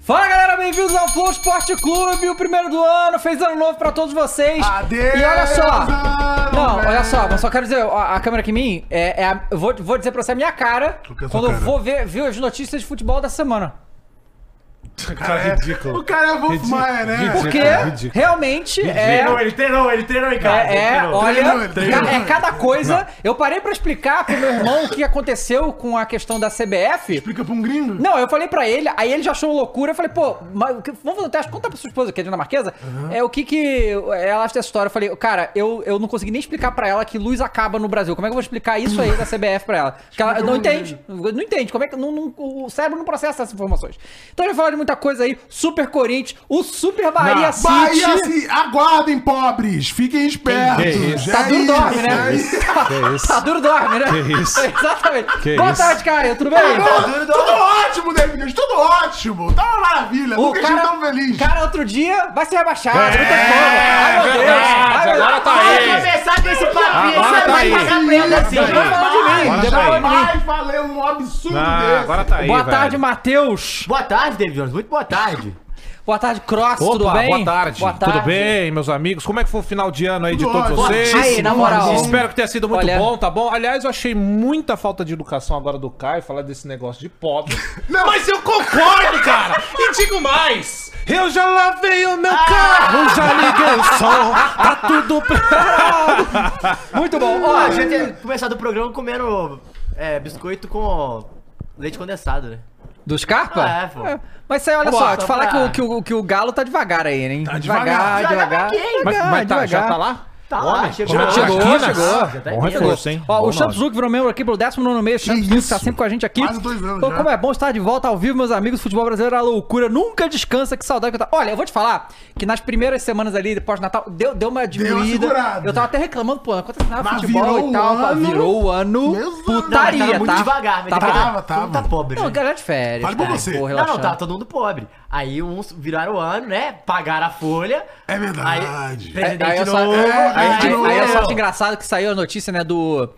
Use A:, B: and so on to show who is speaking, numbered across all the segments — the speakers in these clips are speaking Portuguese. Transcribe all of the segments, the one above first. A: Fala galera, bem-vindos ao Flow Esporte Clube, o primeiro do ano, feliz ano novo pra todos vocês.
B: Adeus,
A: e olha só,
B: ano
A: não,
B: velho.
A: olha só, mas só quero dizer, a, a câmera aqui em mim, é, é a- eu vou, vou dizer pra você a minha cara
B: pensa
A: quando
B: a
A: eu
B: cara.
A: vou ver, ver as notícias de futebol da semana. Tá
C: Cara,
B: É,
C: ridículo.
B: O cara é Wolf
C: Ridículo.
B: Maia, né?
C: Ridículo.
A: Porque
C: ridículo.
A: realmente é.
D: Não, ele treinou, ele treinou em casa.
A: É, é,
D: treinou.
A: olha,
B: Treinou, ele treinou.
A: ca- é cada coisa. Eu parei pra explicar pro meu irmão o que aconteceu com a questão da CBF.
B: Explica pra um gringo.
A: Não, eu falei pra ele, aí ele já achou loucura. Eu falei, pô, mas o que- vamos fazer um teste, conta pra sua esposa, que é dinamarquesa, é, o que que ela acha dessa história. Eu falei, cara, eu, eu não consegui nem explicar pra ela que luz acaba no Brasil. Como é que eu vou explicar isso aí da CBF pra ela? Porque ela não entende, não entende. Como é que não- não- o cérebro não processa essas informações. Então ele falou de muita coisa aí, Super Corinthians, o Super Bahia City.
B: Bahia, se assim, aguardem, pobres! Fiquem espertos!
C: Que isso.
B: É
A: Tá duro
B: isso,
A: dorme,
B: é
A: né?
B: isso.
C: Que isso?
A: Tá duro dorme, né?
C: Que isso?
A: Exatamente.
C: Que
A: Boa
C: isso?
A: tarde, Caio. Tudo bem?
C: Tá
B: tudo ótimo, David! Tudo ótimo! Tá uma maravilha!
A: O
B: Nunca estive
A: cara,
B: é tão feliz!
A: cara, outro dia vai ser rebaixado. não tem como. Ai, meu Deus.
C: É, verdade,
A: Ai, meu
C: agora
A: Deus.
C: tá
A: Ai,
C: aí.
A: meu Deus.
D: começar com esse papinho,
C: Agora
D: você
C: tá
D: vai
C: aí.
D: pagar prêmio assim.
A: Depois fala de mim,
C: Agora
A: depois
C: tá
A: fala de mim.
B: Jamais falei um absurdo
C: Ah,
B: desse!
C: agora tá aí,
A: Boa
C: velho.
A: tarde, Matheus.
D: Boa tarde, David Jones, muito boa tarde.
A: Boa tarde, Cross. tudo
C: Opa,
A: bem?
C: Boa tarde.
A: Boa tarde.
C: Tudo bem, meus amigos? Como é que foi o final de ano aí de
B: Tudo
C: todos
B: ótimo.
C: vocês?
A: Aí, na moral.
C: Espero que tenha sido muito
A: Olha-
C: bom, tá bom? Aliás, eu achei muita falta de educação agora do Caio falar desse negócio de pobre.
B: Não.
C: Mas eu concordo, cara! E digo mais! Eu já lavei o meu carro, já liguei o som, tá tudo preparado.
A: Muito bom. Ó,
D: Ó, a gente é- tinha começado o programa comendo é, biscoito com leite condensado, né?
A: Do Scarpa?
D: Ah, é, pô.
A: Mas isso aí, olha
D: Pô,
A: só,
D: só
A: te falar que
D: pra-
A: o, que, o, que o Galo tá devagar aí, hein? Tá
B: devagar.
A: Devagar, devagar.
C: Mas, mas tá, já tá lá?
D: Tá lá, chegou.
C: Já
A: chegou,
C: Quinas?
A: chegou.
D: Já tá
C: Bom
D: em Minas.
C: reforço, hein?
A: Ó,
C: Bom
A: o Champs
C: nome.
A: Luke virou membro aqui pelo 19 mês. Champs
B: Que
A: Luke tá
B: isso?
A: sempre com a gente aqui.
B: Quase dois anos
A: Então,
B: já.
A: como é bom estar de volta ao vivo, meus amigos. Futebol brasileiro é uma loucura. Nunca descansa. Que saudade que eu tava. Olha, eu vou te falar que nas primeiras semanas ali, pós-Natal, deu, deu uma diminuída.
B: segurada.
A: eu tava até reclamando, pô, quanto nada
B: Mas
A: futebol
B: virou
A: e tal.
B: o
A: pá,
B: ano.
A: Virou o ano.
B: Meu Deus.
A: Putaria,
D: Não, mas tava muito
A: tá?
D: devagar, mas
A: Tava.
D: tem que-
B: Tava,
D: todo mundo
B: tava.
D: Tá pobre,
A: Não,
D: né?
A: galera de férias.
B: Fale por
A: cara,
B: você.
A: pô,
B: Não, não,
D: Não, não,
A: relaxando.
D: tá todo mundo pobre. Aí uns viraram o ano, né? Pagaram a folha.
B: É verdade.
D: Aí,
A: É,
D: presidente
A: aí, é só,
D: novo.
A: é, aí,
B: presidente
A: aí-
B: novo.
A: aí é só acho engraçado que saiu a notícia, né, do,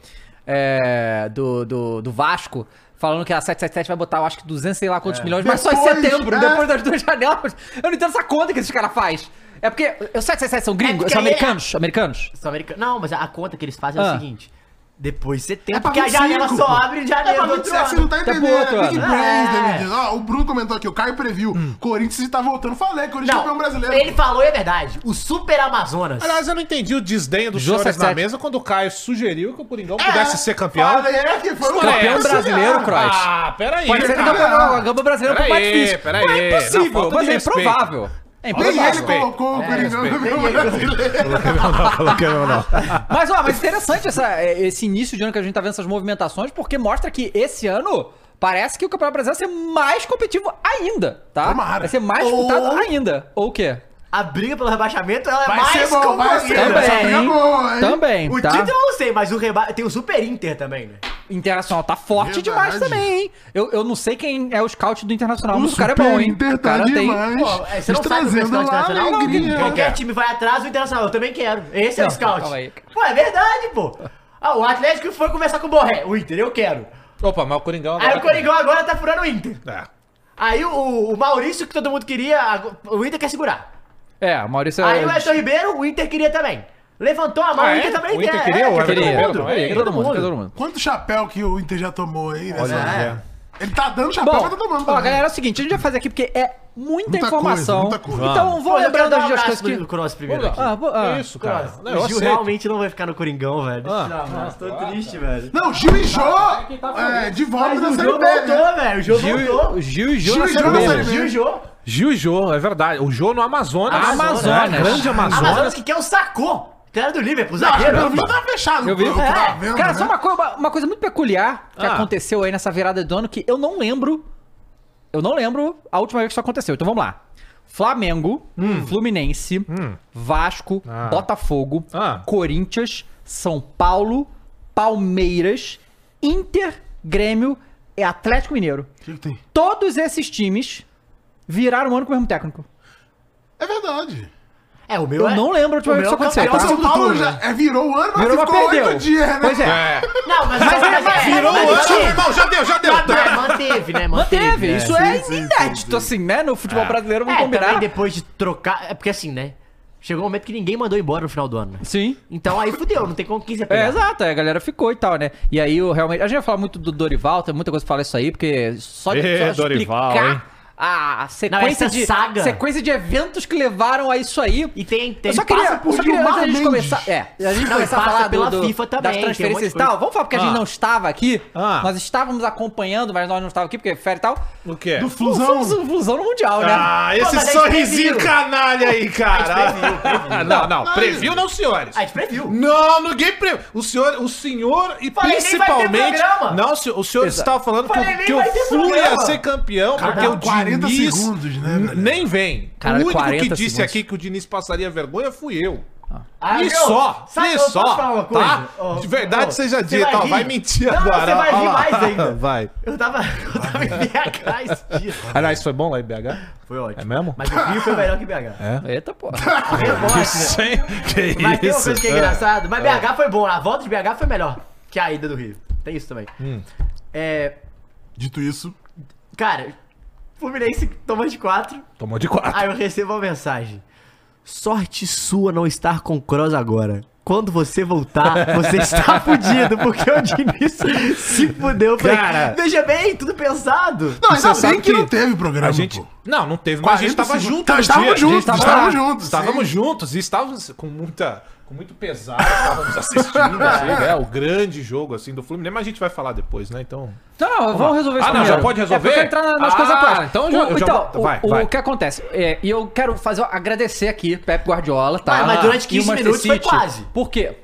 A: é, do, do, do Vasco, falando que a 777 vai botar, eu acho que 200, sei lá quantos milhões, mas só em
B: Depois,
A: setembro,
B: é.
A: depois das duas janelas. Eu não entendo essa conta que esses caras fazem. É porque os 777 são
D: É
A: gringos,
D: porque
A: são
D: aí-
A: americanos, americanos.
D: São americanos. Não, mas a conta que eles fazem é
A: Ah.
D: o seguinte. Depois você tem,
B: É pra
D: porque a
B: 25.
D: janela só abre em
B: É
D: janeiro
B: pra
D: do outro
B: 27, você não
D: ano.
B: tá
A: Até
B: entendendo.
A: pro outro
B: é
A: ano.
B: Big Brains,
D: É. Hum.
B: David. Ó, o Bruno comentou aqui, o Caio previu. Corinthians tá voltando. Falei, Corinthians é campeão brasileiro.
D: ele falou e é verdade. O Super Amazonas.
C: Aliás, eu não entendi o desdenho dos
A: Jô
C: senhores na
A: 77.
C: mesa quando o Caio sugeriu que o Coringão pudesse ser campeão.
B: Falei, é que foi um
A: É, Campeão
B: negócio
A: brasileiro,
B: surreal.
A: Croix.
C: Ah, peraí.
A: Pode ser que
C: cara.
A: não ganhou a gama brasileira por
C: Peraí,
A: mais difícil.
C: peraí.
A: Não é
C: Na falta
A: impossível,
C: de
A: mas é
C: respeito.
A: improvável. É
C: Olha
B: Nem ele
A: improvável.
C: respeito.
B: colocou o
C: É,
B: Coringão no
C: respeito.
B: campeão brasileiro.
A: Mas, ó, mas interessante essa- é, esse início de ano que a gente tá vendo essas movimentações, porque mostra que esse ano parece que o Campeonato Brasileiro vai ser mais competitivo ainda, tá?
B: Tomara.
A: Vai ser mais
B: Ou-
A: disputado ainda. Ou o quê?
D: A briga pelo rebaixamento ela é
B: Vai ser
D: mais
B: bom, vai ser.
D: concorrida.
B: essa briga é boa, hein? é
A: também,
D: O
A: tá?
D: título
B: um
D: eu não sei, mas o reba... tem o Super Inter também, né?
A: Internacional tá forte
B: Verdade.
A: demais também, hein? Eu, eu não sei quem é o scout do Internacional,
B: O
A: mas o cara é bom, hein?
B: Um Inter
A: O
B: tá
A: cara
B: demais.
D: Pô, é, você não sabe o
B: Trazendo
D: pessoal
B: lá a
D: internacional?
B: alegria.
D: Qualquer time vai atrás do Internacional. Eu também quero. Esse é
A: Não,
D: o scout.
A: calma aí.
D: Pô, é verdade, pô. Ah, o Atlético foi conversar com o Borré. O Inter, eu quero.
C: Opa, mas o Coringão agora...
D: Aí o Coringão agora tá furando o Inter.
C: É.
D: Aí o, o Maurício, que todo mundo queria, agora- o Inter quer segurar.
A: É, o Maurício
D: Aí o
A: é...
D: Everton Ribeiro, o Inter queria também. Levantou a mão,
C: Ah,
D: o
C: é?
D: Inter também
C: O Inter queria, o
D: É,
C: Everton
D: todo
A: Queria,
C: Ribeiro
D: mundo.
C: também?
A: queria todo mundo, queria todo
D: é?
A: mundo.
B: Quanto chapéu que o Inter já tomou aí, né?
C: Olha,
A: é.
B: Ele tá dando chapéu,
A: Bom,
B: mas tá tomando.
A: ó,
B: também.
A: galera, é o seguinte, a gente vai fazer aqui porque é muita,
B: Muita
A: informação.
B: coisa, muita coisa.
A: Então, vou
D: Pô, eu
A: lembrar
D: quero dar
A: das
D: um
A: coisas
D: abraço
A: que...
D: pro Cross primeiro
C: Vamos
D: aqui.
C: lá.
A: Ah, bo- ah.
C: Que isso, cara. Não, eu
D: o Gil
C: aceito.
D: realmente não vai ficar no Coringão, velho.
C: Ah.
D: Não, nossa, tô triste, velho.
B: Não, Gil e Jô é, de volta
D: tá Mas
B: da
D: o
B: Série
D: Jô
B: B. né?
D: voltou, velho. O Jô
C: Gil,
D: voltou.
C: Gil e Jô
B: Gil
C: na
B: e
C: Série
B: Jô na
C: B,
B: Série
C: né?
B: B.
D: Gil e Jô.
C: Gil e Jô, é verdade. O Jô no Amazonas.
A: Amazonas.
C: É, Grande Amazonas.
D: Ah, Amazonas que quer o sacô. Cara do Liverpool,
B: Acho que
D: zagueiro.
B: pelo visto tá fechado.
A: Eu vi.
B: o grupo, tá
A: É.
B: vendo,
A: Cara,
B: né?
A: só uma, coi- uma- uma coisa muito peculiar que
C: Ah.
A: aconteceu aí nessa virada do ano que eu não lembro. Eu não lembro a última vez que isso aconteceu. Então vamos lá. Flamengo, Fluminense, Vasco,
C: Ah.
A: Botafogo,
C: Ah.
A: Corinthians, São Paulo, Palmeiras, Inter, Grêmio e Atlético Mineiro.
B: O que que tem?
A: um Todos esses times viraram o ano com o mesmo técnico.
B: É verdade.
D: É, o meu
A: Eu
D: é-
A: não lembro a última
D: o
A: vez que
D: meu
A: isso
D: é
A: aconteceu,
D: o
B: O
D: campeão
A: tá?
D: do
B: São Paulo
D: turno.
B: já é, virou o ano, mas,
A: Virou, mas
B: ficou
A: perdeu.
B: oito dias, né?
A: Pois é.
C: É.
D: Não, mas,
A: Mas é- mas
C: Virou o
D: mas-
C: ano, meu irmão, já deu, já deu.
D: mas- mas Manteve, né? Manteve.
A: Manteve,
D: né?
A: isso
B: Sim,
A: é
B: sim, sim,
A: inédito, assim, né? No futebol brasileiro, vamos
D: É,
A: combinar.
D: também depois de trocar. É porque assim, né? Chegou um momento que ninguém mandou embora no final do ano. né?
A: Sim.
D: Então aí fudeu, não tem como 15
A: É,
C: Né?
D: pegar.
A: exato, é, a galera ficou e tal, né? E aí, eu realmente. A gente vai falar muito do Dorival, tem muita coisa pra falar isso aí, porque só de
C: Ê,
A: só de
C: Dorival, hein?
A: a sequência
D: essa
A: de
D: saga.
A: sequência de eventos que levaram a isso aí.
D: E tem, tem
A: Eu só
D: passa
A: queria,
D: por
A: só queria
B: Gilmar
A: antes da gente
B: Mendes.
A: começar, é, a gente
D: Não,
A: começar a
D: passa
A: falar do-
D: pela
A: do-
D: FIFA também,
A: das
D: tem um monte
A: transferências
D: de
A: e tal.
D: coisa.
A: Vamos falar porque a
C: Ah.
A: gente não estava aqui.
C: Ah.
A: Nós estávamos acompanhando, mas nós não estávamos aqui porque fera e tal.
C: O quê?
B: Do
A: Nós
B: Flusão.
A: fomos um flusão no mundial, né?
C: Ah, esse
D: mas a gente
C: sorrisinho
D: previu.
C: canalha aí, cara. Não, não,
B: Não,
C: previu não, senhores.
D: A gente previu.
C: Não, ninguém previu. O senhor, o senhor e
D: Falei, nem vai ter
C: principalmente.
D: programa.
C: Não, o senhor, o senhor
A: Exato.
C: estava falando
D: Falei,
C: que, o-
D: nem
C: que
D: vai
C: o
D: ter
C: Fúria ia
D: programa.
C: ser campeão, porque o
B: 40
C: Diniz
B: segundos, né,
C: n-
B: velho?
C: nem vem.
A: Cara,
C: o único que
A: 40
C: disse
A: segundos.
C: aqui que o Diniz passaria vergonha fui eu.
D: Ah,
C: e
D: meu,
C: só,
D: sabe,
C: e
D: eu posso
C: só,
D: falar uma coisa?
C: tá?
D: Ó,
C: De verdade
D: ó,
C: seja
D: você
C: dita,
D: vai
C: ó,
D: rir.
C: tá, vai mentir
D: Não,
C: agora.
D: você vai
C: ó,
D: rir
C: ó.
D: mais ainda.
C: Vai.
D: Eu tava, eu tava em BH esse dia.
C: Aliás, foi bom lá em BH?
D: Foi ótimo. É.
C: É mesmo?
D: Mas o Rio foi melhor que BH.
A: Eita, porra.
D: Rebote, né?
C: Sem- que
D: Mas tem uma
C: isso?
D: coisa que é engraçada. Mas BH foi bom. A volta de BH foi melhor que a ida do Rio. Tem isso também. É,
B: Dito isso,
D: cara, Fluminense toma de 4.
C: Tomou de quatro.
D: Aí eu recebo uma mensagem. Sorte sua não estar com o Cross agora. Quando você voltar, você está fudido, porque o Diniz se fudeu. Eu falei,
C: Cara.
D: Veja bem, tudo pensado.
B: Não,
C: Você
B: ainda
C: sabe
B: bem que,
C: que
B: não teve programa,
C: A gente.
B: pô.
C: Não, não teve, mas a gente
B: 40
C: tava
B: segundos.
C: junto.
B: Tá,
C: no
B: estávamos
C: dia. A gente
B: juntos,
C: tava
B: estávamos
C: lá.
B: juntos, sim.
C: Estávamos juntos e estávamos com muita. Com muito pesar, estávamos assistindo, assim, né? O grande jogo, assim, do Fluminense. Mas a gente vai falar depois, né? Então.
A: Não, não, vamos resolver isso
C: Ah, não,
A: primeiro.
C: já pode resolver?
A: É porque eu entrar na- nas
C: Ah,
A: coisas plásticas.
C: então já-
A: o,
C: eu já
A: então,
C: vou-
A: o-
C: vai,
A: o,
C: vai.
A: que acontece? é, e eu quero fazer, agradecer aqui Pepe Guardiola, tá?
D: Mas- mas durante
A: E o
D: 15
A: Manchester
D: minutos foi
A: City.
D: quase.
A: Por quê?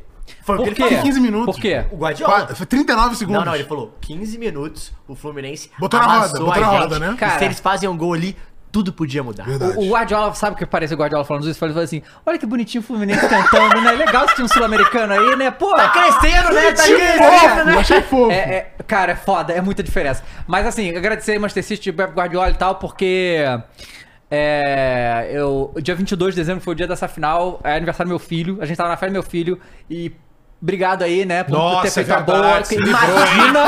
D: Foi o que
A: Por
D: ele
A: quê?
D: falou.
B: 15 minutos.
A: Por quê?
D: O Guardiola.
B: Qua- 39 segundos.
D: Não, não, ele falou 15 minutos, o Fluminense
B: Botou na roda,
D: amassou
B: botou
D: a
B: na
D: gente,
B: roda, né?
D: e
A: Cara.
D: se eles fazem um gol ali, tudo podia mudar.
B: Verdade.
A: O, o Guardiola, sabe o que parece o Guardiola falando isso? Ele falou assim: olha que bonitinho o Fluminense cantando, né? Legal esse time sul-americano aí, né? Pô,
D: Tá crescendo, né? Tá
A: Time
D: crescendo,
A: fofo,
D: né?
B: Eu achei fofo.
A: É, é- cara, é foda, é muita diferença. Mas assim, agradecer Manchester City, Pep Guardiola e tal, porque. É, eu, dia 22 de dezembro foi o dia dessa final, é aniversário do meu filho, a gente tava na festa do meu filho e. Obrigado aí, né, por
C: Nossa,
A: ter feito
C: é
A: a
C: verdade,
A: boa.
C: se livrou,
A: imagina!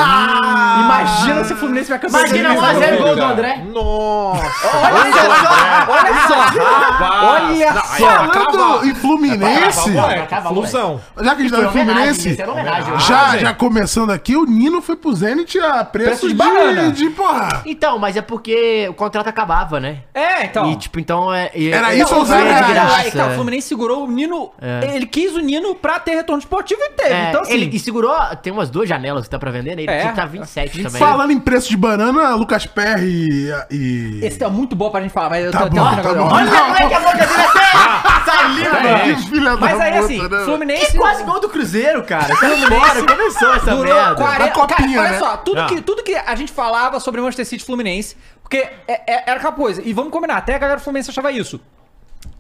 A: imagina se o Fluminense vai campeão.
D: Imagina,
A: Olha
D: um a
A: só!
D: zero, gol do
C: Cara,
D: André.
C: Nossa!
A: Olha só! Olha
C: Não,
A: só!
C: vai acabar.
B: Falando em Fluminense,
D: vai,
C: Ué,
D: vai, vai.
C: flusão.
B: já que a gente tá
D: Foi
B: no
D: homenagem,
B: Fluminense,
D: isso era homenagem.
B: já,
C: gente.
B: já começando aqui, o Nino foi pro Zenit a
A: Preço
B: preço,
A: de banana.
B: de, de, porra.
D: Então, mas é porque o contrato acabava, né?
A: É, então.
D: E tipo, então é. e-
B: Era
D: é-
B: isso ou
D: é
B: zero
D: de
B: reais?
A: Aí, tá, o
D: graça.
A: Fluminense segurou o Nino. Ele quis o Nino pra ter retorno esportivo e teve.
D: É,
A: então, assim,
D: ele, e segurou, tem umas duas janelas que tá pra vender, né? Ele
A: É.
D: tinha que tá 27 também.
B: Falando em preço de banana, Lucas Perry e... e...
A: Esse é muito bom pra gente falar, mas eu
B: Tá
A: tenho
B: bom,
A: um negócio-
B: tá bom.
D: Olha como é que a boca dele até tá saliva!
B: Que filha da
A: Mas aí,
B: puta,
A: assim,
B: né?
A: Fluminense.
D: Que quase gol do Cruzeiro, cara. Fora, começou essa
A: Durou
D: merda.
A: 40
B: A copinha,
A: Cara, olha
B: né?
A: só, tudo,
C: Ah.
A: que, tudo que a gente falava sobre Manchester City e Fluminense, porque é- é- era aquela coisa, e vamos combinar, até a galera do Fluminense achava isso.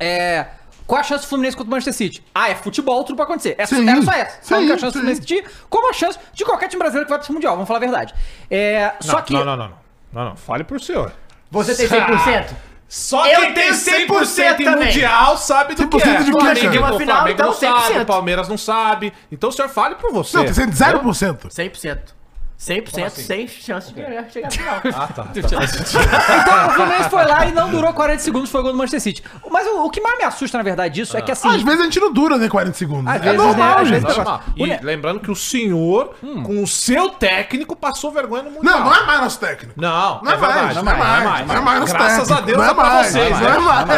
A: É. Qual a chance do Fluminense contra o Manchester City? Ah, é futebol, tudo pode acontecer. Essa,
B: Sim,
A: era só essa. Sabe
B: sim,
A: que a chance do
B: sim.
A: Fluminense tinha? Como a chance de qualquer time brasileiro que vai pro Mundial, vamos falar a verdade. É, só
C: Não,
A: que.
C: Não, não, não, não. Não, não. Fale pro senhor.
D: Você tem 100%?
C: Só
D: Eu
C: quem tem
D: tenho
C: 100%
D: 100%
C: em
D: também.
C: mundial sabe do que
B: 100%
C: é.
B: de quê,
C: Flamengo,
B: cara?
C: o
D: Uma final,
C: Flamengo
D: então,
C: não sabe,
D: 100%.
C: o Palmeiras não sabe. Então o senhor fale por você.
B: Não, tá sendo 0%.
D: 100%. 100% sem chance de ganhar, chegar à final.
C: Ah, tá.
A: Então o Fluminense foi lá e não durou 40 segundos, foi gol do Manchester City. Mas o, o que mais me assusta, na verdade, disso é que assim.
B: Às vezes a gente não dura, né, 40 segundos.
A: Às
B: é
A: vezes,
B: normal,
A: né, às
B: gente. Hum.
A: vezes-
C: Normal.
A: O ne-
C: E lembrando que o senhor, com o seu técnico, passou vergonha no Mundial.
B: Não, não é mais nosso técnico.
C: Não,
B: Não é mais, não é mais, não é mais nosso
C: Graças a
B: técnico,
C: Deus
B: não é
C: é pra
B: mais,
C: vocês,
B: não é
C: né?
B: mais.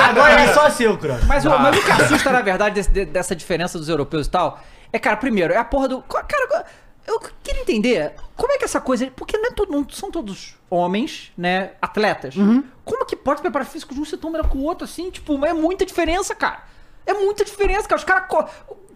D: Agora é só seu, Cross.
A: Mas, o- mas o que assusta, na verdade, desse- de- dessa diferença dos europeus e tal, é, cara, primeiro, é a porra do. co- Cara, co- eu queria entender como é que essa coisa. Porque não, é todo, não são todos homens, né? Atletas. Como que pode preparar físico de um ser tão melhor que o outro, assim? Tipo, mas é muita diferença, cara. É muita diferença, cara. Os caras co-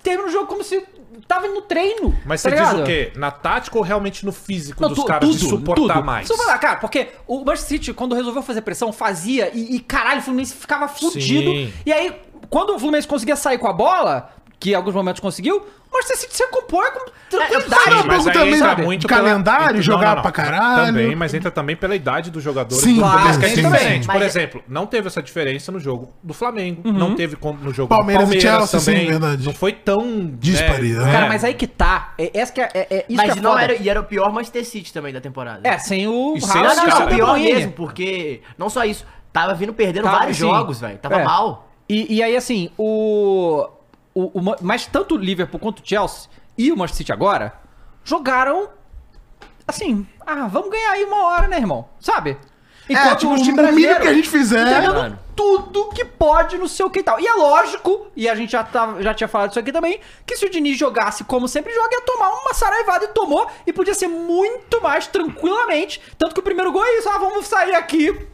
A: terminam o jogo como se tava indo no treino.
C: Mas
A: tá
C: você diz
A: ligado?
C: o quê? Na tática ou realmente no físico
A: Não,
C: dos
A: tu-
C: caras de suportar mais?
A: Isso eu vou falar, cara, porque o Manchester City, quando resolveu fazer pressão, fazia e, e, caralho, o Fluminense ficava fudido.
C: Sim.
A: E aí, quando o Fluminense conseguia sair com a bola, que em alguns momentos conseguiu, mas você se recompõe com
D: É,
B: Ah, Mas
A: tranquilidade.
B: eu
C: mas é-
B: pouco
C: aí
B: também,
C: entra
B: sabe?
C: muito
B: Calendário,
C: entra-
B: jogar pra caralho.
C: Também, mas entra também pela idade do jogador.
B: Sim,
C: e tudo
B: claro,
C: mais, que é
B: sim,
C: diferente.
E: sim.
C: Por
E: Mas-
C: exemplo, não teve essa diferença no jogo do Flamengo. Não teve como no jogo
B: Uhum. Palmeiras e
C: do
B: Chelsea,
C: também.
B: sim, verdade.
C: Não foi tão...
B: Disparidade.
C: né,
A: Cara,
C: é.
A: mas aí que tá. É, essa que é, é- é- isso
D: Mas
A: que é
D: não
A: foda.
D: era, e era o pior Manchester City também da temporada.
A: É, sem o
C: E sem
D: Não,
A: Haaland,
C: os
D: não,
A: sem
D: não,
C: caras.
A: o
D: não, pior
A: De Bruyne.
D: mesmo, porque não só isso, tava vindo perdendo
A: Tava,
D: vários
A: sim.
D: jogos, velho. Tava
A: É.
D: mal.
A: E, e aí, assim, o, o, o Ma- Mas tanto o Liverpool quanto o Chelsea e o Manchester City agora jogaram. Assim, ah, vamos ganhar aí uma hora, né, irmão? Sabe?
B: É, tipo,
A: os
B: o
A: times
B: mínimo
A: brasileiros
B: que a gente fizer.
A: entregando
D: mano.
A: tudo que pode no seu que tal. E é lógico, e a gente já, tava- já tinha falado isso aqui também, que se o Diniz jogasse como sempre joga, ia tomar uma saraivada e tomou, e podia ser muito mais tranquilamente. Tanto que o primeiro gol é isso, ah, vamos sair aqui.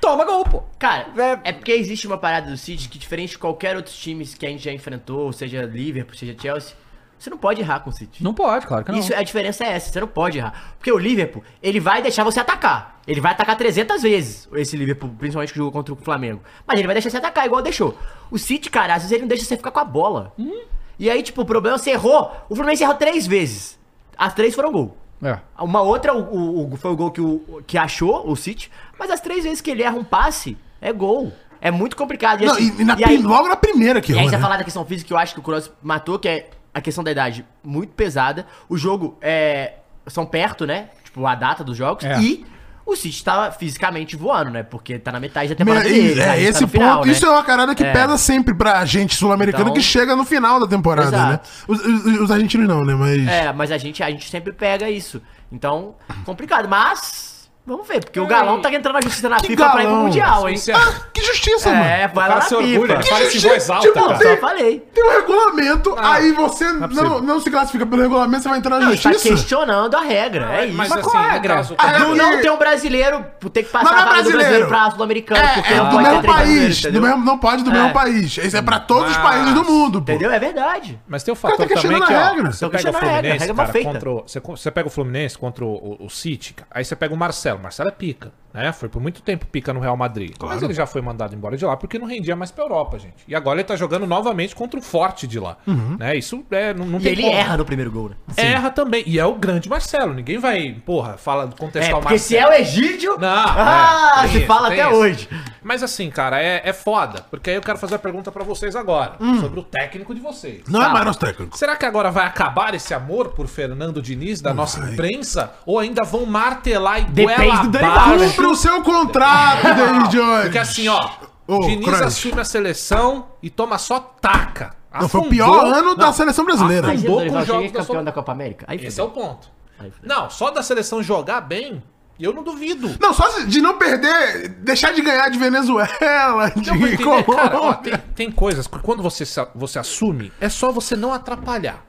A: Toma gol, pô.
D: Cara,
A: É-
D: é... porque existe uma parada do City que, diferente de qualquer outro time que a gente já enfrentou, seja Liverpool, seja Chelsea, você não pode errar com o City.
A: Não pode, claro que não.
D: Isso, a diferença é essa, você não pode errar. Porque o Liverpool, ele vai deixar você atacar. Ele vai atacar 300 vezes, esse Liverpool, principalmente que jogou contra o Flamengo. Mas ele vai deixar você atacar, igual deixou. O City, cara, às vezes ele não deixa você ficar com a bola.
B: Hum?
D: E aí, tipo, o problema é você errou. O Fluminense errou três vezes. As três foram gol.
A: É.
D: Uma outra o- o, o- foi o gol que, o, que achou, o City. Mas as três vezes que ele erra um passe, é gol. É muito complicado.
B: Não,
D: assim,
B: e, e na
D: e aí-
B: prim- logo na primeira que
D: e aí você
B: errou, né?
D: falar da questão física que eu acho que o Cross matou, que é a questão da idade muito pesada. O jogo é. São perto, né? Tipo, a data dos jogos.
C: É.
D: E o City tá fisicamente voando, né? Porque tá na metade da
B: Meu,
D: temporada
B: e-
D: dele. tá?
B: é,
D: A gente tá
B: esse
D: no final,
B: ponto,
D: né?
B: isso é uma carada que pesa sempre pra gente sul-americana
D: Então-
B: que chega no final da temporada, né?
D: Exato.
B: Os, os- os argentinos não, né? Mas.
D: É, mas a gente, a gente sempre pega isso. Então, complicado. Mas, vamos ver, porque o Galão tá entrando na justiça na
B: Que
D: FIFA pra ir pro
B: Galão?
D: Mundial, hein?
C: Isso é-
B: Ah, que justiça,
D: É,
B: mano.
D: vai lá
C: Fala
D: na
C: se orgulha, fala
D: FIFA.
C: isso em
B: Que
C: voz
B: gente-
C: alta,
B: tipo,
D: Eu
C: cara.
D: só falei.
B: Tem um regulamento, aí você não,
C: possível.
B: não, se classifica pelo regulamento, você vai entrar na
D: Não, está
B: justiça.
D: questionando a regra, é isso.
C: Mas,
A: Mas
C: assim,
A: qual é a
C: no
A: regra?
C: caso-
B: Ah,
D: Do
B: é
D: não
B: porque-
D: ter um brasileiro, ter que passar
B: Mas não é
D: a vaga do
B: brasileiro.
D: brasileiro pra sul-americano,
B: É,
D: porque
B: é
D: não
B: do
D: pode ter
B: mesmo
D: três brasileiros,
B: país, do
D: entendeu?
B: mesmo, não pode do
D: É.
B: mesmo país. Isso é pra todos os
C: Mas-
B: países do mundo, pô.
D: Entendeu? É verdade.
C: Mas tem o fator
B: Cara, tá
C: também
B: questionando
C: que,
B: a
C: ó,
B: regra.
C: você pega
D: Tá
C: o
D: questionando a regra, a
C: Fluminense,
D: regra é mal
C: cara,
D: feita.
C: contra o, você, co- você pega o Fluminense contra o, o, o City, cara, aí você pega o Marcelo. Marcelo é pica, né? Foi por muito tempo pica no Real Madrid. Mas ele já foi mandado embora de lá porque não rendia mais pra Europa, gente. E agora ele tá jogando novamente contra o forte de lá, né? Isso é, não, não
D: Uhum. E
C: tem
D: ele
C: como.
D: erra no primeiro gol, né?
C: Erra também. E é o grande Marcelo. Ninguém vai, porra, fala, contestar
D: É,
C: o Marcelo.
D: porque se é o Egídio...
C: Não,
D: Ah,
C: é, tem
D: se
C: isso,
D: fala
C: tem
D: até
C: isso.
D: hoje.
C: Mas assim, cara, é, é foda. Porque aí eu quero fazer a pergunta pra vocês agora.
D: Hum.
C: Sobre o técnico de vocês.
B: Não é mais nosso técnico.
C: Será que agora vai acabar esse amor por Fernando Diniz da nossa imprensa? Ou ainda vão martelar e
D: Depende
C: goela
D: do Dorival,
C: abaixo?
B: Cumpre o seu contrato, David Jones.
C: Tá, Porque assim, ó,
B: Ô,
C: Diniz
B: Cruyff.
C: assume a seleção e toma só taca.
B: Não, foi o
C: Afundou-
B: pior ano da
C: Não,
B: seleção brasileira.
C: Afundou.
D: Imagina
C: pouco
D: o Dorival
C: os jogos
D: chega e
C: da
D: campeão
C: sua-
D: da Copa América. Aí
C: Esse é
D: fudeu.
C: o ponto.
D: Aí fudeu.
C: Não, só da seleção jogar bem, eu não duvido.
B: Não, só se- de não perder, deixar de ganhar de Venezuela, de
C: Não, mas entender, cara, ó,
B: Colômbia.
C: tem, tem coisas que quando você, sa- você assume, é só você não atrapalhar.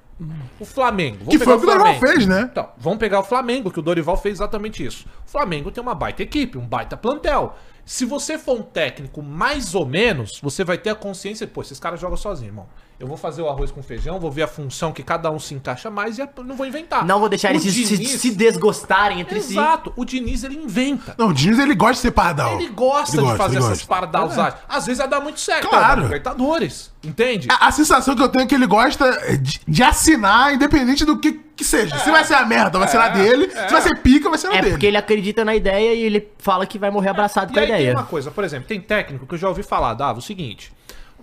C: O Flamengo. vamos
B: Que
C: pegar
B: foi o que o Dorival
C: Flamengo.
B: fez, né?
C: Então, vamos pegar o Flamengo, que o Dorival fez exatamente isso. O Flamengo tem uma baita equipe, um baita plantel. Se você for um técnico mais ou menos, você vai ter a consciência, pô, esses caras jogam sozinhos, irmão. Eu vou fazer o arroz com feijão, vou ver a função que cada um se encaixa mais e a- não vou inventar.
D: Não vou deixar
C: O
D: eles se, se-
C: Diniz-
D: se desgostarem entre si.
C: Exato, o Diniz ele inventa.
B: Não, o Diniz, ele gosta de ser pardal.
C: Ele gosta
B: Ele
C: de fazer
B: ele
C: essas
B: gosta. É.
C: pardalzagens. Às vezes vai dar muito certo.
B: Claro. Ah,
C: né? Libertadores. Entende?
B: A, a sensação que eu tenho é que ele gosta de, de assinar, independente do que, que seja.
C: É.
B: Se vai ser a merda, vai ser na dele. Se vai ser pica, vai ser na
D: É
B: dele.
D: porque ele acredita na ideia e ele fala que vai morrer abraçado
C: É, E
D: com a
C: aí tem
D: ideia.
C: uma coisa, por exemplo, tem técnico que eu já ouvi falar, dava o seguinte.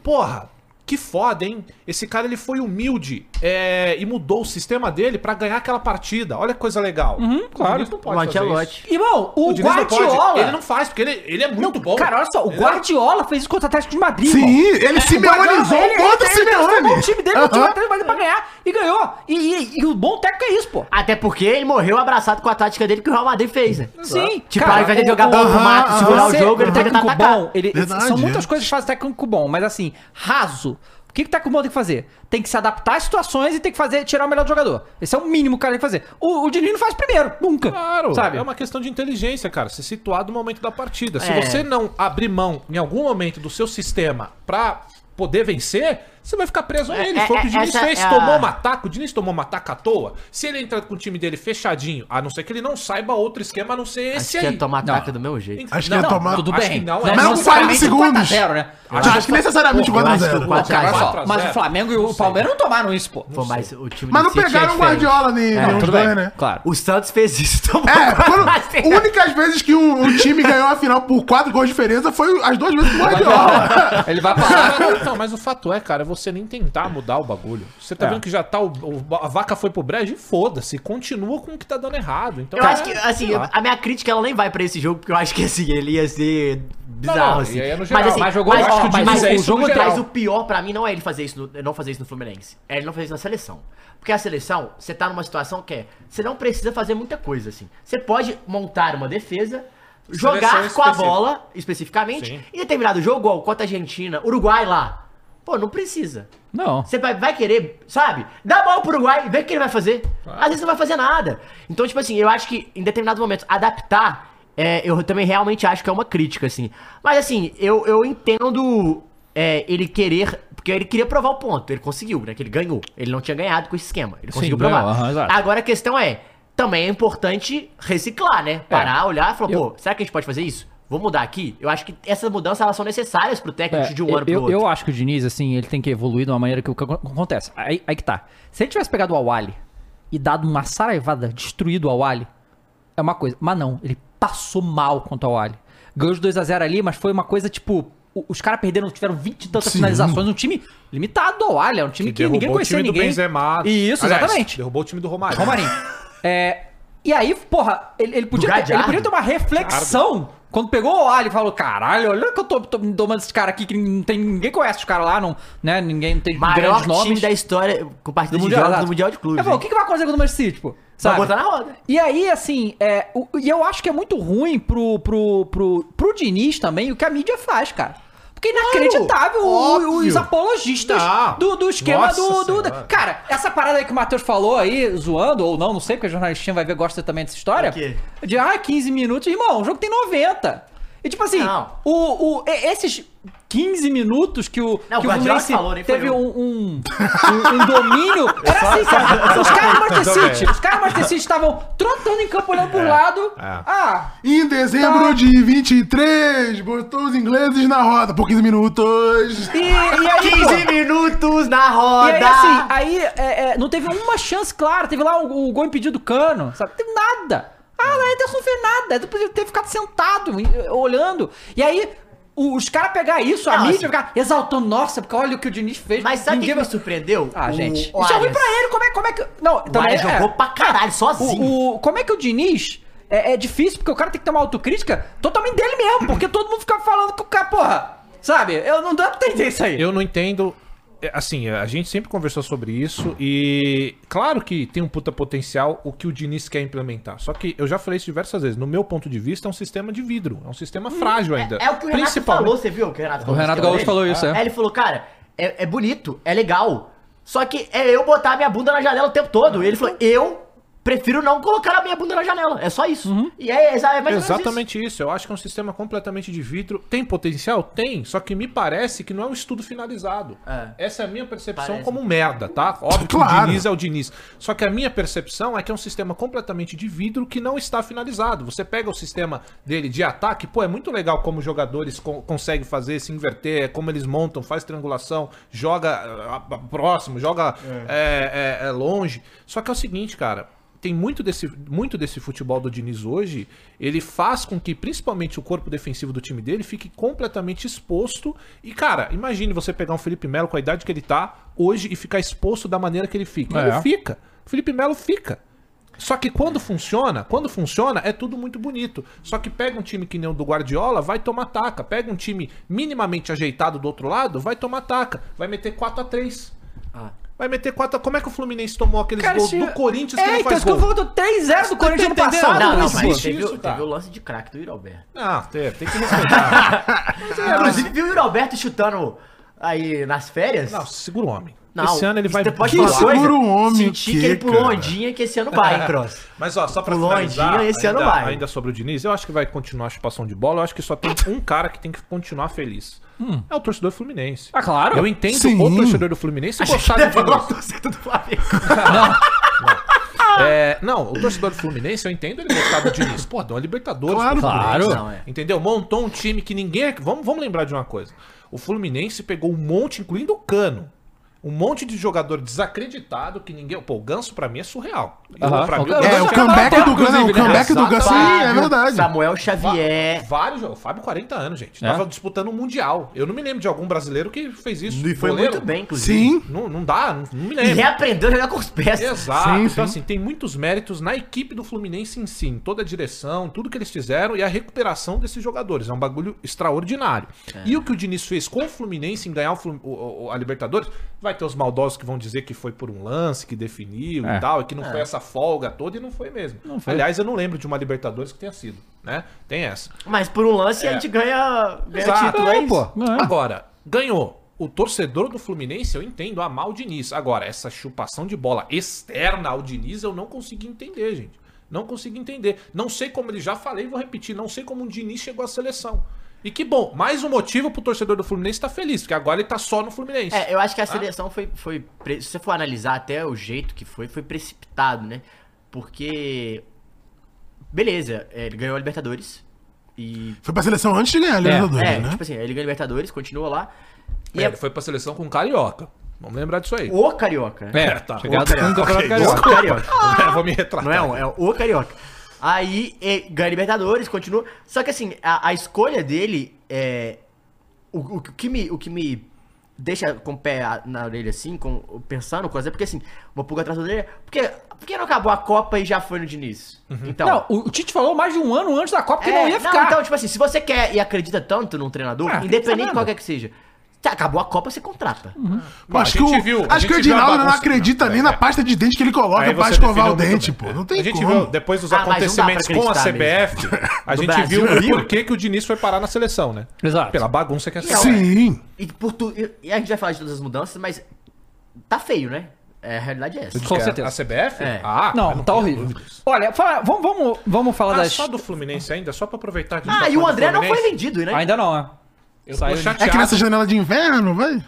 C: Porra, que foda, hein? Esse cara ele foi humilde é, e mudou o sistema dele pra ganhar aquela partida. Olha que coisa legal.
A: Uhum, claro.
C: O Diniz não
D: O
C: pode
B: é
C: fazer isso.
D: Antelote.
A: Irmão, o,
C: O Diniz não pode.
A: Guardiola.
C: Ele não faz, porque ele, ele é muito bom.
A: Cara, olha só, o
C: Ele é-
A: Guardiola fez isso contra o Atlético de Madrid.
B: Sim,
A: irmão.
B: ele se
A: O Guardiola,
B: memorizou
A: ele- ele-
B: contra o
A: ele transformou O
B: Simeone.
A: time dele uhum.
B: Aham.
A: Atlético de Madrid pra ganhar e ganhou. E, e- e o bom técnico é isso, pô.
D: Até porque ele morreu abraçado com a tática dele que o Real Madrid fez, né?
A: Sim.
D: Tipo,
A: Cara,
D: ao invés de
A: o-
D: jogar
A: o-
D: bola pro mato,
B: aham,
D: segurar o
A: Você-
D: jogo, ele tá
A: o
D: tem que
A: técnico
D: atacar.
A: bom, ele-
B: Verdade,
A: são muitas
B: é.
A: coisas que faz o técnico bom, mas assim, raso. O que, que o técnico bom tem que fazer? Tem que se adaptar às situações e tem que fazer, tirar o melhor do jogador. Esse é o mínimo que o cara tem que fazer. O, o Diniz não faz primeiro, nunca.
C: Claro,
A: sabe?
C: é uma questão de inteligência, cara. Se situar no momento da partida. Se
D: É.
C: você não abrir mão em algum momento do seu sistema pra poder vencer, você vai ficar preso a ele.
D: é-
C: Foi o que o
D: é-
C: Diniz
D: essa
C: fez,
D: é a-
C: tomou uma taca, o Diniz tomou uma taca à toa. Se ele entrar com o time dele fechadinho, a não ser que ele não saiba outro esquema, a não ser
D: Acho
C: esse
D: que
C: aí.
D: ia tomar
A: Não.
D: ataque do meu jeito.
C: Então,
B: Acho que ia tomar.
A: tudo
C: acho
A: bem.
C: que não, é.
A: Não,
B: Mas
A: não,
B: não 40 segundos.
A: 4x0, né?
B: Acho, que necessariamente o
D: eu acho que o
B: 4x0.
A: Não, cara, olha só,
C: 4 a 0.
A: mas o Flamengo e o Palmeiras não tomaram isso, pô.
D: Pô, mas o time
B: Mas
D: do
B: não
D: City é
B: pegaram o
D: diferente.
B: Guardiola nem nem
D: É,
B: os
A: Tudo
B: dois,
A: bem,
B: né?
A: claro.
D: O Santos fez isso. Tomou
B: É,
D: quando...
B: foram únicas vezes que um, um time ganhou a final por quatro gols de diferença foi as duas vezes com o
A: é.
B: Guardiola.
A: Ele vai parar.
C: Não, mas o fato é, cara, você nem tentar mudar o bagulho. Você tá
A: É.
C: vendo que já tá. o- o- a vaca foi pro brejo e foda-se. Continua com o que tá dando errado. Então,
D: Eu
C: é,
D: acho que, assim,
C: sei lá.
D: a minha crítica ela nem vai pra esse jogo, porque eu acho que, assim, ele ia ser bizarro,
C: não,
D: assim.
C: e aí é no geral,
A: mas jogou- eu
D: mas,
A: acho
D: ó,
A: que o
D: mas,
A: Diniz é
D: o
A: isso no
D: jogo
A: geral.
D: traz o pior pra mim, não é ele fazer isso, no, não fazer isso no Fluminense. É ele não fazer isso na seleção. Porque a seleção, você tá numa situação que é, você não precisa fazer muita coisa, assim. Você pode montar uma defesa, jogar com a
C: específica.
D: bola, especificamente,
C: Sim.
D: em determinado jogo, ó, contra a Argentina, Uruguai lá. Pô, não precisa.
A: Não.
D: Você vai, vai querer, sabe? Dá a bola pro Uruguai e vê o que ele vai fazer. Às vezes não vai fazer nada. Então, tipo assim, eu acho que em determinados momentos, adaptar, é, eu também realmente acho que é uma crítica, assim. Mas, assim, eu, eu entendo é, ele querer. Porque ele queria provar o ponto. Ele conseguiu, né? Que ele ganhou. Ele não tinha ganhado com esse esquema. Ele conseguiu provar.
A: ganhou, aham, exato.
D: Agora a questão é: também é importante reciclar,
A: É.
D: né? Parar, olhar e falar, pô, será que a gente pode fazer isso? Vou mudar aqui? Eu acho que essas mudanças elas são necessárias pro técnico
A: É,
D: de um ano pro
A: eu,
D: outro.
A: eu acho que o Diniz, assim, ele tem que evoluir de uma maneira que o que acon- acontece. Aí, aí que tá. Se ele tivesse pegado o Awali e dado uma saraivada, destruído o Awali, é uma coisa. Mas não, ele passou mal contra o Awali. Ganhou de 2x0 ali, mas foi uma coisa tipo. o- Os caras perderam, tiveram 20 e tantas
B: Sim.
A: finalizações. Um time limitado do Awali. É um time que,
C: derrubou
A: ninguém conhecia
C: o time do
A: ninguém.
C: Benzema.
A: Isso,
C: Aliás,
A: exatamente.
C: Derrubou o time do Romário.
A: Romarinho. É, e aí, porra, ele, ele podia, ter, ele
D: Gadiardo.
A: podia ter uma reflexão quando pegou o Ali e falou: caralho, olha que eu tô, tô me domando esses caras aqui que não tem, ninguém conhece os caras lá, não, né? Ninguém não tem
D: maior
A: grandes
D: time
A: nomes.
D: da história com partida de
A: Mundial,
D: jogos
A: exato.
D: do Mundial de Clubes.
A: Ele falou, o
D: hein?
A: que, que vai acontecer com o Manchester City, pô?
D: Vai
A: Sabe?
D: botar na roda.
A: E aí, assim, é, o- e eu acho que é muito ruim pro, pro, pro, pro Diniz também o que a mídia faz, cara. Porque é inacreditável o- os
C: óbvio.
A: apologistas
C: Não.
A: do, do esquema
C: Nossa
A: do, do- da-
C: Senhora.
A: Cara, essa parada aí que o Matheus falou aí, zoando, ou não, não sei, porque a jornalistinha vai ver, gosta também dessa história.
D: O quê?
A: De, ah, 15 minutos. Irmão, o jogo tem 90. E tipo assim,
D: Não.
A: o, o, e- esses 15 minutos que o,
D: Não,
A: que
D: o
A: o
D: Guardiola
A: Fluminense
D: falou, nem foi
A: teve
D: eu.
A: um, um, um- um domínio.
D: É
A: Era assim, cara. Os caras do Manchester City, os caras do Manchester City estavam trotando em campo, olhando
D: É,
A: pro lado. Ah,
B: em dezembro
A: Tá.
B: de 23, botou os ingleses na roda por 15 minutos.
A: e, e aí,
D: 15
A: pô,
D: minutos na
A: e
D: roda!
A: aí assim, aí é, é, não teve uma chance clara. Teve lá o, o gol impedido do Cano, sabe? Não teve nada. Ah, o Ederson fez nada. Ele podia ter ficado sentado, e- olhando. E aí... o- Os caras pegar isso, a
D: Não,
A: mídia
D: assim-
A: ficar exaltando, nossa, porque olha o que o Diniz fez.
D: Mas sabe o que
A: ninguém
D: que me
A: vai-
D: surpreendeu?
A: Ah,
D: O-
A: gente.
D: o
A: Isso é ruim
D: Arias.
A: pra ele, como é, como é que. Não,
D: O
A: também.
D: Arias
A: é-
D: jogou pra caralho, sozinho.
A: O, o- como é que o Diniz. É, é difícil, porque o cara tem que ter uma autocrítica totalmente dele mesmo, porque todo mundo fica falando que o cara, porra. Sabe? Eu não dá pra entender isso aí.
C: Eu não entendo. é, Assim, a gente sempre conversou sobre isso e claro que tem um puta potencial o que o Diniz quer implementar. Só que eu já falei isso diversas vezes. No meu ponto de vista, é um sistema de vidro, é um sistema frágil ainda.
D: É o que o Renato
C: Principalmente-
D: falou, você viu? O, que Renato falou
A: O
D: no
A: Renato
D: esquema
A: Gaúcho falou isso, é.
D: Aí ele falou, cara, é, é bonito, é legal. Só que é eu botar a minha bunda na janela o tempo todo. Ele falou, eu prefiro não colocar a minha bunda na janela. É só isso.
A: Uhum.
D: E é, é, é mais ou menos isso.
C: Exatamente isso. Eu acho que é um sistema completamente de vidro. Tem potencial? Tem, só que me parece que não é um estudo finalizado.
D: É.
C: Essa é a minha percepção
D: Parece.
C: como merda, tá? Óbvio que
B: Claro.
C: o Diniz é o Diniz. Só que a minha percepção é que é um sistema completamente de vidro que não está finalizado. Você pega o sistema dele de ataque, pô, é muito legal como os jogadores con- conseguem fazer, se inverter, é como eles montam, faz triangulação, joga eh, a- a- próximo, joga eh, eh, eh, longe. Só que é o seguinte, cara tem muito desse, muito desse futebol do Diniz hoje, ele faz com que principalmente o corpo defensivo do time dele fique completamente exposto. E, cara, imagine você pegar um Felipe Melo com a idade que ele tá hoje e ficar exposto da maneira que ele fica.
A: É.
C: Ele fica. O Felipe Melo fica. Só que quando funciona, quando funciona, é tudo muito bonito. Só que pega um time que nem o do Guardiola, vai tomar taca. Pega um time minimamente ajeitado do outro lado, vai tomar taca. Vai meter 4 a 3
D: Ah.
C: Vai meter 4 a... Como é que o Fluminense tomou aqueles
A: Cara,
C: gols
A: esse-
C: do Corinthians
A: é,
C: que não
A: então,
C: faz
A: isso que eu falo
C: gol?
A: do 3-0 do
C: Você
A: Corinthians no
C: tá entendendo?
A: passado,
D: Não, não,
A: Luiz, pô.
D: mas
C: existe
D: teve,
C: isso,
D: o-
C: cara.
D: teve o lance de craque do Yuri Alberto.
C: Ah, tem, tem que respeitar.
D: Inclusive, viu o Yuri Alberto chutando aí nas férias?
C: não, segura o homem.
D: Não,
C: Esse ano ele vai
D: você pode
C: Que
D: falar uma coisa?
B: segura o homem,
D: Senti que,
B: que,
D: ele pulou um
B: cara?
D: ondinha que esse ano vai, hein, Cross.
C: Mas ó, só pra
D: Pulou
C: finalizar,
D: ondinha, esse
C: ainda,
D: ano vai.
C: ainda sobre o Diniz, eu acho que vai continuar a chupação de bola. Eu acho que só tem um cara que tem que continuar feliz. É o torcedor fluminense.
A: Ah, claro.
C: Eu entendo
B: Sim.
C: o torcedor do Fluminense gostar do Diniz.
D: torcida do Flamengo.
C: É, não, o torcedor do Fluminense, eu entendo ele gostar do Diniz. Pô, deu uma Libertadores.
B: Claro,
C: pro Fluminense,
D: claro. Não, é.
C: Entendeu? Montou um time que ninguém... Vamos, vamos lembrar de uma coisa. O Fluminense pegou um monte, incluindo o Cano. Um monte de jogador desacreditado que ninguém... Pô, o Ganso pra mim é surreal. Eu,
A: Aham.
C: pra
A: O
C: mim,
A: Ganso
B: É, o
A: Ganso acabou
B: comeback
A: até,
B: do Ganso,
A: inclusive,
B: o
A: né?
B: comeback do Ganso, sim, é verdade.
D: Samuel Xavier.
C: Vários jogos. Fábio, 40 anos, gente.
A: É.
C: Tava disputando o Mundial. Eu não me lembro de algum brasileiro que fez isso.
D: E foi
C: Goleiro?
D: muito bem, inclusive.
B: Sim.
C: Não, não dá, não, não me
D: E
C: lembro.
D: reaprendeu a jogar com os pés.
C: Exato.
B: Sim,
C: Então,
B: sim.
C: assim, tem muitos méritos na equipe do Fluminense em si, em toda a direção, em tudo que eles fizeram e a recuperação desses jogadores. É um bagulho extraordinário. E o que o Diniz fez com o Fluminense em ganhar o Flu- o- o- a Libertadores, vai ter os maldosos que vão dizer que foi por um lance, que definiu
A: É.
C: e tal, e que não foi essa folga toda e não foi mesmo.
A: foi.
C: Aliás, eu não lembro de uma Libertadores que tenha sido, né? Tem essa.
D: Mas por um lance a gente ganha, ganha
C: Exato.
D: título, é,
A: É,
D: isso.
A: pô. Não é.
C: Agora, ganhou. O torcedor do Fluminense, eu entendo, a mal o Diniz. Agora, essa chupação de bola externa ao Diniz, eu não consegui entender, gente. Não consegui entender. Não sei como ele já falei e vou repetir. Não sei como o Diniz chegou à seleção. E que bom, mais um motivo pro torcedor do Fluminense estar feliz, porque agora ele tá só no Fluminense.
D: É, eu acho que a seleção foi, foi. pre- Se você for analisar até o jeito que foi, foi precipitado, né? Porque. Beleza, é, ele ganhou a Libertadores. E.
B: Foi pra seleção antes de ganhar a Libertadores,
D: É,
B: né?
D: tipo assim, ele ganhou a Libertadores, continua lá. E
C: É,
D: é,
C: ele foi pra seleção com o Carioca. Vamos lembrar disso aí.
D: o Carioca, né?
A: É,
C: tá.
A: Chegado
C: Ok,
A: no campeonato
C: ok,
A: carioca.
D: O Carioca.
C: Eu vou me retratar.
D: Não é um, é o Carioca. Aí é, ganha Libertadores, continua. Só que assim, a, a escolha dele é. O, o que me, o que me deixa com o pé a- na orelha, assim, com, pensando, coisa, é porque assim, uma pulga atrás da orelha. Porque, por que não acabou a Copa e já foi no Diniz? Então.
A: Não, o o Tite falou mais de um ano antes da Copa que
D: é,
A: não ia ficar.
D: então, tipo assim, se você quer e acredita tanto num treinador,
A: Ah, tem que
D: independente
A: saber.
D: de qualquer que seja, tá, acabou a Copa, você contrata.
B: Pô, acho
C: a
B: que o,
C: gente viu, a
B: acho que o
C: gente viu a
B: Edinaldo não
C: bagunça.
B: acredita
C: Não,
B: nem
C: é,
B: na
C: é.
B: pasta de dente que ele coloca
C: Aí
B: pra
C: você
B: escovar
C: definiu
B: o
C: muito
B: dente,
C: bem.
B: pô. Não
C: a
B: tem
C: gente
B: como.
C: viu, depois dos
D: Ah, mas não dá pra
C: acontecimentos com a
D: acreditar
C: CBF, a
D: No
C: gente
D: Brasil,
C: viu
D: viu?
C: por que, que o Diniz foi parar na seleção, né?
A: Exato.
C: Pela bagunça que é a seleção.
B: Sim.
D: E, por tu, e, e a gente vai falar de todas as mudanças, mas tá feio, né? É, a realidade é essa.
A: Com
C: Que é
A: certeza.
C: A CBF?
D: É.
C: Ah,
A: Não,
C: eu
A: tá
C: tenho
A: horrível.
C: dúvidas.
A: Olha, fala- vamos, vamos, vamos falar
C: Ah,
A: das.
C: só do Fluminense ainda, só pra aproveitar que a gente
D: Ah,
C: tá
D: e o
C: falando do
D: André não foi
C: Fluminense.
D: vendido, né?
A: Ainda não, né?
C: Eu
A: Saiu
C: tô
A: de-
C: chateado.
B: É que nessa janela de inverno, vai.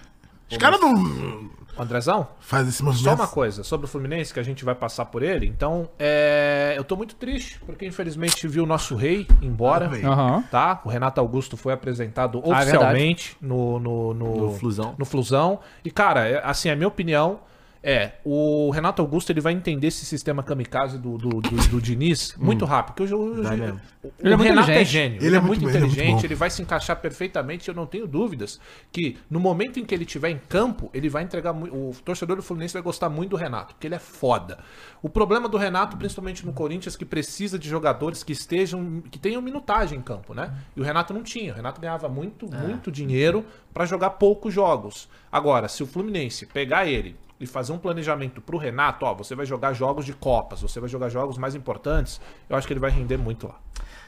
B: Os caras não
C: Andrezão,
B: fazem esse
C: só
B: movimento.
C: uma coisa sobre o Fluminense, que a gente vai passar por ele. Então, é, eu tô muito triste, porque infelizmente vi o nosso rei embora.
B: Ah, velho.
A: Aham.
C: tá? O Renato Augusto foi apresentado
A: Ah, é verdade.
C: oficialmente no, no, no,
D: No Flusão.
C: no Flusão. E, cara, é- assim, a minha opinião é, o Renato Augusto ele vai entender esse sistema kamikaze do, do, do, do Diniz muito rápido. Porque hoje, hoje,
D: Hum. Vai mesmo.
C: o, o
A: Ele é muito
C: Renato é
A: inteligente.
C: gênio. Ele, é, muito
B: bom, ele é muito
C: inteligente,
B: bom.
C: ele vai se encaixar perfeitamente. Eu não tenho dúvidas que no momento em que ele estiver em campo, ele vai entregar muito. O torcedor do Fluminense vai gostar muito do Renato, porque ele é foda. O problema do Renato, principalmente no Corinthians, que precisa de jogadores que estejam. que tenham minutagem em campo, né? E o Renato não tinha. O Renato ganhava muito, muito dinheiro pra jogar poucos jogos. Agora, se o Fluminense pegar ele e fazer um planejamento pro Renato, ó, você vai jogar jogos de Copas, você vai jogar jogos mais importantes, eu acho que ele vai render muito lá.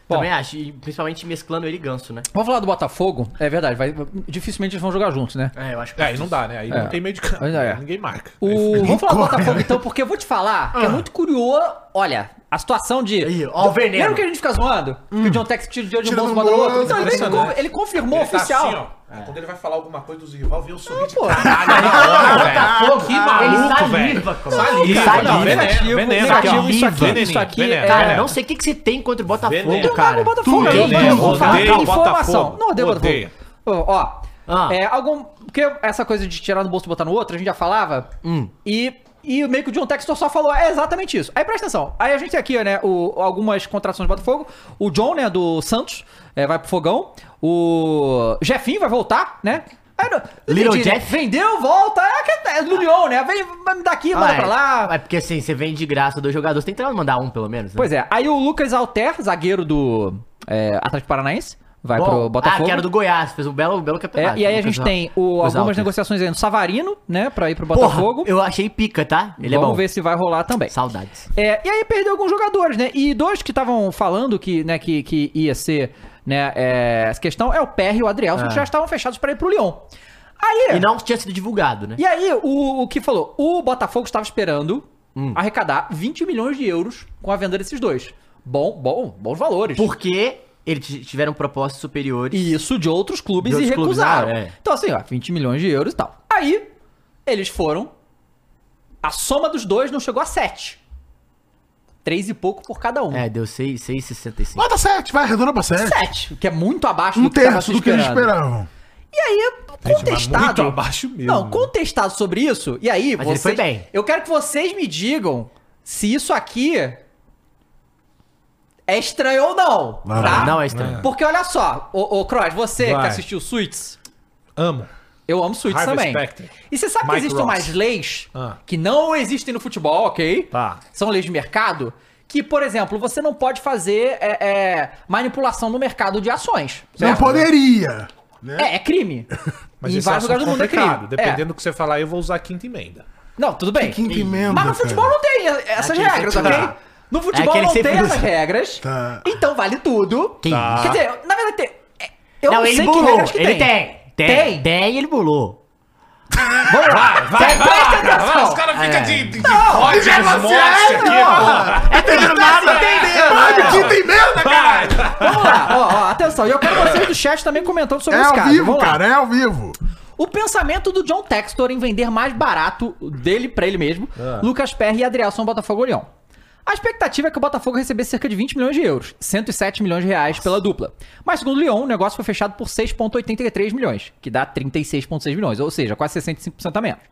D: Também acho, e principalmente mesclando ele e Ganso, né?
A: Vamos falar do Botafogo? É verdade, vai- dificilmente eles vão jogar juntos, né?
D: É, eu acho que.
C: É, aí não dá, né? Aí não tem meio de campo.
A: Ainda é.
C: Ninguém marca. assim,
A: O...
B: Ninguém
A: Vamos falar do
B: corre,
A: Botafogo
B: né?
A: então, porque eu vou te falar
C: Ah.
A: que é muito curioso. Olha, a situação de.
D: Ih, ó o veneno.
A: Lembra que a gente fica zoando?
C: Hum.
A: Que o John Tex tira de um
B: Tira
A: bolso e
B: do
A: bota no outro?
B: bolso,
A: Não, ele, meio que
C: impressionante.
A: con- ele confirmou
C: Ele tá
A: oficial. Ah,
C: assim, ó. Quando ele vai falar alguma coisa dos rival, vem o sorriso.
A: pô. tá
C: Botafogo, que maluco,
D: Ah, saliva,
C: velho.
D: cara.
C: Saliva,
D: Saliva,
C: não,
A: negativo,
C: veneno, veneno, aqui, ó.
A: negativo, tá isso aqui,
C: Veneno,
A: isso aqui,
C: veneno.
A: cara,
D: Cara,
C: É.
D: não sei o que, que você tem contra o Botafogo,
C: Veneno.
A: um Cara,
D: cara.
A: o Botafogo,
B: Tudo
A: eu
B: bem,
A: eu vou falar
C: odeio o
A: informação.
C: Botafogo.
A: Não, odeio o Botafogo.
C: Odeio.
A: Ó, ó,
D: Ah.
A: é, algum... Porque essa coisa de tirar no bolso e botar no outro, a gente já falava.
D: Hum.
A: E... E meio que o John Textor só falou é exatamente isso. Aí presta atenção. Aí a gente tem aqui, né, o- algumas contratações do Botafogo. O John, né, do Santos, é, vai pro fogão. O Jefinho vai voltar, né? Aí, não- não
D: Little
A: entendi, né?
D: Jeff.
A: Vendeu, volta. É, que- é do Lyon, né? Vem vai daqui, manda
D: Ah, é.
A: pra lá.
D: É porque assim, você vem de graça dois jogadores, tem que tentar mandar um pelo menos. Né?
A: Pois é, aí o Lucas Alter, zagueiro do é, Atlético Paranaense, vai pro Botafogo.
D: Ah, que era do Goiás, fez um belo, belo campeonato. né?
A: É, e aí a
D: Lucas
A: gente
D: Al-
A: tem o-
D: Lucas
A: algumas
D: Alves.
A: negociações aí no Savarino, né, pra ir pro
D: Porra,
A: Botafogo.
D: eu achei pica, tá? Ele
A: Vamos
D: é bom.
A: ver se vai rolar também.
D: Saudades.
A: É, e aí perdeu alguns jogadores, né? E dois que estavam falando que, né, que, que ia ser né, é, essa questão é o PR e o Adrielson, que já estavam fechados pra ir pro Lyon. Aí.
D: É. E não tinha sido divulgado, né?
A: E é. aí, o, o que falou? O Botafogo estava esperando
D: Hum.
A: arrecadar 20 milhões de euros com a venda desses dois. Bom, bom, bons valores.
D: Porque eles t- tiveram propostas superiores.
A: E isso de outros clubes
D: De
A: e
D: outros clubes,
A: recusaram.
D: ah, é.
A: Então, assim, ó, 20 milhões de euros e tal. Aí, eles foram. A soma dos dois não chegou a 7. Três e pouco por cada um.
D: É, deu 6, 6,65.
B: Bota 7, vai, arredonda pra 7.
A: 7, que é muito abaixo
B: Um
A: do que tava
B: terço
A: se
B: do que eles
A: esperando.
B: esperavam.
A: E aí,
C: Gente, mas
A: contestado.
C: muito abaixo mesmo,
A: Não,
C: né?
A: contestado sobre isso. E aí,
D: Mas ele
A: vocês.
D: foi bem.
A: Eu quero que vocês me digam se isso aqui é estranho ou não.
B: Não,
A: tá?
D: Não é estranho.
A: Porque olha só, ô, ô Cross, você
C: Vai.
A: que assistiu Suits,
C: Amo.
A: eu amo Suits
C: Harvey
A: também.
C: Specter.
A: E você sabe que
C: Mike
A: existem
C: Ross.
A: umas leis
C: Ah.
A: que não existem no futebol, ok?
C: Tá.
A: São leis de mercado. Que, por exemplo, você não pode fazer é, é, manipulação no mercado de ações.
B: Não
A: certo?
B: poderia. né?
A: É, é crime.
C: Mas
A: em
C: esse é um
A: vários lugares do
C: assunto
A: mundo é crime.
C: complicado.
A: É.
C: Dependendo do que você falar, eu vou usar a quinta emenda.
A: Não, tudo bem.
B: Quinta emenda,
A: Mas no
B: cara.
A: futebol não tem essas
D: Aquele
A: regras,
D: sempre
A: ok?
D: usa.
A: No futebol
D: É aquele
A: não tem
D: sempre usa.
A: essas regras.
B: Tá.
A: Então vale tudo.
D: Que isso?
A: Quer dizer, na verdade, tem- é, eu não,
D: não, ele
A: sei que
D: burlou.
A: regras que
D: Ele
A: tem.
D: tem.
A: Tem?
D: Tem. Tem, ele burlou.
A: Vamos lá. Vai, É. presta atenção.
C: Os caras ficam de, de, de
A: Não,
C: ódio, desmonte aqui,
D: É tudo nada.
B: Caralho, quinta emenda, cara!
A: Vamos lá. Ó, ó, atenção. E eu quero vocês do chat também comentando sobre
B: É
A: esse
B: ao
A: caso.
B: vivo,
A: Vamos lá.
B: cara, é ao vivo.
A: O pensamento do John Textor em vender mais barato dele pra ele mesmo, Lucas Perry e Adrielson Botafogo Leão. A expectativa é que o Botafogo recebesse cerca de 20 milhões de euros, 107 milhões de reais pela dupla. Mas segundo o Lyon, o negócio foi fechado por 6,83 milhões, que dá 36,6 milhões, ou seja, quase 65% a menos.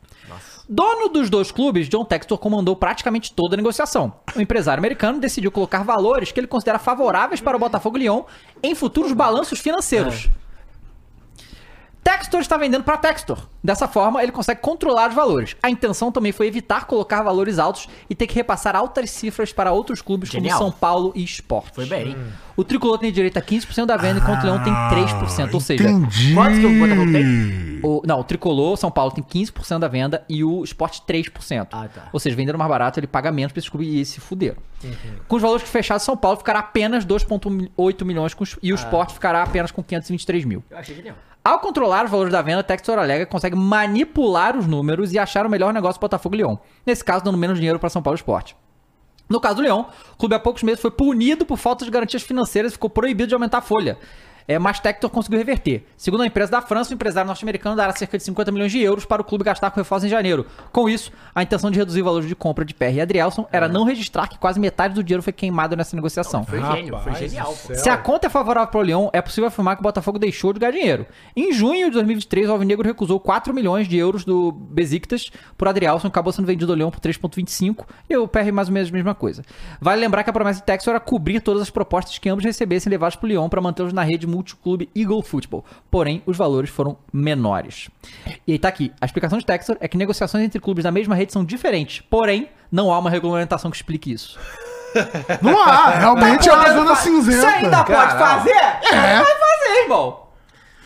A: Dono dos dois clubes, John Textor comandou praticamente toda a negociação. O empresário americano decidiu colocar valores que ele considera favoráveis para o Botafogo Lyon em futuros balanços financeiros.
D: É.
A: Textor está vendendo para Textor. Dessa forma, ele consegue controlar os valores. A intenção também foi evitar colocar valores altos e ter que repassar altas cifras para outros clubes
D: Genial.
A: como São Paulo e Esporte.
D: Foi bem.
A: O Tricolor tem direito a 15% da venda, enquanto o Leão tem 3%. Ou seja,
B: Entendi.
D: Quantos que o Botafogo tem?
A: o, não, o Tricolor, São Paulo tem 15% da venda e o Sport 3%.
D: Ah, tá.
A: Ou seja, vendendo mais barato, ele paga menos pra esse clube e eles se fuderam. Com os valores que fechados, São Paulo ficará apenas 2,8 milhões com os-
D: Ah.
A: e o Sport ficará apenas com 523 mil.
D: Eu achei é genial.
A: Ao controlar os valores da venda, Textor alega que consegue manipular os números e achar o melhor negócio para Botafogo e Lyon. Nesse caso, dando menos dinheiro para São Paulo Esporte. No caso do Lyon, o clube há poucos meses foi punido por falta de garantias financeiras e ficou proibido de aumentar a folha. É, mas Tector conseguiu reverter. Segundo a empresa da França, o empresário norte-americano dará cerca de 50 milhões de euros para o clube gastar com reforços em janeiro. Com isso, a intenção de reduzir o valor de compra de PR e Adrielson era não registrar que quase metade do dinheiro foi queimado nessa negociação.
D: Foi gênio, foi
C: Rapaz
D: genial.
C: do
D: pô.
C: céu.
A: Se a conta é favorável para o Lyon, é possível afirmar que o Botafogo deixou de ganhar dinheiro. Em junho de 2023, o Alvinegro recusou 4 milhões de euros do Besiktas por Adrielson, que acabou sendo vendido ao Lyon por 3,25 e o PR mais ou menos a mesma coisa. Vale lembrar que a promessa de Texo era cobrir todas as propostas que ambos recebessem levadas para o Lyon para mantê-los na rede multiclube Eagle Football. Porém, os valores foram menores. E aí tá aqui, a explicação de Texor é que negociações entre clubes da mesma rede são diferentes, porém, não há uma regulamentação que explique isso.
B: Não há, realmente é uma
A: Podendo
B: zona
A: fa- Se ainda
B: cinzenta.
A: pode
C: Caralho.
A: fazer,
B: É.
A: vai fazer, irmão.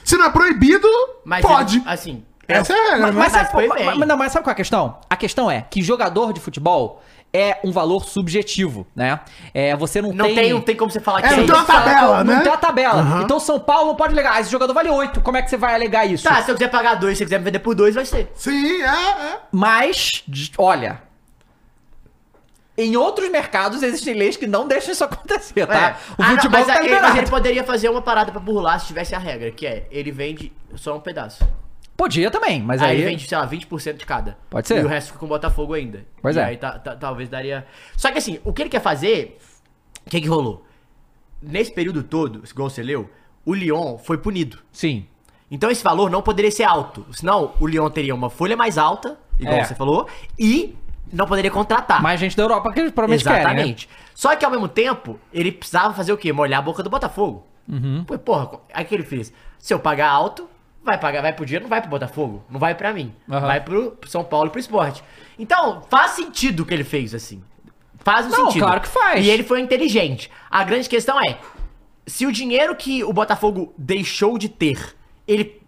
B: Se não é proibido,
D: Mas
B: pode.
D: ele- assim.
B: Essa é a regra, né?
A: Mas,
D: Mas
A: sabe,
D: foi
A: mas-
D: bem.
A: mas- não, mas sabe qual é a questão? A questão é que jogador de futebol é um valor subjetivo, né? É, você não,
D: Não
A: tem... então
D: tem, não tem como você falar que
B: É,
D: é,
B: não
D: isso.
B: tem uma tabela,
A: Não
B: né?
A: tem a tabela. Então São Paulo não pode alegar. Ah, esse jogador vale 8. Como é que você vai alegar isso?
D: Tá, se eu quiser pagar dois, se eu quiser me vender por dois, vai ser.
B: Sim, é, é.
A: Mas, de- olha. Em outros mercados existem leis que não deixam isso acontecer, tá?
D: É.
A: O
D: Ah, não,
A: futebol
D: mas,
A: tá
D: a- ele,
A: liberado.
D: mas ele poderia fazer uma parada pra burlar se tivesse a regra, que é, ele vende só um pedaço.
A: Podia também, mas
D: aí
A: aí.
D: ele vende, sei lá, 20% de cada.
A: Pode ser.
D: E o resto fica com o Botafogo ainda.
A: Pois
D: e
A: é.
D: aí ta- ta- talvez daria... Só que assim, o que ele quer fazer... O que que rolou? Nesse período todo, igual você leu, o Lyon foi punido.
A: Sim.
D: Então esse valor não poderia ser alto. Senão o Lyon teria uma folha mais alta, igual
A: É.
D: você falou, e não poderia contratar.
A: Mais gente da Europa que eles provavelmente querem. Né?
D: Exatamente. Só que ao mesmo tempo, ele precisava fazer o quê? Molhar a boca do Botafogo.
A: Uhum.
D: Pô, porra, aí o que ele fez? Se eu pagar alto, vai pagar, vai pro dinheiro, não vai pro Botafogo, não vai pra mim.
A: Aham.
D: Vai pro pro São Paulo e pro esporte. Então, faz sentido o que ele fez, assim. Faz um
A: Não,
D: sentido.
A: claro que faz.
D: E ele foi inteligente. A grande questão é: se o dinheiro que o Botafogo deixou de ter, ele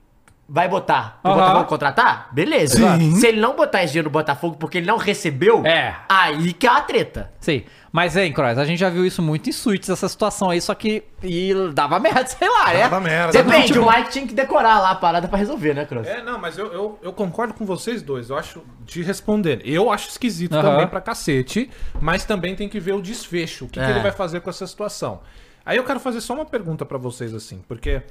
D: vai botar pro
A: Aham.
D: Botafogo contratar, beleza.
B: Sim.
D: Se ele não botar esse dinheiro no Botafogo porque ele não recebeu,
A: É.
D: aí que é a treta.
A: Sei. Mas, hein, Croix, a gente já viu isso muito em suítes, essa situação aí, só que. E dava merda, sei lá, é.
C: Dava merda.
D: Depende, o Mike tinha que decorar lá a parada pra resolver, né, Cross?
C: É, não, mas eu, eu, eu concordo com vocês dois. Eu acho de responder. Eu acho esquisito
A: Aham.
C: também pra cacete, mas também tem que ver o desfecho. O que, que
D: É.
C: ele vai fazer com essa situação. Aí eu quero fazer só uma pergunta pra vocês, assim, porque.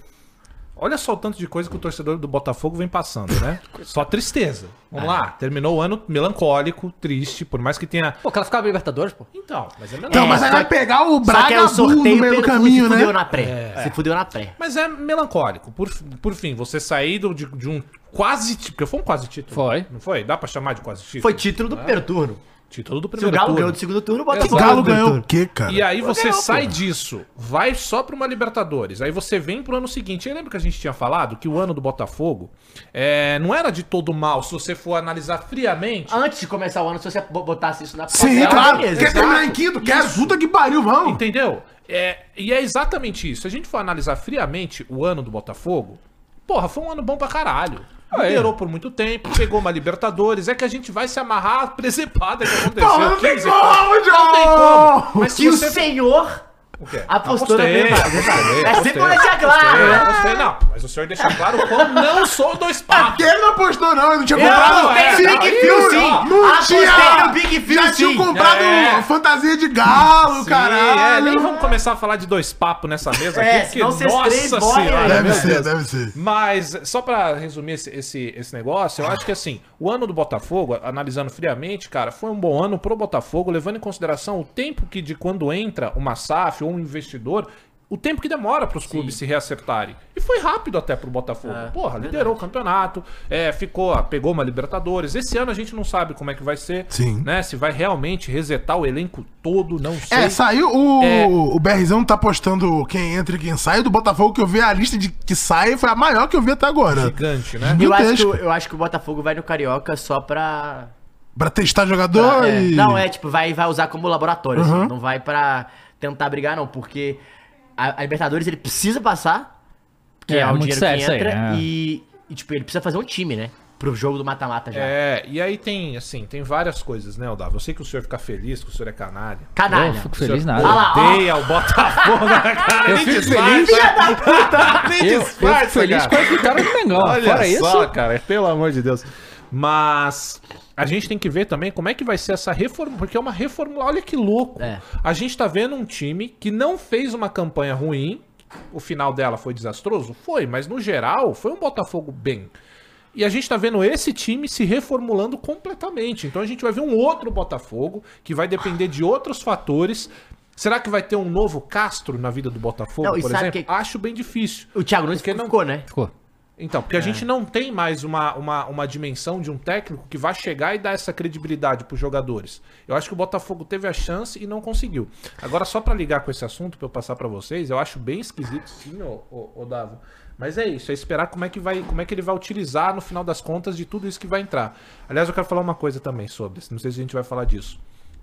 C: Olha só o tanto de coisa que o torcedor do Botafogo vem passando, né? Só tristeza.
A: É.
C: Vamos lá. Terminou o ano melancólico, triste, por mais que tenha.
A: Pô, que ela ficava Libertadores, pô.
C: Então, mas é melancólico.
B: Então, mas aí vai pegar o Braga Bull no meio do
D: é um pelo-
B: caminho,
D: se fudeu
B: né?
D: na pré. Se fudeu na pré.
C: Mas é melancólico. Por, por fim, você sair do- de, de um quase título. Porque foi um quase título.
A: Foi.
C: Não foi? Dá pra chamar de quase título?
D: Foi título do primeiro turno.
C: Título do
D: Se o
C: Ah. primeiro
D: Galo
C: turno.
D: ganhou do segundo turno, o
B: O
D: Botafogo
B: Galo
D: do primeiro
B: ganhou o
D: turno.
B: quê, cara?
C: E aí você
D: ganhou,
C: sai
D: porra.
C: disso, vai só pra uma Libertadores. Aí você vem pro ano seguinte. Eu lembro que a gente tinha falado que o ano do Botafogo é, não era de todo mal, se você for analisar friamente.
D: Antes de começar o ano, se você bo- botasse isso na
B: Sim,
D: papel,
B: claro.
D: beleza.
B: Quer terminar em quinto? Quer puta que pariu, vamos.
C: Entendeu? É, e é exatamente isso. Se a gente for analisar friamente o ano do Botafogo, porra, foi um ano bom pra caralho. Liderou por muito tempo, pegou uma Libertadores. É que a gente vai se amarrar a presepada que aconteceu.
B: Porra, não tem
C: 15.
B: como, João!
C: Não tem como. Mas
D: Que
C: se
D: o
C: você...
D: senhor
C: quê?
D: apostou na
C: Apostei,
D: verdade.
C: apostei,
D: É sempre
C: apostei,
D: pra deixar claro,
C: Eu
D: né?
C: gostei, não. Mas o senhor deixou claro como não sou
D: É
C: dois
B: Porque
C: papos.
B: ele não apostou, não. Ele não tinha comprado.
C: apostei no
B: Fique
C: Big
B: fio,
C: Phil, sim.
B: Não
D: Apostei
B: tinha.
D: no Big Phil,
B: Já
D: sim.
B: tinha comprado
C: É.
B: fantasia de galo,
C: Caralho, é, nem
B: caralho.
C: vamos começar a falar de dois papos nessa mesa
D: É,
C: aqui, porque,
D: senão vocês três
C: nossa
D: morrem aí,
C: senhora.
B: Deve
C: meu
B: ser, deve ser.
C: Mas, só pra resumir esse, esse, esse negócio, eu acho que assim, o ano do Botafogo, analisando friamente, cara, foi um bom ano pro Botafogo, levando em consideração o tempo que de quando entra uma SAF ou um investidor, o tempo que demora pros clubes se reacertarem. E foi rápido até pro Botafogo. Porra, liderou o campeonato, é, ficou, pegou uma Libertadores. Esse ano a gente não sabe como é que vai ser,
B: Sim.
C: né? Se vai realmente resetar o elenco todo, não sei.
B: É, saiu o.
C: É.
B: O BRzão tá postando quem entra e quem sai. Do Botafogo que eu vi, a lista de que sai foi a maior que eu vi até agora.
C: Gigante, né?
D: Eu acho, que,
B: Gigantesco.
D: o- eu acho que o Botafogo vai no Carioca só pra.
B: Pra testar jogador
D: É,
B: e.
D: Não, é tipo, vai, vai usar como laboratório, assim,
B: Uhum.
D: não vai pra tentar brigar, não, porque a, a Libertadores ele precisa passar, que
A: É,
D: é, o
A: muito
D: dinheiro
A: sério
D: que
A: isso aí,
D: entra,
A: é.
D: e, e, tipo, ele precisa fazer um time, né? Pro jogo do mata-mata já.
C: É, e aí tem, assim, tem várias coisas, né, Odavo? Eu sei que o senhor fica feliz, que o senhor é canalha.
A: Eu
D: Canalha.
A: fico
C: O senhor
A: feliz nada.
D: Ah lá, ó.
C: odeia o Botafogo, cara.
A: Eu
C: nem
A: fico
C: disfarça.
A: feliz.
D: Filha da puta!
C: Nem
A: Eu, eu
C: disfarça,
A: fico feliz com
C: cara.
A: a vitória do Mengão.
C: Olha
A: Fora isso.
C: só, cara, pelo amor de Deus. Mas a gente tem que ver também como é que vai ser essa reforma, porque é uma reformula, olha que louco.
D: É.
C: A gente tá vendo um time que não fez uma campanha ruim, o final dela foi desastroso? Foi, mas no geral foi um Botafogo bem. E a gente tá vendo esse time se reformulando completamente. Então a gente vai ver um outro Botafogo que vai depender de outros fatores. Será que vai ter um novo Castro na vida do Botafogo,
D: Não, e
C: por
D: sabe
C: exemplo?
D: que-
C: Acho bem difícil.
D: O Thiago Nunes
C: Porque não-
D: ficou, né?
A: Ficou.
C: Então,
A: É.
C: porque a gente não tem mais uma, uma, uma dimensão de um técnico que vai chegar e dar essa credibilidade pros jogadores. Eu acho que o Botafogo teve a chance e não conseguiu. Agora, só pra ligar com esse assunto, pra eu passar pra vocês, eu acho bem esquisito, sim, ô, ô, ô Davo. Mas é isso, é esperar como é, que vai, como é que ele vai utilizar, no final das contas, de tudo isso que vai entrar. Aliás, eu quero falar uma coisa também sobre, não sei se a gente vai falar disso.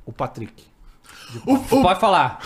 C: O Patrick.
B: O, o,
A: Pode falar.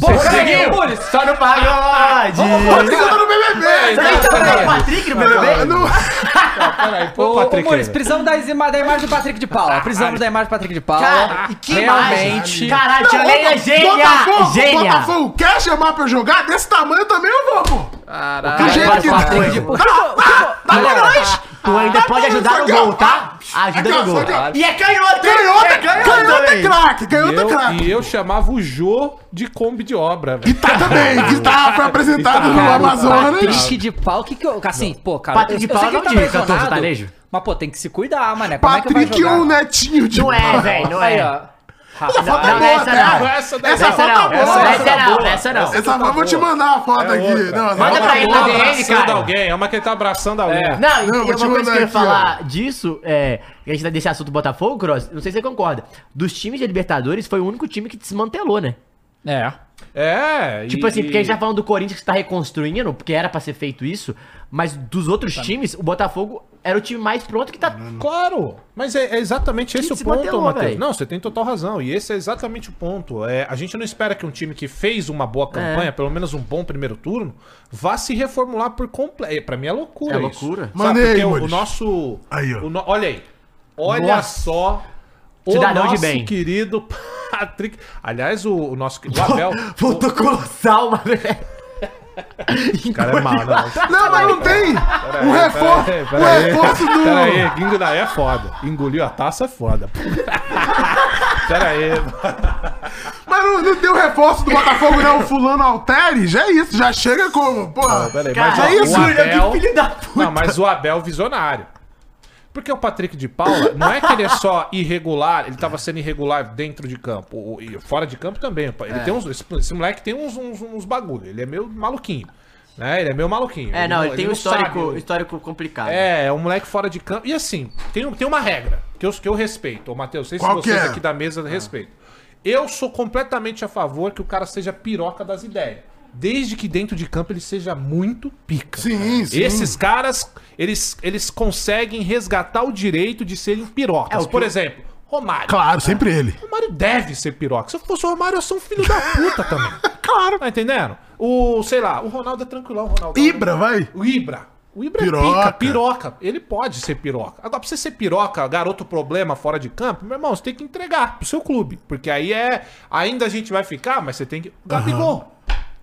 B: Porra,
A: Seguiu.
D: Só
B: Tá
D: no pagode!
B: Patrick tá no BBB!
A: Não,
D: Então,
A: pera
D: é
A: aí.
D: o Patrick no BBB?
B: Não-
C: Peraí,
A: Ô, ô, Maurício,
C: ainda.
A: precisamos da, ima- da imagem do Patrick de Paula. Precisamos da imagem do Patrick de Paula.
D: Cara, e que
A: Realmente.
D: imagem! Caralho, Thiago Leite é gênia!
B: Botafogo,
D: Gênia!
B: Botafogo quer chamar pra eu jogar? Desse tamanho também eu vou, pô.
A: Caralho.
B: Do
D: Cara, é
B: jeito
D: para,
B: que
D: para,
B: tá.
D: para,
A: por
D: para.
B: Tá
A: Olha,
B: bom, nós.
D: Tu ainda
B: Ah,
D: pode
B: tá
D: ajudar no
B: isso aqui,
D: gol,
B: ó.
D: tá?
B: Aqui,
D: Ajuda
B: ó,
D: no
B: isso
D: gol.
B: aqui,
D: E é canhoto!
B: Canhoto é canhoto é
D: também.
B: craque,
C: E
B: canhoto é
C: eu,
B: craque.
C: e eu chamava o Jô de Kombi de obra, velho.
B: Tá também, que tá, foi apresentado no
A: Cara, o
B: Amazonas.
A: Patrick de pau, que que eu. Assim, pô, cara.
D: Patrick
A: eu-
D: de
A: eu
D: Paula
A: sei que
D: não
A: ele tá
D: diz, cantor
A: lesionado,
D: sertanejo.
A: Mas, pô, tem que se cuidar, mané. Como é que vai
B: Patrick é
A: jogar?
B: um netinho de
D: Não é,
B: pau.
D: velho, não
A: Aí,
D: é.
A: ó. Rafa,
B: Foto
D: Não,
B: é boa,
D: Ah, essa
B: tá?
D: não.
C: Essa daí
B: Essa
C: não.
B: foto é
D: Essa
B: boa.
D: não,
B: Essa
D: essa
B: foto é
D: não,
B: boa.
D: essa não.
A: Tá
B: Essa foto eu vou te mandar a foto
C: É
B: aqui.
C: outra.
B: Não, essa
D: Manda
B: foto
D: pra
B: é
D: ele
B: boa.
D: na DM,
C: abraçando
D: cara.
C: alguém, é uma que ele tá abraçando alguém.
A: É.
D: Não,
B: Não,
D: e
B: vou te
D: uma coisa
B: mandar
D: que eu ia
B: aqui, ó.
D: falar disso, é, que a gente tá desse assunto do Botafogo, Cross, não sei se você concorda. Dos times da Libertadores, foi o único time que desmantelou, né?
A: É.
C: É,
D: Tipo
C: e-
D: assim, porque a gente tá falando do Corinthians que tá reconstruindo, porque era pra ser feito isso, mas dos outros times, o Botafogo Era o time mais pronto que tá.
C: Claro, mas é, é exatamente esse o
D: se
C: ponto,
D: mantelou,
C: Matheus.
D: velho.
C: Não, você tem total razão. E esse é exatamente o ponto. É, a gente não espera que um time que fez uma boa
D: É.
C: campanha, pelo menos um bom primeiro turno, vá se reformular por completo. Pra mim é loucura.
D: É
C: isso.
D: loucura.
C: Sabe,
B: Mandei,
C: porque o, o
B: Mules.
C: nosso.
B: Aí, ó.
C: o no- olha aí. Olha
D: Nossa.
C: só. O
D: Cidadão de
C: nosso
D: bem.
C: querido Patrick. Aliás, o, o nosso. O Abel.
D: Voltou com o Salma, velho.
C: o cara é mal, não.
B: Não, mas não tem! O reforço,
C: Peraí,
B: o reforço do.
C: Peraí, Gingo daí é foda. Engoliu a taça é foda. Peraí.
B: Mas não, não tem o reforço do Botafogo, não. O fulano Alteres, já é isso, já chega como, porra.
C: Peraí,
D: Cara,
C: mas
B: é
C: ó,
B: isso,
C: o
B: Júlio, que
C: Abel...
D: filho da puta.
C: Não, mas o Abel é visionário. Porque o Patrick de Paula, não é que ele é só irregular, ele tava sendo irregular dentro de campo, ou- e fora de campo também. Ele
D: É.
C: tem uns, esse, esse moleque tem uns, uns, uns bagulho, ele é meio maluquinho. Né? Ele é meio maluquinho.
D: É, não, ele tem um histórico,
C: sabe.
D: histórico complicado.
C: É, é um moleque fora de campo. E assim, tem, um- tem uma regra que eu, que eu respeito. Ô, Matheus, sei se
B: Qual que
C: vocês
B: é?
C: aqui da
D: Ah.
C: mesa respeitam. Eu sou completamente a favor que o cara seja piroca das ideias. Desde que dentro de campo ele seja muito pica.
D: É.
B: Sim, sim.
C: Esses caras, eles, eles conseguem resgatar o direito de serem pirocas.
D: É, o
C: Por
D: que-
C: exemplo, Romário.
B: Claro, sempre ele.
C: O Romário deve ser piroca. Se eu fosse o Romário, eu sou um filho da puta também. claro. Tá entendendo? O, sei lá, o Ronaldo é tranquilão, o Ronaldo.
B: Ibra, vai.
C: O Ibra. O Ibra
B: Piroca.
C: é pica, piroca. Ele pode ser piroca. Agora, pra você ser piroca, garoto problema fora de campo, meu irmão, você tem que entregar pro seu clube. Porque aí é. Ainda a gente vai ficar, mas você tem que. Gabigol.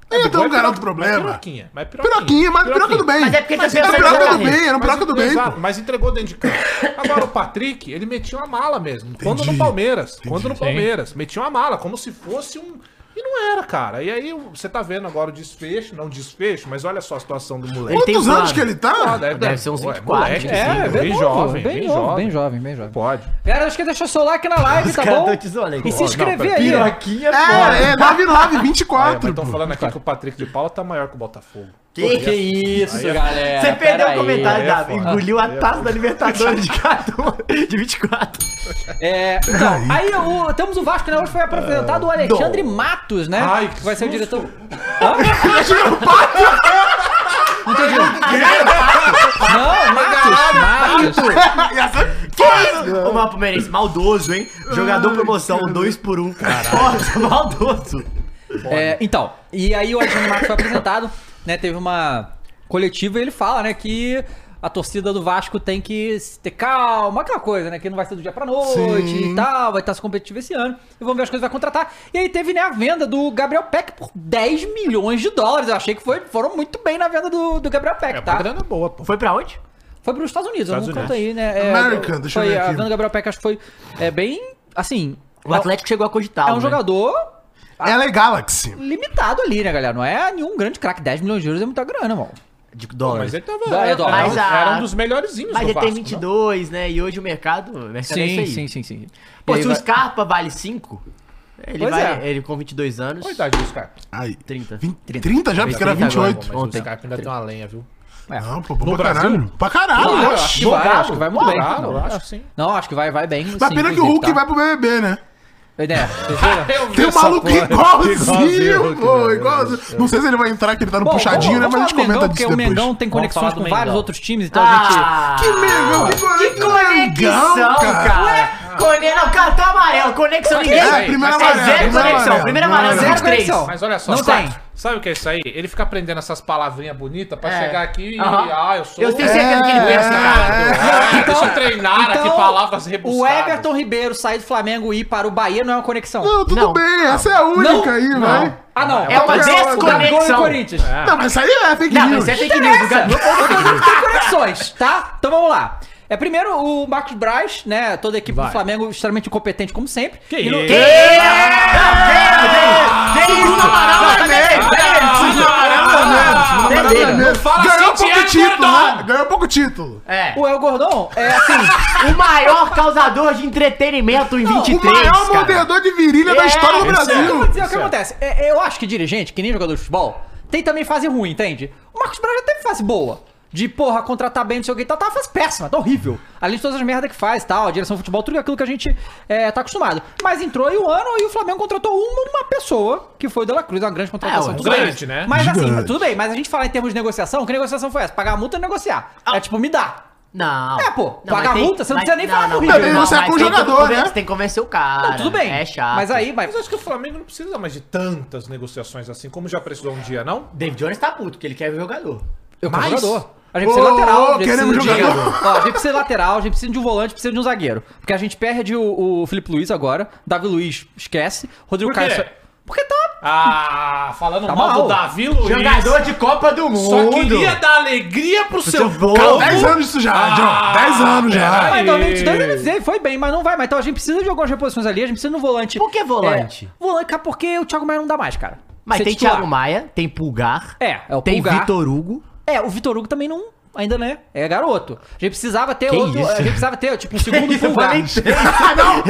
B: Ele tem
C: Gabigol
B: um garoto
C: piro-
B: problema.
C: Mas piroquinha. Mas piroquinha,
B: Piroquinha, mas piroca do bem.
D: Mas é porque ele
B: Mas
D: tá
B: era
D: pensando em
B: piroca do
D: jogar
B: bem, era um
C: Mas-
B: piroca do bem.
C: Exato,
B: pô.
C: mas entregou dentro de campo. Agora, o Patrick, ele metia uma mala mesmo. Quando no Palmeiras. Quando no Palmeiras. Metia uma mala, como se fosse um. E não era, cara. E aí, você tá vendo agora o desfecho, não desfecho, mas olha só a situação do moleque.
D: Ele tem
B: Quantos
D: um
B: anos
D: ano.
B: que ele
C: Ah,
B: tá?
D: Deve ser uns
C: Ué,
D: 24,
C: moleque,
D: 25.
C: É, bem,
A: novo,
C: jovem,
A: bem, novo, bem jovem, bem jovem.
C: Pode.
A: Galera, não esqueça de deixar o seu like na live, tá
D: caras
A: bom?
D: tão te zoando aí.
A: E se
D: Ó,
C: é
A: inscrever aí. ó.
D: Piroquinha,
B: É, é 99,
C: Quatro.
B: 24.
C: Estão
B: pô.
C: É, falando aqui que o Patrick de Paula tá maior que o Botafogo.
A: Que, que isso, galera.
D: Você perdeu
A: pera
D: o comentário,
A: aí.
D: Davi.
C: é foda.
D: Engoliu a taça da Libertadores de cada um. De 24.
A: É, então, aí o, temos o Vasco, né? Hoje foi apresentado o Alexandre Matos, né?
C: Ai,
A: que vai ser o
C: que
A: diretor. Hã? Não entendi. Não, Matos, Matos.
B: E essa-
D: O maior palmeirense, maldoso, hein? Jogador promoção, 2 por 1 um, cara. Nossa, maldoso.
A: É, então, e aí o Alexandre Matos foi apresentado, né? Teve uma coletiva e ele fala, né, que a torcida do Vasco tem que se ter calma, aquela coisa, né? Que não vai ser do dia pra noite
B: Sim.
A: e tal, vai estar se competitivo esse ano. E vamos ver as coisas que vai contratar. E aí teve, né, a venda do Gabriel Peck por 10 milhões de dólares. Eu achei que foi, foram muito bem na venda do, do Gabriel Peck,
C: É uma
A: tá?
C: grana boa, pô.
D: Foi pra onde?
A: Foi pros Estados Unidos, eu não
C: Estados
A: conto aí, né?
B: American, deixa eu
A: foi,
B: ver
A: A
B: aqui.
A: venda do Gabriel Peck acho que foi é, bem, assim...
D: O Atlético chegou a cogitar. né?
A: É
B: né?
A: um jogador
C: Ah.
B: Ela é Galaxy.
A: limitado ali, né, galera? Não é nenhum grande craque. 10 milhões de euros é muita grana, mano.
D: De
C: Mas
D: dólares.
C: ele tava.
A: Dólar,
C: era,
A: dólar.
C: era um-
D: Mas a-
C: era um dos melhorzinhos
D: Mas
C: do
D: ele tem
C: Vasco, não?
D: 22, né? E hoje o mercado, o mercado é isso aí.
A: sim, sim.
D: Pô,
A: E aí
D: se o
A: vai-
D: Scarpa vale 5, ele,
A: Pois
D: vale,
A: é.
D: ele com 22 anos,
C: Qual a idade desse cara?
B: Aí.
D: 30.
B: 20, 30 já?
C: Tá
B: Porque era
D: 30 agora,
B: 28.
C: Mas
D: Ontem.
C: o Scarpa ainda tem uma lenha, viu?
B: Não, pô, pra
C: No
B: caralho.
C: Brasil?
B: Pra caralho,
A: Ah, eu
B: oxe.
A: acho que vai,
C: Galo,
A: acho que vai muito bem.
C: Galo,
A: Não,
C: acho
A: acho-
C: que sim.
A: Não, acho que vai, vai bem.
B: Mas
A: sim,
B: pena que o
A: inclusive,
B: Hulk
A: tá?
B: vai pro BBB, né?
A: É, vocês viram?
C: Eu vi
B: Tem um
C: essa
B: maluco
C: porra. Igualzinho o
B: igualzinho,
C: Hulk, né?
B: pô,
C: velho.
B: igualzinho. Não sei se ele vai entrar, que ele tá no
A: Bom, vamos-
B: puxadinho, né? Mas a
A: vamos
B: gente
A: falar do Mengão,
B: comenta disso
A: porque
B: depois.
A: o Mengão tem
D: Vamos
A: conexões
D: falar do
A: com vários
D: Mengão.
A: outros times, então a gente...
D: Ah!
B: Que Mengão, que, é que
D: Conexão, cara! Ué, Cone... Não, cartão amarelo, conexão ninguém.
C: É,
D: É,
C: primeiro
B: amarelo,
D: zero
B: primeiro amarelo.
D: conexão, primeiro amarelo,
A: Zero
D: zero três.
A: conexão.
C: Mas olha só,
A: Não
C: sabe,
A: tem.
C: sabe o que é isso aí? Ele fica aprendendo essas palavrinhas bonitas pra
D: É.
C: chegar aqui e.
D: Aham.
C: Ah, eu sou.
D: Eu tenho certeza que ele pensa, cara.
C: Ah, deixa eu treinar aqui palavras
A: É. então, O
C: rebuscadas.
A: Everton Ribeiro sair do Flamengo e ir para o Bahia não é uma conexão.
B: Não, tudo
D: Não.
B: bem, essa é a única aí, vai.
A: Ah, não.
D: É uma
A: O Gabigol
D: desconexão.
A: e Corinthians.
B: Não, mas isso aí é fake
D: Não,
B: news.
D: mas isso é fake news. o Gabi-
A: tem conexões, tá? Então vamos lá. É primeiro o Marcos Braz, né? Toda a equipe do Flamengo extremamente incompetente, como sempre.
C: Que
A: E no-
C: isso?
D: Segundo amarelo,
B: Ah, Segundo amarelo também, segundo amarelo
D: Beleza.
B: também.
C: Não fala
B: Ganhou
C: assim,
B: pouco
C: Thiago
B: título,
C: Gordon.
B: né? Ganhou pouco título.
D: É.
A: O El Gordon é assim.
D: O maior causador de entretenimento em
A: Não, o
D: 23,
B: O maior
D: cara.
B: mordedor de virilha da
D: É,
B: história do
D: esse
A: eu vou
B: Brasil.
A: dizer o que acontece. É, eu acho que dirigente, que nem jogador de futebol, tem também fase ruim, entende? O Marcos Braz já teve fase boa. De, porra, contratar bem, não sei o que e tal. Tá uma fase péssima, tá horrível. Além de todas as merdas que faz tal, direção de futebol, tudo aquilo que a gente é, tá acostumado. Mas entrou aí o ano e o Flamengo contratou uma, uma pessoa, que foi o De La Cruz, uma grande contratação.
D: É,
A: tudo
C: grande,
A: bem.
C: né?
A: Mas assim,
B: Gigante.
D: Ah.
A: tudo bem, mas a gente fala em termos de negociação, que negociação foi essa? Pagar a multa ou negociar? É tipo, me dá.
D: Não.
A: É, pô, paga
D: mas tem-
A: multa, você não
D: mas-
A: precisa nem falar com o
B: River. Não, negociar
D: mas
B: com o
D: tem que
B: jogador,
D: conven-
B: né?
D: Você tem que convencer o cara.
A: Tá, Tudo bem.
D: É chato.
A: Mas aí, mas.
C: Mas acho que o Flamengo não precisa mais de tantas negociações assim, como já precisou um dia, não?
D: David Jones tá puto, porque ele quer ver o jogador.
A: Eu
C: Mas-
A: quero jogador. A gente precisa
B: Ô,
A: de lateral, a gente
B: queremos
A: precisa de
B: jogador.
A: Ó, a gente precisa de lateral, a gente precisa de um volante, precisa de um zagueiro. Porque a gente perde o, o Felipe Luiz agora, Davi Luiz esquece, Rodrigo
C: Por quê?
A: Caio... só- Porque tá...
C: Ah, falando
A: Tá
C: mal,
A: mal.
C: do Davi Luiz.
D: Jogador de Copa do Mundo.
C: Só queria dar alegria pro seu
D: seu povo.
C: povo.
B: 10 é anos isso já, John. 10 anos já.
C: peraí.
A: Mas 2022 ele dizer, foi bem, mas não vai. Mas então a gente precisa de algumas reposições ali, a gente precisa de um volante...
D: Por que volante?
A: É, volante, cara, porque o Thiago Maia não dá mais, cara.
D: Mas
A: Ser
D: tem
A: titular.
D: Thiago Maia, tem Pulgar.
A: É, é o
D: Tem
A: Pulgar.
D: Vitor Hugo.
A: É, o Vitor Hugo também não... Ainda né? É garoto. A gente precisava ter
D: Que
A: outro...
D: isso?
A: A gente precisava ter, tipo, um segundo
D: Eu
A: pulgar.
D: falei três.
B: Ah, não! Eu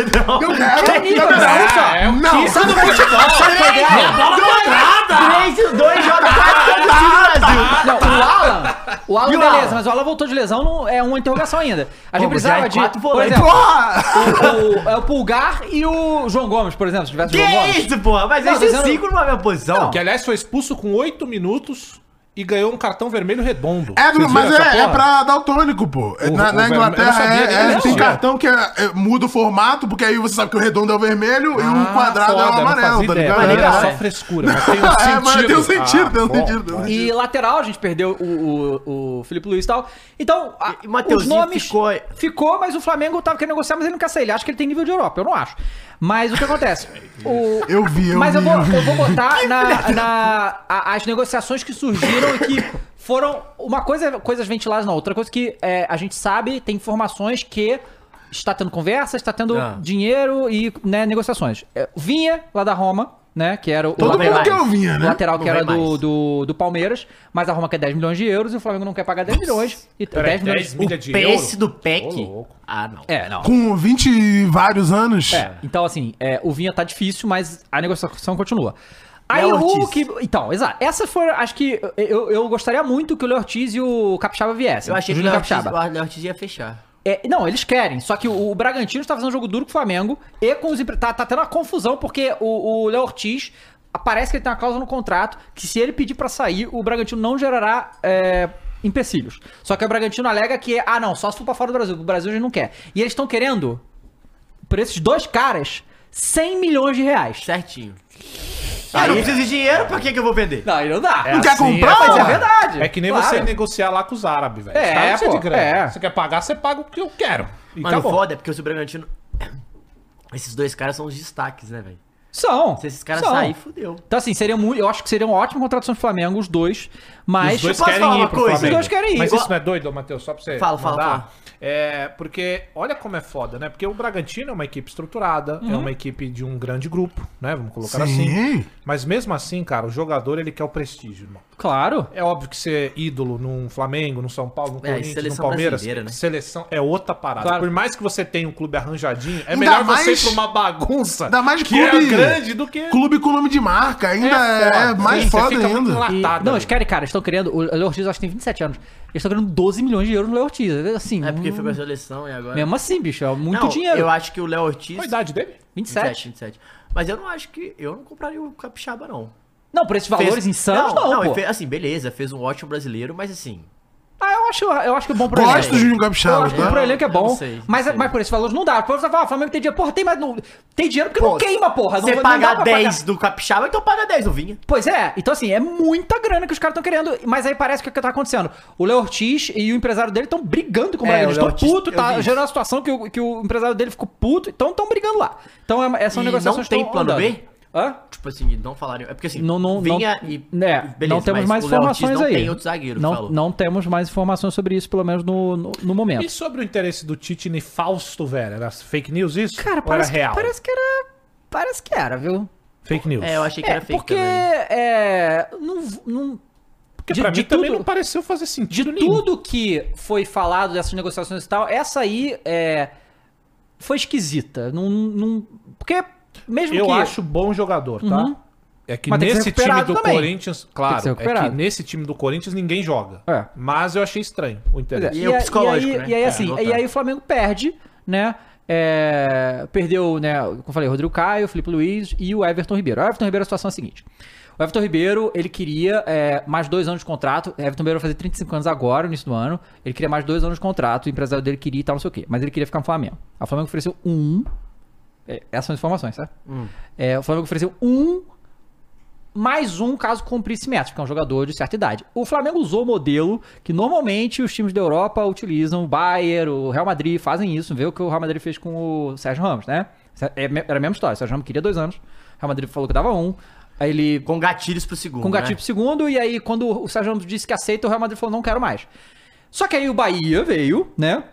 A: Que
B: quero!
A: nível,
B: Eu
A: cara?
B: quero!
A: Ufa.
C: é o
B: Não!
C: Kissa do futebol.
D: Minha
A: tá
D: bola quadrada! 3 e 2 joga
A: Ah,
D: quase todo time do Brasil.
A: Não, o Alan. O Alan,
D: E o
A: beleza,
D: Alan?
A: mas o Alan voltou de lesão, não, é uma interrogação ainda. A gente
D: Pô, já
A: precisava
D: é
A: de.
D: quatro
A: Por
D: volantes.
A: exemplo,
B: Porra!
A: o, o- é o Pulgar e o João Gomes, por exemplo, se tivesse o
D: Que
A: João Gomes.
D: isso, porra? Mas
A: Não,
D: esses
A: mas eu não-
D: cinco não é a minha posição.
C: Que, aliás, foi expulso com 8 minutos e ganhou um cartão vermelho redondo.
B: É,
C: Vocês
B: mas
C: viram essa
B: é, é
C: porra?
B: pra daltônico, pô. É, na
C: o
B: na
C: vermelho- eu
B: Inglaterra
C: sabia,
B: é,
C: eu
B: é,
C: não
B: tem
C: sabia.
B: cartão que é- é- muda o formato, porque aí você sabe que o redondo é o vermelho e o
C: Ah,
B: quadrado é
C: foda,
B: o
C: eu não
B: amarelo,
C: fazia
B: tá
C: ideia. é
B: ligado?
C: Pra mim
D: Maneiro,
C: Era
D: né?
C: só frescura, mas tem um
B: É,
C: sentido. Ah,
B: mas tem um sentido, tem um
C: bom.
B: sentido, tem um
A: E
B: sentido.
A: lateral, a gente perdeu o, o, o Felipe Luiz e tal. Então, a-
D: E Mateuzinho
A: os nomes.
D: ficou-
A: ficou, mas o Flamengo tava querendo negociar, mas ele não quer sair. Ele acha que ele tem nível de Europa, eu não acho. Mas o que acontece?
D: É
A: O-
B: Eu vi, eu
A: mas
B: vi.
A: eu vou, eu vou botar na, na- a- as negociações que surgiram e que foram. Uma coisa é coisas ventiladas, não. Outra coisa que é, a gente sabe, tem informações que está tendo conversa, está tendo
D: Ah.
A: dinheiro e né, negociações. É, Vinha, lá da Roma, né? Que era o.
B: Todo
A: lateral-
B: mundo
D: vai
B: quer
D: mais.
B: o Vinha,
A: o
B: né?
A: lateral que
D: Não
A: era
D: vai
A: do,
D: mais.
A: do, do Palmeiras, mas a Roma quer 10 milhões de euros e o Flamengo não quer pagar 10 milhões. E
C: Peraí,
A: 10 milhões.
C: 10 milha
D: O
C: de
D: preço
C: euro?
D: do PEC.
C: Ô, louco.
D: Ah, não.
A: É, não.
B: Com 20 e vários anos.
A: É, então assim, é, o Vinha tá difícil, mas a negociação continua. Aí
D: Léo
A: o
D: Ortiz.
A: que. Então, exato. Essas foram. Acho que eu, eu gostaria muito que o Leo Ortiz e o Capixaba viessem.
D: Eu achei que o
A: Júnior
D: Léo Ortiz- o Léo Ortiz ia fechar.
A: É, não, eles querem. Só que o, o Bragantino está fazendo um jogo duro com o Flamengo e com os. empre- Tá, tá tendo uma confusão, porque o, o Léo Ortiz. Parece que ele tem uma cláusula no contrato que se ele pedir pra sair, o Bragantino não gerará é, empecilhos. Só que o Bragantino alega que, ah não, só se for pra fora do Brasil, o Brasil a gente não quer. E eles estão querendo, por esses dois caras, 100 milhões de reais.
D: Certinho. eu não preciso de dinheiro, pra que, que eu vou vender?
A: Não, aí não dá.
B: Não quer
C: assim,
B: comprar?
C: é,
A: Mas é
B: porra?
A: verdade.
C: É que nem
A: claro.
C: você negociar lá com os árabes, velho.
A: É,
C: Os caras não precisam
A: pô, é.
C: Você quer pagar, você paga o que eu quero. E tá
D: Mano,
C: acabou.
D: foda, é porque o Bragantino... Esses dois caras são os destaques, né, velho?
A: São.
D: Se esses caras
A: são.
D: saírem, fudeu.
A: Então, assim, seria muito. Eu acho que seria uma ótima contratação do Flamengo, os dois. Mas.
C: Os dois
D: posso falar
C: querem ir
D: uma
C: pro
D: coisa?
C: Flamengo.
A: Os dois querem ir.
C: Mas
A: Igual-
C: isso não é doido, Matheus? Só pra você
D: Fala, fala,
C: mandar?
D: fala.
C: É, porque olha como é foda, né? Porque o Bragantino é uma equipe estruturada, é uma equipe de um grande grupo, né? Vamos colocar assim.
B: Sim.
C: Mas mesmo assim, cara, o jogador, ele quer o prestígio, irmão.
A: Claro.
C: É óbvio que ser ídolo num Flamengo, num São Paulo, num
D: É, e
C: Corinthians, num
D: seleção
C: Palmeiras,
D: brasileira, né?
C: seleção é outra parada.
A: Claro.
C: Por mais que você tenha um clube arranjadinho, é
B: Ainda
C: melhor você ir
B: mais-
C: pra uma bagunça
B: ainda mais
C: que
B: clube-
C: é grande do que...
B: Clube com nome de marca, ainda é,
C: foda.
B: mais
C: Sim, você
B: foda
C: fica muito
B: ainda.
A: E-
C: enlatado,
A: não,
C: né?
A: eles querem, cara, eles estão querendo. O Leo Ortiz, eu acho que tem 27 anos. Eles estão querendo 12 milhões de euros no Leo Ortiz. Assim.
D: É porque
A: hum,
D: foi pra seleção e agora...
A: Mesmo assim, bicho, é muito
D: Não,
A: dinheiro.
D: Eu acho que o Léo Ortiz...
C: Qual a idade dele?
A: 27.
D: 27. Mas eu não acho que... Eu não compraria o Capixaba, não.
A: Não, por esses valores
D: Fez-
A: insanos, não,
D: ele
A: pô.
D: fez- assim, beleza, fez um ótimo brasileiro, mas assim...
A: Ah, eu acho, eu acho que é bom pro
B: Gosto do
A: elenco.
B: Júnior
A: Eu
B: Capixaba,
A: acho que
B: tá?
A: pro elenco é
D: Eu não
A: bom.
D: sei, não
A: mas,
D: sei.
A: mas por esses valores não dá. Pô, você fala, o Flamengo tem dinheiro. Porra, tem, mas não. Tem dinheiro porque não
D: Pô,
A: queima, porra.
D: Você
A: não,
D: pagar
A: não dá pra
D: 10 do Capixaba, então paga 10 do Vinha.
A: Pois é, então assim, é muita grana que os caras estão querendo, mas aí parece que o que tá acontecendo? O Léo Ortiz e o empresário dele estão brigando com o
D: É,
A: Bragantino,
D: o Léo
A: estão
D: Ortiz,
A: puto,
D: eu
A: tá
D: vi
A: gerando uma situação que o, que o empresário dele ficou puto, então estão brigando lá. Então é, é- são
D: E
A: negociações
D: não tem
A: tão
D: plano B?
A: Hã?
D: Tipo assim, não falaram. É porque assim,
A: Não, não,
D: Vinha
A: não,
D: e.
A: é, não temos
D: Tipo, mas
A: mais
D: o Léo Ortiz
A: informações aí.
D: Não tem outro zagueiro,
A: não,
D: falou.
A: não temos mais informações sobre isso, pelo menos no, no, no momento.
C: E sobre o interesse do Tite em Fausto, velho? Era fake news isso?
A: Cara,
C: Ou
A: parece,
C: era real?
A: Que, parece que era. Parece que era, viu?
C: Fake news.
D: É, eu achei que
A: É,
D: era fake
A: porque.
D: também.
A: É, não, não,
C: Porque
A: de-
C: pra
A: de
C: mim também
A: tudo-
C: não pareceu fazer
A: De
C: sentido nenhum.
A: tudo que foi falado dessas negociações e tal, essa aí é, foi esquisita. Não, não- porque mesmo
C: Eu
A: que... é.
C: acho bom jogador, tá?
A: Uhum.
C: É que
A: Mas tem que ser
C: nesse time
A: recuperado
C: do
A: também.
C: Corinthians,
A: Tem que ser
C: claro, é que
A: recuperado.
C: nesse time do Corinthians ninguém joga.
A: É.
C: Mas eu achei estranho o interesse.
D: E é o
A: a-
D: psicológico,
A: aí,
D: né?
A: E aí,
D: É,
A: assim,
D: voltando.
A: e aí o Flamengo perde, né? É, perdeu, né, como eu falei, Rodrigo Caio, Felipe Luiz e o Everton Ribeiro. O Everton Ribeiro, a situação é a seguinte. O Everton Ribeiro, ele queria é, mais dois anos de contrato. O Everton Ribeiro vai fazer 35 anos agora, no início do ano. Ele queria mais dois anos de contrato, o empresário dele queria e tal, não sei o quê. Mas ele queria ficar no Flamengo. Aí O Flamengo ofereceu um. é, essas são as informações, certo? É, o Flamengo ofereceu um mais um caso cumprisse metas, porque é um jogador de certa idade. O Flamengo usou o modelo que normalmente os times da Europa utilizam, o Bayern, o Real Madrid fazem isso, vê o que o Real Madrid fez com o Sérgio Ramos, né? É me- Era a mesma história, o Sérgio Ramos queria dois anos, o Real Madrid falou que dava um, aí ele
D: Com gatilhos pro segundo.
A: com
D: né?
A: gatilho pro segundo, e aí quando o Sérgio Ramos disse que aceita, o Real Madrid falou, não quero mais. Só que aí o Bahia veio, né?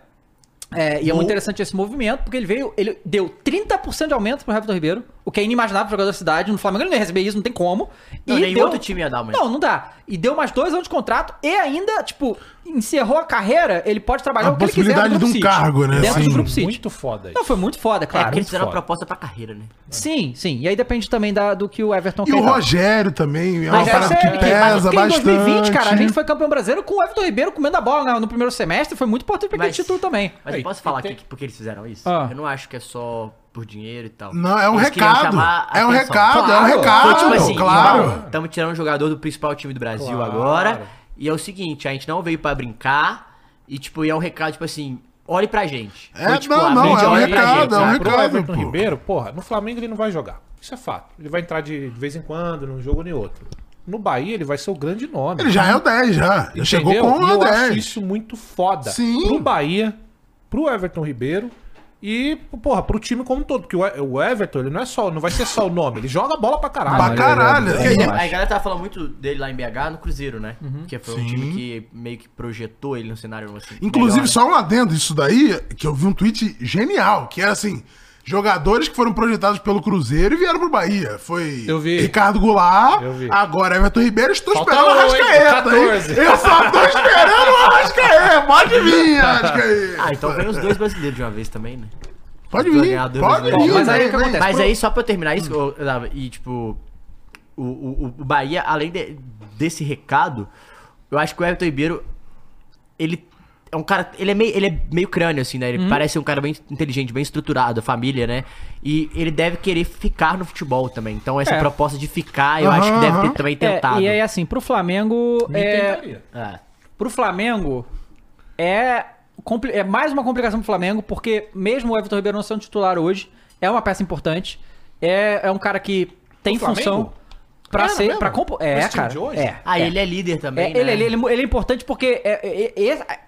A: É, e é muito interessante esse movimento, porque ele veio, ele deu 30% de aumento pro Everton Ribeiro, o que é inimaginável pro jogador da cidade, no Flamengo ele não ia receber isso, não tem como.
D: Não,
A: e
D: nenhum
A: deu-
D: outro time ia dar, mas.
A: Não, não dá. E deu mais dois anos de contrato e ainda, tipo, encerrou a carreira, ele pode trabalhar
B: A
A: o que ele quiser
B: possibilidade de um
A: City.
B: cargo, né,
A: Dentro
B: assim,
A: do Grupo City.
C: Muito foda isso.
A: Não, foi muito foda,
D: É,
A: claro.
D: porque eles fizeram uma
C: foda.
D: proposta pra carreira, né?
A: Sim, sim. E aí depende também da- do que o Everton
B: E
A: quer né?
B: o
A: e tal.
B: Rogério também, é uma
A: Mas
B: parada
A: essa é
B: que
A: que- mas
B: pesa
A: porque em
B: bastante.
A: 2020, cara, a gente foi campeão brasileiro com o Everton Ribeiro comendo a bola né, no primeiro semestre. Foi muito importante pra aquele
D: Mas-
A: título também.
D: Mas é
C: Ei,
D: eu posso falar
C: tem-
D: aqui que- porque eles fizeram isso?
A: Ah.
D: Eu não acho que é só por dinheiro e tal.
B: Não, é um
D: Eles queriam
B: recado.
D: chamar a
B: É um
D: atenção.
B: recado, é um
A: Claro.
B: recado,
D: Foi tipo assim,
B: claro.
D: Estamos tirando um jogador do principal time do Brasil
C: Claro.
D: agora. E é o seguinte, a gente não veio pra brincar. E, tipo, e é um recado, tipo assim, olhe pra gente.
B: É,
D: Foi, tipo,
B: não,
D: a
B: não,
D: gente
B: é um
D: olha pra
B: recado,
D: gente,
B: é um
D: sabe?
B: recado.
C: Pro Everton
B: pô.
C: Ribeiro, porra, no Flamengo ele não vai jogar. Isso é fato. Ele vai entrar de, de vez em quando, num jogo ou em outro. No Bahia ele vai ser o grande nome.
B: Ele já é o 10, já. Já chegou
C: Entendeu?
B: com
C: E
B: o
C: eu acho
B: 10.
C: isso muito foda.
B: Sim.
C: Pro Bahia, pro Everton Ribeiro e, porra, pro time como um todo. Porque o E- o Everton, ele não é só, não vai ser só o nome, ele joga bola pra caralho.
B: Pra
C: Ele-
B: caralho.
C: ele-
D: É,
C: ele-
D: e a galera tava falando muito dele lá em BH no Cruzeiro, né? Porque foi um time que meio que projetou ele no cenário assim.
B: Inclusive,
D: melhor,
B: só um adendo disso daí, que eu vi um tweet genial, que era assim: jogadores que foram projetados pelo Cruzeiro e vieram pro Bahia. Foi
C: Eu vi.
B: Ricardo Goulart,
C: Eu vi.
B: agora Everton Ribeiro, estou
C: Falta
B: esperando o
C: oito,
B: Arrascaeta. hein?
C: 14.
B: Eu só tô esperando o Arrascaeta. Pode vir,
D: né?
B: Arrascaeta.
D: Ah, então vem os dois brasileiros de uma vez também, né?
B: Pode
D: dois
B: vir,
D: ganhadores
B: pode
D: brasileiros.
B: vir.
A: Mas aí
B: vem,
A: o que
B: vem.
A: acontece?
D: Mas
A: pro-
D: aí, só pra eu terminar isso, ô, Dava, e tipo, o, o, o Bahia, além de- desse recado, eu acho que o Everton Ribeiro, ele é um cara, ele é meio, ele é meio crânio, assim, né? Ele
A: Uhum.
D: parece um cara bem inteligente, bem estruturado, família, né? E ele deve querer ficar no futebol também. Então, essa
A: É.
D: proposta de ficar, eu
B: Aham,
D: acho que deve ter
B: aham.
D: também
A: É,
D: tentado.
A: e aí, assim, pro Flamengo.
C: Me
A: É,
C: tentaria.
D: É.
A: pro Flamengo, é, compli- é mais uma complicação pro Flamengo, porque mesmo o Everton Ribeiro não sendo titular hoje, é uma peça importante. É, é um cara que tem
C: Flamengo?
A: função pra
C: Era
A: ser.
C: mesmo?
A: Pra compor.
C: Esse
A: É,
C: time
A: cara.
C: de hoje?
A: É,
D: Ah,
A: é.
D: ele é líder também,
A: É,
D: né?
A: ele, ele- ele- ele é importante porque é- é- é- é-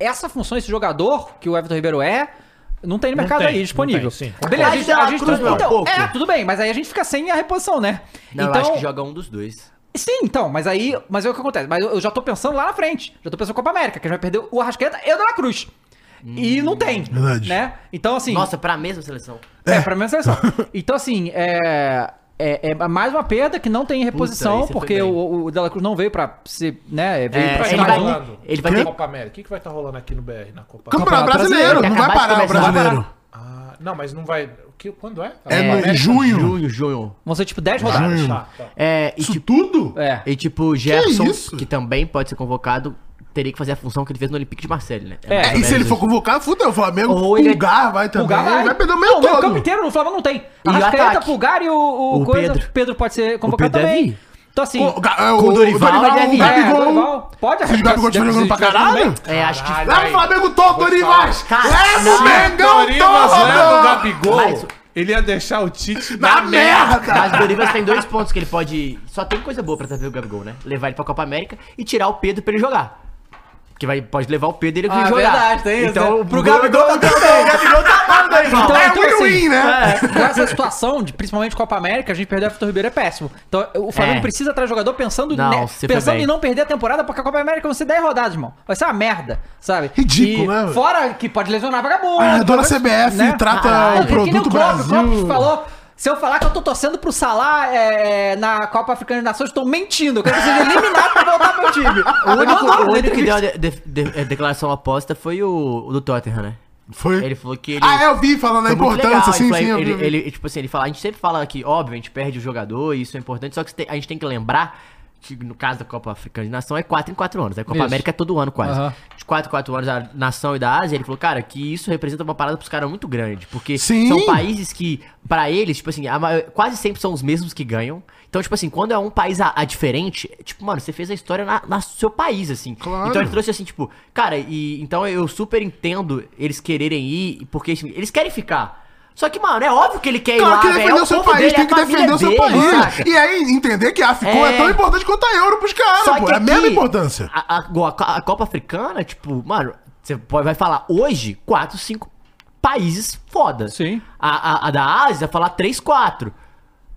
A: essa função, esse jogador que o Everton Ribeiro é, não tem no
C: Não
A: mercado
C: tem,
A: aí
C: não
A: disponível.
C: tem, sim.
A: Beleza, a
D: Mas
A: gente,
D: ela
A: a gente
D: cruza um
A: então,
D: pouco.
A: é, tudo bem, mas aí a gente fica sem a reposição, né?
D: Não, eu acho que joga um dos dois.
A: Sim, então, mas aí. Mas é o que acontece. Mas eu, eu já tô pensando lá na frente. Já tô pensando Copa América, que a gente vai perder o Arrasqueta e o Dela Cruz. E não tem.
B: Verdade.
A: Né? Então, assim.
D: Hum, Nossa, pra mesma seleção.
A: É, pra mim é uma seleção. Então, assim, é, é, é mais uma perda que não tem reposição,
D: aí você foi
A: porque
D: é bem.
A: o, o Dela Cruz não veio pra ser, né, veio
D: É,
A: pra
C: Vai
A: ser
D: ele
A: mais
C: estar
D: vai-
A: um.
C: rolando
D: ele vai
C: na
D: ter-
C: Copa América. O que, que vai estar rolando aqui no BR na Copa América?
B: Campeonato brasileiro, não vai
D: Brasileiro,
B: parar o
D: que acabou de começar.
B: brasileiro.
C: Ah, não, mas não vai. o que- quando é?
B: É
C: Copa
B: no- em
C: América?
B: junho.
D: Junho, junho.
A: Vão ser, tipo, 10 rodadas.
B: Junho.
C: Tá, tá.
D: É, e
B: Isso tudo?
A: É.
D: E tipo, o Gerson,
B: isso?
D: que também pode ser convocado, teria que fazer a função que ele fez no Olympique de Marseille, né?
A: É,
D: mais
B: É,
D: ou
B: e se
D: menos
B: ele
D: isso.
B: for convocado, fudeu. O Flamengo,
D: Ou
B: o
D: ele-
B: Pulgar vai também.
A: Pulgar vai.
B: Vai perder o
A: Não,
B: meio
A: campo
B: todo.
A: inteiro no Flamengo não tem.
D: o
A: Arrascaeta,
D: ataque?
A: Pulgar e o, o,
D: O
A: coisa. Pedro.
D: Pedro.
A: pode ser convocado
D: O Pedro
A: também.
D: deve ir.
A: Então, assim.
B: é O Ga- é, O
D: o Dorival
B: Dorival,
D: deve
B: o
D: ir.
A: é,
B: Gabigol.
A: Dorival, pode assim,
B: Se
A: arrascar.
B: o Gabigol estiver jogando pra caralho...
D: É, acho que.
C: Caralho.
B: Leva o Flamengo todo, Dorivas!
D: Cara,
B: Leva o
D: não.
B: Mengão
C: Dorival, Zé do
B: todo!
C: Gabigol.
D: Mas-
C: Ele ia deixar o Tite
B: Na
D: Mas o
B: merda!
D: Dorival tem dois pontos que ele pode. Só tem coisa boa pra trazer o Gabigol, né? Levar ele pra Copa América e tirar o Pedro pra ele jogar. Porque vai, pode levar o Pedro e ele
A: Ah,
D: jogar.
A: verdade, tem isso, né?
D: Então,
A: Pro
D: pro
A: Gabigol
D: Gabigol
A: tá
D: também. O Gabigol tá bom, Dorival.
A: Então,
B: É
A: então, assim,
B: win-win, né?
A: Com essa situação, de, principalmente Copa América, a gente perder o Vitor Ribeiro é péssimo. Então o Flamengo
D: É.
A: precisa atrás jogador pensando,
D: Não,
A: né,
D: você foi
A: pensando
D: bem.
A: em não perder a temporada, porque a Copa América vão ser 10 rodadas, irmão. Vai ser uma merda, sabe?
B: Ridículo,
A: E
B: né?
A: Fora que pode lesionar vagabundo.
B: Ah, adora a
A: talvez,
B: CBF
D: Né?
B: trata
A: Ah,
B: o
A: que nem
B: produto
A: Klopp,
B: Brasil.
A: O Klopp falou... Se eu falar que eu tô torcendo pro Salah é, na Copa Africana de Nações, eu tô mentindo. Eu quero que seja eliminado pra voltar pro meu time.
D: O único,
A: Mandou
D: o
A: na
D: único que
A: entrevista.
D: deu a de- de- de- eh, declaração aposta foi o, o do Tottenham, né?
B: Foi.
D: Ele falou que ele.
B: Ah, eu vi falando a
D: Foi muito
B: importância,
D: legal,
B: sim,
D: ele,
B: sim. eu
D: ele,
B: vi.
D: ele- tipo assim, ele fala, a gente sempre fala que, óbvio, a gente perde o jogador, e isso é importante, só que você tem- a gente tem que lembrar que no caso da Copa Africana de Nação, é 4 em 4 anos. A Copa
A: Isso.
D: América é todo ano quase.
A: Aham.
D: De 4 em 4 anos da nação e da Ásia, ele falou, cara, que isso representa uma parada pros caras muito grande. Porque
B: Sim.
D: são países que, pra eles, tipo assim, a maior- quase sempre são os mesmos que ganham. Então, tipo assim, quando é um país a, a diferente, é tipo, mano, você fez a história na, na seu país, assim.
B: Claro.
D: Então ele trouxe assim, tipo, cara, e então eu super entendo eles quererem ir, porque assim, eles querem ficar. Só que, mano, é óbvio que ele quer ir
B: Claro
D: lá,
B: que
D: velho.
B: defender
D: é
B: o seu
D: povo
B: país,
D: dele,
B: tem
D: é
B: que
D: a família
B: defender o seu
D: dele,
B: país.
D: saca?
B: E aí, entender que a Ficou é...
D: É.
B: tão importante quanto a Euro pros caras, pô. É a mesma
D: Ah, aqui,
B: importância.
D: A, a- a Copa Africana, tipo, mano, você pode, vai falar hoje, 4, 5 países foda.
A: Sim.
D: A, a- a da Ásia, falar 3, 4.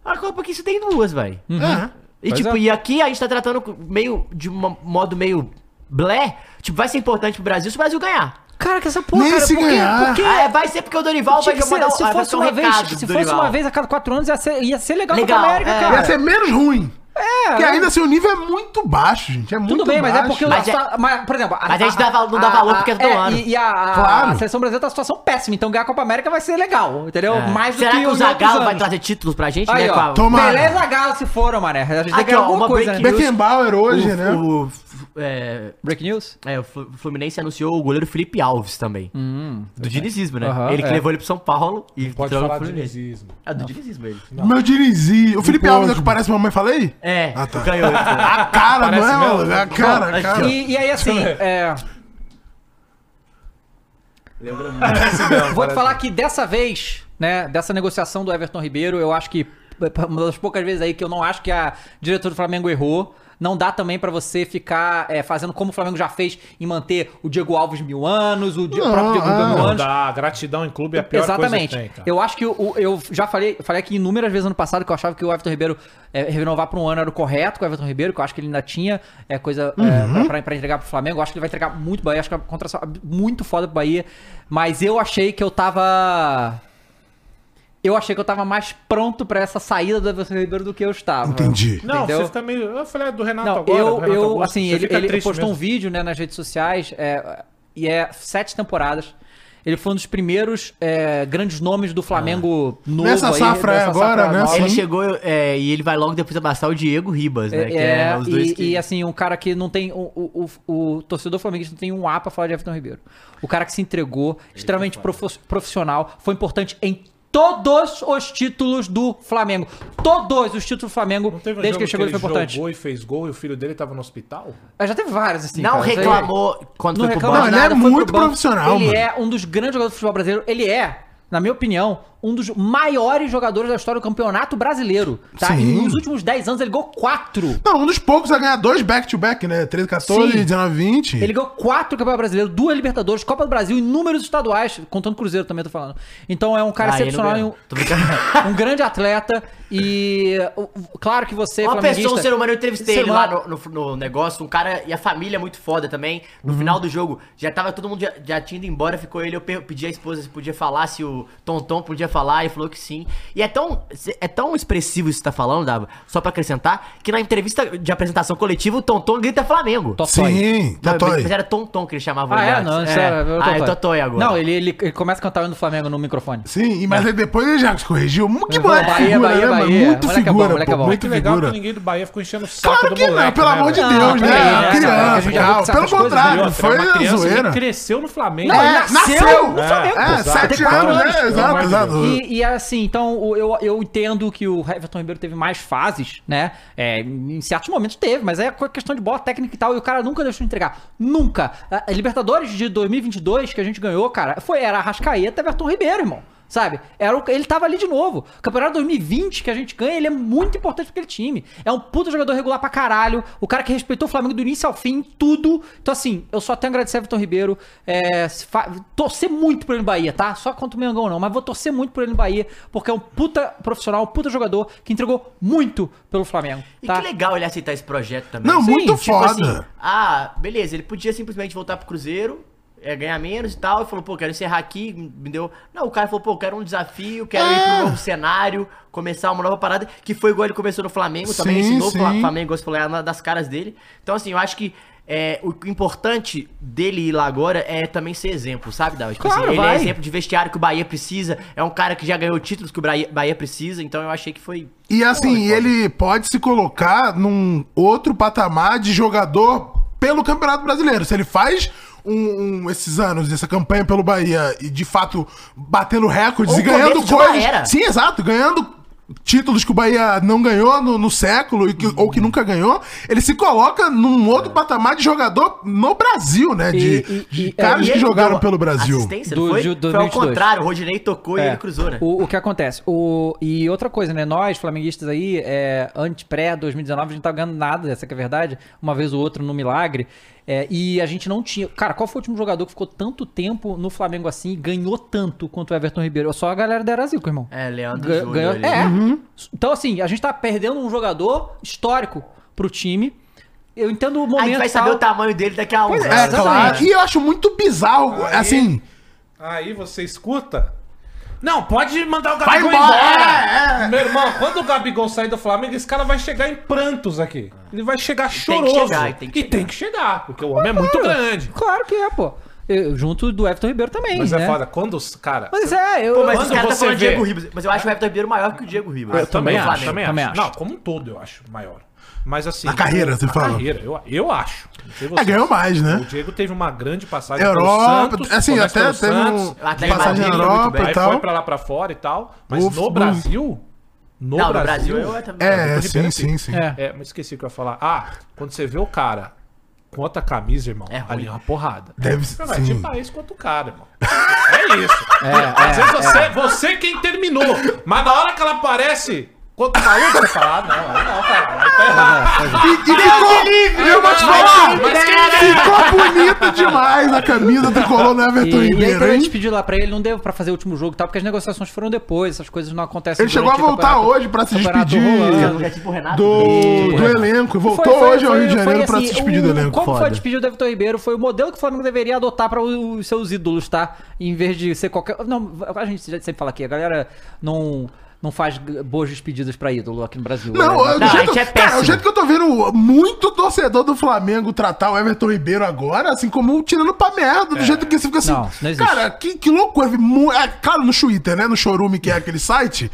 D: A Copa aqui você tem duas, velho. E,
A: Pois
D: tipo,
A: é.
D: e aqui a gente tá tratando meio de um modo meio blé. Tipo, vai ser importante pro Brasil se o Brasil ganhar.
A: Cara, que essa porra,
B: Nem
A: cara,
B: se
A: por quê?
B: ganhar.
A: Por quê?
D: Ah, é, vai ser porque o Dorival
A: Tinha
D: vai
A: que ser-
D: mandar um-
A: se
D: vai
A: fosse
D: mandar um
A: uma vez,
D: recado do
A: se fosse
D: Dorival.
A: uma vez a cada quatro anos, ia ser, ia ser legal,
D: Legal,
A: pra América,
D: é.
A: cara.
B: Ia ser menos ruim.
A: É.
B: Porque ainda assim, o nível é muito baixo, gente. É muito
A: Tudo bem, mas é
B: baixo.
A: porque...
D: Mas
A: a situa- mas, por exemplo...
D: mas a gente dá val- não dá valor porque é do ano.
A: E, e a, a-
B: Claro.
A: a seleção brasileira tá numa situação péssima, então ganhar a Copa América vai ser legal, entendeu?
D: É.
A: Mais do
D: Será que,
A: que
D: o
A: em
D: Zagallo
A: outros
D: vai
A: anos.
D: trazer títulos pra gente?
A: Aí,
D: né,
A: ó.
D: com a-
B: Toma. Tomara.
A: Beleza, Galo, se foram, mané. A gente tem
D: Aqui,
A: que ganhar
D: ó,
A: alguma
D: uma
A: coisa,
D: break
A: né?
D: news.
B: Beckenbauer hoje,
D: o,
B: né?
D: o- f- é,
A: Break news?
D: é, o Flu- Fluminense anunciou o goleiro Felipe Alves também. do dinizismo, né?
A: Hum, Aham,
D: ele que
A: é.
D: levou ele pro São Paulo e
C: Pode
D: trouxe
C: falar
D: pro
C: de
D: Fluminense.
C: dinizismo.
D: É do dinizismo ele.
B: Meu Dinizinho. O Felipe
C: Não
B: Alves é
C: pode.
B: que parece mamãe, falei?
D: É,
B: Ah, tá.
D: ganhou. ele, pô.
B: A cara, não é,
C: Parece mesmo.
B: mano? A cara, a
D: aqui,
B: cara.
A: E, e aí, assim, é, vou te falar que dessa vez, né, dessa negociação do Everton Ribeiro, eu acho que é uma das poucas vezes aí que eu não acho que a diretora do Flamengo errou. Não dá também pra você ficar é, fazendo como o Flamengo já fez em manter o Diego Alves mil anos, o, Di- o
B: Não,
A: próprio Diego Alves
B: ah,
A: mil
C: Não
A: anos.
C: dá, gratidão em clube é a pior
A: Exatamente.
C: coisa que tem, cara.
A: eu acho que o- o- eu já falei, falei aqui inúmeras vezes ano passado que eu achava que o Everton Ribeiro é, renovar por um ano era o correto com o Everton Ribeiro, que eu acho que ele ainda tinha é, coisa é, pra- pra, pra entregar pro Flamengo. Eu acho que ele vai entregar muito Bahia, acho que é uma contração ab- muito foda pro Bahia. Mas eu achei que eu tava. Eu achei que eu tava mais pronto pra essa saída do Everton Ribeiro do que eu estava.
B: Entendi.
C: Não,
A: Entendeu?
C: você fica meio... Eu falei é do Renato
A: Não,
C: agora, do
A: eu,
C: Renato
A: eu
C: Augusto.
A: assim,
C: Você
A: ele,
C: fica
A: ele
C: triste
A: postou um
C: mesmo.
A: vídeo né, nas redes sociais é, e é sete temporadas. Ele foi um dos primeiros é, grandes nomes do Flamengo novo
B: Nessa
A: aí,
B: safra
A: dessa
B: agora, né?
A: nova.
D: ele
B: Sim.
D: chegou é, e ele vai logo depois abraçar o Diego Ribas, né? que
A: É,
D: é os dois
A: e,
D: que...
A: e, assim, um cara que não tem. O, o, o, o torcedor flamenguista não tem um A pra falar de Everton Ribeiro. O cara que se entregou,
C: tá
A: extremamente profi- profissional, foi importante em todos os títulos do Flamengo. Todos os títulos do Flamengo,
C: Não teve um
A: desde
C: jogo
A: que ele chegou, ele foi importante.
C: jogou e fez gol e o filho dele tava no hospital?
A: Ah, Já teve vários, assim.
D: não
A: cara, isso aí-
D: reclamou quando
A: Não
D: foi pro
A: reclama
D: banco.
A: de
B: Não, ele
A: nada,
B: é
A: foi pro
B: muito
A: banco.
B: profissional,
A: Ele
B: mano.
A: é um dos grandes jogadores do futebol brasileiro. Ele é, na minha opinião, um dos maiores jogadores da história do campeonato brasileiro. Tá?
B: Sim.
A: E nos últimos 10 anos ele ganhou 4.
B: Não, um dos poucos a ganhar dois back-to-back, né? 13, 14,
A: Sim.
B: 19, 20.
A: Ele ganhou 4 campeonatos brasileiros, duas Libertadores, Copa do Brasil e números estaduais, contando Cruzeiro também, eu tô falando. Então é um cara
D: Ah, ele não
A: excepcional, e um,
D: ganhou. Tô brincando.
A: um grande atleta e o- o- claro que você
D: Uma pessoa, um
A: flamenguista-
D: ser humano, eu entrevistei
A: Ser
D: ele
A: humano.
D: lá no, no- no negócio, um cara e a família é muito foda também.
A: Uhum.
D: No final do jogo, já tava todo mundo, já, já tinha ido embora, ficou ele, eu pe- pedi à esposa se podia falar, se o Tonton podia falar, ele falou que sim. E é tão, é tão expressivo isso que você tá falando, Dava, só pra acrescentar, que na entrevista de apresentação coletiva, o Tonton grita Flamengo.
A: Totói.
B: Sim, tá
D: Não,
B: Totói.
D: Mas era Tonton que ele chamava
A: Ah,
D: ele
A: é?
D: antes.
A: Não, isso
D: é.
A: era-
D: Ah, é Totói agora.
A: Não, ele, ele, ele começa a cantar o hino do Flamengo no microfone.
B: Sim, e- mas aí depois ele já se corrigiu.
A: É.
B: Que moleque
A: Bahia,
B: figura,
A: Bahia,
B: né, mano?
A: Bahia.
B: Muito
A: Moleque é bom,
B: figura,
A: moleque é
B: pô,
A: bom.
C: Muito
B: muito
C: legal que
B: figura.
C: ninguém do Bahia ficou enchendo o saco
B: Claro
C: do
B: que
C: moleque,
B: não, pelo
C: né,
B: amor de
C: velho?
A: Não,
B: Deus, né?
A: peraí, né,
C: é,
A: cara? A
B: Criança,
A: gente já tem que
B: calma. Pelo
A: sacar as
C: E
B: contrário,
C: outra, era
B: foi
C: uma
B: a
C: criança
B: zoeira.
C: que cresceu no Flamengo. né?
A: Não,
B: É,
A: ele nasceu,
B: nasceu,
A: no
B: é,
A: Flamengo.
B: é,
A: pô,
B: sete
A: tem quatro
B: anos, né? Exato,
C: amor de
B: exato.
A: E, e, assim, então o- eu, eu entendo que o Everton Ribeiro teve mais fases, né? É, em certos momentos teve, mas é co- questão de bola técnica e tal. E o cara nunca deixou de entregar. Nunca. A- a Libertadores de 2022 que a gente ganhou, cara, foi era Arrascaeta e Everton Ribeiro, irmão. Sabe? Era o- ele tava ali de novo. Campeonato 2020 que a gente ganha, ele é muito importante pra aquele time. É um puta jogador regular pra caralho. O cara que respeitou o Flamengo do início ao fim, em tudo. Então, assim, eu só tenho a agradecer a Everton Ribeiro. É, se fa- torcer muito por ele no Bahia, tá? Só contra o Mengão não, mas vou torcer muito por ele no Bahia, porque é um puta profissional, um puta jogador que entregou muito pelo Flamengo.
D: E
A: Tá?
D: que legal ele aceitar esse projeto também.
B: Não,
A: Sim,
B: muito
A: tipo
B: foda.
D: assim, ah, beleza, ele podia simplesmente voltar pro Cruzeiro, é, ganhar menos e tal, e falou, pô, quero encerrar aqui, me deu... Não, o cara falou, pô, quero um desafio, quero ir
B: É.
D: pro novo cenário, começar uma nova parada, que foi igual ele começou no Flamengo, também
B: Sim,
D: ensinou o Fla-
B: sim.
D: Flamengo, você falou, é uma das caras dele. Então, assim, eu acho que é, o importante dele ir lá agora é também ser exemplo, sabe, Dal? Tipo
A: Claro,
D: assim, ele
A: vai.
D: é exemplo de vestiário que o Bahia precisa, é um cara que já ganhou títulos que o Bahia, Bahia precisa, então eu achei que foi.
B: E assim, ele pode se colocar num outro patamar de jogador pelo Campeonato Brasileiro. Se ele faz um, um- esses anos, essa campanha pelo Bahia, e de fato batendo recordes
D: Ou
B: e ganhando
D: começo de uma
B: coisas.
D: era.
B: Sim, exato, ganhando títulos que o Bahia não ganhou no, no século e que- ou que nunca ganhou, ele se coloca num outro patamar de jogador no Brasil, né? De,
A: E- e-
B: de
A: e-
B: caras
D: E
B: que
D: ele
B: jogaram
D: deu
B: pelo Brasil.
D: Assistência,
A: Do-
D: não foi?
A: de-
D: foi ao
A: 2022.
D: contrário, o Rodinei tocou e
A: É.
D: ele cruzou, né?
A: O, o que acontece? O, e outra coisa, né? Nós, flamenguistas aí, é, antes, pré 2019, a gente não tava ganhando nada, essa que é a verdade. Uma vez ou outra no milagre. É, e a gente não tinha. Cara, qual foi o último jogador que ficou tanto tempo no Flamengo assim e ganhou tanto quanto o Everton Ribeiro? Só a galera da Brasil, irmão.
D: É, Leandro
A: Ga-
D: Júnior
A: ganhou-
D: ali.
A: É.
C: Uhum.
A: Então, assim, a gente tá perdendo um jogador histórico pro time. Eu entendo o momento.
D: A gente vai saber
A: tal.
D: o tamanho dele daqui a um
A: Pois é,
B: É,
D: ano.
B: claro.
A: Exatamente.
B: E eu acho muito bizarro,
C: Aí.
B: assim.
C: Aí você escuta. Não, pode mandar o
B: Vai
C: Gabigol
B: embora! É, é.
C: Meu irmão, quando o Gabigol sair do Flamengo, esse cara vai chegar em prantos aqui. Ele vai chegar
D: tem que
C: choroso.
D: chegar, e tem que
C: e
D: chegar.
C: tem que chegar, porque o homem é muito grande.
A: Claro que é, pô. Eu- junto do Everton Ribeiro também.
C: Mas
A: né?
C: é foda, quando os cara.
A: Mas é, eu.
D: Pô, mas
C: Quando
D: os caras tá
C: você
D: falando
C: vê-
D: Diego Ribas. Mas eu acho o Everton Ribeiro maior que o Diego Ribas.
C: Eu também
D: No
C: acho,
D: Flamengo.
C: também,
A: Também
C: acho.
A: acho.
C: Não, como um todo eu acho maior. Mas assim.
B: Na carreira, você
C: na
B: fala?
C: Carreira, eu, eu acho. Não sei
B: É,
C: vocês.
B: ganhou mais, né?
C: O Diego teve uma grande passagem
B: Europa,
C: pelo Santos,
B: assim,
C: começa
B: até
C: pelo
B: teve um,
C: Santos,
D: até
B: passagem na
D: Madrid, muito
B: Europa
D: bem.
B: e
C: Aí
B: tal.
C: foi pra lá pra fora e tal. Mas
B: Uf,
C: no
B: uf.
C: Brasil. No
D: Não, no
C: Brasil.
D: Brasil eu também.
B: É,
C: Ribeiro
B: sim,
C: tem.
B: sim, sim.
A: É.
C: É, mas esqueci o que eu ia falar. Ah, quando você vê o cara com outra camisa, irmão,
D: É ruim.
C: ali é uma porrada.
B: Deve
C: Você
B: ser.
C: vai é de país quanto o cara, irmão. É isso. Às vezes você, você é quem terminou, mas na hora que ela aparece. Quanto maluco, você fala, ah, não, aí não, cara, aí tá errado.
B: E, e ficou, eu vou te
D: ah,
B: falar,
C: Mas quem
B: ficou bonito demais a camisa do Colono
A: E,
B: Everton
A: e aí,
B: Ribeiro,
A: quando a gente
B: hein?
A: pediu lá pra ele, não deu pra fazer o último jogo e tal, porque as negociações foram depois, essas coisas não acontecem
B: Ele chegou a
A: durante o
B: voltar
A: campeonato-
B: hoje pra se
A: campeonato
B: despedir
A: rolando.
D: É tipo o Renato.
B: do, do
A: Renato.
B: elenco.
A: Foi-
B: Voltou
A: foi-
B: hoje ao
A: foi-
B: Rio de
A: foi
B: Janeiro pra
A: assim,
B: se despedir
A: o-
B: do elenco.
A: Como foi a
B: Foda.
A: despedida do Everton Ribeiro? Foi o modelo que o Flamengo deveria adotar para os seus ídolos, tá? Em vez de ser qualquer. Não, a gente sempre fala aqui, a galera não, não faz g- boas despedidas pra ídolo aqui no Brasil.
B: Não,
A: né?
B: eu- do
D: Não, a
B: jeito,
D: gente é
B: cara, o
D: péssimo.
B: jeito que eu tô vendo muito torcedor do Flamengo tratar o Everton Ribeiro agora, assim, como um tirando pra merda, do jeito que você fica assim.
A: É. Não, isso não existe.
B: cara, que, que loucura. vi mu- é, claro, no Twitter, né? No Chorume, que é aquele site,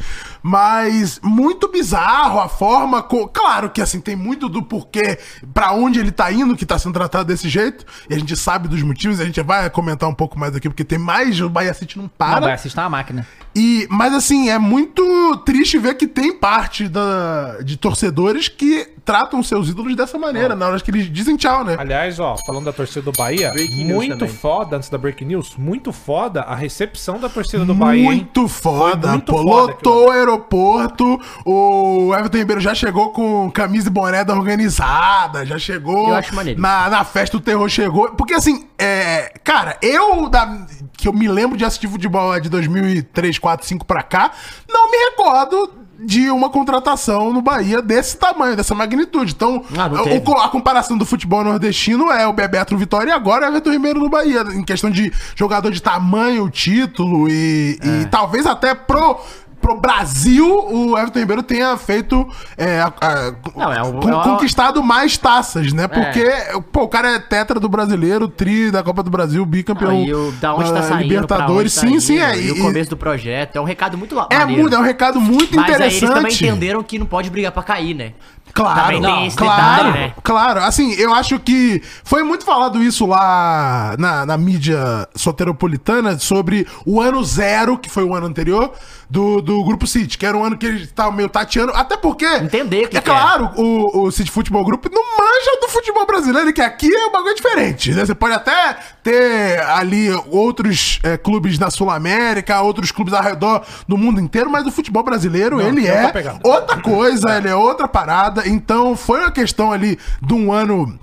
B: mas muito bizarro a forma. co- Claro que, assim, tem muito do porquê, pra onde ele tá indo, que tá sendo tratado desse jeito, e a gente sabe dos motivos, a gente vai comentar um pouco mais aqui, porque tem mais, o Bahia City não para.
A: Não, vai assistir uma máquina.
B: E, mas assim, é muito triste ver que tem parte da, de torcedores que tratam seus ídolos dessa maneira, na hora que eles dizem tchau, né?
C: Aliás, ó, falando da torcida do Bahia,
D: Breaking news
C: muito
D: também.
C: foda, antes da Break News, muito foda a recepção da torcida do Bahia. hein?
B: muito foda,
C: Foi muito
B: pô.
C: foda aquilo
B: Lotou o aeroporto, o Everton Ribeiro já chegou com camisa e boné da organizada, já chegou
D: Eu acho maneiríssimo.
B: na, na festa do terror, chegou. Porque assim, é, cara, eu da- que eu me lembro de assistir futebol de 2003, 4, 5 pra cá, não me recordo de uma contratação no Bahia desse tamanho, dessa magnitude. Então,
D: Ah, não
B: o-
D: teve.
B: a comparação do futebol nordestino é o Bebeto no Vitória e agora é o Everton Ribeiro no Bahia. Em questão de jogador de tamanho, título e,
D: É.
B: e talvez até pro, pro Brasil, o Everton Ribeiro tenha feito. é, a- a-
D: Não, é um-
B: con-
D: é uma- É.
B: conquistado mais taças, né? Porque pô, o cara é tetra do brasileiro, tri da Copa do Brasil, bicampeão.
D: Não, e o da onde tá
B: ah,
D: saindo,
B: Libertadores,
D: pra onde
B: sim,
D: tá
B: sim.
D: indo,
B: É,
D: E, o
B: e-
D: começo do projeto. É um recado muito lá.
B: é, muito- é um recado muito
D: Mas aí
B: interessante.
D: eles também entenderam que não pode brigar pra cair, né?
B: Claro,
D: Também tem esse
B: claro,
D: detalhe, né?
B: claro. Assim, eu acho que foi muito falado isso lá na, na mídia soteropolitana sobre o ano zero, que foi o ano anterior, do, do Grupo City, que era um ano que ele estava meio tateando, até porque...
D: Entender o que
B: É
D: que é.
B: claro, o, o City Futebol Group não manja do futebol brasileiro, que aqui é um bagulho diferente, né? Você pode até ter ali outros eh, clubes na Sul-América, outros clubes ao redor do mundo inteiro, mas o futebol brasileiro, ele
C: tem outra
B: é
C: pegada.
B: outra coisa, ele é outra parada. Então foi uma questão ali de um ano.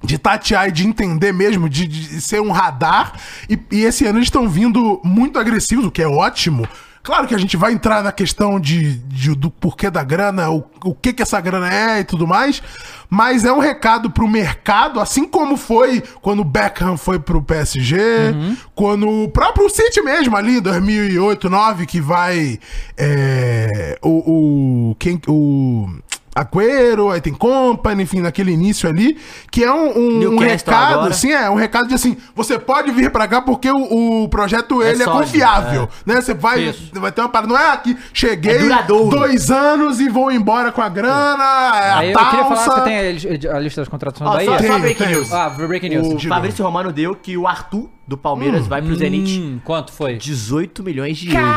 B: De tatear e de entender mesmo, de, de ser um radar. E, e esse ano eles estão vindo muito agressivos, o que é ótimo. Claro que a gente vai entrar na questão de, de- do porquê da grana, o, o que que essa grana é e tudo mais. Mas é um recado pro mercado, assim como foi quando o Beckham foi pro PSG, quando o próprio City mesmo ali, 2008, 2009, que vai... é, o, o, quem, o... Agüero, aí tem Company, enfim, naquele início ali, que é um, um, um
D: Newcastle
B: recado,
D: agora.
B: assim, é, um recado de assim, você pode vir pra cá porque o, o projeto, ele é,
D: sólido,
B: confiável, né? Você vai,
C: Isso.
B: vai ter uma parada, não é aqui,
D: É
B: cheguei,
D: duradouro.
B: dois anos e vou embora com a grana, é a
A: Aí eu
B: talça...
A: queria falar, você tem a li- a lista das contratações
C: Então
D: Ó,
A: da
D: só,
A: Bahia?
C: é.
D: só
B: Tem,
D: break
B: tem. Hum,
D: news.
A: Ah, breaking news.
D: O
B: de
D: Fabrício Romano deu que o Arthur, do Palmeiras, vai pro Zenit.
A: Hum, quanto foi?
D: 18 milhões de euros.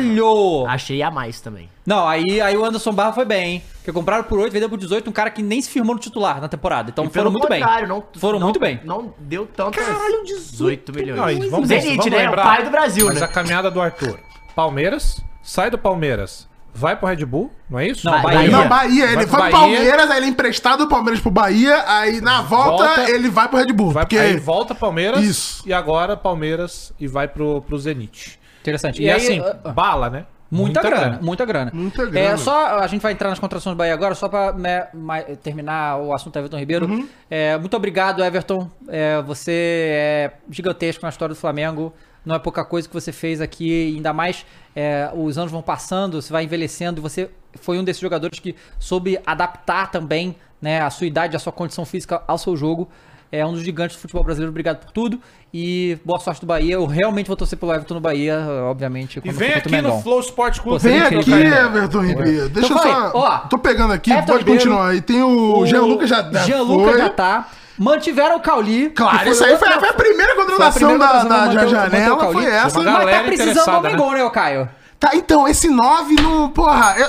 A: Caralho!
D: Achei a mais também.
A: Não, aí, aí o Anderson Barra foi bem, hein? Porque compraram por 8, venderam por 18, um cara que nem se firmou no titular na temporada. Então
D: E
A: foram muito bem.
D: contrário, Não,
A: Foram
D: não-
A: muito bem.
D: Não deu tanto.
B: um
C: Caralho,
D: 18 milhões.
C: Não, e vamos,
D: Zenit,
C: vamos
D: né?
C: lembrar,
D: O pai do Brasil,
C: mas
D: né?
C: a caminhada do Arthur. Palmeiras, sai do Palmeiras, vai pro Red Bull, não é isso?
A: Não,
D: Bahia.
A: Bahia.
B: Não, Bahia. Ele
C: Vai pro
B: foi pro
C: Bahia.
B: Palmeiras, aí ele é emprestado do Palmeiras pro Bahia, aí na volta,
C: Volta.
B: ele vai pro Red Bull.
C: Vai,
B: porque
C: Aí volta Palmeiras
B: Isso.
C: e agora Palmeiras e vai pro, pro Zenit.
A: Interessante.
C: E, assim,
D: ah,
C: bala, né?
A: ah, Muita, grana, muita grana.
B: Muita grana.
A: É, só, a gente vai entrar nas contratações do Bahia agora, só pra né, ma- terminar o assunto Everton Ribeiro.
B: Uhum.
A: É, muito obrigado, Everton. É, você é gigantesco na história do Flamengo. Não é pouca coisa que você fez aqui, ainda mais é, os anos vão passando, você vai envelhecendo. Você foi um desses jogadores que soube adaptar também né, a sua idade, a sua condição física ao seu jogo. É um dos gigantes do futebol brasileiro. Obrigado por tudo. E boa sorte do Bahia. Eu realmente vou torcer pelo Everton no Bahia, obviamente.
C: E
A: quando
C: vem
A: for contra o
C: aqui no
A: Mengão.
C: Flow Sport Clube.
A: Você
B: Vem
A: Sim,
B: aqui,
A: sim, cara.
B: Everton Ribeiro. Deixa
A: Então
B: eu
A: vai,
B: só.
A: ó.
B: tô pegando aqui,
A: Everton
B: pode
A: Ribeiro,
B: continuar. E tem o, Jean Lucas já. já
A: Jean Lucas
B: foi.
A: já tá. Mantiveram o Cauli.
B: Claro, isso aí foi, foi a primeira contratação da, da, da janela, foi essa.
A: Mas
C: Uma
A: tá precisando
C: galera
A: do
C: interessada, né?
A: Mengão, né, ô Caio?
B: Tá, então, esse 9 no. Porra, eu-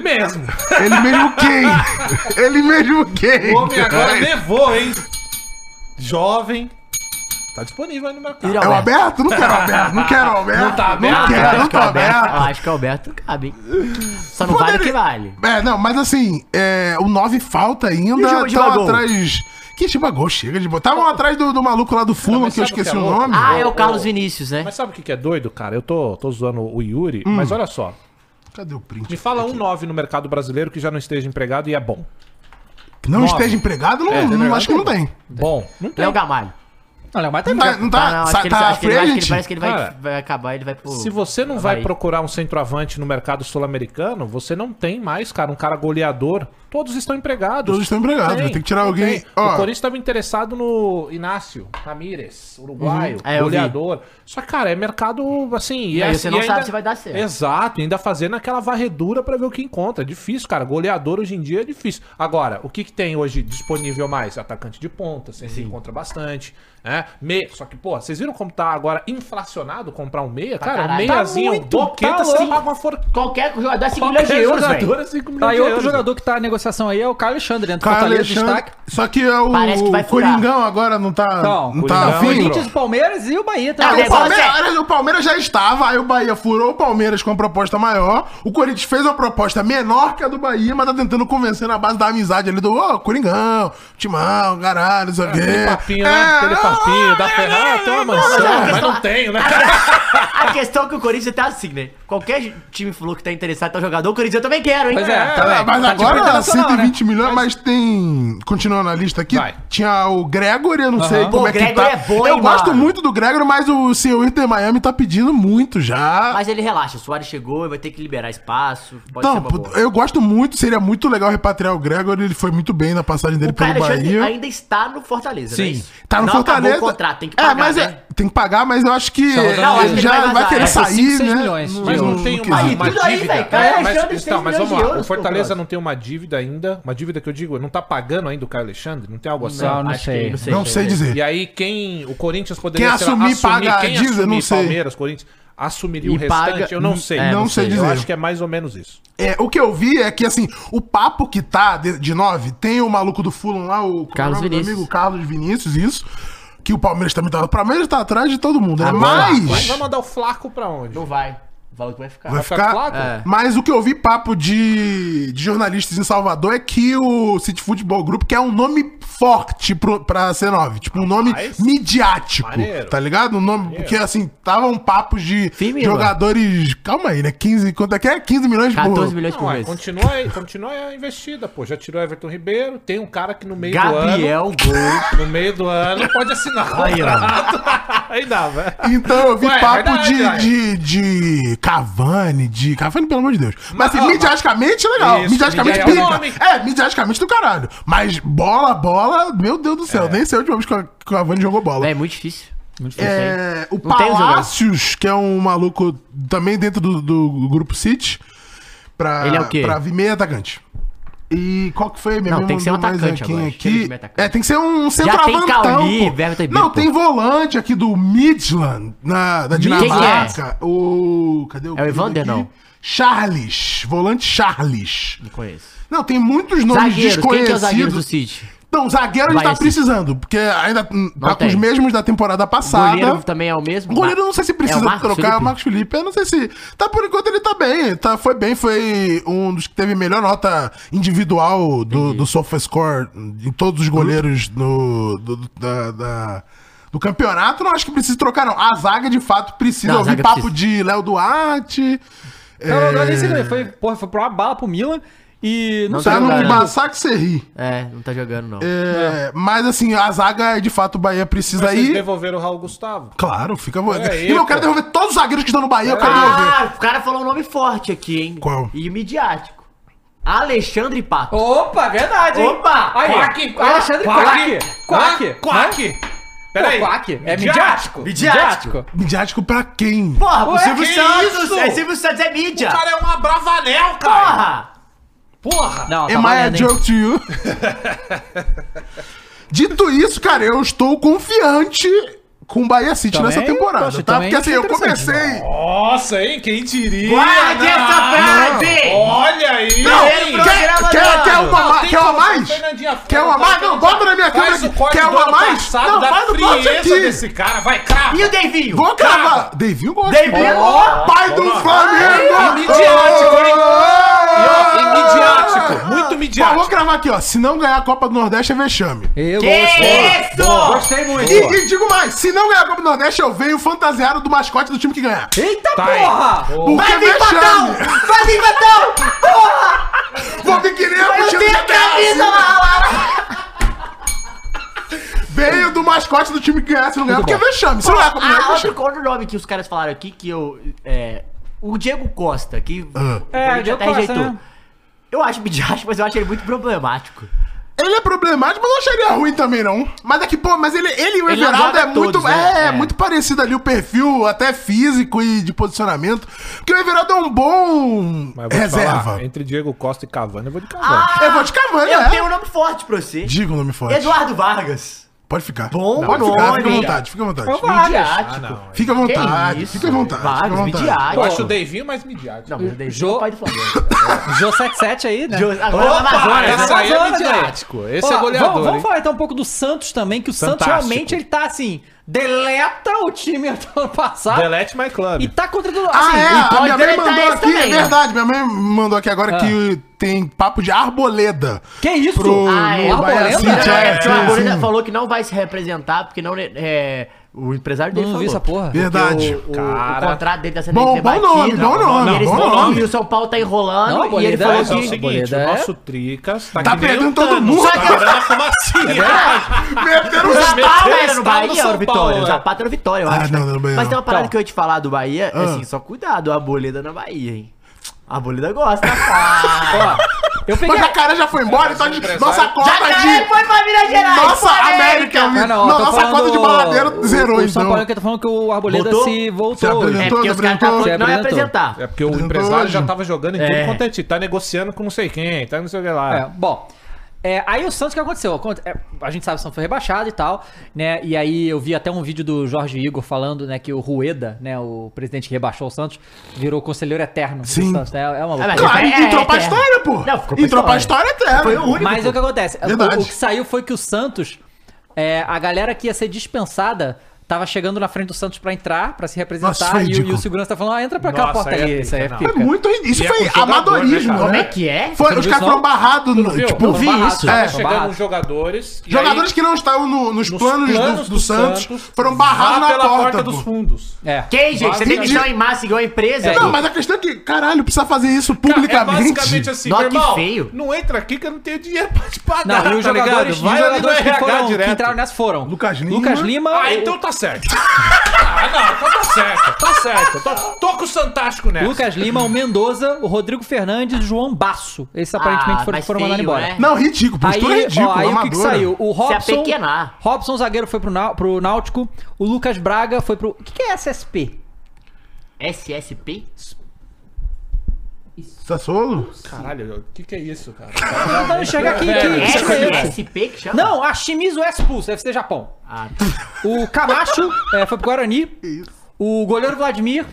C: mesmo.
B: ele mesmo quem? ele mesmo quem? É
C: O homem agora levou, hein? Jovem. Tá disponível aí no mercado.
D: Vira
B: É o Alberto?
D: Alberto.
B: Não quero o Alberto, não quero o Alberto.
C: tá aberto,
B: Não quero, não
D: Ah, acho que
B: tô
D: o Alberto,
B: um
D: ah,
B: aberto.
D: acho que o Alberto cabe, hein? Só não vale o que vale.
B: É, não, mas assim, é, o 9 falta
D: E o
B: ainda.
D: Gil-
B: Estavam
D: Gil Bagol?
B: atrás. Que Gibagol chega de boa. Estavam atrás do, do maluco lá do Fulham,
C: mas
B: que eu
C: sabe o que é
B: esqueci o
C: louco?
B: nome.
D: Ah, é
C: ô,
D: o Carlos
C: ô.
D: Vinícius, né?
C: Mas sabe o que que é doido, cara? Eu tô, tô zoando o Yuri,
B: Hum.
C: mas olha só.
B: Cadê o print?
C: Me fala um 9 no mercado brasileiro que já não esteja empregado e é bom.
B: Não
C: nove.
B: esteja empregado, não,
C: É,
B: não-
C: empregado
B: acho que não tem.
C: Bom. Não tem.
D: Léo Gamalho.
A: Não, Léo, mas tá
B: Não tá, não
D: Ah,
B: tá,
D: não, acho
B: sa-
D: que ele,
B: tá
D: acho que ele- acho que ele
B: frente?
D: parece que ele vai,
C: Cara,
D: vai acabar, ele vai pro...
C: Se você não vai procurar um centroavante no mercado sul-americano, você não tem mais, cara, um cara goleador. Todos estão empregados.
B: Todos estão empregados,
C: Não
B: vai ter que tirar
C: não
B: alguém.
C: tem.
B: Ó.
C: O Corinthians estava interessado no Inácio Ramírez, uruguaio,
D: É, eu vi.
C: goleador. Só que, cara, é mercado assim. E,
D: Aí
C: é-
D: você
C: e
D: não
C: ainda-
D: sabe se vai dar certo.
C: Exato, ainda fazendo aquela varredura pra ver o que encontra. É difícil, cara. Goleador hoje em dia é difícil. Agora, o que, que tem hoje disponível mais? Atacante de ponta, você encontra bastante. Né? Me... Só que, pô, vocês viram como tá agora inflacionado comprar um meia? Cara, um
D: caralho.
C: meiazinho,
A: Tá
C: um
A: muito,
C: boqueta,
A: tá
C: você
A: louco.
C: paga uma fortuna.
D: Qualquer jogador é 5 milhões de euros, velho.
C: assim
A: aí outro jogador que tá na negociação aí é o Caio Alexandre, dentro do
B: Caio
A: Fortaleza,
B: Alexandre.
A: destaque.
B: Só que é o
D: Parece que vai furar.
B: Coringão agora não tá.
A: Não,
B: Não, tá
C: Coringão,
A: O
B: afim.
C: entrou.
A: Corinthians, o Palmeiras e o Bahia
B: É,
A: também.
B: o,
D: Não, o negócio
B: Palmeiras, o Palmeiras já estava, aí o Bahia furou o Palmeiras com uma proposta maior. O Corinthians fez uma proposta menor que a do Bahia, mas tá tentando convencer na base da amizade ali do ô, Coringão, Timão, caralho, não sei o quê.
C: É,
B: É,
C: Aquele papinho,
B: Ah,
C: né? Aquele papinho, dá pra errar, tem uma mansão, mas não tenho,
B: ah,
C: né?
D: A questão é que o Corinthians tá assim, né? Qualquer time falou que tá interessado em tal jogador, o Corinthians eu também quero, hein?
A: Pois é,
B: Ah,
A: tá bem.
B: mas
A: Tá tipo
B: agora
A: internacional, né?
B: 120 milhões, mas tem. Continuando a lista aqui,
C: Vai.
B: tinha o Gregory, eu não sei como
D: Pô,
B: é que
D: Gregory
B: tá.
D: é bom,
B: eu
D: hein,
B: gosto
D: mano?
B: muito do Gregory, mas o seu Inter Miami tá pedindo muito já.
D: Mas ele relaxa, o Soares chegou, ele vai ter que liberar espaço, pode
B: então,
D: ser uma
B: pô,
D: boa.
B: eu gosto muito, seria muito legal repatriar o Gregory, ele foi muito bem na passagem dele
D: O Caio
B: pelo
D: Alexandre
B: Bahia.
D: ainda está no Fortaleza,
A: Sim,
D: né? Isso?
B: Tá no
D: não acabou
B: Fortaleza.
D: o contrato, tem que pagar,
B: é, mas
D: né?
B: é- tem que pagar, mas eu acho que
A: rodando
B: não,
A: dinheiro.
B: já
D: Ele vai
B: vai,
D: vazar,
B: querer
D: é,
A: foi cinco,
B: sair,
A: seis
B: né?
A: milhões de
C: Mas não tem
B: quis.
C: uma,
D: Aí,
C: uma
B: ah,
D: tudo aí,
C: dívida.
D: velho, cara,
C: É,
D: Alexandre
C: mas,
D: fez
C: então, mas
D: milhões
C: vamos
D: de
C: lá. O
D: euros,
C: Fortaleza
D: pô,
C: não tem uma dívida ainda. Uma dívida que eu digo, não tá pagando ainda o Caio Alexandre? Não tem algo assim?
A: Não, não
D: Acho
A: sei.
D: que
B: Não sei
C: E
B: dizer.
C: aí, quem. O Corinthians poderia
B: Quem
C: sei lá,
B: assumir, paga a dívida, não sei.
C: Palmeiras, Corinthians. Assumiria o
D: E paga-
C: restante? Eu não sei.
D: É,
B: não sei
C: Eu
B: dizer.
C: acho que é mais ou menos isso.
B: É, o que eu vi é que, assim, o papo que tá de, de nove, tem o maluco do Fulham lá, o é
D: Carlos
B: o nome do
D: Vinícius.
B: amigo Carlos Vinícius, isso. Que o Palmeiras também tá. O Palmeiras tá atrás de todo mundo, né?
D: Agora,
C: Mas
B: Mas.
C: vai mandar o Flaco pra onde?
D: Não vai. O valor que vai ficar.
B: Vai
C: ficar
B: ficar.
C: claro?
D: É.
B: Mas o que eu vi papo de, de jornalistas em Salvador é que o City Football Group, que é um nome forte pro, pra C9. Tipo, um nome
C: Rapaz.
B: midiático,
C: Maneiro.
B: tá ligado? Um nome, porque assim, estavam papos de
D: Firme,
B: jogadores... Calma aí, né? 15... Quanto é que é? 15 milhões por...
D: 14 milhões
C: Não, é
D: por
C: aí
D: mês.
C: continua, aí, continua aí a investida, pô. Já tirou Everton Ribeiro, tem um cara que no meio
D: Gabriel Gol.
C: do ano, no meio do ano, pode assinar
D: Aí, ó.
C: contrato. Aí dá, velho.
B: Então eu vi
C: Ué, é
B: papo
C: verdade,
B: de,
C: ué.
B: de, de Cavani, de. Cavani, pelo amor de Deus. Mas assim,
C: ó,
B: midiaticamente legal.
C: Isso,
B: midiaticamente
C: midia- é o
B: pica.
C: nome.
B: É, midiaticamente do caralho. Mas bola, bola, meu Deus do
C: É.
B: céu. Nem sei a última vez que o Cavani jogou bola.
D: É
B: É,
D: muito difícil. Muito
B: o
D: Não tem um jogador.
B: Palácios, que é um maluco também dentro do, do grupo City, pra,
D: Ele é o quê?
B: pra vir meio atacante. E qual que foi? Minha
D: Não,
B: mãe
D: tem que ser um
B: mandou mais
D: atacante
B: aqui,
D: agora. Chega de
B: Aqui.
D: meio atacante.
B: É, tem que ser um
D: tem Cauli,
B: centroavantão. pô.
D: Everton e
B: Não,
D: Bico.
B: tem volante aqui do Midland, na, da Dinamarca. O. Cadê o.
D: É o
B: querido
D: Evander,
B: aqui?
D: não?
B: Charles. Volante Charles.
D: Não conheço.
B: Não, tem muitos nomes
D: Zagueiros, quem que é o
B: desconhecidos.
D: zagueiro do City?
B: Não, zagueiro a gente
D: Vai,
B: tá
D: assim.
B: precisando, porque ainda hum, tá com
D: tem.
B: os mesmos da temporada passada.
D: Goleiro também é o mesmo?
B: O Tá, né? goleiro
D: Ma-
B: eu não sei se
D: É
B: precisa
D: o Marcos
B: trocar,
D: Felipe?
B: o Marcos Felipe, eu não sei se... Tá, por enquanto ele tá bem, tá, foi bem, foi um dos que teve melhor nota individual do, do SofaScore em todos os goleiros no, do, do- da, da- do campeonato, não acho que precisa trocar não. A zaga, de fato, precisa.
D: Não, a
B: eu vi
D: zaga
B: papo
D: precisa.
B: de Léo Duarte,
A: Não, não, não, nem
B: É.
A: sei, foi, porra, foi por uma bala pro Milan e. Não,
D: Não
A: sei.
B: tá
D: tem
B: no
D: nada.
B: Bassac Serri.
D: É, não tá jogando, não.
B: É, Mas, assim, a zaga, de fato, o Bahia precisa
C: Vocês
B: ir...
C: devolveram o Raul Gustavo.
B: Claro, fica...
C: aí,
B: e eu quero
C: pô.
B: devolver todos os zagueiros que estão no Bahia, eu quero devolver.
D: Ah, o cara falou um nome forte aqui, hein?
B: Qual?
D: E midiático. Alexandre Pato.
A: Opa, verdade, hein?
D: Opa!
A: Aí,
C: Quack,
A: Quack, Alexandre Quack! Quack!
C: Quack! Quack!
A: Peraí!
C: Peraí.
A: Quack! É midiático!
D: Midiático.
B: Midiático pra quem?
D: Porra, o
C: Ué,
D: Silvio
C: que
D: Santos!
C: isso?
D: É Silvio Santos, é mídia!
C: O cara é um abravanel, cara!
D: Porra!
C: Porra!
A: Não,
B: Am I
A: tá
B: a
A: valendo, hein?
B: joke to you? Dito isso, cara, eu estou confiante com o Bahia City
A: Também,
B: nessa temporada,
A: poxa,
B: tá?
A: também
B: Porque assim,
A: achei
B: eu comecei.
C: Nossa, hein? Quem diria?
D: Guarde
C: né?
D: essa frase!
C: Olha aí!
B: Não,
C: hein?
D: Primeiro
B: quer,
D: programa
B: quer,
D: do
B: quer
D: ano.
B: uma,
C: Não,
B: ma-
C: tem
B: quer uma
C: como,
B: mais?
C: Fernandinha
B: Quer uma
C: Fernanda,
B: mais? Não,
C: Fernandinha.
B: bota na minha
C: Faz o
B: câmera.
C: corte
B: Quer
C: do
B: uma
C: ano
B: mais?
C: passado
B: Não,
C: da
B: faz o corte
C: frieza
B: aqui.
C: desse cara, vai, crava!
D: E o Devinho?
B: Vou cravar. Devinho gosta.
C: é
D: Devinho?
B: um Ó, Pai do
C: Ah,
B: Flamengo!
C: midiático, hein?
B: Ah!
C: E, ó, e midiático, muito midiático.
B: Pô, Vou cravar aqui, ó. Se não ganhar a Copa do Nordeste, é vexame.
A: Eu
D: Que
A: gostei.
D: isso?
A: Boa. Gostei muito!
B: E, e digo mais, se não ganhar a Copa do Nordeste, eu venho fantasiado do mascote do time que ganhar.
A: Eita
B: é
C: Tá aí.
A: porra!
B: Porque
D: Vai vir Batão!
B: é vexame!
D: Vai vir Batão!
B: Vou me querer
D: Eu
B: puxando
D: tenho
B: de
D: a camisa
B: pedaço.
D: lá!
B: Veio do mascote do time que ganhar, se não ganhar,
A: Muito
B: porque é
A: bom.
B: vexame. Se não ganhar, como é
D: Ah,
B: vexame?
D: outro, outro nome que os caras falaram aqui que eu... É, o Diego Costa, que...
B: Ah.
A: É,
D: Corinthians
A: o Diego Costa, né?
D: Eu acho midiático, mas eu acho ele muito problemático.
B: Ele é problemático, mas eu não acharia ruim também, não. Mas é que, pô, mas ele, ele e o
D: Ele não
B: Everaldo
D: joga
B: é muito.
D: todos,
B: é,
D: né?
B: é
D: É.
B: muito parecido ali o perfil, até físico e de posicionamento. Porque o Everaldo é um bom
C: Mas eu vou te
B: reserva.
C: falar, entre Diego Costa e Cavani, eu vou de Cavani.
D: Ah,
B: Eu vou de Cavani,
D: Eu
B: é.
D: tenho um nome forte pra você.
B: Diga o nome forte.
D: Eduardo Vargas.
B: Pode ficar.
D: Bom
B: Pode ficar,
D: nome. Então
B: fica à vontade, fica à vontade.
A: Eu vou- Vargas.
D: Midiático.
B: Ah, Fica à vontade, fica à vontade. Assim, Fica à vontade.
C: Ah, é.
D: Vargas,
C: eu
D: midiático.
C: acho o Devinho mais midiático.
D: Não, mas o Devinho
A: Jo-
D: é o pai do Flamengo.
A: Jô 77 aí, né?
D: Jo- Agora
C: Opa,
D: é o Amazonas.
C: essa
D: né?
C: aí é
A: Amazonas,
C: midiático.
A: Tá galera.
C: Esse é
A: Ó,
C: goleador,
A: Vamos, vamos
C: hein?
A: falar então um pouco do Santos também, que o Santos
C: Fantástico.
A: realmente ele tá assim, deleta o time do ano passado
C: Delete My Club.
A: e tá contra todo
B: Ah,
A: assim,
B: é,
A: e
B: a minha mãe
D: deletar
B: mandou
D: esse
B: aqui,
D: também, Ah.
B: é
D: né?
B: verdade, minha mãe mandou aqui agora que tem papo de arboleda.
A: Que isso?
B: Pro,
D: Ah, é.
B: no Bahia
A: Arboleda?
B: City,
D: Não, é, porque o
B: sim,
D: Arboleda
B: sim.
D: falou que não vai se representar, porque não. É, o empresário dele
A: Não vi
D: falou.
A: essa porra.
B: Verdade.
D: O, o- o
C: Cara.
D: contrato dele tá sendo
B: Bom- bom nome, bom nome,
D: Eles
B: bom
D: não-
B: nome.
D: E o São Paulo tá enrolando
A: Não,
D: e ele
A: Arboleda
D: falou
C: Mas é o
A: Arboleda
D: que.
C: seguinte,
A: é-
C: o nosso Tricas tá,
B: Tá
C: que nem
B: perdendo
C: o
B: todo
C: Thanos,
B: mundo.
C: Tá virando a
D: assim.
C: fumacinha.
B: Meteram
D: Ah,
A: é.
D: O
B: os
C: meteu o
D: Zapata era no
C: estalo
D: Bahia
C: no
D: ou no
C: São Paulo,
D: Vitória? O
C: né?
D: Zapata era no Vitória, eu
B: Ah,
D: acho.
B: não,
D: né?
B: não, não. Ah.
D: Mas tem uma parada
A: Então.
D: que eu ia te falar do Bahia, é assim, só cuidado, a Arboleda na Bahia, hein? A Arboleda gosta, pá.
A: Ó,
C: é
A: eu
B: Mas
A: peguei.
B: a cara já foi embora, então de-
C: empresário-
B: nossa cota
D: Jacaré
B: de.
D: foi pra Minas Gerais!
B: Nossa,
D: pra
B: América!
A: Ah,
B: Não,
A: eu tô
B: nossa
A: falando-
B: cota de baladeiro
A: o,
B: zerou,
A: O São
B: então.
A: Paulo que tá falando que o Arboleda
D: Voltou?
A: se
B: Se
A: voltou.
B: apresentou.
A: hoje.
D: É, porque os
B: apresentou,
D: caras tá falando que não ia
A: apresentou.
D: apresentar.
C: É porque o
B: Apresentou
C: empresário
B: hoje.
C: já tava jogando em tudo
D: É.
C: quanto é time. Tá negociando com não sei quem, tá não sei o que
A: É,
B: Ah.
C: lá.
A: bom. É, aí o Santos, o que aconteceu? Aconte- é, A gente sabe que o Santos foi rebaixado e tal, né? E aí eu vi até um vídeo do Jorge Igor falando, né, que o Rueda, né, o presidente que rebaixou o Santos, virou conselheiro eterno
B: Sim.
A: do Santos, né? É uma loucura.
D: Ah, mas-
B: Claro,
D: É, é,
B: entrou pra
D: é.
B: história, pô.
D: Não, ficou pra
B: Entrou pra história
D: história.
B: eterna.
D: Foi o único.
A: Mas é o que acontece? O-
B: Verdade.
A: O, que saiu foi que o Santos, é, a galera que ia ser dispensada tava chegando na frente do Santos pra entrar, pra se
B: Nossa,
A: representar,
B: foi
A: e, o- e
B: ridículo.
A: o segurança tá falando, ah, entra pra aquela
C: Nossa,
A: porta
C: aí é
A: ali. Isso aí é
C: pica,
A: pica.
B: Foi muito ridículo. Isso
C: E é
B: foi
C: com jogador,
B: amadorismo,
C: né, cara?
B: né?
D: Como é que é?
B: Foi, os
C: Você
B: caras
C: não viu
B: foram
C: isso, não?
B: barrados,
C: Não
B: no,
C: viu?
B: tipo...
D: Eu vi
A: barrados,
D: isso.
A: né?
B: É.
A: Foram
C: Chegaram
A: barrados.
C: os Tá jogadores. e
B: Jogadores
C: aí,
B: que não estavam no- nos,
C: nos
B: planos, do, do Santos, foram barrados
C: lá
B: na
C: pela
B: porta,
C: porta
B: pô.
C: dos fundos.
A: É.
D: Quem, gente? Você
B: Entendi.
D: demissão em massa igual a empresa?
B: Não, mas a questão é que, caralho, precisa fazer isso
C: É
B: publicamente.
C: basicamente assim,
D: Nossa,
C: meu
D: que
C: irmão,
D: feio.
C: não entra aqui que eu não tenho dinheiro pra te pagar,
A: Não, e os
C: tá
A: jogadores,
C: ligado?
A: e os
C: Vai ali no
A: jogadores que,
C: RH
A: foram, que
C: direto.
A: entraram nessa foram.
B: Lucas Lima.
A: Lucas Lima.
C: Ah,
A: o-
C: então tá certo. ah, não, então tá certo, tá certo. Tô, tô com o Santástico nessa.
A: Lucas Lima, o Mendoza, o Rodrigo Fernandes e o João Basso. Esses aparentemente
D: Ah,
A: foram,
D: mas
A: foram mandados
D: feio,
A: embora.
D: né?
B: Não, ridículo.
A: Aí,
B: Postura ridícula,
A: ó, aí o que, que
B: amadora.
A: saiu? O Robson.
D: apequenar.
A: Robson, zagueiro, foi pro, Nau- pro Náutico. O Lucas Braga foi pro. O que, que é SSP?
D: SSP?
B: Tá Sassolo?
C: Caralho, o que que é isso, cara?
A: Tentando enxergar aqui. que- que isso é isso?
D: SSP que chama?
A: Não, a Shimizu é expulso, deve ser Japão.
D: Ah,
A: O Camacho é, foi pro Guarani. O goleiro Vladimir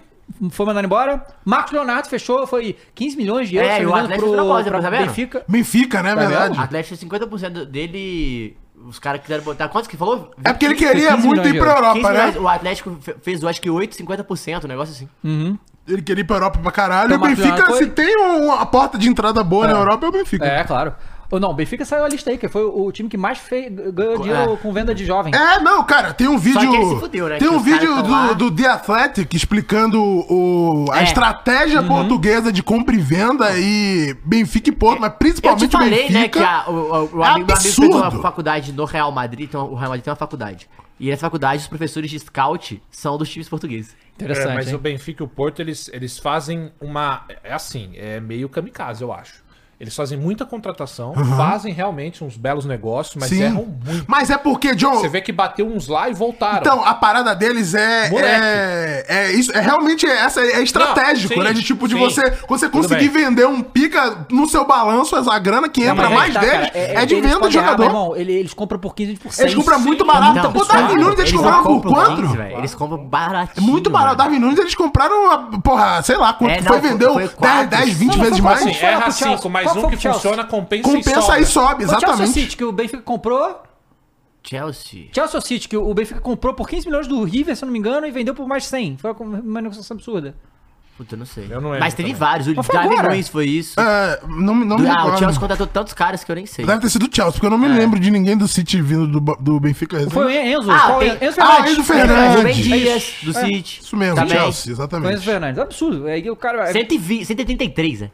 A: foi mandado embora. Marcos Leonardo fechou, foi 15 milhões de euros.
D: É,
A: se não
D: e
A: me
D: o
A: engano,
D: Atlético entrou na Copa, tá sabendo?
A: Benfica.
B: Benfica, né? É verdade.
D: o Atlético 50% dele. Os caras quiseram botar. Quantos que falou?
B: É porque ele queria
A: 15
B: muito ir pra
A: milhões
D: 15
B: Europa, né?
D: milhões, o Atlético fe- fez, eu acho que 8, 50%, um negócio assim.
B: Ele queria ir pra Europa pra caralho.
A: Então,
B: o Benfica,
A: Marcos
B: se
A: Leonardo
B: tem um- uma porta de entrada boa na Europa, é o Benfica.
A: É,
B: É,
A: claro. Ou não, o Benfica saiu a lista aí, que foi o o time que mais fez, ganhou dinheiro
D: É.
A: com venda de jovem.
B: não, cara, tem um
D: que ele
B: vídeo.
D: se fudeu, né,
B: Tem
D: que
B: um
D: os caras
B: vídeo
D: tão lá.
B: do, do The Athletic explicando o, a
D: É.
B: estratégia portuguesa de compra e venda e Benfica e Porto, mas principalmente
D: É, eu te falei,
B: Benfica.
D: né, que a- o, o- o
B: É
D: amigo, meu amigo fez
B: absurdo.
D: uma faculdade no Real Madrid, então o Real Madrid tem uma faculdade. E nessa faculdade os professores de scout são dos times portugueses.
A: Interessante.
C: É, mas
A: hein?
C: o Benfica e o Porto, eles, eles fazem uma. É assim, é meio kamikaze, eu acho. Eles fazem muita contratação,
A: Uhum.
C: fazem realmente uns belos negócios, mas
B: Sim.
C: erram muito.
B: Mas é porque, John.
C: Você vê que bateu uns lá e voltaram.
B: Então, a parada deles é.
C: Moleque.
B: É, é isso. É realmente essa é estratégico,
C: Não, sim,
B: né? De tipo de
C: sim.
B: você. Quando você
C: Tudo
B: conseguir
C: bem.
B: vender um pica no seu balanço, a grana que entra
A: Mas aí
B: mais
A: tá,
B: deles
A: cara,
B: é, de
A: eles
B: venda de
A: podem errar,
B: jogador.
A: meu irmão, ele- eles compram por 15, por 6.
B: eles compram muito barato.
D: Não,
B: o
D: Então, eles
B: Darwin
D: compram-
B: Nunes eles
D: eles não
B: compraram por
D: compram
B: quanto?
D: 15, velho, Eles compram baratinho.
B: É Muito barato. O
D: mano.
B: Darwin Nunes eles compraram, a- porra, sei lá quanto
D: É,
B: que
D: não,
B: foi, vendeu
D: foi
B: 10,
D: quatro.
B: 10, 20
A: Não, não
B: vezes
A: foi
B: mais.
A: quatro,
C: assim,
A: foi lá
C: erra
A: pro Chelsea.
C: 5, mas
A: Qual
C: um
A: foi
C: que
A: pro Chelsea?
C: funciona compensa, e
B: Compensa
C: sobra.
B: aí sobe,
A: O Chelsea
B: exatamente.
A: City, que o Benfica comprou.
D: Chelsea.
A: Chelsea City, que o Benfica comprou por 15 milhões do River, se eu não me engano, e vendeu por mais 100. Foi uma uma negociação absurda.
D: Puta, eu não sei.
C: Eu não lembro
D: Mas teve
C: também.
D: vários. O
A: Mas foi
D: Davi
A: agora.
D: Luiz foi isso.
B: É, não, não me
D: ah, o É. Chelsea
B: lembro.
D: contratou tantos caras que eu nem sei.
B: Deve ter sido o Chelsea, porque eu não me lembro de ninguém do City vindo do, Ba- do Benfica.
A: Foi o Enzo.
D: Ah,
A: qual é?
D: tem-
A: Enzo Enzo
B: Ah,
A: Fernandes.
B: Enzo
D: Fernandes,
B: Fernandes.
D: Rubem Dias, do City.
B: É, Isso mesmo,
D: Também.
B: Chelsea,
A: Foi o Enzo
B: exatamente.
A: Fernandes. Absurdo. Aí o
C: É.
A: cara.
D: 120, 133, né?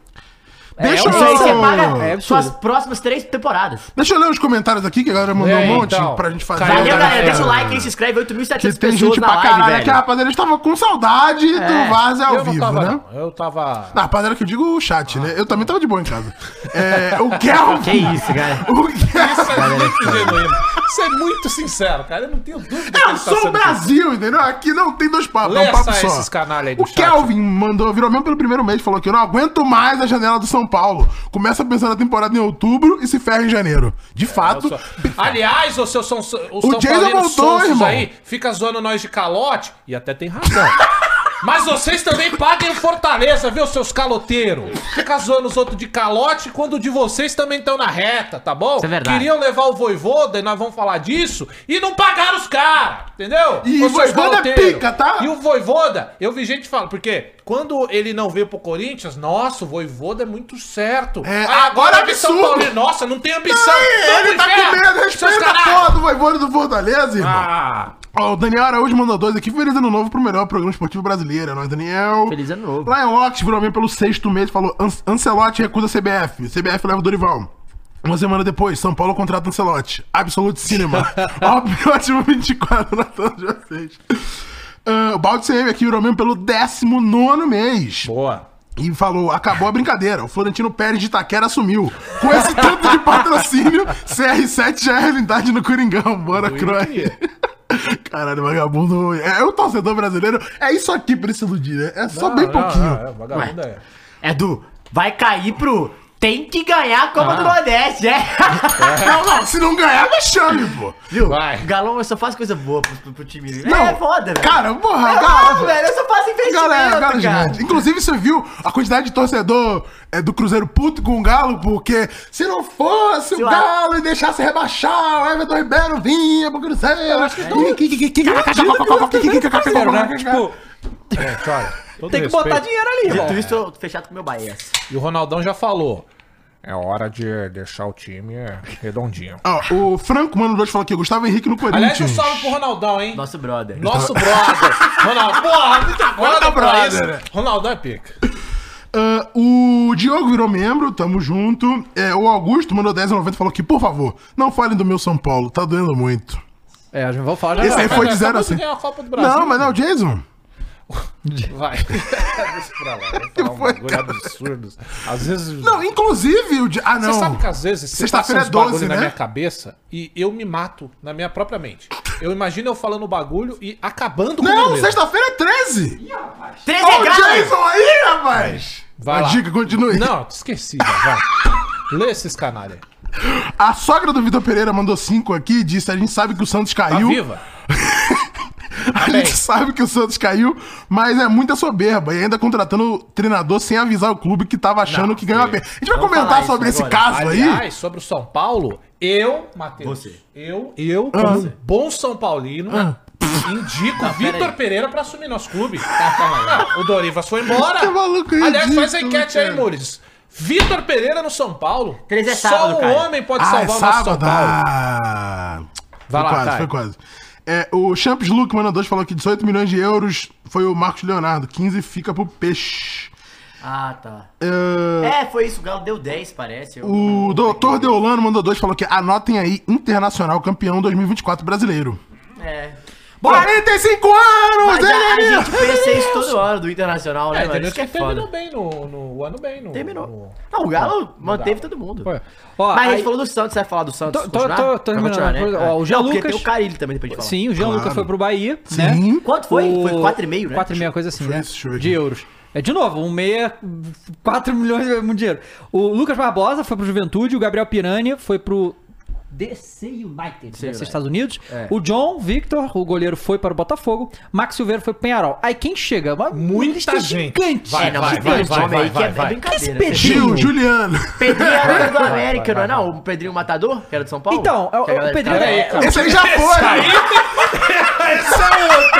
B: Deixa
A: é, isso
B: eu...
D: Isso aí você
A: É
D: paga
A: absurdo.
D: suas próximas três temporadas.
B: Deixa eu ler os comentários aqui, que a galera mandou
C: É,
B: um monte
C: então.
B: pra gente fazer.
C: Valeu,
D: Valeu,
C: galera. é,
D: galera. Deixa o like aí, se inscreve.
B: Que
D: 8.700
B: tem
D: né? pessoas
B: gente
D: na
B: pra
D: live,
B: caralho aqui,
D: velho. É.
B: rapaziada. Eles estavam com saudade do Vaz ao
C: eu não
B: vivo,
C: tava,
B: né?
C: não. Eu tava.
B: Na rapaziada que eu digo o chat, né? Eu também tava de boa em casa. É, o Kel.
D: Que isso, cara.
B: O Kel.
C: Isso é muito genuíno. Isso é muito sincero, cara. Eu não tenho dúvida. que
B: Eu
C: ele tá
B: sou o
C: sendo
B: Brasil, entendeu? Aqui não tem dois papos,
C: Lê
B: é um papo
C: essa-
B: só.
C: esses canalha aí do
B: o
C: chat.
B: Kelvin mandou, virou mesmo pelo primeiro mês, falou que eu não aguento mais a janela do São Paulo. Começa pensando na temporada em outubro e se ferra em janeiro. De
C: É,
B: fato,
C: Só- Aliás, o seu São, o São
B: Jason
C: Paulino
B: voltou,
C: sonsos
B: irmão.
C: aí fica zoando nós de calote e até tem razão. Mas vocês também paguem o Fortaleza, viu, seus caloteiros? Fica zoando os outros de calote quando de vocês também estão na reta, tá bom?
D: Isso é verdade.
C: Queriam levar o Voivoda, e nós vamos falar disso, e não pagaram os caras, entendeu?
B: E
C: Ô,
B: o Voivoda
C: seus
B: é
C: caloteiros.
B: pica, tá?
C: E o Voivoda, eu vi gente falando, porque quando ele não veio pro Corinthians, nossa, o Voivoda é muito certo.
B: É,
C: Ah,
B: agora é
C: a missão
B: absurdo.
C: Paulino, nossa, não tem ambição.
B: Ei, ele tá com medo, respeita a porra do Voivoda do Fortaleza, irmão.
C: Ah,
B: Ó, o Daniel Araújo mandou dois aqui. Feliz ano novo pro melhor programa esportivo brasileiro. É nóis, Daniel.
D: Feliz ano novo.
B: Lion Ox virou mim pelo sexto mês e falou: "An- Ancelotti recusa a CBF. CBF leva o Dorival. Uma semana depois, São Paulo contrata Ancelotti. Absolute Cinema. Óbvio, ótimo 24 na tela de vocês. Ah, o Balde CM aqui virou mesmo pelo 19 mês.
C: boa.
B: E falou, acabou a brincadeira. O Florentino Pérez de Itaquera assumiu. Com esse tanto de patrocínio, CR7 já é realidade no Coringão. Bora, Croy. Caralho, vagabundo. É o torcedor brasileiro. É isso aqui pra ele se iludir, né? É só bem pouquinho.
C: É, vagabundo é.
D: É do. Vai cair pro Tem que ganhar a
C: Ah.
D: Copa do Nordeste, é.
B: Não, não, se não ganhar, vai chame, pô.
D: Viu?
C: Vai.
D: Galão, eu só faço coisa boa pro, pro- pro time.
B: Não,
D: é foda, velho.
B: Cara, porra,
D: eu
B: cara.
D: falo, Ah, velho, eu só faço investimento,
B: Galera,
D: cara.
B: galera gigante. Inclusive, você viu a quantidade de torcedor é, do Cruzeiro puto com o Galo, porque se não fosse
D: Se
B: o
D: o-
B: Galo e deixasse rebaixar, o Everton Ribeiro vinha pro Cruzeiro. Eu acho que
C: Tá
A: Brasileiro, né? Tipo,
C: É, cara, todo
A: tem que
C: respeito.
A: botar dinheiro ali,
D: Dito
A: irmão.
D: isso, eu tô fechado com o meu Bahia.
C: E o Ronaldão já falou. É hora de deixar o time é, redondinho.
B: o Franco Mano 2 falou aqui, Gustavo Henrique no Corinthians.
C: Aliás, um salve pro Ronaldão, hein?
D: Nosso brother.
C: Nosso brother. Ronaldo, porra, muita
B: Muita
C: tá- brother pra
B: brother,
C: isso.
B: né?
C: Ronaldão é pica.
B: Ah, o Diogo virou membro, tamo junto. É, o Augusto mandou 10,90 e falou que, por favor, não falem do meu São Paulo, tá doendo muito.
A: É, já vou falar já.
B: Esse aí
A: já.
B: foi de
C: Acabou
B: 0 a 100.
C: ganhar a Copa do Brasil.
B: Não, mas não, Jason.
C: Vai. Deixa pra lá. Vai falar um
B: foi,
C: bagulho absurdo. Às vezes.
B: Não, inclusive o. Ja- Ah, não.
C: Você sabe que às vezes você passa
B: Sexta-feira
C: uns
B: é 12,
C: bagulho na
B: né?
C: minha cabeça e eu me mato na minha própria mente. Eu imagino eu falando o bagulho e acabando
B: Não,
C: comigo mesmo.
B: sexta-feira é 13.
D: 13
B: Olha o
D: graus!
B: Jason aí, rapaz.
C: É Vai
B: a
C: lá.
B: dica, continue.
C: Não, te esqueci, já, vai. Lê esses canalha.
B: A sogra do Vitor Pereira mandou 5 aqui e disse: a gente sabe que o Santos
C: Tá
B: caiu.
C: viva?
B: A
C: bem.
B: gente sabe que o Santos caiu, mas é muita soberba. E ainda contratando o treinador sem avisar o clube que tava achando
C: Não,
B: que ganhou a
C: foi.
B: pena. A gente vai
D: Vamos
B: comentar
D: falar isso
B: sobre esse
D: agora.
B: caso aí.
C: Aliás, sobre o São Paulo, eu, Matheus,
D: Você.
C: eu, eu,
B: Ah.
C: como um bom São Paulino, indico Vitor
D: peraí.
C: Pereira pra assumir nosso clube. Tá, Não, o Dorivas foi embora.
B: Você é maluco, eu
C: Aliás, faz a
B: acredito,
C: enquete aí,
B: cara.
C: Mures. Vitor Pereira no São Paulo.
D: Três é
C: Só
D: sábado,
C: um
D: cara.
C: homem pode
B: Ah, é
C: salvar o nosso São
B: sábado.
C: Paulo.
B: Ah, foi
C: Vai lá,
B: quase,
C: Caio.
B: foi quase. É, o Champs Luke Mano 2 falou que 18 milhões de euros foi o Marcos Leonardo, 15 fica pro peixe.
D: Ah, tá.
B: É,
D: É, foi isso. O Galo deu 10, parece. Eu-
B: o Doutor Deolano mandou dois falou que anotem aí Internacional campeão 2024 brasileiro.
D: É.
B: 45 anos!
D: Mas a, a
B: ele é
D: gente pensa isso todo ano do Internacional,
C: É,
D: né, mano?
C: entendeu?
D: Isso que é
C: Que terminou
D: foda.
C: bem no, no o ano bem. No,
D: Terminou.
C: no-
D: Não, o Galo manteve
C: Galo.
D: todo mundo.
A: Foi. Ó,
D: Mas a
A: aí-
D: gente falou do Santos, você vai falar do Santos?
A: Tô- tô-
D: continuar?
A: tô- tô
D: Vai continuar,
A: terminando.
D: né?
A: Ó, o
D: Não,
A: Jean
D: porque
A: Lucas-
D: tem o Carilli também depois de falar.
A: Sim, o Gianluca
B: Claro.
A: foi pro Bahia, né?
B: Sim.
D: Quanto foi? Foi 4,5, né?
A: 4,5, coisa assim,
B: Foi
A: né?
B: isso, show.
A: de euros. É, de novo, um meia, 4 milhões é muito dinheiro. O Lucas Barbosa foi pro Juventude, o Gabriel Pirani foi pro DC United, deve ser
D: United.
A: Estados Unidos.
D: É.
A: O John Victor, o goleiro, foi para o Botafogo. Max Silveira foi pro Penharol. Aí quem chega? Uma
C: Muita
A: lista
C: gente.
A: gigante.
C: Vai,
D: É, não, mas tem um
C: vai,
D: time
C: vai,
D: aí que é-
C: vai, vai.
D: é brincadeira.
A: Esse
D: Pedrinho-
B: Gil, Juliano.
D: Pedrinho era do América, não é não? O Pedrinho Matador, que era de São Paulo?
A: Então,
D: Que a
A: o- o
D: galera
A: Pedrinho
D: ficava-
A: é-
B: Esse aí já
C: é
B: foi.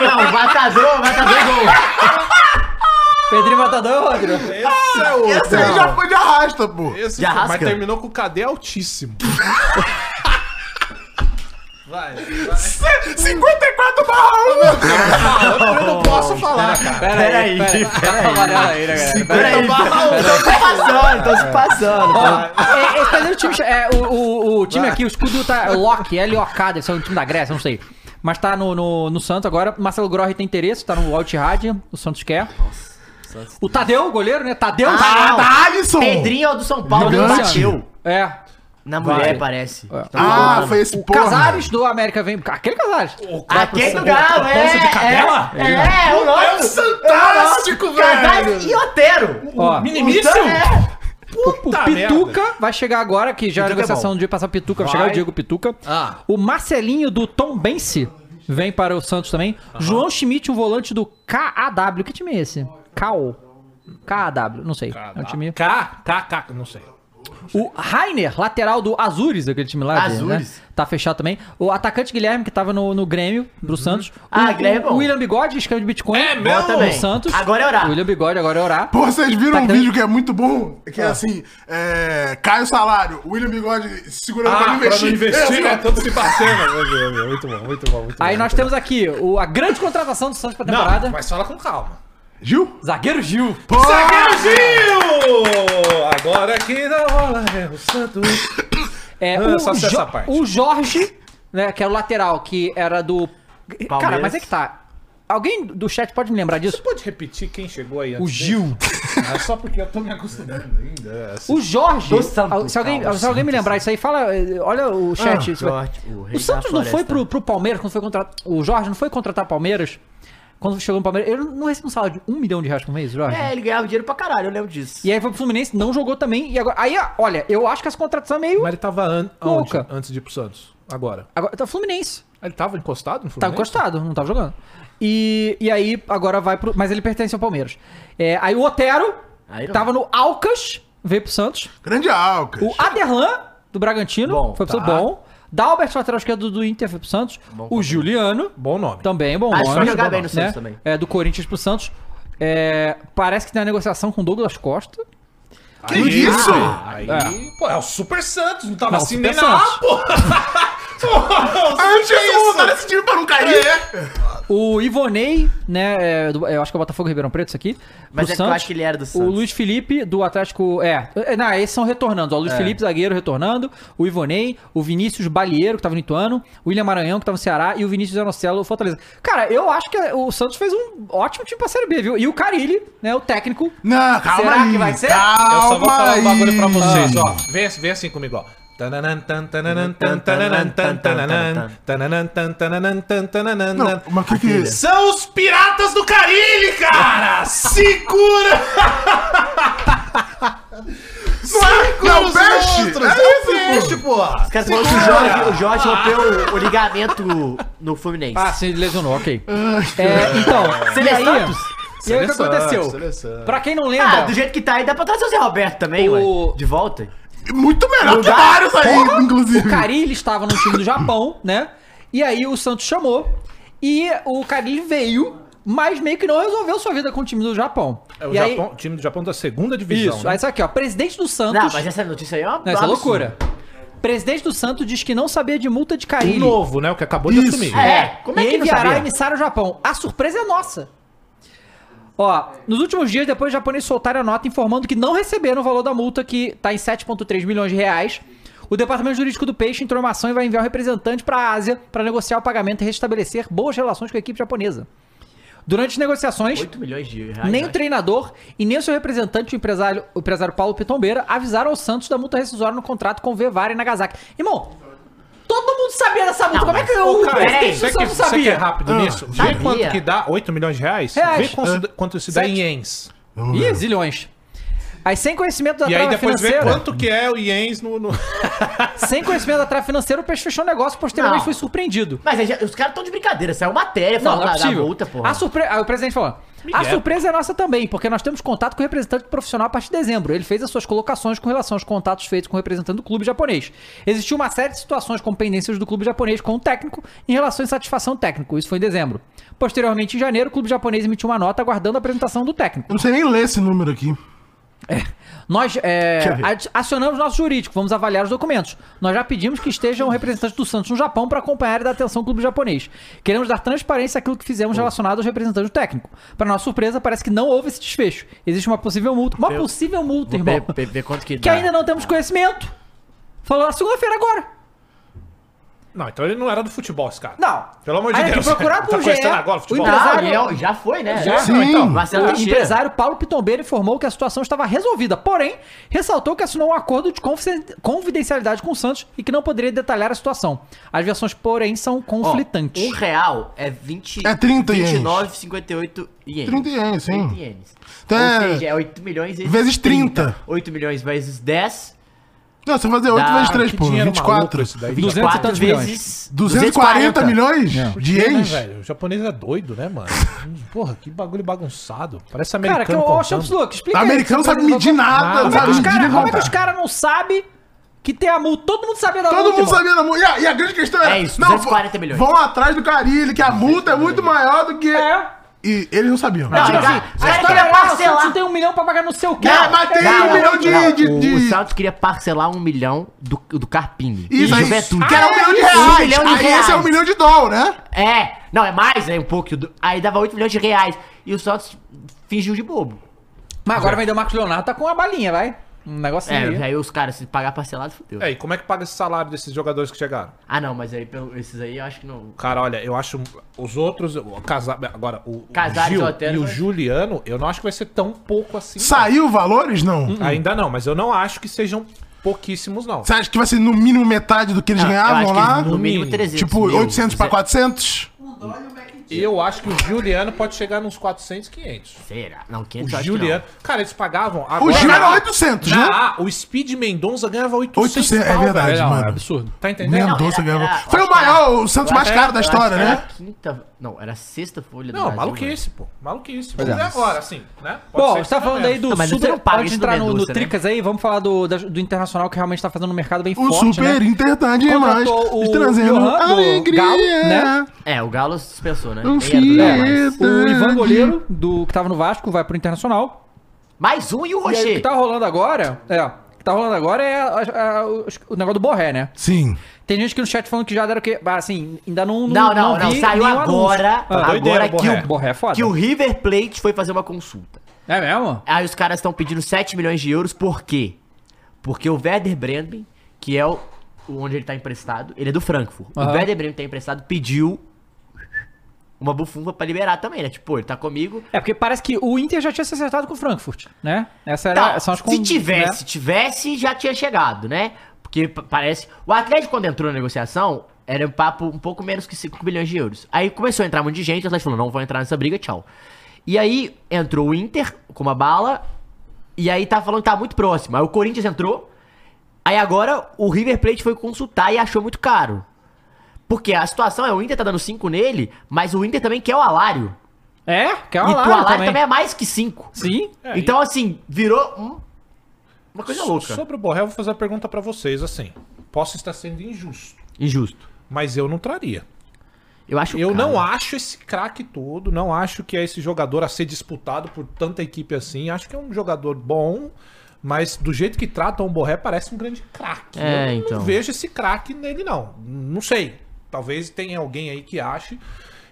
D: Não, Matador, Matador é bom.
A: Pedrinho Matadão, Rodrigo.
C: Esse é outro.
B: Esse aí já foi de arrasta, pô.
C: Esse
D: De
C: foi- mas
D: Arrasca?
C: terminou com o KD altíssimo. vai, vai.
B: 54 barra 1, meu
C: Eu não posso falar, cara.
A: Pera aí,
D: Peraí,
A: pera aí, né, galera? Pera aí.
D: Peraí, tô se passando, tô se passando.
A: Ó,
D: pô.
A: é, esse primeiro time, é, o, o, o time aqui, o escudo tá é Loki, L-O-K, deve ser um time da Grécia, não sei. Mas tá no, no, no Santos agora. Marcelo Grorri tem interesse, tá no Altirad, o Santos quer. O Tadeu, o goleiro, né? Tadeu.
D: Ah,
A: tá-
D: não.
B: Da Alisson.
D: Pedrinho é o do São Paulo, ele
B: Gigante.
D: bateu.
A: É.
D: Na mulher,
A: Vai. É.
D: parece. Então tá
B: Ah, foi esse
A: O
B: porra.
A: Casares do América vem. Aquele Casares.
D: Aquele do Galo, é.
C: Pança de cadela?
D: É, é, é o
C: É um
D: nosso.
C: fantástico,
D: Casais
C: velho.
D: e Otero.
A: Ó,
C: Minimício?
D: É.
A: o
C: Puta
A: Pituca
C: merda.
A: vai chegar agora, que já é a
D: Pituca é
A: negociação
D: bom.
A: de passar o Pituca, vai
C: Vai.
A: chegar o Diego Pituca.
C: Ah.
A: O Marcelinho do Tom Bense vem para o Santos também. João Schmidt, o volante do KAW. Que time é esse? KAW. KAW, não sei.
C: Tá,
A: É um time.
C: K, K, K, tá, não sei.
A: O Rainer, lateral do Azures, aquele time lá. de-
D: Azures.
A: Né? Tá fechado também. O atacante Guilherme, que tava no, no Grêmio, pro Santos.
D: Ah,
A: o,
D: Guilherme é
A: o
D: bom.
A: William Bigode, escândalo de Bitcoin.
C: É
A: Bota
C: mesmo?
A: também. Santos.
D: Agora é orar.
A: O William Bigode, agora é orar.
B: Pô, vocês viram
A: Tá
B: um
A: tendo-
B: vídeo que é muito bom? Que é assim, é... cai o salário, William Bigode
C: Ah,
B: segurando pra não investir. É assim, ó.
C: Todos se batendo. né? Meu Deus, meu, Muito bom, muito bom, muito
A: Aí
C: bom.
A: nós temos aqui o- a grande contratação do Santos pra temporada.
C: Não, mas fala com calma.
B: Gil?
A: Zagueiro Gil.
B: Pô!
C: Zagueiro Gil! Agora que não rola é o Santos.
A: É,
C: Ah,
A: o,
C: só sei
A: Jo-
C: essa parte.
A: o Jorge, né, que era o lateral, que era do. Cara, mas é que tá. Alguém do chat pode me lembrar
C: Você
A: disso?
C: pode repetir quem chegou aí antes?
A: O Gil.
C: dele? É só porque eu tô me acostumando ainda. é assim.
A: O Jorge.
D: Do Santos,
A: se alguém,
D: calma,
A: se alguém me lembrar isso aí, fala. eh, Olha o chat. isso vai-
D: Jorge, o rei
A: o
D: da
A: Santos não
D: floresta.
A: foi pro, pro Palmeiras quando foi contratar. O Jorge não foi contratar Palmeiras quando chegou no Palmeiras, ele não recebeu um salário de um milhão de reais por mês, Jorge?
D: É, ele ganhava dinheiro pra caralho, eu lembro disso.
A: E aí foi pro Fluminense, não jogou também. E agora. Aí, olha, eu acho que essa contratação é meio.
C: Mas ele tava an aonde,
A: Louca.
C: antes de ir pro Santos? Agora.
A: Agora, tá Fluminense.
C: Ele tava encostado no Fluminense?
A: Tá encostado, não tava jogando. E, e aí, agora vai pro. Mas ele pertence ao Palmeiras. É, aí o Otero
D: Aí não.
A: tava no Alcas, veio pro Santos.
B: Grande Alcas.
A: O Aderlan, do Bragantino,
D: Bom,
A: foi pro
D: tá.
A: Santos bom. Dalbert, lateral esquerdo do Inter, foi pro Santos. o Juliano,
C: Bom nome.
A: também bom
D: Ah,
A: nome.
D: só jogar
A: bom
D: bem no
A: nome,
D: Santos também.
A: É, do Corinthians pro Santos. É, parece que tem uma negociação com o Douglas Costa.
B: Que isso?
C: Aí, pô, é o Super Santos, não tava
A: Não,
C: assim
A: Super
C: nem na
A: Santos.
C: A, pô. Pô,
B: Antes
C: que
B: eu
C: isso?
B: montar esse time pra não cair.
A: O Ivonei, né, é, do- eu acho que é o Botafogo Ribeirão Preto isso aqui.
D: Mas
A: pro
D: é que eu acho que ele era do
A: O
D: Santos.
A: Luiz Felipe, do Atlético. É. é, Não, esses são retornando.
D: É.
A: O Luiz Felipe, zagueiro, retornando. O Ivonei, o Vinícius Balieiro, que tava no Ituano. O William Maranhão, que tava no Ceará. E o Vinícius Anocelo, Fortaleza. Cara, eu acho que o Santos fez um ótimo time pra Série B, viu? E o Carilli, né, o técnico.
B: Não, calma
A: Será
B: aí.
A: que vai ser?
B: Calma
C: Eu só vou falar
B: aí.
C: um bagulho pra vocês, ó. Vem, assim- vem assim comigo, ó. Tananan, tan, tananan, tan, tananan, tan, tananan, tananan, tan, tananan, tan, tananan,
B: Não, mas o que é que...
C: São os piratas do Caribe, cara! Segura! Segura
B: não,
C: os
B: veste!
C: monstros!
B: É
C: Não
B: isso, pô.
C: veste, porra!
D: Os caras falaram que o Jorge, o Jorge rompeu o ligamento no Fluminense.
A: Ah, sim, ele lesionou, ok. É, então, e aí,
D: Seleção?
A: e aí o que
C: Seleção,
A: aconteceu?
C: seleção.
A: Pra quem não lembra.
D: Ah, do jeito que tá aí, dá pra trazer o Zé Roberto também,
A: O-
D: ué. De volta.
B: Muito melhor que
D: dá.
B: vários aí, inclusive.
A: O Carilli estava no time do Japão, né? E aí o Santos chamou e o Carilli veio, mas meio que não resolveu sua vida com o time do Japão.
C: É o
A: e aí,
C: Japão- time do Japão da segunda divisão.
A: isso,
C: né?
A: aí isso aqui, ó, presidente do Santos.
D: Não, mas essa notícia aí é uma
A: Não, isso é loucura. Presidente do Santos diz que não sabia de multa de
C: O
A: Carilli.
C: novo, né? O que acabou de
B: Isso.
C: assumir.
D: É, como é
A: e
D: que não
A: enviará
D: sabia?
A: emissário ao Japão. A surpresa é nossa. Ó, nos últimos dias, depois os japoneses soltaram a nota informando que não receberam o valor da multa, que tá em 7,3 milhões de reais. O Departamento Jurídico do Peixe entrou em uma ação e vai enviar um representante para a Ásia para negociar o pagamento e restabelecer boas relações com a equipe japonesa. Durante as negociações,
D: 8 milhões de reais.
A: nem o
D: eu acho.
A: treinador e nem o seu representante, o empresário, o empresário Paulo Pitombeira, avisaram ao Santos da multa rescisória no contrato com Vevara e Nagasaki. Irmão, todo mundo sabia dessa multa.
D: Não,
A: Como é que
D: mas,
A: o
D: ô, cara,
A: presidente do
C: Você que,
A: Santos
C: você que é
A: sabia?
C: rápido
B: Ah,
C: nisso? Vê
D: sabia.
C: quanto que dá 8 milhões de reais? Vê
A: Reais. Ah,
C: quanto, quanto se dá em
A: Sete.
C: ienes.
B: Vamos
A: Ih,
B: ver.
A: zilhões. Aí sem conhecimento da
C: né? E aí
A: trava
C: depois vê
A: financeira.
C: quanto que é o ienes no... no-
A: Sem conhecimento da trava financeira, o peixe fechou o negócio e posteriormente
D: Não.
A: foi surpreendido.
D: Mas aí já- os caras estão de brincadeira, saiu matéria
A: Não,
D: falando
A: não é
D: da, da
A: possível.
D: multa, porra.
A: a surpre... Aí o presidente falou: A
C: Miguel.
A: surpresa é nossa também, porque nós temos contato com o representante profissional a partir de dezembro. Ele fez as suas colocações com relação aos contatos feitos com o representante do clube japonês. Existiu uma série de situações com pendências do clube japonês com o técnico em relação à insatisfação técnico. Isso foi em dezembro. Posteriormente, em janeiro, o clube japonês emitiu uma nota aguardando a apresentação do técnico.
B: Eu não sei nem ler esse número aqui.
A: Nós é,
D: Deixa eu ver.
A: ad- acionamos nosso jurídico, vamos avaliar os documentos. Nós já pedimos que esteja um representante do Santos no Japão para acompanhar e dar atenção ao clube japonês. Queremos dar transparência àquilo que fizemos relacionado aos representantes do técnico. Para nossa surpresa, parece que não houve esse desfecho. Existe uma possível multa. Uma possível multa,
D: Vou
A: irmão.
D: ver- ver- ver quanto que
A: Que
D: dá.
A: ainda não temos conhecimento. Falou na segunda-feira agora.
C: Não, então ele não era do futebol, esse cara.
A: Não.
C: Pelo amor de
A: Aí tem
C: Deus.
A: que procurar pro
C: tá
A: GE,
C: conhecendo agora o
A: o
C: futebol.
A: empresário-
D: Ah, Ariel, já foi, né?
C: Já?
B: Sim.
C: Não, então,
D: Marcelo
A: O
D: Teixeira.
A: empresário Paulo Pitombeiro informou que a situação estava resolvida, porém, ressaltou que assinou um acordo de confi- confidencialidade com o Santos e que não poderia detalhar a situação. As versões, porém, são
D: Ó,
A: conflitantes.
D: Um real é 20...
B: É 30 ienes.
D: 29,58 ienes.
B: 30 ienes, sim.
D: 30 ienes.
B: Então
D: Ou
B: é-
D: seja, é 8 milhões vezes
B: Vezes 30.
D: 8 milhões vezes 10.
B: Não, você vai fazer 8
D: Dá-
B: vezes 3,
C: que
B: pô.
C: dinheiro
B: 24.
C: maluco esse daí.
A: 200 e
D: 4
A: tantos milhões.
D: vezes...
B: 240 milhões de
C: Né,
B: ienes?
C: velho? O japonês é doido, né, mano? Hum, Porra, que bagulho bagunçado. Parece
A: Cara,
C: americano
A: que eu
C: contando.
A: acho absurdo. Explica aí,
B: Tá Americano
A: você
B: sabe medir nada, não
A: Como é que
B: sabe
A: os
B: medir
A: caras
B: nem
A: como é que os
B: contar.
A: caras não sabem que tem a multa? Todo mundo sabia da
B: Todo
A: multa,
B: mundo
A: irmão.
B: sabia da multa. E a- E a grande questão era.
D: É isso,
B: não,
D: 240
B: vão-
D: milhões.
B: Vão atrás do Carilli, que a multa é muito maior do que.
A: É.
B: E eles não sabiam.
D: Não,
A: Tipo
D: Cara,
A: assim,
D: cara,
A: a história é
B: "Ah,
D: quer
A: parcelar.
D: parcelar.
A: O Santos tem um milhão pra pagar no seu
B: É,
A: carro.
B: mas tem
D: Não,
B: um milhão de.
D: não,
B: de,
D: o-
B: de-
D: O Santos queria parcelar um milhão do, do Carpini.
B: Isso,
D: E
B: aí.
D: Juventude.
B: Que era um
A: Ah,
B: milhão de
A: isso,
B: reais.
D: um milhão de
B: aí esse é um
D: reais.
B: milhão de dólar, né?
D: É, não, é mais, é um pouco. do- Aí dava 8 milhões de reais. E o Santos fingiu de bobo.
A: Mas agora vendeu o Marcos Leonardo, tá com uma balinha, vai. Um negocinho
D: é,
A: aí.
D: aí os caras, se pagar parcelado, fudeu.
C: É, e como é que paga esse salário desses jogadores que chegaram?
D: Ah, não, mas aí pelo- esses aí eu acho que não.
C: Cara, olha, eu acho os outros, o Casa- agora o, o
D: Casares,
C: Gil
D: Otero,
C: e o
A: né?
D: mas-
C: Juliano, eu não acho que vai ser tão pouco assim. não.
B: Saiu valores? Não.
C: Hum. Ainda não, mas eu não acho que sejam pouquíssimos não.
B: Você acha que vai ser no mínimo metade do que eles
D: Não, Ah, eu
B: ganhavam Tipo,
D: acho que
B: lá?
D: no
C: No
D: mínimo
C: mínimo.
D: 300.
B: Tipo,
D: mil,
B: 800 pra 400?
C: Eu acho que o Juliano pode chegar nos 400, 500.
D: Será? Não,
C: O
D: 500 eu acho que não.
C: Juliano. Tá Cara, eles pagavam.
B: O Gil era
C: na-
B: 800, né?
C: na A, o Speed Mendonça ganhava 800.
B: 800, é
C: pau,
B: verdade,
C: velho.
B: mano.
C: Absurdo. Tá entendendo?
D: Não,
B: Mendonça
D: era-
B: ganhou.
D: era-
B: Foi o
D: acho que era-
B: maior, o Santos
D: eu
B: mais
C: acho-
B: caro da
C: eu acho
B: história,
D: Era
B: né?
D: a quinta. Não, era a sexta folha
C: Não,
D: Brasil, mano.
C: maluquice, pô. Maluquice.
A: Pois
C: Mas
A: é.
C: é agora, assim, né? Pode
A: Bom,
C: ser
A: você tá
C: que
A: falando
C: tenha
A: aí do
D: é. Não, mas você
A: Super.
D: não paga
A: Pode
D: isso
A: entrar
D: no
A: no, no
D: Medusa, né?
A: Tricas aí, vamos falar do, da- do Internacional que realmente tá fazendo um mercado bem
B: O
A: forte.
B: Super
A: né?
B: importante demais.
A: Contratou o
B: Trazendo
A: Johan do
B: alegria.
A: Galo, né?
D: É, o Galo dispensou, né?
B: Um
D: Nem era do Galo, mas-
B: Fiat.
A: É, O Ivan Goleiro, do, que tava no Vasco, vai pro Internacional.
D: Mais um e o
A: E aí, o que
D: Rocher.
A: tá rolando agora. É, o que tá rolando agora é a- a- o o negócio do Borré, né?
B: Sim.
A: Tem gente que no chat falando que já deram o quê? Ah, Assim, ainda não.
D: Não, não, não,
A: vi
D: saiu
A: nenhum
D: agora,
A: anúncio. Ah,
C: doideira,
D: agora que
C: Borré.
A: o Borré é
D: o,
A: foda.
D: que o River Plate foi fazer uma consulta.
A: É mesmo?
D: Aí os caras estão pedindo 7 milhões de euros, por quê? Porque o Werder Bremen, que é o, onde ele tá emprestado, ele é do Frankfurt.
A: Aham.
D: O Werder Bremen tá emprestado, pediu uma bufunfa pra liberar também, né? Tipo, pô, ele tá comigo.
A: É porque parece que o Inter já tinha se acertado com o Frankfurt, né? Essa era,
D: Tá,
A: são as
D: se
A: con-
D: tivesse,
A: né?
D: tivesse, já tinha chegado, né? Porque p- parece. O Atlético, quando entrou na negociação, era um papo um pouco menos que 5 bilhões de euros. Aí começou a entrar um monte de gente, o Atlético falou: não, vou entrar nessa briga, tchau. E aí entrou o Inter com uma bala, e aí tá falando que tá muito próximo. Aí o Corinthians entrou, aí agora o River Plate foi consultar e achou muito caro. Porque a situação é: o Inter tá dando 5 nele, mas o Inter também quer o Alário.
A: É, que é
C: Tá
D: e o
A: uma
D: Alário também.
A: também.
D: é mais que 5.
A: Sim.
C: É, e-
D: Então, assim, virou um- uma coisa louca.
C: Sobre o Borré, eu vou fazer a pergunta pra vocês, assim. Posso estar sendo injusto,
D: Injusto.
C: mas eu não traria.
D: Eu acho
C: Eu não
D: caro.
C: acho esse craque todo, não acho que é esse jogador a ser disputado por tanta equipe assim. Acho que é um jogador bom, mas do jeito que tratam o Borré, parece um grande craque.
D: É,
C: eu
D: então.
C: não vejo esse craque nele, não. Não sei. Talvez tenha alguém aí que ache.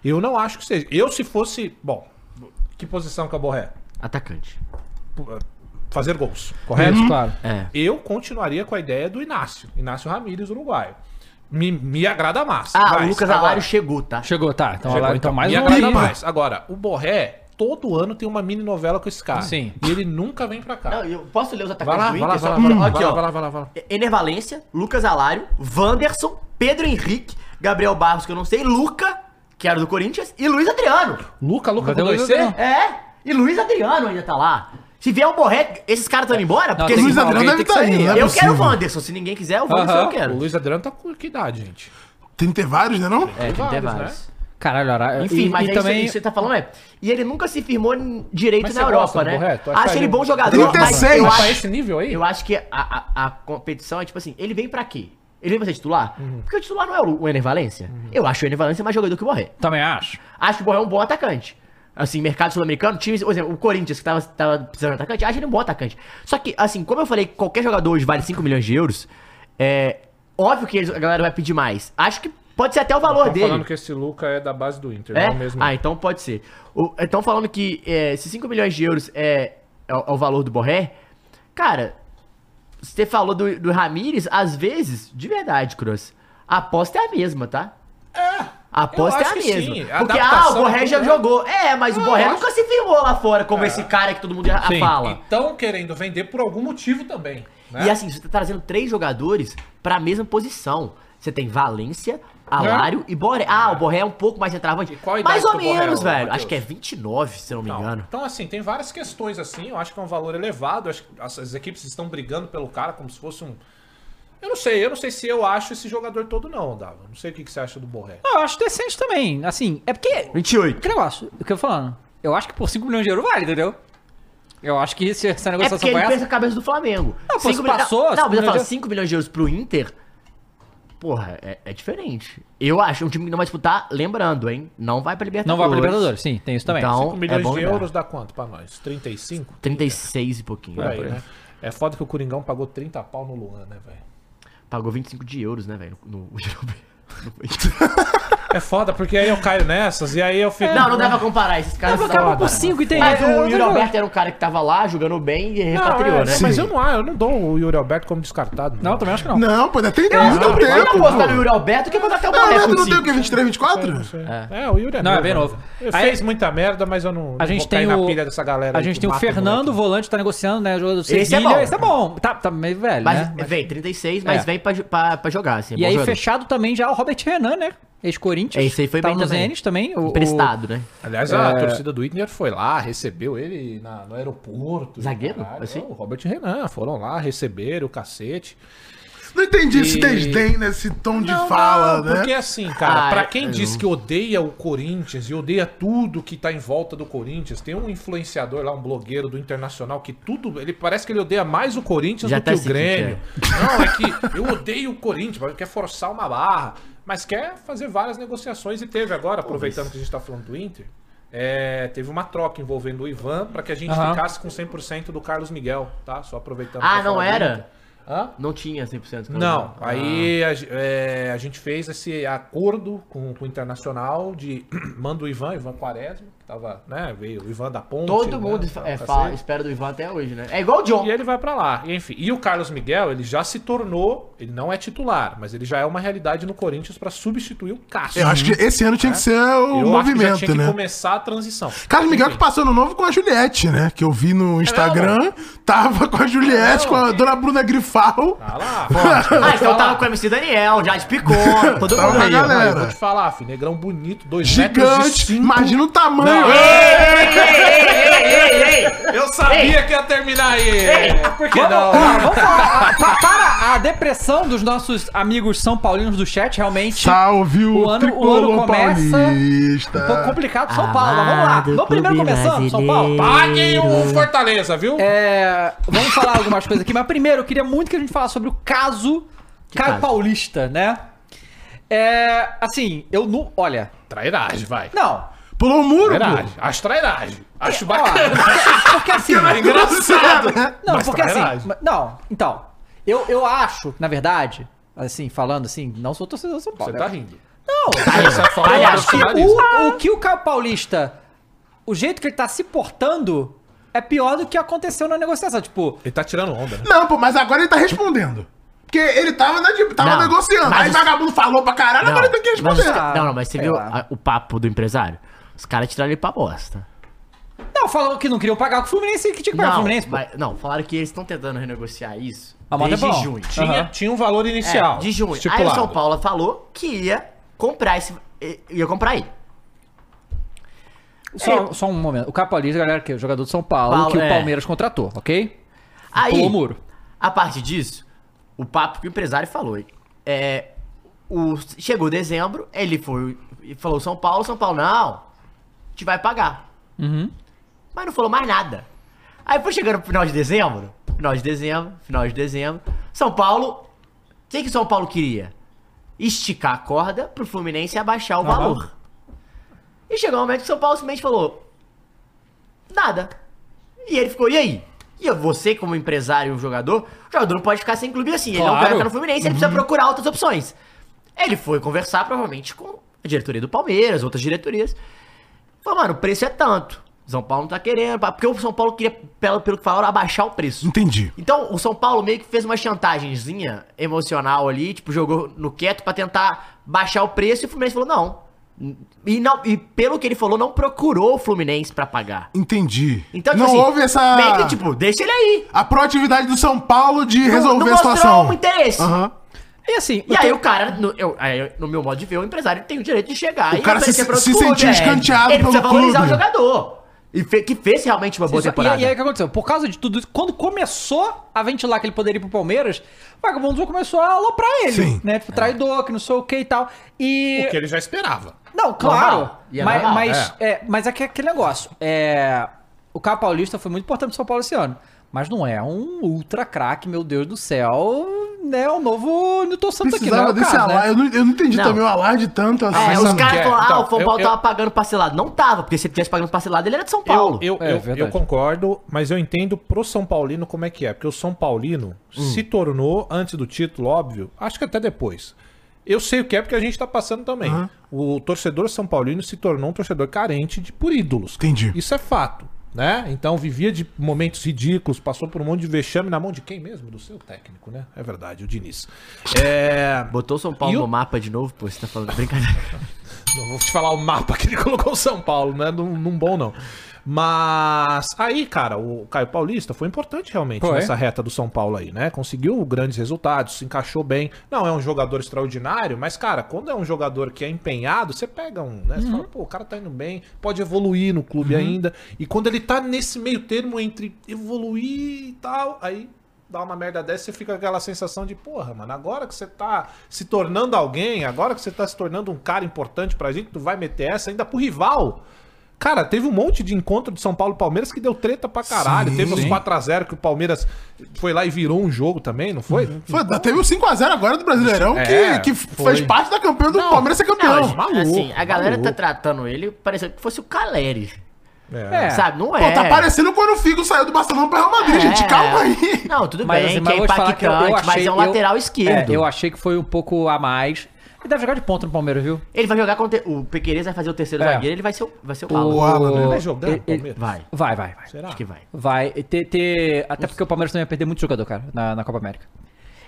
C: Eu não acho que seja. Eu, se fosse. Bom, que posição que é o Borré?
D: Atacante.
C: Fazer gols, correto?
A: Correto, claro.
D: É.
C: Eu continuaria com a ideia do Inácio. Inácio Ramírez, uruguaio. Me, me agrada mais.
D: Ah,
C: mas
D: o Lucas
C: agora-
D: Alário chegou, tá?
A: Chegou, tá. Então,
C: Chegou,
A: lá, então mais
C: me
A: um
C: agrada
A: aí.
C: mais. Agora, o Borré, todo ano tem uma mini novela com esse cara.
A: Sim.
C: E ele nunca vem pra cá.
D: Não, eu posso ler os
C: vai
D: atacantes
C: lá,
D: do
C: vai
D: Inter?
C: lá,
D: só
C: vai lá,
D: pra-
C: vai lá,
D: Aqui,
C: vai lá,
D: ó.
C: vai lá, vai lá, vai lá.
D: Ener Valência, Lucas Alário, Wanderson, Pedro Henrique, Gabriel Barros, que eu não sei, Luca, que era do Corinthians, e Luiz Adriano.
C: Luca, Luca,
A: Cadê
C: com
A: o
C: dois
A: Luiz
C: C?
A: Adriano?
D: É, e Luiz Adriano ainda tá lá. Se vier o Borré, esses caras estão indo embora?
A: Não,
D: Porque
A: tem
D: se-
B: Luiz
A: que-
B: Adriano
A: alguém
B: deve
A: tem que
B: tá aí,
A: sair.
B: né?
D: eu quero o
B: possível.
D: Wanderson. Se ninguém quiser, o Wanderson eu
A: Aham.
D: quero.
C: O Luiz Adriano tá com que idade, gente?
B: Tem que ter vários, né não?
D: É, tem que ter
C: vários,
D: vários.
A: Caralho, Ara-
D: Enfim,
A: e,
D: mas
A: e
D: aí
A: também.
D: você, você tá falando, é. E ele nunca se firmou n- direito
C: Mas
D: na
C: você gosta
D: Europa,
C: do
D: né?
C: Borré? Tu acha
D: Acho ele
C: ele
D: bom
C: um-
D: jogador, mas
B: 36.
D: eu
C: Mas pra
D: acho,
C: esse nível aí?
D: eu acho que a, a- a competição é tipo assim, ele vem pra quê? Ele vem pra ser titular? Porque o titular não é o o Ener Valência. Eu acho o Ener Valência mais jogador que o Borré.
A: Também acho.
D: Acho que o Borré é um bom atacante. Assim, mercado sul-americano, times, por exemplo, o Corinthians que tava, tava precisando de atacante, acho ele um bom atacante. Só que, assim, como eu falei, qualquer jogador hoje vale 5 milhões de euros, é óbvio que eles- a galera vai pedir mais. Acho que pode ser até o valor
C: Tão
D: dele.
C: falando que esse Luca é da base do Inter,
D: É?
C: não mesmo.
D: Ah, então pode ser. Estão falando que é, se 5 milhões de euros é, é o é o valor do Borré, cara, você falou do, do Ramires, às vezes, de verdade, Cruz, a aposta é a mesma, tá? A aposta
C: eu
D: é a
C: acho que
D: mesma.
C: sim. A
D: Porque, ah, o
C: adaptação
D: Borré
C: é
D: já
C: tudo, né?
D: jogou. É, mas o
C: Ah,
D: Borré
C: eu É.
D: nunca se firmou lá fora como esse cara que todo mundo a-
C: Sim,
D: fala.
C: E tão Então, querendo vender por algum motivo também. Né?
D: E assim, você tá trazendo três jogadores pra mesma posição. Você tem Valência, Alário e Borré. Ah, o Borré é um pouco mais centroavante.
C: qual a idade
D: Mais ou
C: do Borré,
D: menos,
C: ô,
D: velho.
C: Matheus?
D: Acho que é 29, se eu não me
C: Não.
D: engano.
C: Então, assim, tem várias questões assim. Eu acho que é um valor elevado. eu Acho que as, as equipes estão brigando pelo cara como se fosse um. Eu não sei, eu não sei se eu acho esse jogador todo, não, Dava. Não sei o que, que você acha do Borré.
A: Não, eu acho decente também. Assim, é porque.
D: 28.
A: Que negócio? O que eu tô falando? Eu acho que por 5 milhões de euros vale, entendeu? Eu acho que se essa
D: É
A: negociação
D: porque ele
A: foi
D: pensa
A: essa.
D: a cabeça do Flamengo.
A: Não, pô, se
D: Cinco milhões-
A: passou,
D: Não,
A: cinco
D: não mas eu
A: milhões
D: falo,
A: de-
D: 5 milhões de euros pro Inter. Porra, é, é diferente. Eu acho, é um time que não vai disputar, lembrando, hein? Não vai pra
A: Não
D: Libertadores.
A: vai pra Libertadores, sim, tem isso também.
D: Então,
C: 5
D: é
C: milhões
D: bom
C: Um de
D: lembrar.
C: euros dá quanto pra nós? 35?
D: 36 e pouquinho.
C: Por aí,
D: né?
C: né? É foda que o Coringão pagou 30 pau no Luan, né, velho? Pagou
D: Pagou 25 de euros, né, velho? No, no...
C: É foda, porque aí eu caio nessas e aí eu fico.
D: não, não dá pra comparar esses caras.
A: Não, mas
D: são-
A: acaba por cinco, entendeu?
D: Mas
A: É,
D: o
A: eu
D: Yuri
A: não-
D: Alberto era um cara que tava lá, jogando bem e
C: Não,
D: repatriou,
C: é,
D: né?
C: Mas
B: Sim.
C: eu não, ah, eu não dou o Yuri Alberto como descartado. né?
A: Não, também acho que não.
B: Não, pô, ainda tem
D: Eu
B: muito
D: prefiro
B: tempo.
D: apostar
B: pô.
D: no Yuri Alberto que botar até o
A: é
B: Não,
D: Borré
B: mas
D: com
B: tu não tem o
D: cinco.
B: que? 23, 24?
C: É. o Yuri é
A: Não, é bem novo.
C: Ele
A: Aí-
C: fez muita merda, mas eu não.
A: A
C: não
A: gente
C: vou cair
A: tem
C: na
A: o.
C: pilha dessa galera.
A: a
C: aí
A: gente
C: que
A: tem o
C: mata
A: Fernando,
C: moleque.
A: volante, tá negociando, né? Jogador do Sevilha.
D: Esse é bom.
A: Esse é bom. Tá, tá meio velho,
D: Mas
A: né?
D: vem, 36,
A: É.
D: mas vem pra, ju- pra, pra jogar, assim. é
A: E
D: bom
A: aí,
D: jogador.
A: fechado também já o Robert Renan, né? ex-Corinthians.
D: É, esse aí foi
A: tá
D: bem
A: no
D: também.
A: Zenit também. o- o-
D: Emprestado, né?
C: Aliás, a torcida do Inter foi lá, recebeu ele na- no aeroporto.
D: Zagueiro?
C: Caralho,
D: Assim?
C: O Robert e Renan foram lá, receberam o cacete.
B: Não entendi esse
C: E-
B: desdém, né? Esse tom de
C: Não,
B: fala,
C: não,
B: né?
C: Porque assim, cara,
D: Ah,
C: pra
D: é-
C: quem
D: eu-
C: diz que odeia o Corinthians e odeia tudo que tá em volta do Corinthians, tem um influenciador lá, um blogueiro do Internacional que tudo, ele parece que ele odeia mais o Corinthians
D: Já
C: do
D: tá
C: que o
D: esse aqui,
C: Grêmio. Não, é que eu odeio o Corinthians, mas quer forçar uma barra, mas quer fazer várias negociações e teve agora, aproveitando que a gente tá falando do Inter, é, teve uma troca envolvendo o Ivan pra que a gente
A: Aham.
C: ficasse com 100% do Carlos Miguel, tá? Só aproveitando.
D: Ah,
C: pra
D: não
C: falar do
D: era?
A: né?
C: Inter. Hã?
D: Não Ah. tinha 100%. pelo
C: Não,
D: menos.
C: aí a, ge- é, a gente fez esse acordo com, com o Internacional de manda o Ivan, Ivan Quaresma, que tava, né, veio o Ivan da Ponte. né,
D: Todo mundo
C: tá,
D: é,
C: tá
D: fala-
C: certo.
D: espera do Ivan até hoje, né? É igual o John.
C: E ele vai pra lá, E, enfim. E o Carlos Miguel, ele já se tornou, ele não é titular, mas ele já é uma realidade no Corinthians pra substituir o Cássio.
B: Eu acho que esse ano
A: É.
B: tinha que ser o
C: Eu acho que já
B: movimento,
C: tinha que
B: né?
C: começar a transição.
B: Carlos Miguel que
C: Enfim.
B: passou no novo com a Juliette, né? Que eu vi no
A: É,
B: Instagram, tava com a Juliette,
C: Não.
B: com a dona Bruna Grifal.
C: Tá lá.
D: Ah, então tava com o MC Daniel, já explicou, todo
B: Tava
D: mundo
B: com a
D: aí. ó.
B: galera.
C: Eu vou te falar, filho, negrão bonito, dois metros e
B: Gigante.
C: cinco.
B: Imagina o tamanho.
C: Não.
A: é,
D: Ei, ei, ei, ei.
C: Eu sabia que ia terminar aí. Por que
A: Vamos,
C: não?
A: ó, vamos falar. a- Ah, pa- para a depressão dos nossos amigos são paulinos do chat, realmente.
B: Salve o,
A: O ano- o
B: tricolor
A: ano começa-
B: paulista.
A: Um pouco complicado São Paulo. Vamos lá.
D: Amado
A: Vamos primeiro
D: clube
A: começando, São Paulo.
D: brasileiro.
C: Paguem o Fortaleza, viu?
A: É, vamos falar algumas coisas aqui, mas primeiro eu queria muito que a gente falasse sobre o caso Caio
D: caso?
A: Paulista, né? É, assim, eu não. Olha,
C: Trairagem, vai.
A: não. É,
B: Pulou o muro,
C: Trairagem.
B: pô.
C: Acho trairagem. Acho
A: Ó,
C: bacana.
A: porque assim.
C: Engraçado.
A: Não,
C: Mas
A: porque assim.
C: trairagem.
A: ma- Não, então. Eu, eu acho, na verdade, assim, falando assim, não sou torcedor do São Paulo.
C: Você
A: né?
C: tá rindo.
A: Não!
C: Essa forma
D: palhaço,
C: é nacionalista.
A: O, o que o Caio Paulista. O jeito que ele tá se portando é pior do que aconteceu na negociação. Tipo,
C: Ele tá tirando onda, né?
B: Não, pô, mas agora ele tá respondendo. Porque ele tava, na de- tava
D: Não,
B: negociando.
D: mas
B: Aí o
D: isso-
B: vagabundo falou pra caralho,
D: Não,
B: agora ele tem que
D: mas,
B: responder.
D: os ca- não, não, mas você
A: Sei
D: viu
A: lá.
D: a- o papo do empresário? Os caras tiraram ele pra bosta.
A: não, falou que não queriam pagar com o Fluminense, que tinha que pagar com o
D: Não,
A: Fluminense. pô.
D: mas- não, falaram que eles estão tentando renegociar isso
A: A moda é
D: desde
A: bom.
D: junho.
C: Tinha,
A: Aham.
C: tinha um valor inicial.
D: É, de
A: Ah,
D: junho. Aí
C: estipulado.
D: o São Paulo falou que ia comprar esse. ia comprar ele.
A: Só, só um momento. O Caio Paulista, galera, que é o jogador do São Paulo,
D: Paulo,
A: que o
D: é.
A: Palmeiras contratou, ok?
D: Aí,
A: Pulou o muro.
D: A parte disso, o papo que o empresário falou. É, o, chegou dezembro, ele foi e falou São Paulo, São Paulo, não, a gente vai pagar. Mas não falou mais nada. Aí foi chegando pro final de dezembro, final de dezembro, final de dezembro, São Paulo, o que que o São Paulo queria? Esticar a corda pro Fluminense abaixar o valor. E chegou um momento que o São Paulo simplesmente falou, Nada. E ele ficou, e aí? E você, como empresário e um jogador, o jogador não pode ficar sem clube assim. Ele não
C: Claro.
D: quer ficar no Fluminense, ele precisa procurar outras opções. Ele foi conversar, provavelmente, com a diretoria do Palmeiras, outras diretorias. Falou, mano, o preço é tanto. São Paulo não tá querendo, pá, porque o São Paulo queria, pelo, pelo que falaram, abaixar o preço.
B: Entendi.
D: Então, o São Paulo meio que fez uma chantagemzinha emocional ali, tipo, jogou no quieto pra tentar baixar o preço e o Fluminense falou, não. E, não, e pelo que ele falou, não procurou o Fluminense pra pagar.
B: Entendi.
D: Então, tipo
B: não
D: assim,
B: houve essa.
D: Meio que, tipo, deixa ele aí.
B: A proatividade do São Paulo de
D: Não-
B: resolver
D: não
B: a
D: mostrou
B: situação.
D: um interesse.
B: Aham.
A: E assim.
D: E
A: eu
D: aí
A: tenho-
D: o cara, no, eu- aí, no meu modo de ver, o empresário tem o direito de chegar
B: O cara se-
D: oferecer pra
B: se
D: outro
B: sentiu
D: é.
B: escanteado
D: Ele precisa
B: pelo
D: valorizar
B: clube.
D: o jogador. E fe- que fez realmente uma boa
A: Isso,
D: temporada. É,
A: E, e
C: é
A: aí o que aconteceu? Por causa de tudo isso, quando começou a ventilar que ele poderia ir pro Palmeiras, o vagabundo já começou a aloprar ele,
B: Sim.
A: né? Tipo, traidor, que não sei o que e tal. E.
C: Porque ele já esperava.
A: Não, claro.
D: Normal. E é
A: mas,
D: normal,
A: mas, é. mas é que é aquele negócio. É, o Caio Paulista foi muito importante pro São Paulo esse ano. Mas não é um ultra craque, meu Deus do céu. Né, o novo Newton Santos aqui, não é
B: Precisava
A: o
B: desse
A: caso, né?
B: alarde. Eu, não, eu não entendi
D: Não.
B: também o alarde tanto assim.
D: É, os
B: sabe?
D: caras
C: quer.
D: falaram, ah,
C: Então,
D: o São
C: eu-
D: Paulo
C: eu-
D: tava pagando parcelado. Não tava, porque se ele tivesse pagando parcelado, ele era de São Paulo.
C: Eu, eu,
A: É,
C: eu-
A: verdade.
C: eu concordo, mas eu entendo pro São Paulino como é que é. Porque o São Paulino se tornou, antes do título, óbvio, acho que até depois. Eu sei o que é porque a gente tá passando também. O torcedor São Paulino se tornou um torcedor carente de, por ídolos.
B: Entendi.
C: Isso é fato. Né? Então vivia de momentos ridículos, passou por um monte de vexame na mão de quem mesmo? Do seu técnico, né? É verdade, o Diniz. É...
D: Botou o São Paulo
C: E o-
D: no mapa de novo, pô, você tá falando brincadeira.
C: Não vou te falar o mapa que ele colocou o São Paulo, né? Não, não é bom, não. Mas aí, cara, o Caio Paulista foi importante realmente
A: Foi.
C: nessa reta do São Paulo aí, né? Conseguiu grandes resultados, se encaixou bem. Não é um jogador extraordinário, mas, cara, quando é um jogador que é empenhado, você pega um, né?
B: Uhum.
C: Você fala, pô, o cara tá indo bem, pode evoluir no clube ainda. E quando ele tá nesse meio termo entre evoluir e tal, aí dá uma merda dessa, você fica com aquela sensação de, porra, mano, agora que você tá se tornando alguém, agora que você tá se tornando um cara importante pra gente, tu vai meter essa ainda pro rival. Cara, teve um monte de encontro de São Paulo e Palmeiras que deu treta pra caralho.
B: Sim.
C: teve os
B: Sim.
C: 4x0 que o Palmeiras foi lá e virou um jogo também, não foi?
A: Uhum.
B: Foi, teve o 5x0 agora do Brasileirão,
C: É,
B: que, que
C: foi.
B: fez parte da campanha do
D: Não,
B: Palmeiras ser campeão.
D: Não,
C: maluco,
D: assim, a galera
C: maluco.
D: tá tratando ele parecendo que fosse o Caleri.
A: É.
D: Sabe? Não é.
B: Pô, tá parecendo quando o Figo saiu do Barcelona pra Real Madrid,
D: É.
B: gente. Calma aí.
D: Não, tudo
A: Mas,
D: bem,
A: assim,
D: que
A: mas
D: é
A: eu vou te falar que eu,
D: impactante,
A: eu achei,
D: mas é um
A: eu-
D: lateral esquerdo.
A: É, eu achei que foi um pouco a mais. Ele deve jogar de ponta no Palmeiras, viu?
D: Ele vai jogar contra. O Pequerez vai fazer o terceiro
A: É.
D: zagueiro, ele vai ser o, vai ser o,
A: O-
D: Alan.
B: Alan,
C: Ele vai
B: né?
C: jogar
A: Ele-
C: no Palmeiras?
D: Vai.
A: Vai, vai, vai.
C: Será?
D: Acho que vai.
A: Vai ter, ter- até porque o Palmeiras também vai perder muito jogador, cara, na, na Copa América.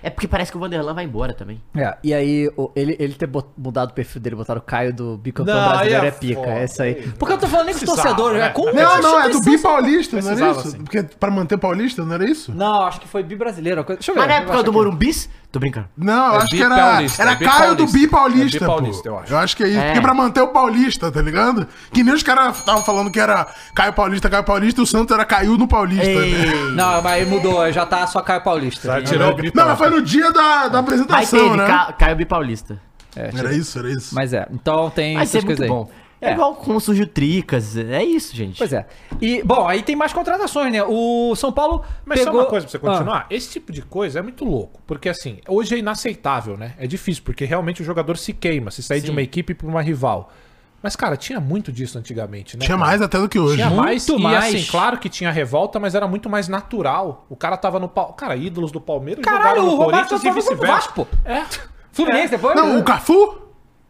D: É porque parece que o Vanderlan vai embora também.
E: É, e aí o- ele, ele ter bot- mudado o perfil dele, botaram o Caio do bicampeão
C: Não, aí
E: brasileiro
C: é
E: é pica,
C: foda,
E: é isso aí.
C: aí não.
E: Porque eu tô falando nem com os
C: Precisava,
E: torcedores,
C: né?
E: é com
B: Não, não, é do Bi Paulista, não era
C: Precisava,
B: isso?
C: sim.
B: Porque pra manter paulista, não era isso?
A: Não, acho que foi bi-brasileiro. uma coisa- Deixa eu ver.
D: Mas na
A: É,
E: é
A: eu
D: época
A: acho
D: do
A: aqui.
D: Morumbis? Tô brincando.
B: Não, eu
C: É
B: acho
C: Bi
B: que era.
C: Paulista,
B: era
C: é Bi
B: Caio do Bi
C: Paulista.
B: Paulista.
C: É Bi
B: pô.
C: Paulista, eu acho.
B: que é isso. Porque pra manter o Paulista, tá ligado? Que nem os caras estavam falando que era Caio Paulista, Caio Paulista, e o Santos era Caiu no Paulista. né?
A: Não, mas mudou, já tá só Caio Paulista.
C: Já tirou o grito.
B: Não,
C: lá.
B: mas foi no dia da, da
D: Aí
B: apresentação,
D: teve
B: né?
D: Ca- Caio Bipaulista.
B: Era isso, era isso.
A: Mas é, então tem
D: Vai ser
A: essas
D: muito
A: coisas aí.
D: bom. É.
A: É.
D: igual como surgiu Tricas, é isso, gente.
A: Pois é. E, bom, aí tem mais contratações, né? O São Paulo
C: Mas
A: pegou...
C: só uma coisa pra você
A: Ah.
C: continuar. Esse tipo de coisa é muito louco. Porque, assim, hoje é inaceitável, né? É difícil, porque realmente o jogador se queima se sair de uma equipe pra uma rival. Mas, cara, tinha muito disso antigamente, né?
B: Tinha
C: cara?
B: mais até do que hoje.
C: Tinha
A: Muito
C: mais,
A: mais.
C: E, assim, claro que tinha revolta, mas era muito mais natural. O cara tava no... Pau... Cara, ídolos do Palmeiras
A: Caralho, o Roberto Carlos
C: e
A: foi pro
C: vice-versa.
A: Vasco.
C: É.
A: Ah. Fluminense, depois...
B: Não, o Cafu?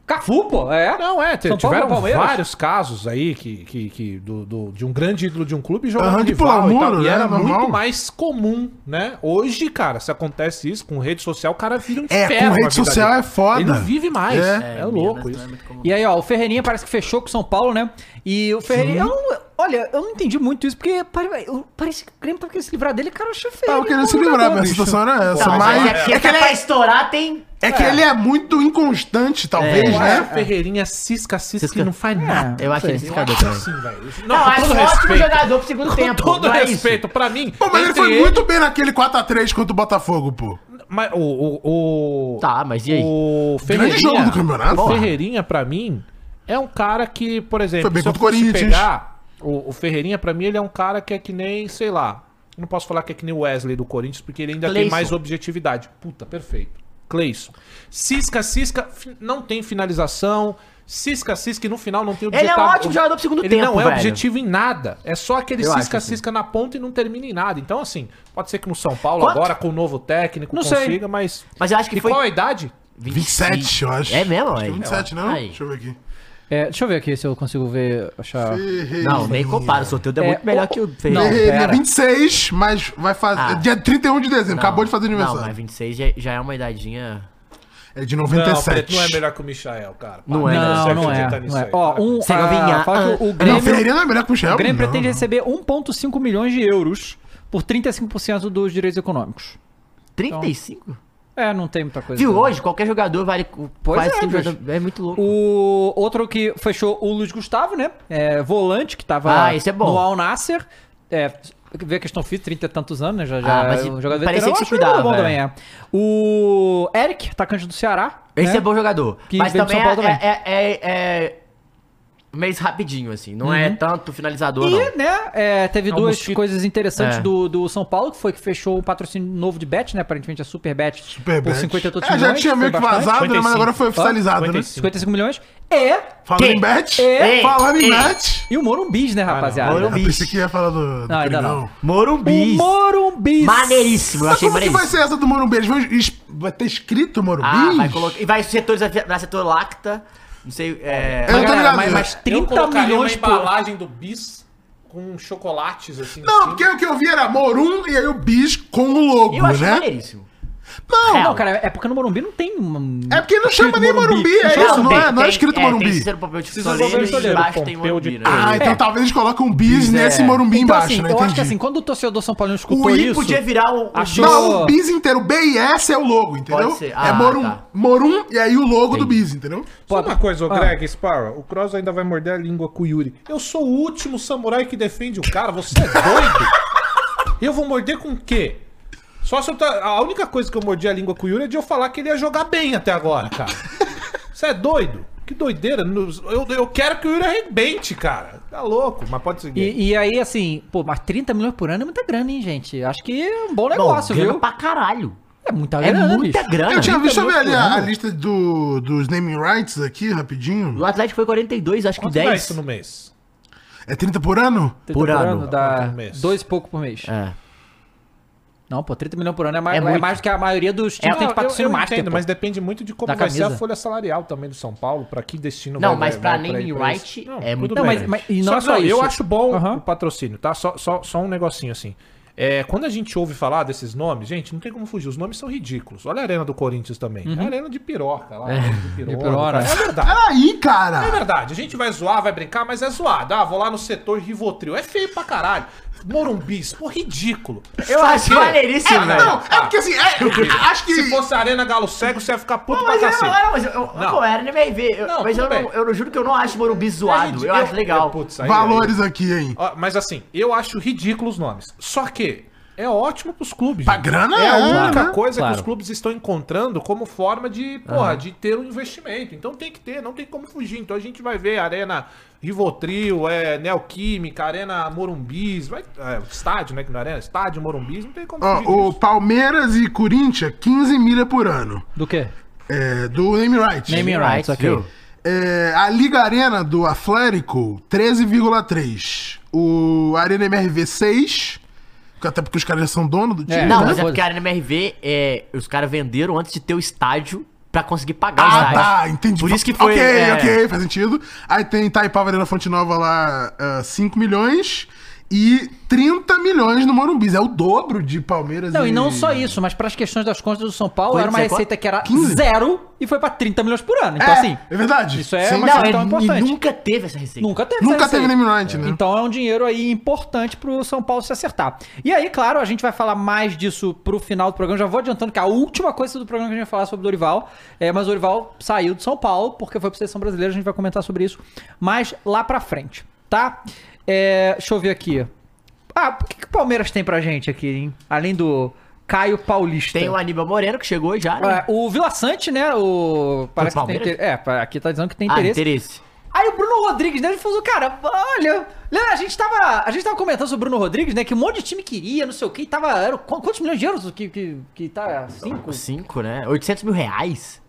A: Cafu, pô, é.
C: Não, é,
A: São Paulo
C: tiveram
A: pro Palmeiras?
C: vários casos aí que, que, que do, do- de um grande ídolo de um clube jogando
B: Aham, de
C: rival
B: pular
C: e, tal,
B: muro,
C: e
B: né?
C: era
B: Normal.
C: muito mais comum, né? Hoje, cara, se acontece isso com rede social, o cara vira um
B: É, com
C: inferno a
B: rede
C: vida
B: social
C: dele.
B: é foda.
C: Ele não vive mais.
B: É.
C: É,
A: um
C: louco isso.
D: né?
A: E aí, ó, o Ferreirinha parece que fechou com o São Paulo, né? E o Ferreirinha. Eu não- olha, eu não entendi muito isso, porque pare- eu- parece que o Grêmio tava querendo se livrar dele, cara, eu achei feio.
B: Tava querendo
A: ele
B: se
A: não é um
B: livrar,
A: jogador,
B: mas a
A: bicho.
B: situação era essa.
D: Não, mas
B: Mas
D: é que, é que ele pra estourar tem.
B: é que ele é muito inconstante, talvez,
C: Eu acho
B: né?
C: o Ferreirinha cisca, cisca,
D: Cisca. É.
C: e não faz nada.
D: Eu acho
A: sei.
D: ele esse cara também.
C: Assim, velho. Não,
D: Não,
C: com
D: acho
C: todo
D: um ótimo
C: respeito.
D: jogador pro segundo
C: Com
D: tempo.
C: todo
D: não é isso.
C: respeito, pra mim.
B: Pô, mas ele
C: entre
B: foi muito bem naquele 4x3 contra o Botafogo, pô.
C: Mas o. o, o-
D: Tá, mas e aí?
C: O Ferreirinha.
B: Grande jogo do campeonato.
C: O Ferreirinha, pra mim, é um cara que, por exemplo,
B: Foi bem
C: se eu
B: contra o
C: fosse
B: Corinthians.
C: pegar. O, o Ferreirinha, pra mim, ele é um cara que é que nem, sei lá. eu Não posso falar que é que nem o Wesley do Corinthians, porque ele ainda tem
D: Cleison.
C: mais objetividade. Puta, perfeito. Cleison. Cisca, Cisca, fi- não tem finalização. Cisca, Cisca, e no final não tem
D: Ele é um ótimo jogador pro segundo
C: ele
D: tempo,
C: não é
D: velho.
C: objetivo em nada. É só aquele
D: Eu acho
C: cisca-cisca
D: assim.
C: na ponta e não termina em nada. Então, assim, pode ser que no São Paulo
D: Quanto?
C: agora, com o novo técnico,
A: Não sei.
C: consiga, mas.
D: Mas eu acho que
C: e
A: é
D: foi-
C: qual a idade?
B: 27, eu acho.
D: É mesmo, aí.
B: 27, não?
D: Aí.
B: Deixa eu ver aqui.
A: É, deixa eu ver aqui se eu consigo ver, achar.
D: Não, nem compara. O sorteio é,
A: É,
D: muito melhor
A: o-
D: que o
A: Não,
D: Ferreirinha.
B: Ele é
A: pera.
B: 26, mas vai fazer.
D: Ah.
B: é Dia 31 de dezembro, acabou de fazer
D: Não, mas
B: aniversário.
D: 26 já, já é uma idadinha.
B: É de
C: Não,
B: 97.
C: Preto não é melhor que o Michael, cara.
D: Não é,
C: Para,
A: Não,
C: você
A: não é.
C: acredita
A: Não
C: nisso
A: é.
C: aí,
A: Ó,
C: para.
A: um.
D: Você vai
A: ah,
D: ganhar,
A: fala que
D: ah,
A: o
B: Não, o
A: Grêmio,
B: Ferreira não é melhor que o Michel.
A: o Grêmio
B: não,
A: pretende
B: não.
A: receber 1,5 milhões de euros por 35% dos direitos econômicos.
D: 35?
A: É, não tem muita coisa.
D: Viu,
A: né?
D: hoje qualquer jogador vale
A: Pois
D: quase
A: é,
D: 5
A: bicho.
D: jogadores. É muito louco.
A: O outro que fechou o Luiz Gustavo, né? É, volante, que tava
D: Ah, esse é bom.
A: no Al Nasser. É, vê a questão física, 30 e tantos anos, né? Já, já
D: Ah, mas
A: é um
D: e-
A: jogador
D: parecia
A: veterano.
D: que se
A: Eu acho um jogador
D: cuidava,
A: bom
D: é.
A: também, é. O Eric, atacante do Ceará.
D: Esse
A: né?
D: é, bom jogador.
A: Que
D: mas
A: veio de
D: também
A: São
D: é,
A: Paulo também.
D: é, é- é mês rapidinho, assim. Não é tanto finalizador, não.
A: E, né, é, teve
C: É um
A: duas
C: mosquito.
A: coisas interessantes
D: É.
A: do, do São Paulo, que foi que fechou o patrocínio novo de Bet, né? Aparentemente a Superbet por
B: Superbet.
A: 50 e tantos
B: É, já tinha
A: foi
B: meio que
A: bastante.
B: vazado, né, mas
C: 55.
B: agora foi oficializado, né?
C: 55.
A: 55 milhões. E,
B: Falando
D: Que?
B: em bet?
A: É.
B: Falando em
D: É.
B: bet?
A: e o Morumbis, né, rapaziada?
B: Eu
D: Morumbi.
B: pensei que ia falar do, do
A: Não, ainda
B: Coringão.
A: não.
D: Morumbi.
A: O Morumbis.
D: Maneiríssimo, eu
B: Mas
D: achei
B: como é que vai
D: maneiríssimo.
B: ser essa do Morumbi? Eles vão es- Vai ter escrito Morumbi?
D: Ah, vai colocar. E vai setores, vai dar setor lacta. Não sei. É,
A: Mas,
B: Eu tô
A: galera,
B: ligado.
A: mas, mas
C: Eu
A: 30
C: colocaria
A: milhões
C: uma
A: por...
C: embalagem do bis com chocolates, assim. em
B: Não,
C: cima.
B: porque o que eu vi era Morum e aí o Bis com o logo,
D: eu acho
B: né?
D: maneiríssimo.
B: Não,
D: É,
A: Não, cara, é porque no Morumbi não tem. uma-
B: é porque não chama nem Morumbi, é
D: Não,
B: isso, não,
D: tem-
B: é? Não é
D: tem-
B: escrito
D: é, Tem
B: Morumbi.
D: Cícero Pompeu de
C: Cícero Pompeu de
D: Pistoleiro e
C: Pistoleiro,
D: embaixo tem
C: Pompeu de
D: Morumbi, né?
B: Ah, então
A: É.
B: talvez eles coloquem um bis nesse Morumbi
A: Então,
B: embaixo,
A: assim,
B: né?
A: eu acho
B: Entendi.
A: que assim, quando o torcedor São Paulino escutou
D: O I
A: isso.
D: podia virar o. o
A: Achou-
D: Dis-
B: Não, é um bis inteiro. B e S é o logo, entendeu?
D: Pode ser. Ah,
B: é Morum,
D: tá.
B: Morum e aí o logo do bis, entendeu?
A: Pô,
C: Só uma coisa, ô
A: ah.
C: Greg Sparrow, o Cross ainda vai morder a língua com o Yuri. Eu sou o último samurai que defende o cara, você é doido? eu vou morder com o quê? Só se eu tá... A única coisa que eu mordi a língua com o Yuri é de eu falar que ele ia jogar bem até agora, cara. Você é doido? Que doideira. Eu, eu quero que o Yuri arrebente, cara. Tá louco, mas pode seguir.
A: E, e aí, assim, pô, mas 30 milhões por ano é muita grana, hein, gente? Acho que é um bom
D: Bom,
A: negócio,
D: grana
A: viu?
D: pra caralho.
A: É muita
D: É
A: grana,
D: muita
A: bicho.
D: grana.
B: eu tinha visto
A: muito
B: ali a,
A: louco,
B: a
A: né?
B: lista do, dos naming rights aqui, rapidinho.
D: O Atlético foi 42, acho
C: Quanto
D: que
C: dá
D: 10.
C: isso no mês?
B: É 30 por ano?
A: 30
D: por ano.
A: dá
C: Por mês.
A: dois e pouco por mês.
D: É.
A: Não, pô, 30 milhões por ano é mais,
D: É
A: é
D: muito.
A: mais do que a maioria dos times tem de patrocínio master. pô.
C: mas depende muito de como
A: Da
C: vai ser a
A: camisa.
C: folha salarial também do São Paulo, pra que destino
D: Não,
C: vai
D: mas
C: vai-
D: pra
C: vai
D: naming
C: pra isso.
D: right
C: Não,
D: é muito
C: tudo bem.
A: Não, mas- mas- e não é só
C: que, Eu
A: isso.
C: acho bom
A: Aham.
C: o patrocínio, tá? Só, só, só um negocinho assim. É, quando a gente ouve falar desses nomes, gente, não tem como fugir. Os nomes são ridículos. Olha a Arena do Corinthians também. É a Arena de piroca lá. Arena É, de pirona,
A: pirona.
C: cara. É verdade.
B: Peraí,
C: É
B: cara!
C: verdade, a gente vai zoar, vai brincar, mas é zoado. Ah, vou lá no setor Rivotril. É feio pra caralho. Morumbis, pô, ridículo.
D: Eu acho
B: É,
D: maneiríssimo, velho.
B: não, é porque assim, é- acho que.
C: Se fosse a Arena Galo Cego, você ia ficar puto pra
D: Mas
B: é,
D: eu,
C: cacete.
D: não, mas eu, eu,
C: Não.
D: pô, era NMRV, eu-
C: Não,
D: mas eu,
C: tudo
D: não,
C: bem.
D: eu juro que eu não acho Morumbi zoado, eu, acho legal.
C: Putz, aí- é.
B: Valores aqui, hein?
C: Ó, mas assim, eu acho ridículo os nomes. Só que é ótimo pros clubes.
B: Pra
C: gente.
B: grana
C: é a
B: é,
C: única
B: né?
C: coisa
A: Claro.
C: que os clubes estão encontrando como forma de, porra, de ter um investimento. Então tem que ter, não tem como fugir. Então a gente vai ver Arena Rivotril, é, Neoquímica, Arena Morumbis, vai, é, estádio, né? Que não é Arena, estádio Morumbis, não tem como
B: Ó, o
C: disso.
B: Palmeiras e Corinthians, 15 milha por ano.
A: Do quê?
B: É, do naming rights.
A: Naming rights, ok.
D: viu?
B: É, a Liga Arena do Atlético, 13,3. O Arena MRV, 6. Até porque os caras já são dono do time.
A: É,
D: Não,
A: né?
D: mas é
A: Foda-se.
D: porque a NMRV, é, os caras venderam antes de ter o estádio pra conseguir pagar o
B: Ah,
D: estádio.
B: tá, entendi.
D: Por isso que foi...
B: Ok,
D: é,
B: ok, faz sentido. Aí tem Itaipava Arena Fonte Nova lá, ah, 5 milhões. E 30 milhões no Morumbi. É o dobro de Palmeiras É,
A: Não, e não só isso, mas para as questões das contas do São Paulo,
D: Quanto
A: era uma
D: é quanto?
A: receita que era
B: 15?
A: zero e foi pra 30 milhões por ano. Então,
B: É,
A: assim,
B: é verdade.
A: isso é
B: Sim.
A: uma
D: Não,
A: questão
D: é, e
A: importante.
D: nunca teve essa receita.
A: Nunca teve
B: Nunca
A: essa
B: teve
A: receita.
B: Name Night, né?
A: Então é um dinheiro aí importante pro São Paulo se acertar. E aí, claro, a gente vai falar mais disso pro final do programa. Já vou adiantando que a última coisa do programa que a gente vai falar é sobre o Dorival. É, mas o Dorival saiu de São Paulo porque foi pra seleção brasileira. A gente vai comentar sobre isso mais lá pra frente, tá? É, deixa eu ver aqui. Ah, o que, que o Palmeiras tem pra gente aqui, hein? Além do Caio Paulista.
D: Tem o Aníbal Moreno que chegou já, né?
A: É, o Vila Sante, né? O. Parece que tem
D: Palmeiras?
A: interesse. É, pa- aqui tá dizendo que tem
D: Ah,
A: interesse.
D: interesse.
A: Aí o Bruno Rodrigues, né? Ele falou, cara, olha. Leandro, a gente tava. A gente tava comentando sobre o Bruno Rodrigues, né? Que um monte de time queria, não sei o que, e tava. Era, qu- quantos milhões de euros que, que, que tá? Cinco?
D: 5, né? 800 mil reais.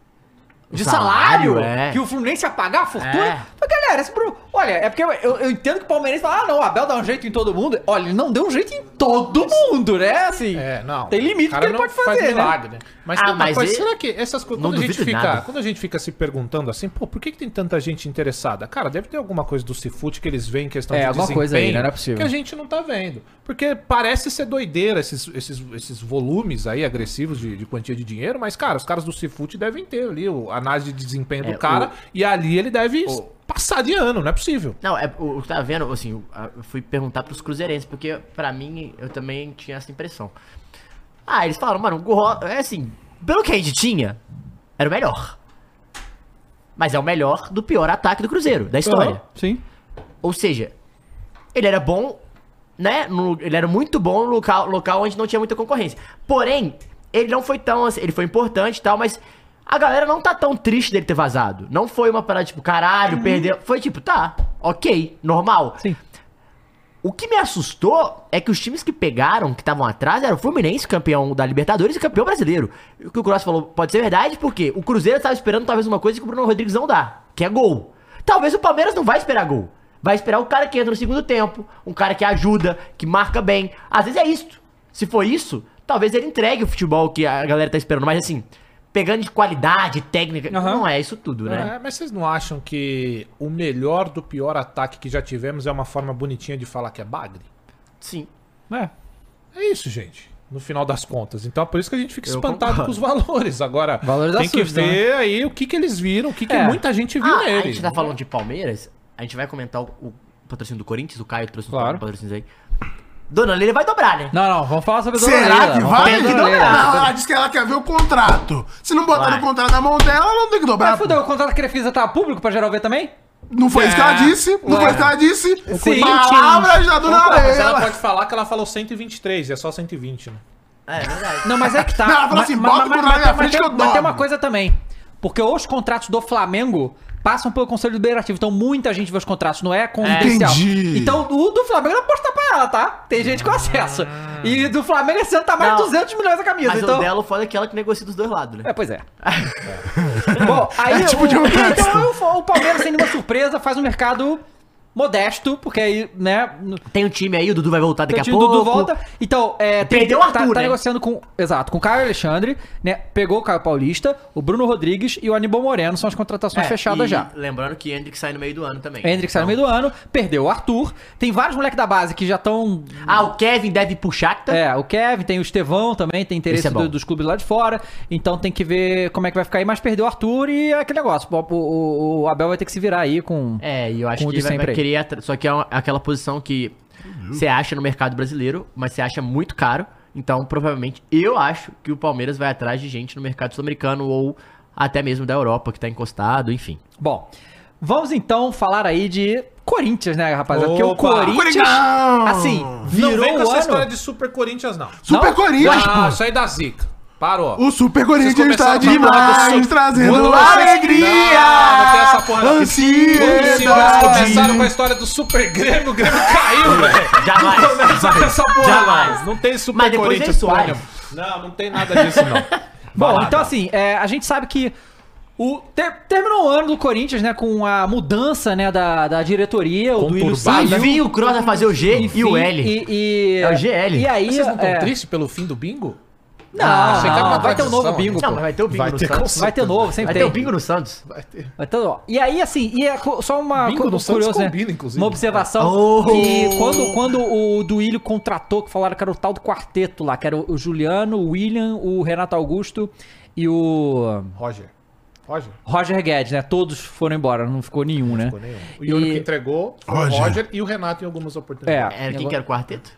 A: De salário?
D: é.
A: Que o Fluminense ia pagar a fortuna?
D: É.
A: Mas, galera, esse Bruno. Olha, é porque eu, eu- eu entendo que o Palmeirense fala, ah, não, o Abel dá um jeito em todo mundo. Olha, ele não deu um jeito em todo mundo, né? Assim.
C: É, não.
A: Tem limite
C: O cara
A: que ele
C: não
A: pode fazer, né?
C: milagre, né? Mas
D: Ah,
C: tem uma
D: mas
C: coisa,
D: ele-
C: será que essas coisas.
D: Não
C: Quando a, gente
D: duvido
C: fica,
D: nada.
C: quando a gente fica se perguntando assim, pô, por que, que tem tanta gente interessada? Cara, deve ter alguma coisa do Cifute que eles veem em questão
A: É,
C: de
A: alguma coisa
C: desempenho
A: aí, né? Não é possível.
C: Que a gente não tá vendo. Porque parece ser doideira esses, esses, esses volumes aí agressivos de, de quantia de dinheiro, mas, cara, os caras do Cifute devem ter ali o- a análise de desempenho
D: É,
C: do cara e ali ele deve passar de ano, não é possível.
D: Não, é, o o que tá vendo, assim, o- a- eu fui perguntar pros cruzeirenses, porque pra mim eu também tinha essa impressão. Ah, eles falaram, mano, o Gurro, é assim, pelo que a gente tinha, era o melhor. Mas é o melhor do pior ataque do Cruzeiro, da história.
A: Sim.
D: Ou seja, ele era bom, né? no- ele era muito bom no local, local onde não tinha muita concorrência. Porém, ele não foi tão assim, ele foi importante e tal, mas a galera não tá tão triste dele ter vazado. Não foi uma parada tipo, caralho, perdeu. Foi tipo, tá, ok, normal.
A: Sim.
D: O que me assustou é que os times que pegaram, que estavam atrás, eram o Fluminense, campeão da Libertadores e campeão brasileiro. O que o Cross falou pode ser verdade, porque o Cruzeiro estava esperando talvez uma coisa que o Bruno Rodrigues não dá, que é gol. Talvez o Palmeiras não vai esperar gol. Vai esperar o cara que entra no segundo tempo, um cara que ajuda, que marca bem. Às vezes é isso. Se for isso, talvez ele entregue o futebol que a galera tá esperando. Mas assim, pegando de qualidade, técnica,
A: Aham.
D: não é isso tudo, né?
C: É, mas vocês não acham que o melhor do pior ataque que já tivemos é uma forma bonitinha de falar que é bagre?
D: Sim.
A: É.
C: É isso, gente. no final das contas. Então é por isso que a gente fica
D: Eu
C: espantado
D: concordo.
C: com os valores. Agora,
A: Valores
C: tem que
A: assustam,
C: ver aí o que, que eles viram, o que, que
A: É.
C: muita gente viu
D: né? Ah, a
C: nele.
D: gente tá falando de Palmeiras, a gente vai comentar o, o patrocínio do Corinthians, o Caio trouxe
C: Claro.
D: o patrocínio aí. Dona Leila vai dobrar, né?
A: Não, não, vamos falar sobre Dona
B: Será
A: Leila,
B: que
A: vamos
B: vai?
A: falar
B: Tem
A: sobre
B: que
A: Dona Leila.
B: dobrar. Ela disse que ela quer ver o contrato. Se não botar
D: Vai.
B: o contrato na mão dela, ela não tem que dobrar.
A: Ah, fudeu, o contrato da Crefisa tá público pra geral ver também?
B: Não foi isso que ela disse. Não foi isso que ela disse.
A: Sim.
B: Palavras da dona
C: Ah, mas ela
B: Leila.
C: pode falar que ela falou 123, e é só 120, né?
D: É, é verdade.
A: Não, mas é que tá.
B: Não, ela falou
A: Ma-
B: assim,
A: ma-
B: bota
A: ma-
B: o contrato
A: mas tem-
B: na frente
A: mas tem-
B: que eu
A: Mas tem
B: dobro.
A: uma coisa também. Porque os contratos do Flamengo passam pelo Conselho Deliberativo. Então muita gente vê os contratos, não é confidencial.
B: Entendi.
A: Então o do Flamengo não pode tapar ela, tá? Tem gente com acesso.
B: Ah.
A: E do Flamengo esse ano tá mais de
D: Não.
A: 200 milhões a camisa.
D: Mas
A: então...
D: o dela o foda é que ela que negocia dos dois lados, né?
A: É, pois é. Bom, aí
B: É tipo
A: o,
B: de um
A: então o, o Palmeiras, sem nenhuma surpresa, faz um mercado modesto, porque aí, né, no-
D: Tem um time aí, o Dudu vai voltar
A: o
D: daqui a
A: time
D: pouco.
A: do Dudu volta. Então, é, tem-
D: Perdeu o Arthur,
A: tá, tá
D: né?
A: negociando com, exato, com o Caio Alexandre, né, pegou o Caio Paulista, o Bruno Rodrigues e o Aníbal Moreno, são as contratações
D: É,
A: fechadas
D: e
A: tá já.
D: Lembrando que Hendrick sai no meio do ano também. Então,
A: Hendrick sai no meio do ano, perdeu o Arthur, tem vários moleques da base que já estão
D: Ah, o Kevin deve puxar que tá.
A: É, o Kevin, tem o Estevão também, tem interesse
D: Esse é bom.
A: do- dos clubes lá de fora. Então tem que ver como é que vai ficar aí, mas perdeu o Arthur e é aquele negócio. O, o- o Abel vai ter que se virar aí com.
D: É, e eu acho
A: Com o
D: que
A: de
D: vai,
A: sempre
D: vai
A: aí.
D: querer. atra- Só que é uma- aquela posição que você acha no mercado brasileiro, mas você acha muito caro. Então, provavelmente, eu acho que o Palmeiras vai atrás de gente no mercado sul-americano ou até mesmo da Europa, que tá encostado, enfim.
A: Bom, vamos então falar aí de Corinthians, né, rapaziada? Porque o
C: Opa!
A: Corinthians.
B: Ah, Coringão!
A: Assim, virou
C: não vem com
A: o
C: essa história
A: ano.
C: de Super Corinthians, não.
B: Super
A: Não?
B: Corinthians,
C: Ah,
B: pô.
C: isso aí da zica. Parou.
B: O Super
C: Vocês
B: Corinthians está
C: começaram a falar do
B: demais,
C: Super- Quando
B: trazendo
C: vocês-
B: alegria!
C: Não, não Ah, tem essa porra, não. Quando os senhores começaram com a
B: Ansiedade!
C: história do Super Grêmio, o Grêmio caiu, velho.
D: Jamais.
C: Não começa com essa porra,
D: Jamais.
C: não. Não tem Super
D: Mas depois
C: Corinthians,
D: vem Soares.
C: nenhuma. Não, não tem nada disso, não.
A: Bom,
C: Vai lá,
A: então
C: vai.
A: assim, é, a gente sabe que. O, ter- terminou o ano do Corinthians, né? Com a mudança, né? Da, da diretoria. O Duílio
C: Conturbado,
A: saiu.
D: Enfim, o Kroos vai fazer o G e o L.
A: E, e-
D: É o GL.
A: E aí.
C: Vocês não estão
A: é,
C: tristes pelo fim do bingo?
A: Não,
C: Ah, você tá com
A: não,
C: uma
A: vai ter um novo
C: tradição, né?
A: bingo,
D: Não,
A: pô.
D: mas vai ter o bingo no
C: ter
D: Santos.
C: com
A: Vai ter um novo, sempre
D: Vai ter
A: tem.
D: o bingo no Santos.
A: Então, ó, e aí, assim, e é co- só uma
C: Bingo
A: co-
C: no Santos combina, inclusive.
A: Uma observação.
D: Oh!
A: Que quando, quando o Duílio contratou, que falaram que era o tal do quarteto lá, que era o Juliano, o William, o Renato Augusto e o
C: Roger. Roger.
A: Roger Guedes, né? Todos foram embora, não ficou nenhum, né?
C: Ficou nenhum. O Yuri
A: E-
C: que entregou foi o
B: Roger.
C: Roger e o Renato em algumas oportunidades.
A: É,
D: Era quem
A: agora-
D: que era o quarteto?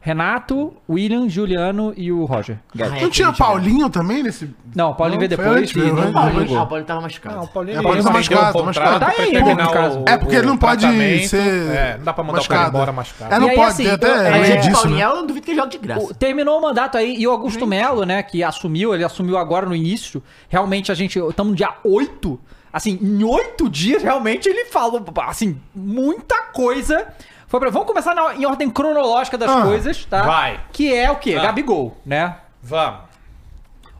A: Renato, William, Juliano e o Roger Guedes.
D: Ah, é,
B: Não tinha
D: que a gente-
B: Paulinho também nesse.
A: Não, o Paulinho
B: Não,
A: veio
B: foi
A: depois
B: antes,
A: e
B: foi
A: não
B: antes.
A: não
D: Ah,
A: jogou.
D: o Paulinho tava machucado.
C: Não, o Paulinho,
B: É, o Paulinho tá
C: vendeu
B: machucado, tá
C: contrato
B: machucado.
A: Tá aí,
C: terminar
A: né, no caso.
B: É, porque ele não pode
C: tratamento.
B: ser
C: É, não dá pra mandar o cara
B: machucado.
C: embora machucado.
B: É,
A: E
B: não
A: aí,
B: pode,
A: assim,
B: tem até
A: eu-
B: lei
A: é,
D: Mas
A: é,
D: gente,
B: disso, né?
D: então, Paulinho, eu não duvido que ele jogue de graça.
A: O- terminou o mandato aí e o Augusto Melo, né, que assumiu, ele assumiu agora no início. Realmente a gente, estamos no dia 8. Assim, em oito dias, realmente ele falou, assim, muita coisa. Foi pra... Vamos começar na- em ordem cronológica das
B: Ah,
A: coisas, tá?
C: vai.
A: Que é o quê?
C: Ah.
A: Gabigol, né?
C: Vamos.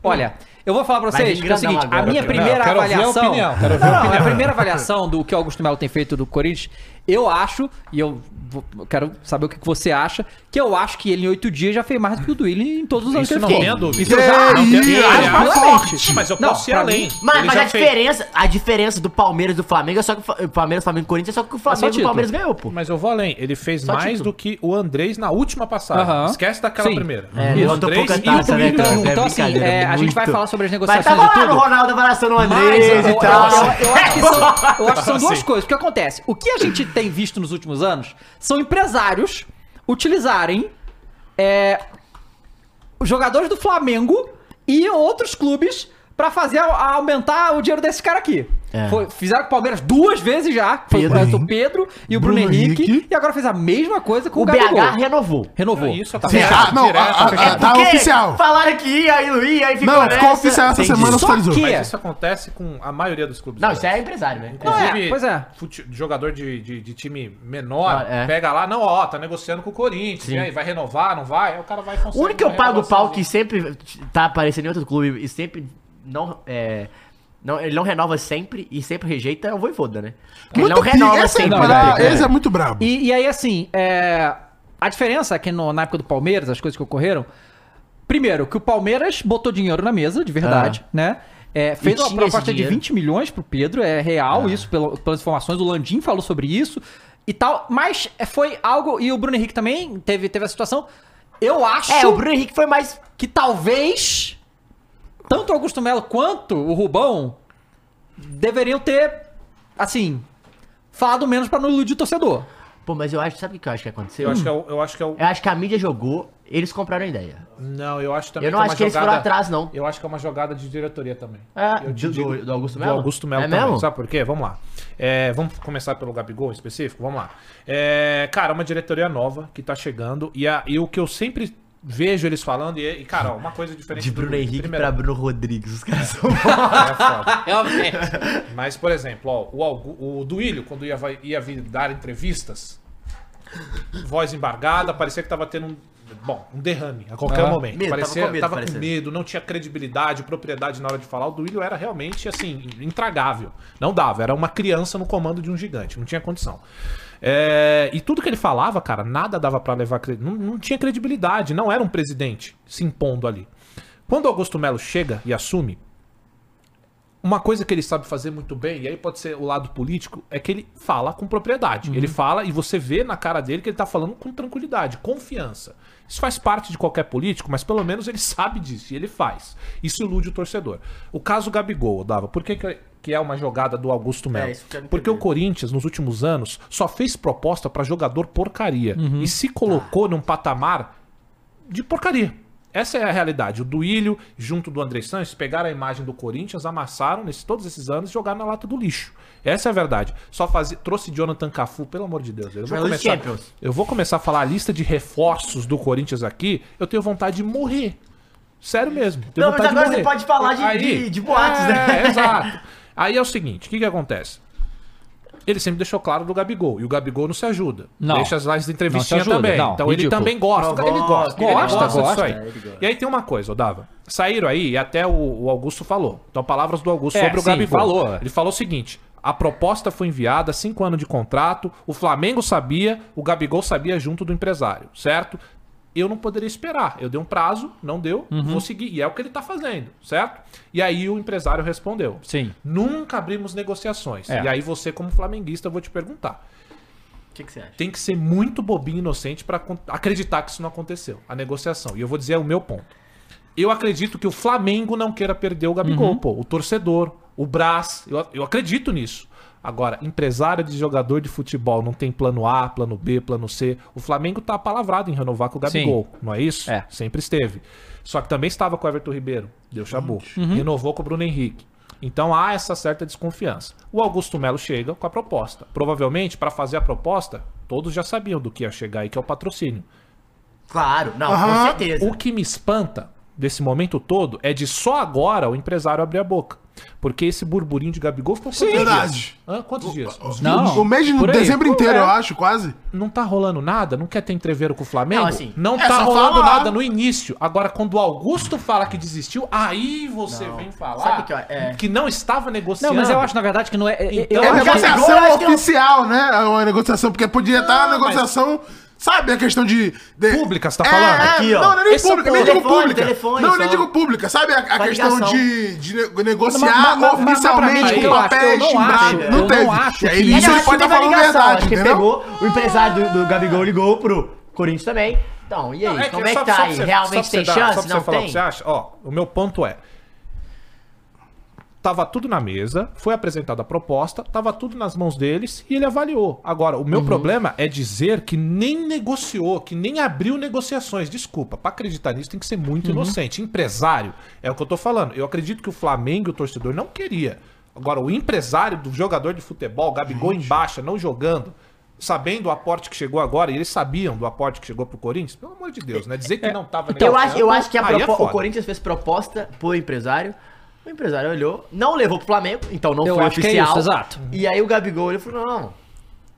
A: Olha, eu vou falar pra
D: Vai
A: vocês
D: vir
A: que é o
D: Hum. grandão
A: seguinte, a
D: agora, tá
A: minha
D: eu quero-
A: primeira
C: não, eu quero ouvir a
A: avaliação.
C: opinião, quero ouvir a
A: não, não, a primeira avaliação do que o Augusto Melo tem feito do Corinthians, eu acho, e eu vou- eu quero saber o que que você acha, que eu acho que ele em oito dias já fez mais do que o Duílio em todos os anos
C: Isso
A: que ele
C: não
A: ficou.
C: tem a dúvida.
A: Isso eu já-
B: Que
D: é
A: não tem-
B: isso,
A: Ah,
B: cara,
A: claramente.
B: forte.
C: Mas eu
A: Não,
C: posso ir
A: pra
C: além.
A: mim-
D: Mas,
C: Ele
D: mas
C: já
D: a
C: fez-
D: diferença, a diferença do Palmeiras e do Flamengo é só que o Fa- o Palmeiras, Flamengo e Corinthians é só que o Flamengo e o
A: título.
D: Palmeiras ganhou, pô.
C: Mas eu vou além. Ele fez
D: Só
C: mais
D: título.
C: do que o Andrés na última passagada.
A: Aham.
C: Esquece daquela
A: Sim.
C: primeira.
D: É,
C: Isso,
D: levantou
C: Andrés
D: pouca
C: e
D: taça,
C: o
D: né,
C: Duílio.
D: cara?
A: Então, então,
D: É
A: assim,
D: brincadeira,
A: é, a gente
D: muito.
A: vai falar sobre as
D: Mas
A: negociações
D: tava
A: e
D: lá
A: tudo.
D: no Ronaldo abraçando o
A: Mas eu,
D: Andrés
A: eu-
D: e
A: eu-
D: tal.
A: eu acho que são, eu acho que são duas
C: Sim.
A: coisas. O que acontece? O que a gente tem visto nos últimos anos são empresários utilizarem é, os jogadores do Flamengo e outros clubes pra fazer a- a aumentar o dinheiro desse cara aqui.
D: É.
A: Foi- fizeram com o Palmeiras duas vezes já. Foi
D: Pedro.
A: o Pedro e o Bruno,
B: Bruno
A: Henrique,
B: Henrique.
A: E agora fez a mesma coisa com o,
D: O
A: Gabigol.
D: BH renovou.
A: Renovou.
C: Isso, tá
B: Sim, ah,
C: fechado.
B: não,
C: direto,
B: ah, ah,
C: tá fechado.
B: tá
D: Porque
B: oficial.
D: Falaram que ia, aí não ia, aí ficou
B: Não, é ficou
D: nessa.
B: oficial essa
D: Entendi.
A: Só
B: semana oficializou.
A: que-
C: Mas isso acontece com a maioria dos clubes.
D: Não,
C: do
D: isso é empresário, né?
A: Não, é, pois é.
C: fute- jogador de, de, de time menor,
D: Ah, é.
C: pega lá, não, ó, tá negociando com o Corinthians, e aí, vai renovar, não vai? Aí o cara vai
D: O único que eu pago pau que sempre tá aparecendo em outro clube e sempre não. É, não ele não renova sempre e sempre rejeita é o Voivoda, né? Porque assim, ele
B: Muito
D: não renova
B: pica, esse é
D: sempre.
B: bra-
A: né?
B: Esse é muito brabo.
A: E, e aí, assim, é, a diferença é que no- na época do Palmeiras, as coisas que ocorreram. Primeiro, que o Palmeiras botou dinheiro na mesa, de verdade, né? É, fez uma
D: Ah. tinha esse
A: proposta de
D: dinheiro. Ah.
A: 20 milhões pro Pedro, é real isso, pelo- pelas informações, o Landim falou sobre isso e tal, mas é, foi algo, e o Bruno Henrique também teve, teve a situação, Eu acho
D: É, o Bruno Henrique foi mais.
A: que talvez tanto o Augusto Melo quanto o Rubão deveriam ter, assim, falado menos pra não iludir o torcedor.
D: Pô, mas eu acho. Sabe o que eu acho que aconteceu?
C: Eu acho que é o. Eu acho que é o...
D: Eu acho que a mídia jogou, eles compraram a ideia.
C: Não, eu acho também
D: Eu não
C: é
D: acho
C: uma
D: que eles foram atrás, não.
C: Eu acho que é uma jogada de diretoria também.
D: É,
C: Eu te
D: do-
C: digo-
D: do- do Augusto
C: Do
D: Melo?
C: Augusto Melo
D: É
C: também.
D: mesmo?
C: Sabe por quê? Vamos lá. É, vamos começar pelo Gabigol em específico? Vamos lá. É, cara, uma diretoria nova que tá chegando e, a- e o que eu sempre vejo eles falando, e, e, cara, uma coisa diferente
D: De Bruno
C: do-
D: Henrique
C: primeiro-
D: pra Bruno Rodrigues. Os caras são.
C: É foda.
A: Realmente.
C: Mas, por exemplo, ó, o, Algu- o Duílio, quando ia, vai- ia vir dar entrevistas, voz embargada, parecia que tava tendo um. Bom, um derrame a qualquer
A: Ah.
C: momento.
D: Medo, tava
C: parecia,
D: com medo,
C: tava com
D: parecia.
C: medo, não tinha credibilidade, propriedade na hora de falar. O Duílio era realmente, assim, intragável. Não dava, era uma criança no comando de um gigante, não tinha condição. É, e tudo que ele falava, cara, nada dava pra levar. cre- Não, não tinha credibilidade, não era um presidente se impondo ali. Quando o Augusto Melo chega e assume, uma coisa que ele sabe fazer muito bem, e aí pode ser o lado político, é que ele fala com propriedade.
D: Uhum.
C: Ele fala e você vê na cara dele que ele tá falando com tranquilidade, confiança. Isso faz parte de qualquer político, mas pelo menos ele sabe disso e ele faz. Isso ilude o torcedor. O caso Gabigol, Dava, por que, que que é uma jogada do Augusto Melo?
D: É, isso que eu não
C: Porque o
D: entendi.
C: Corinthians, nos últimos anos, só fez proposta pra jogador porcaria
D: Uhum.
C: e se colocou
D: Tá.
C: num patamar de porcaria. Essa é a realidade. O Duílio, junto do André Sanches, pegaram a imagem do Corinthians, amassaram nesses, todos esses anos e jogaram na lata do lixo. Essa é a verdade. Só fazer, trouxe Jonathan Cafu, pelo amor de Deus. Eu vou,
D: Jogador de
C: começar,
D: Champions.
C: eu vou começar a falar a lista de reforços do Corinthians aqui. Eu tenho vontade de morrer. Sério mesmo. tenho
D: Não, mas
C: vontade de
D: agora
C: morrer.
D: você pode falar de- de- de boatos,
C: É,
D: né?
C: exato. Aí é o seguinte, o que, que acontece? Ele sempre deixou claro do Gabigol. E o Gabigol não se ajuda.
A: Não.
C: Deixa as lives de entrevistinha
A: ajuda,
C: também.
A: não,
C: então ele
A: ridículo.
C: também gosta.
D: Não,
C: cara, ele gosta,
D: gosta,
C: ele gosta,
A: gosta, é,
C: disso
A: gosta,
C: aí.
D: ele gosta.
C: E aí tem uma coisa, Odava. Saíram aí, e até o, o Augusto falou. Então, palavras do Augusto
A: É,
C: sobre o
A: sim,
C: Gabigol.
A: falou.
C: Ele falou o seguinte: a proposta foi enviada, cinco anos de contrato, o Flamengo sabia, o Gabigol sabia junto do empresário, certo? Eu não poderia esperar. Eu dei um prazo, não deu,
A: Uhum.
C: vou seguir. E é o que ele tá fazendo, certo? E aí o empresário respondeu.
A: Sim.
C: Nunca abrimos negociações.
A: É.
C: E aí você, como flamenguista, eu vou te perguntar.
D: O que, que você acha?
C: Tem que ser muito bobinho e inocente pra con- acreditar que isso não aconteceu, a negociação. E eu vou dizer o meu ponto. Eu acredito que o Flamengo não queira perder o Gabigol, pô. O torcedor, o Brás, eu, eu acredito nisso. Agora, empresário de jogador de futebol não tem plano A, plano B, plano C. O Flamengo tá palavrado em renovar com o Gabigol, não é isso?
A: É.
C: Sempre esteve. Só que também estava com o Everton Ribeiro, deu chabu.
B: Uhum.
C: Renovou com o Bruno Henrique. Então há essa certa desconfiança. O Augusto Melo chega com a proposta. Provavelmente, para fazer a proposta, todos já sabiam do que ia chegar aí, que é o patrocínio.
D: Claro, não,
B: Aham.
D: com certeza.
C: O que me espanta desse momento todo é de só agora o empresário abrir a boca. Porque esse burburinho de Gabigol ficou quantos
B: verdade.
C: Dias? Hã? Quantos dias?
A: Não,
B: o mês de
A: por aí.
B: dezembro inteiro,
C: É.
B: eu acho, quase.
C: Não tá rolando nada? Não quer ter entreveiro com o Flamengo? Não,
D: Não, assim,
B: é
C: tá
B: só
C: rolando
B: falar.
C: nada no início. Agora, quando o Augusto fala que desistiu, aí você vem falar
D: Sabe que, ó, é-
C: que não estava negociando.
A: Não, mas eu acho, na verdade, que não é. é- eu
C: Então,
B: É
A: acho
B: uma
A: que
D: porque-
A: é-
D: Gabigol, eu
B: negociação
D: acho que eu-
B: oficial, né? É uma negociação, porque podia estar
C: Não,
B: uma negociação. Sabe a questão de. de...
C: Pública, você tá falando?
B: É,
D: Aqui, ó.
B: Não, não é nem
D: Esse
B: pública,
D: é o
B: nem digo
D: telefone,
B: pública.
D: telefone,
B: não,
D: só.
B: nem digo pública. Sabe a, a
D: Só
B: questão
D: ligação.
B: de, de ne- negociar
A: Mas- mas- mas- mas pra mim,
B: oficialmente com
A: eu acho- eu
B: papéis
A: não acho,
B: timbrados?
A: eu não acho
B: E aí,
A: que-
D: É,
B: Isso
D: não,
B: ele pode
D: acho que
B: estar
D: teve a
B: falando a
D: ligação, acho
B: verdade,
D: que
B: entendeu?
D: pegou, o empresário do, do Gabigol ligou pro Corinthians também. Então, e aí,
C: Não, é que-
D: como é
C: só-
D: que tá
C: só pra
D: aí?
C: você- só pra
D: Realmente
C: você
D: tem
C: dar- só
D: chance?
C: pra você
D: Não
C: falar o que
D: tem?
C: Você acha? Ó, o meu ponto é. Tava tudo na mesa, foi apresentada a proposta, tava tudo nas mãos deles e ele avaliou. Agora, o meu
D: Uhum.
C: problema é dizer que nem negociou, que nem abriu negociações. Desculpa, pra acreditar nisso tem que ser muito
D: Uhum.
C: inocente. Empresário, é o que eu tô falando. Eu acredito que o Flamengo e o torcedor não queria. Agora, o empresário do jogador de futebol, Gabigol em baixa, não jogando, sabendo o aporte que chegou agora, e eles sabiam do aporte que chegou pro Corinthians, pelo amor de Deus, né? Dizer que não tava
A: Então,
D: É, eu,
C: negociando,
D: acho, eu acho que a
C: aí é
D: propo-
C: foda.
D: o Corinthians fez proposta pro empresário. O empresário olhou, não levou pro Flamengo, então não
A: Eu
D: foi
A: acho que é
D: oficial.
A: isso, exato.
D: E aí o Gabigol ele falou: não, não,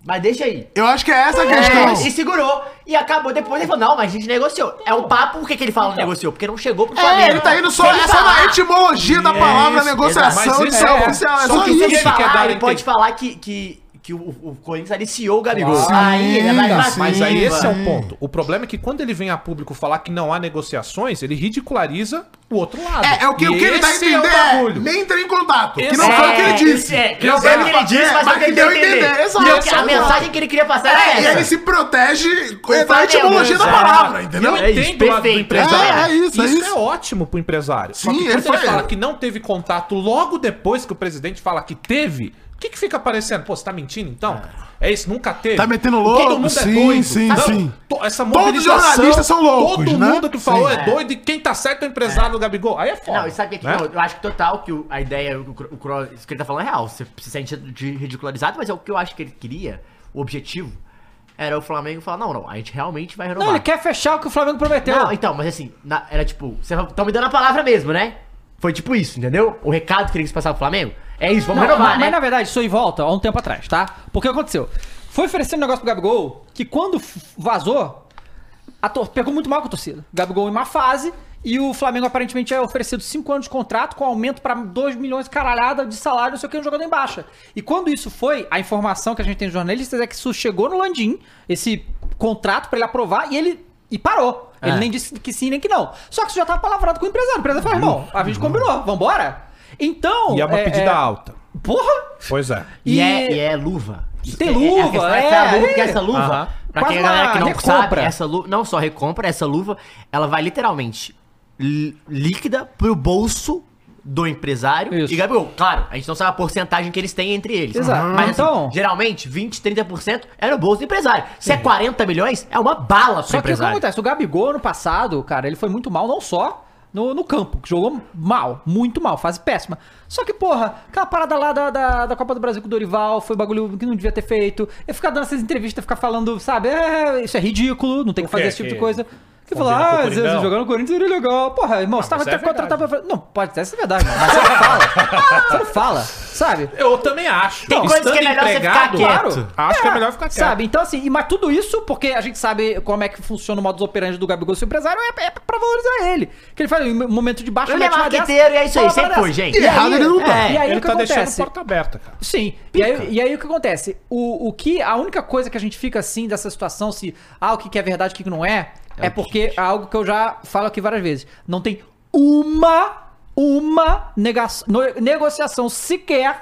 D: mas deixa aí.
B: Eu acho que é essa a
D: É, e
B: questão.
D: segurou. E acabou depois ele falou: não, mas a gente negociou. É um papo, por que, que ele fala negociou? Porque não chegou pro Flamengo.
B: Então. É, ele tá indo só,
D: Se ele
B: é só
D: falar-
B: na etimologia da palavra
D: isso,
C: exato.
B: negociação
C: Mas
B: de
C: isso
B: ser
C: é-
B: oficial. É
C: só
B: só
C: que se
D: Se
B: isso.
D: ele
C: ele quer
D: falar,
C: dar,
D: ele
C: ele
D: pode
C: tem-
D: falar que, que, que o, o Corinthians aliciou o Gabigol.
B: Sim,
D: aí ele vai pra
B: sim.
D: cima.
C: Mas aí esse é
B: Sim.
C: o ponto. O problema é que quando ele vem a público falar que não há negociações, ele ridiculariza o outro lado.
B: É, é o que,
C: E
B: o que ele tá
C: esse é o
B: entendendo.
C: babado. bagulho.
B: nem entra em contato. Que
C: Esse-
B: não foi o que ele
D: é,
B: disse.
D: É, que
B: Não
D: não
B: foi
D: foi o que ele disse, mas,
B: mas que deu a entender. Exato.
D: E eu- a mensagem que ele queria passar
B: É,
D: era
B: e
D: essa.
B: ele se protege com
D: Exato,
B: a etimologia da
D: exato.
B: palavra,
C: Eu
B: entendeu?
D: É isso,
C: entendo o lado do
D: perfeito.
C: empresário.
B: É, é isso, é isso.
C: é ótimo pro empresário. Só
B: Sim,
C: que
B: ele
C: quando ele
B: foi-
C: fala que não teve contato logo depois que o presidente fala que teve, o que, que fica aparecendo? Pô, você tá mentindo então? É isso, nunca teve.
B: Tá metendo louco,
C: Todo mundo
B: sim,
C: é doido.
B: sim, sim.
C: to- Essa
B: Todos os
C: mobilização,
B: jornalistas são loucos,
C: Todo
B: né?
C: mundo que falou
B: Sim.
C: é doido e quem tá certo é o empresário do Gabigol. Aí é foda.
D: Não, e sabe o que
C: né?
D: não, eu acho que total que o- a ideia, o, Cro- o, Cro- isso que ele tá falando é real. Você se sente de ridicularizado, mas é o que eu acho que ele queria, o objetivo, era o Flamengo falar, não, não, a gente realmente vai renovar.
A: Não, ele quer fechar o que o Flamengo prometeu.
D: Não, então, mas assim, na- era tipo, vocês estão me dando a palavra mesmo, né? Foi tipo isso, entendeu? O recado que ele quis passar pro Flamengo é isso, vamos
A: Não,
D: renovar,
A: mas,
D: né?
A: mas na verdade, isso aí volta há um tempo atrás, tá? Porque aconteceu. Foi oferecido um negócio pro Gabigol que quando f- vazou, a tor- pegou muito mal com a torcida. O Gabigol em má fase e o Flamengo aparentemente é oferecido 5 anos de contrato com aumento pra 2 milhões de caralhada de salário, não sei o que, um jogador em baixa. E quando isso foi, a informação que a gente tem de jornalistas é que isso chegou no Landim, esse contrato pra ele aprovar e ele e parou.
C: É.
A: Ele nem disse que sim nem que não. Só que isso já tava palavrado com o empresário. O empresário falou, irmão, a gente combinou, vambora? Então.
C: Uhum. E é uma pedida alta.
A: Porra!
C: Pois é.
D: E,
A: E-
D: é, e é luva.
A: Tem
D: É- é-
A: luva,
D: a questão
A: é,
D: essa luva,
A: é.
D: porque essa luva,
C: Aham.
D: pra
A: Quase
D: quem a
A: uma
D: galera que não
A: recompra.
D: sabe, essa luva, não só recompra, essa luva, ela vai literalmente lí- líquida pro bolso do empresário
A: Isso.
D: e Gabriel. Claro, a gente não sabe a porcentagem que eles têm entre eles.
A: Exato.
D: Mas assim,
A: Então-
D: geralmente, 20, 30% é no bolso do empresário. Se é 40 milhões, é uma bala
A: Só
D: pro
A: que o que
D: empresário.
A: acontece? O Gabigol, ano passado, cara, ele foi muito mal, não só no, no campo, que jogou mal, muito mal, fase péssima. Só que, porra, aquela parada lá da, da, da Copa do Brasil com o Dorival foi um bagulho que não devia ter feito. Eu ficar dando essas entrevistas, ficar falando, sabe, é, isso é ridículo, não tem que
C: O quê?
A: fazer esse tipo de
C: Que
A: coisa. Que
C: combina
A: falou,
C: com o
A: ah, às vezes
C: Coringão?
A: jogar no Corinthians seria legal. Porra, irmão, você tava
C: mas
A: até
C: é verdade.
A: contratado pra. fazer- Não, pode até ser é verdade, irmão, mas você não fala. Você não fala, sabe?
C: Eu também acho.
D: Tem coisas que é melhor você ficar
C: empregado,
D: quieto.
C: Acho que é melhor ficar quieto.
A: Sabe? Então, assim, e- mas tudo isso porque a gente sabe como é que funciona o modus operandi do Gabigol, seu empresário, é, é pra valorizar ele. Que ele faz um momento de baixa
D: Ele
A: mete
D: é
A: uma
D: marqueteiro
A: dessa,
D: e é isso aí,
A: fala uma
D: sempre
A: parada
D: foi,
A: dessa.
D: gente.
A: E aí,
B: Errado ele não tá.
A: é, E aí
C: ele
A: o que
C: tá deixando
A: acontece?
C: a porta aberta, cara.
A: Sim. E aí, e aí o que acontece? O, o que a única coisa que a gente fica assim dessa situação, se ah, o que que é verdade, o que que não é, é, porque é algo que eu já falo aqui várias vezes. Não tem uma uma nega- no- negociação sequer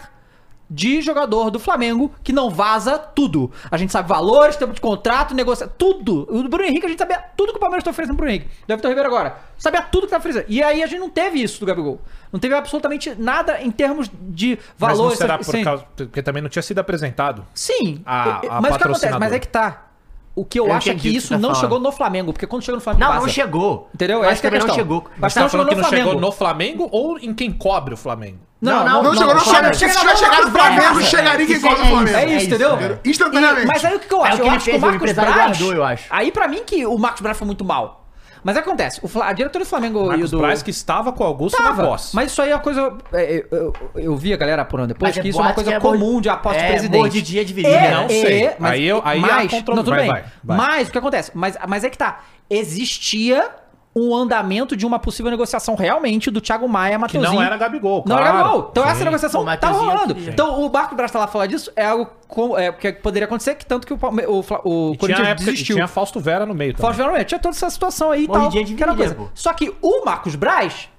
A: de jogador do Flamengo que não vaza tudo. A gente sabe valores, tempo de contrato, negócio, tudo. O do Bruno Henrique a gente sabia tudo que o Palmeiras tá oferecendo pro Bruno Henrique. Do Vitor Ribeiro agora. Sabia tudo que tá oferecendo. E aí a gente não teve isso do Gabigol. Não teve absolutamente nada em termos de
C: Mas não
A: valores.
C: será por
A: sim.
C: causa... Porque também não tinha sido apresentado.
A: Sim.
C: A-
A: e-
C: a
A: mas o que acontece?
C: patrocinadora.
A: Mas é que tá. O que eu,
D: Eu
A: acho é
D: entendi
A: que
D: o que
A: isso
D: você tá
A: não
D: falando.
A: chegou no Flamengo, porque quando chegou no Flamengo.
D: Não,
A: vaza.
D: não chegou.
A: Entendeu?
D: Mas
A: Essa que é a
D: também não
A: questão.
D: chegou.
A: Mas
C: Você
A: não chegou
C: tá falando
A: no
C: que não
A: Flamengo.
C: chegou no Flamengo ou em quem cobre o Flamengo?
A: Não,
B: Não, chegou no
A: não,
B: Flamengo. Se
A: chega
B: tiver
A: no
B: chegado no Flamengo,
A: Flamengo.
B: chegaria quem
D: Isso é-
B: contra o Flamengo.
A: É isso, entendeu?
D: cara.
B: Instantaneamente.
A: E- mas aí o que eu
D: É
A: acho?
D: o que
A: eu
D: ele
A: acho que
D: fez,
A: o
D: o
A: Marcos Braz.
D: empresário guardou, eu acho.
A: Aí pra mim que o Marcos Braz foi muito mal. Mas acontece, o Fla- a diretora do Flamengo
C: Marcos
A: e o do.
C: Braz que estava com o Augusto na
A: Tava,
C: posse.
A: mas isso aí é uma coisa. é, eu, eu, eu vi a galera apurando depois
D: Mas é
A: que isso é uma
D: boato
A: coisa
D: que é
A: comum
D: mor-
A: de aposta de
D: é,
A: presidente. É,
D: mordidinha de virilha,
C: não sei. Aí eu- aí
A: mas,
C: há contro-
A: não, tudo
C: vai,
A: bem.
C: vai, vai.
A: Mas o que acontece? Mas, mas é que tá. Existia um andamento de uma possível negociação realmente do Thiago Maia
C: Que
A: Mateuzinho.
C: não era Gabigol,
A: Não
C: claro.
A: era gol. Então essa
C: Sim.
A: negociação
D: O
A: tá
D: Mateuzinho
A: rolando.
D: é que-
A: Então o Barco Brás tá lá falar disso é algo com- é, que poderia acontecer, que tanto que o, Palme- o, Fla- o
C: E tinha,
A: Corinthians
C: a época, e
A: desistiu.
C: tinha Fausto Vera no meio também.
A: Fausto Verão, tinha toda essa situação aí e
D: Morre
A: tal.
D: de gente
A: que era uma
D: virilha,
A: coisa.
D: pô.
A: Só que o Marcos Braz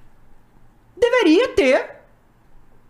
A: deveria ter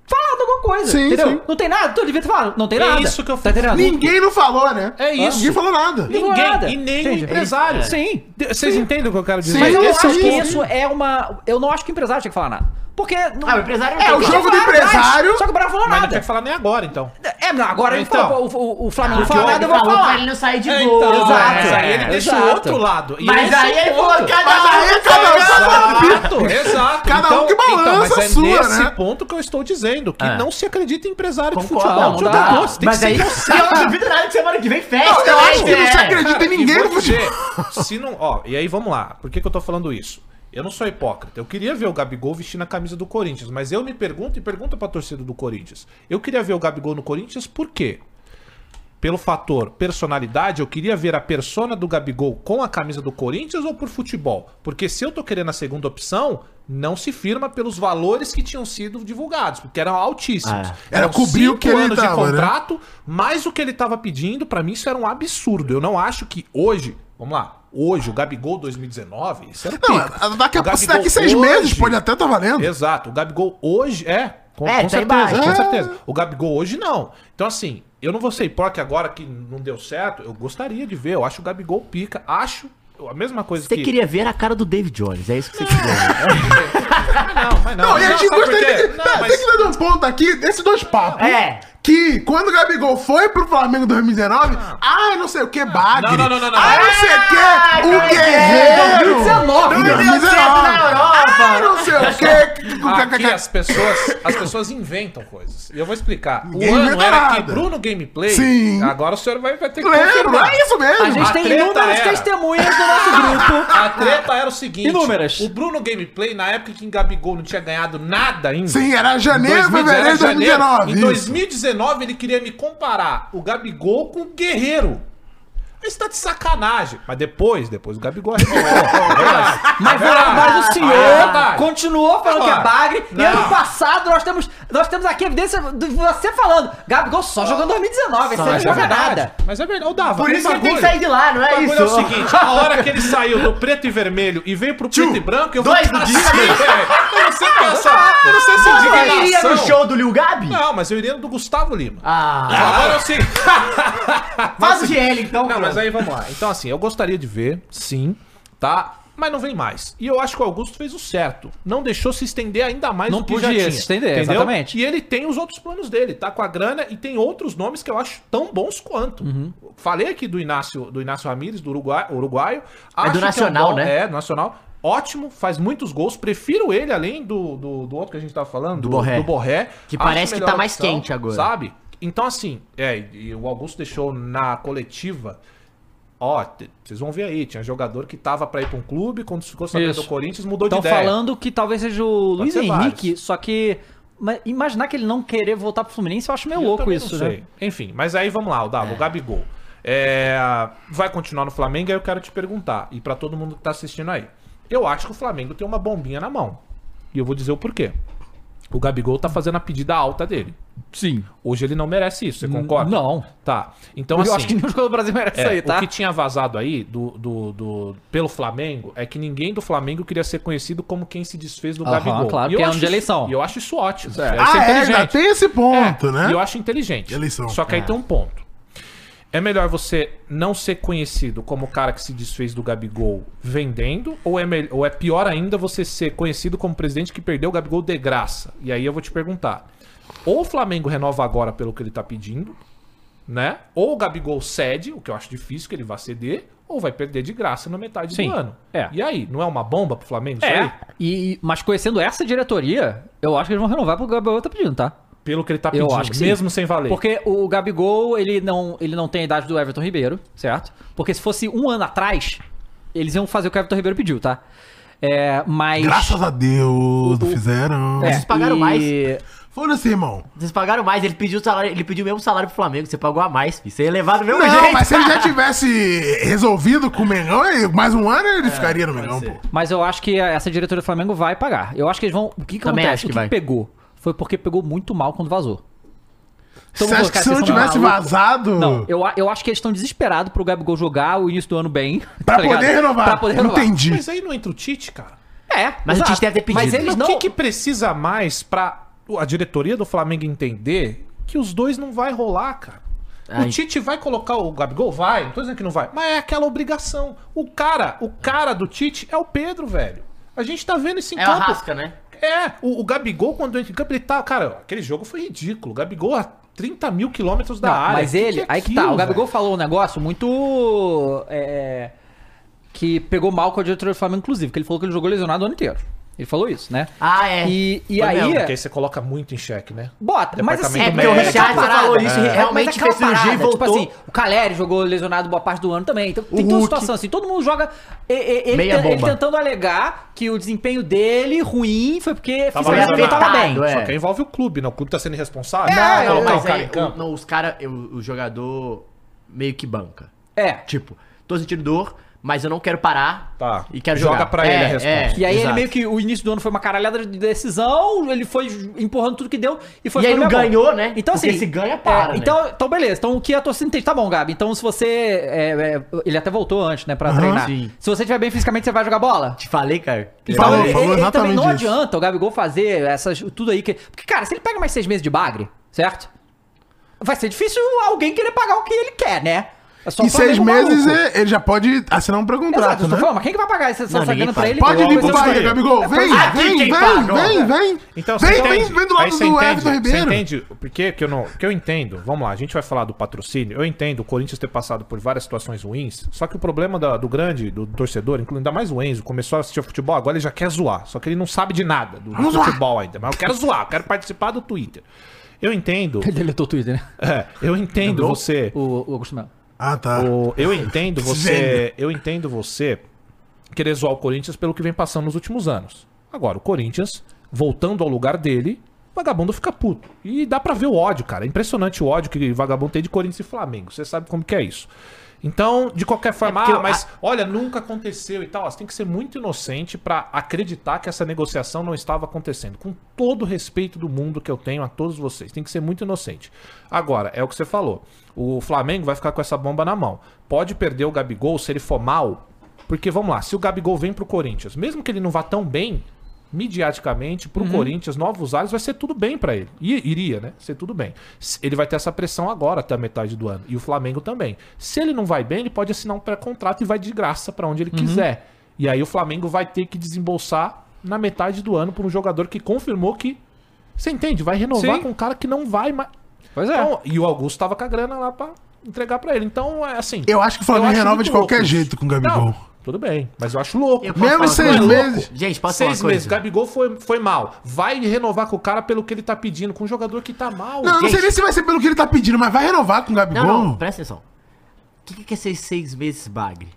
A: falado alguma coisa.
B: Sim,
A: entendeu?
B: sim.
A: Não tem nada? Tu devia ter falado. Não tem
C: É
A: nada.
C: isso que eu
A: tá
C: fiz.
A: entendendo?
B: Ninguém não falou, né?
C: É isso.
B: Ninguém falou nada.
A: Não falou
C: Ninguém,
A: nada.
C: e nem o
A: Entende?
C: empresário.
A: Sim.
C: De- Vocês entendem o que eu quero dizer?
B: Sim.
A: Mas eu não
B: Esse
A: acho
B: é o
A: que
B: ponto.
A: isso é uma. Eu não acho que o empresário tinha que falar nada. Porque. não-
D: Ah, o empresário não
A: é
D: tem
A: o
D: que
A: jogo do empresário. Só que o Bravo falou
C: Mas não tinha
A: nada.
C: que falar nem agora, então.
A: É, não, agora ele
C: Então.
A: falou. pô, O, o- o Flamengo não
D: Porque
A: fala
D: o
A: nada, eu
D: Aldo
A: vou
D: falou
A: falar.
D: pra ele não sair de
C: Então,
D: boa.
A: exato.
C: mas aí ele
A: É,
C: deixa o
A: exato.
C: outro lado. E
D: Mas
C: esse
D: aí
C: é o
D: ele falou,
C: ponto.
D: cada
B: Mas aí
D: um
B: cada um
C: Exato, exato. Então,
B: Cada um que balança
C: mas
B: a sua,
C: é nesse
B: né?
C: ponto que eu estou dizendo, que
D: É.
C: não se acredita em empresário de
D: Concordo,
C: futebol. Tipo, é um
D: não
C: Não
D: dá.
C: dá gosto, tem
D: Mas
C: que
D: aí
C: ser
D: eu não duvido nada que semana que vem festa.
B: Não, eu
D: né?
B: acho que não se
D: É.
B: acredita em
C: Cara,
B: ninguém
C: e vou
B: no futebol.
C: dizer, Se não, ó, e aí vamos lá. Por que, que eu tô falando isso? Eu não sou hipócrita. Eu queria ver o Gabigol vestindo a camisa do Corinthians, mas eu me pergunto e pergunto pra torcida do Corinthians. Eu queria ver o Gabigol no Corinthians por quê? Pelo fator personalidade, eu queria ver a persona do Gabigol com a camisa do Corinthians ou por futebol? Porque se eu tô querendo a segunda opção, não se firma pelos valores que tinham sido divulgados, porque eram altíssimos.
D: Ah.
B: É. Era
C: Eram
B: cobrir o
C: cinco
B: que ele
C: anos
B: tava, né?
C: de contrato, mais o que ele tava pedindo, pra mim isso era um absurdo. Eu não acho que hoje, vamos lá, hoje, o Gabigol 2019, isso era
B: Não,
C: pica.
B: daqui, a,
C: O Gabigol
B: daqui seis
C: hoje-
B: meses pode até tá valendo.
C: Exato. O Gabigol hoje é. Com,
D: É,
C: com
D: tá
C: certeza,
D: embaixo.
C: com
B: É.
C: certeza. O Gabigol hoje não. Então, assim, eu não vou ser hipócrita agora que não deu certo. Eu gostaria de ver. Eu acho o Gabigol pica. Acho a mesma coisa
D: Você
C: que.
D: queria ver a cara do David Jones, é isso que você queria.
C: Mas não, mas não.
B: Não, e a gente
C: sabe por
B: gostaria
C: quê?
B: de.
C: Não,
B: Pera,
C: mas-
B: Tem que dar um ponto aqui, esses dois papos.
D: É.
B: Que quando o Gabigol foi pro Flamengo em 2019, ah, não sei o que, bagre.
C: Não, não, não, não, não.
B: Ah, não sei o que, o guerreiro.
A: 2019,
B: Não,
A: né?
B: 2019. Ah, não sei o
C: Aqui
B: que.
C: as pessoas, as pessoas inventam coisas. E eu vou explicar. O
B: Ninguém
C: ano
B: inventa
C: era que
B: nada.
C: Bruno Gameplay.
B: Sim.
C: Agora o senhor vai, vai ter que
B: Lembro,
C: confirmar.
B: é isso mesmo.
A: A gente tem
C: treta
A: inúmeras
C: era.
A: testemunhas do nosso grupo.
C: A treta era o seguinte.
A: Inúmeras.
C: O Bruno Gameplay, na época que em Gabigol não tinha ganhado nada ainda.
B: Sim, era janeiro,
C: 2019,
B: fevereiro de
C: janeiro.
B: 2019.
C: Em
B: isso.
C: 2019, ele queria me comparar o Gabigol com o Guerreiro. Isso tá de sacanagem. Mas depois, depois o Gabigol arrebentou. É verdade.
A: Mas,
C: É verdade.
A: ah, mas o senhor
C: É verdade.
A: continuou falando que é
C: Ora,
A: bagre. E
C: não.
A: ano passado nós temos, nós temos aqui a evidência de você falando. Gabigol só jogou em 2019,
D: Só,
A: você não
C: Mas é
A: joga
C: verdade.
A: nada.
C: Mas é verdade. Ô, Dava,
D: Por
C: um
D: isso que ele tem que
C: bagulho.
D: sair de lá, não
C: O
D: é
C: bagulho
D: isso?
C: é o seguinte, a hora que ele saiu do preto e vermelho e veio pro preto e branco, eu vou
D: dois do
C: assim,
D: dia.
C: velho. Eu não sei o que é essa, eu não sei se
D: Você não iria
C: indignação.
D: no show do Lil Gabi?
C: Não, mas eu iria no do Gustavo Lima.
D: Ah,
C: Agora eu sei.
D: faz o GL então.
C: Não, mas
D: cara.
C: aí vamos lá. Então, assim, eu gostaria de ver, sim, tá? Mas não vem mais. E eu acho que o Augusto fez o certo. Não deixou se estender ainda mais
A: Não
C: do que
A: podia
C: já tinha.
A: se estender, exatamente.
C: E ele tem os outros planos dele, tá com a grana e tem outros nomes que eu acho tão bons quanto. Falei aqui do Inácio, do Inácio Ramírez, do Uruguai, uruguaio. Acho que
D: É Nacional,
C: bom-
D: né?
C: É, do Nacional. Ótimo, faz muitos gols. Prefiro ele além do, do, do outro que a gente tava falando, do,
D: Borré.
C: Do Borré.
D: Que
C: Acho
D: parece que
C: melhor
D: tá mais quente agora.
C: Sabe? Então, assim, é, e o Augusto deixou na coletiva Ó, t- vocês vão ver aí, tinha jogador que tava pra ir pra um clube, quando ficou sabendo
A: Isso.
C: do Corinthians, mudou
A: Estão
C: de ideia.
A: falando que talvez seja o Luiz
C: ser
A: Henrique,
C: vários.
A: só que. ma- imaginar que ele não querer voltar pro Fluminense, eu acho meio
C: Eu
A: louco
C: também
A: isso,
C: não
A: né?
C: sei. Enfim, mas aí vamos lá, o Davo, o Gabigol. É, vai continuar no Flamengo, aí eu quero te perguntar, e pra todo mundo que tá assistindo aí. Eu acho que o Flamengo tem uma bombinha na mão. E eu vou dizer o porquê. O Gabigol tá fazendo a pedida alta dele.
A: Sim.
C: Hoje ele não merece isso, você concorda?
A: Não.
C: Tá. Então,
A: eu
C: assim,
A: acho que nenhum jogador do Brasil merece
C: É,
A: isso aí, tá?
C: O que tinha vazado aí do, do, do- pelo Flamengo é que ninguém do Flamengo queria ser conhecido como quem se desfez do
A: Aham,
C: Gabigol.
A: claro,
C: E eu
A: porque é ano
C: acho
A: de
C: isso-
A: eleição.
C: E eu acho isso ótimo. isso É.
B: Ah, é, ainda
C: inteligente.
B: tem esse ponto,
C: É,
B: né?
C: E eu acho inteligente.
B: Eleição.
C: Só que aí tem um ponto. É melhor você não ser conhecido como o cara que se desfez do Gabigol vendendo, ou é, mel- ou é pior ainda você ser conhecido como presidente que perdeu o Gabigol de graça? E aí eu vou te perguntar: ou o Flamengo renova agora pelo que ele tá pedindo, né? Ou o Gabigol cede, o que eu acho difícil que ele vá ceder, ou vai perder de graça na metade
A: Sim.
C: do ano.
A: É.
C: E aí, não é uma bomba pro Flamengo isso aí?
A: É. E, e- mas conhecendo essa diretoria, eu acho que eles vão renovar porque o Gabriel tá pedindo, tá?
C: Pelo que ele tá
A: Eu
C: pedindo,
A: acho que sim.
C: mesmo sem valer.
A: Porque o Gabigol, ele não, ele não tem a idade do Everton Ribeiro, certo? Porque se fosse um ano atrás, eles iam fazer o que o Everton Ribeiro pediu, tá? É, mas.
B: Graças a Deus, não fizeram.
A: é,
D: Vocês pagaram
A: e-
D: mais.
B: Foda-se, irmão.
D: Vocês pagaram mais, ele pediu o salário, ele pediu o mesmo salário pro Flamengo, você pagou a mais, filho. Você ia levar do mesmo
B: Não,
D: jeito.
B: mas se ele já tivesse resolvido com o Mengão, ele- mais um ano ele ficaria no Mengão,
D: ser.
B: pô.
A: Mas eu acho que essa diretoria do Flamengo vai pagar. Eu acho que eles vão. O que, que
D: Também
A: acontece? o
D: acho que
A: que,
D: vai.
A: que pegou? Foi porque pegou muito mal quando vazou. Então,
B: Você
A: vamos
B: acha
A: colocar,
B: que se não
A: vocês são
B: tivesse
A: malucos.
B: vazado.
A: Não, eu, a- eu acho que eles estão desesperados pro Gabigol jogar o início do ano bem. tá
B: Pra
A: ligado?
B: poder renovar.
A: Pra poder renovar.
B: Entendi.
C: Mas aí não entra o Tite, cara.
A: É,
D: Mas o
A: exato.
D: Tite deve ter
A: Mas
D: pedido.
A: eles
C: Mas
A: não...
C: o que, que precisa mais pra a diretoria do Flamengo entender que os dois não vai rolar, cara?
D: Ai.
C: O Tite vai colocar o Gabigol? Vai, não tô dizendo que não vai, mas é aquela obrigação. O cara, o cara do Tite é o Pedro, velho. A gente tá vendo isso em
D: É uma
C: campo.
D: rasca, né?
C: É, o, o Gabigol, quando entra em campo, ele tá. Cara, aquele jogo foi ridículo. O Gabigol a 30 mil quilômetros da
A: Não,
C: área.
A: Mas
C: Que
A: ele,
C: é
A: aí que tá,
C: aquilo,
A: o Gabigol
C: velho?
A: falou um negócio muito. é, que pegou mal com a diretoria do Flamengo, inclusive, que ele falou que ele jogou lesionado o ano inteiro. Ele falou isso, né?
D: Ah, é.
A: E, e
D: Foi
A: aí.
D: mesmo,
C: Porque aí você coloca muito em xeque, né?
A: Bota, mas assim.
C: Departamento tá
D: É,
A: mas
C: médico.
D: porque o
A: aquela
D: Richard
A: parada-
D: falou isso e
A: É,
D: realmente
A: mas aquela
D: fez cirurgia e
A: parada,
D: voltou.
A: Tipo assim, o Caleri jogou lesionado boa parte do ano também. Então, tem toda
D: Hulk.
A: situação assim. Todo mundo joga. e- e- Ele,
D: Meia
A: ele
D: bomba.
A: tentando alegar que o desempenho dele ruim foi porque
C: Tava
A: fisicamente ele
C: lesionado.
A: tava bem.
D: É.
C: Só que aí envolve o clube, né? O clube tá sendo irresponsável.
A: É,
C: né?
D: Ah, Não,
A: eu-
C: Colocar o
D: mas
C: cara
D: aí,
C: em campo.
D: o- não, os caras, o jogador meio que banca.
A: É.
D: Tipo, tô sentindo dor, mas eu não quero parar
C: Tá.
D: e quero
C: Joga
D: jogar. É,
C: pra ele a resposta.
A: E aí ele
D: exato.
A: meio que o início do ano foi uma caralhada de decisão, ele foi empurrando tudo que deu e foi
D: E aí
A: ficando
D: não
A: meio
D: ganhou,
A: bom.
D: né?
A: Então
D: Porque
A: assim,
D: se ganha, para, né?
A: Então, então beleza. Então o que a torcida entende, tá bom, Gabi. Então se você é, é, ele até voltou antes, né, para treinar.
D: sim.
A: Se você estiver bem fisicamente, você vai jogar bola.
D: Te falei, cara.
A: E
B: Falou,
A: também-
B: falou
A: e- e
B: exatamente
A: também não
B: isso.
A: adianta o Gabigol fazer essas, tudo aí que. Porque, cara, se ele pega mais seis meses de bagre, certo? Vai ser difícil alguém querer pagar o que ele quer, né? É só
B: Em
A: o Flamengo
B: seis meses
A: maluco.
B: ele, ele já pode assinar um pré-contrato,
A: Exato, eu
B: né?
A: tô falando, mas quem que vai pagar essa, essa
D: ninguém
A: grana pra
D: paga.
A: ele?
B: Pode vir
A: Vai
B: pro
A: ser
B: Bahia,
A: escolher.
B: Gabigol. Vem,
D: Aqui
B: vem,
D: quem
B: vem,
D: pagou,
B: vem, vem.
C: Então, você
B: vem,
C: entende?
B: vem, vem do
C: Aí
B: lado
C: você
B: do
C: entende-
B: Everton
C: Você
B: Ribeiro.
C: entende? Por que que eu não... Que eu entendo. Vamos lá, a gente vai falar do patrocínio. Eu entendo o Corinthians ter passado por várias situações ruins, só que o problema da- do grande, do torcedor, incluindo ainda mais o Enzo, começou a assistir futebol, agora ele já quer zoar. Só que ele não sabe de nada do, do
B: Vamos zoar.
C: futebol ainda. Mas eu quero zoar, eu quero participar do Twitter. Eu entendo...
A: Ele deletou o Twitter, né?
C: é, eu entendo você...
A: O, o Augusto Melo.
B: Ah, tá.
C: O- eu entendo
B: Gênio.
C: você. Eu entendo você querer zoar o Corinthians pelo que vem passando nos últimos anos. Agora, o Corinthians, voltando ao lugar dele, o vagabundo fica puto. E dá pra ver o ódio, cara. É impressionante o ódio que o vagabundo tem de Corinthians e Flamengo. Você sabe como que é isso. Então, de qualquer forma,
D: É porque
C: ah,
D: eu-
C: mas olha, nunca aconteceu e tal. Você tem que ser muito inocente pra acreditar que essa negociação não estava acontecendo. Com todo o respeito do mundo que eu tenho a todos vocês, tem que ser muito inocente. Agora, é o que você falou. O Flamengo vai ficar com essa bomba na mão. Pode perder o Gabigol se ele for mal, porque vamos lá, se o Gabigol vem pro Corinthians, mesmo que ele não vá tão bem midiaticamente
A: Uhum.
C: pro Corinthians, novos ares vai ser tudo bem pra ele. I- iria, né? Ser tudo bem. S- Ele vai ter essa pressão agora até a metade do ano e o Flamengo também. Se ele não vai bem, ele pode assinar um pré-contrato e vai de graça pra onde ele
A: Uhum.
C: quiser. E aí o Flamengo vai ter que desembolsar na metade do ano por um jogador que confirmou que você entende, vai renovar
A: Sim.
C: com um cara que não vai mais.
A: Pois é.
C: Então, e o Augusto tava com a grana lá pra entregar pra ele. Então, é assim.
B: Eu acho que o Flamengo
C: acho
B: renova
C: muito
B: de qualquer
C: louco isso.
B: jeito com o Gabigol.
C: Não, tudo bem, mas eu acho louco.
D: Eu posso
B: Mesmo em
D: falar uma
B: seis
D: coisa?
B: meses.
D: Gente, posso falar
C: Seis
D: uma coisa?
C: meses, Gabigol foi, foi mal. Vai renovar com o cara pelo que ele tá pedindo, com um jogador que tá mal.
B: Não, eu não sei
D: Gente.
B: nem se vai ser pelo que ele tá pedindo, mas vai renovar com o Gabigol.
D: Não, não, presta atenção. O que, que é ser seis meses bagre?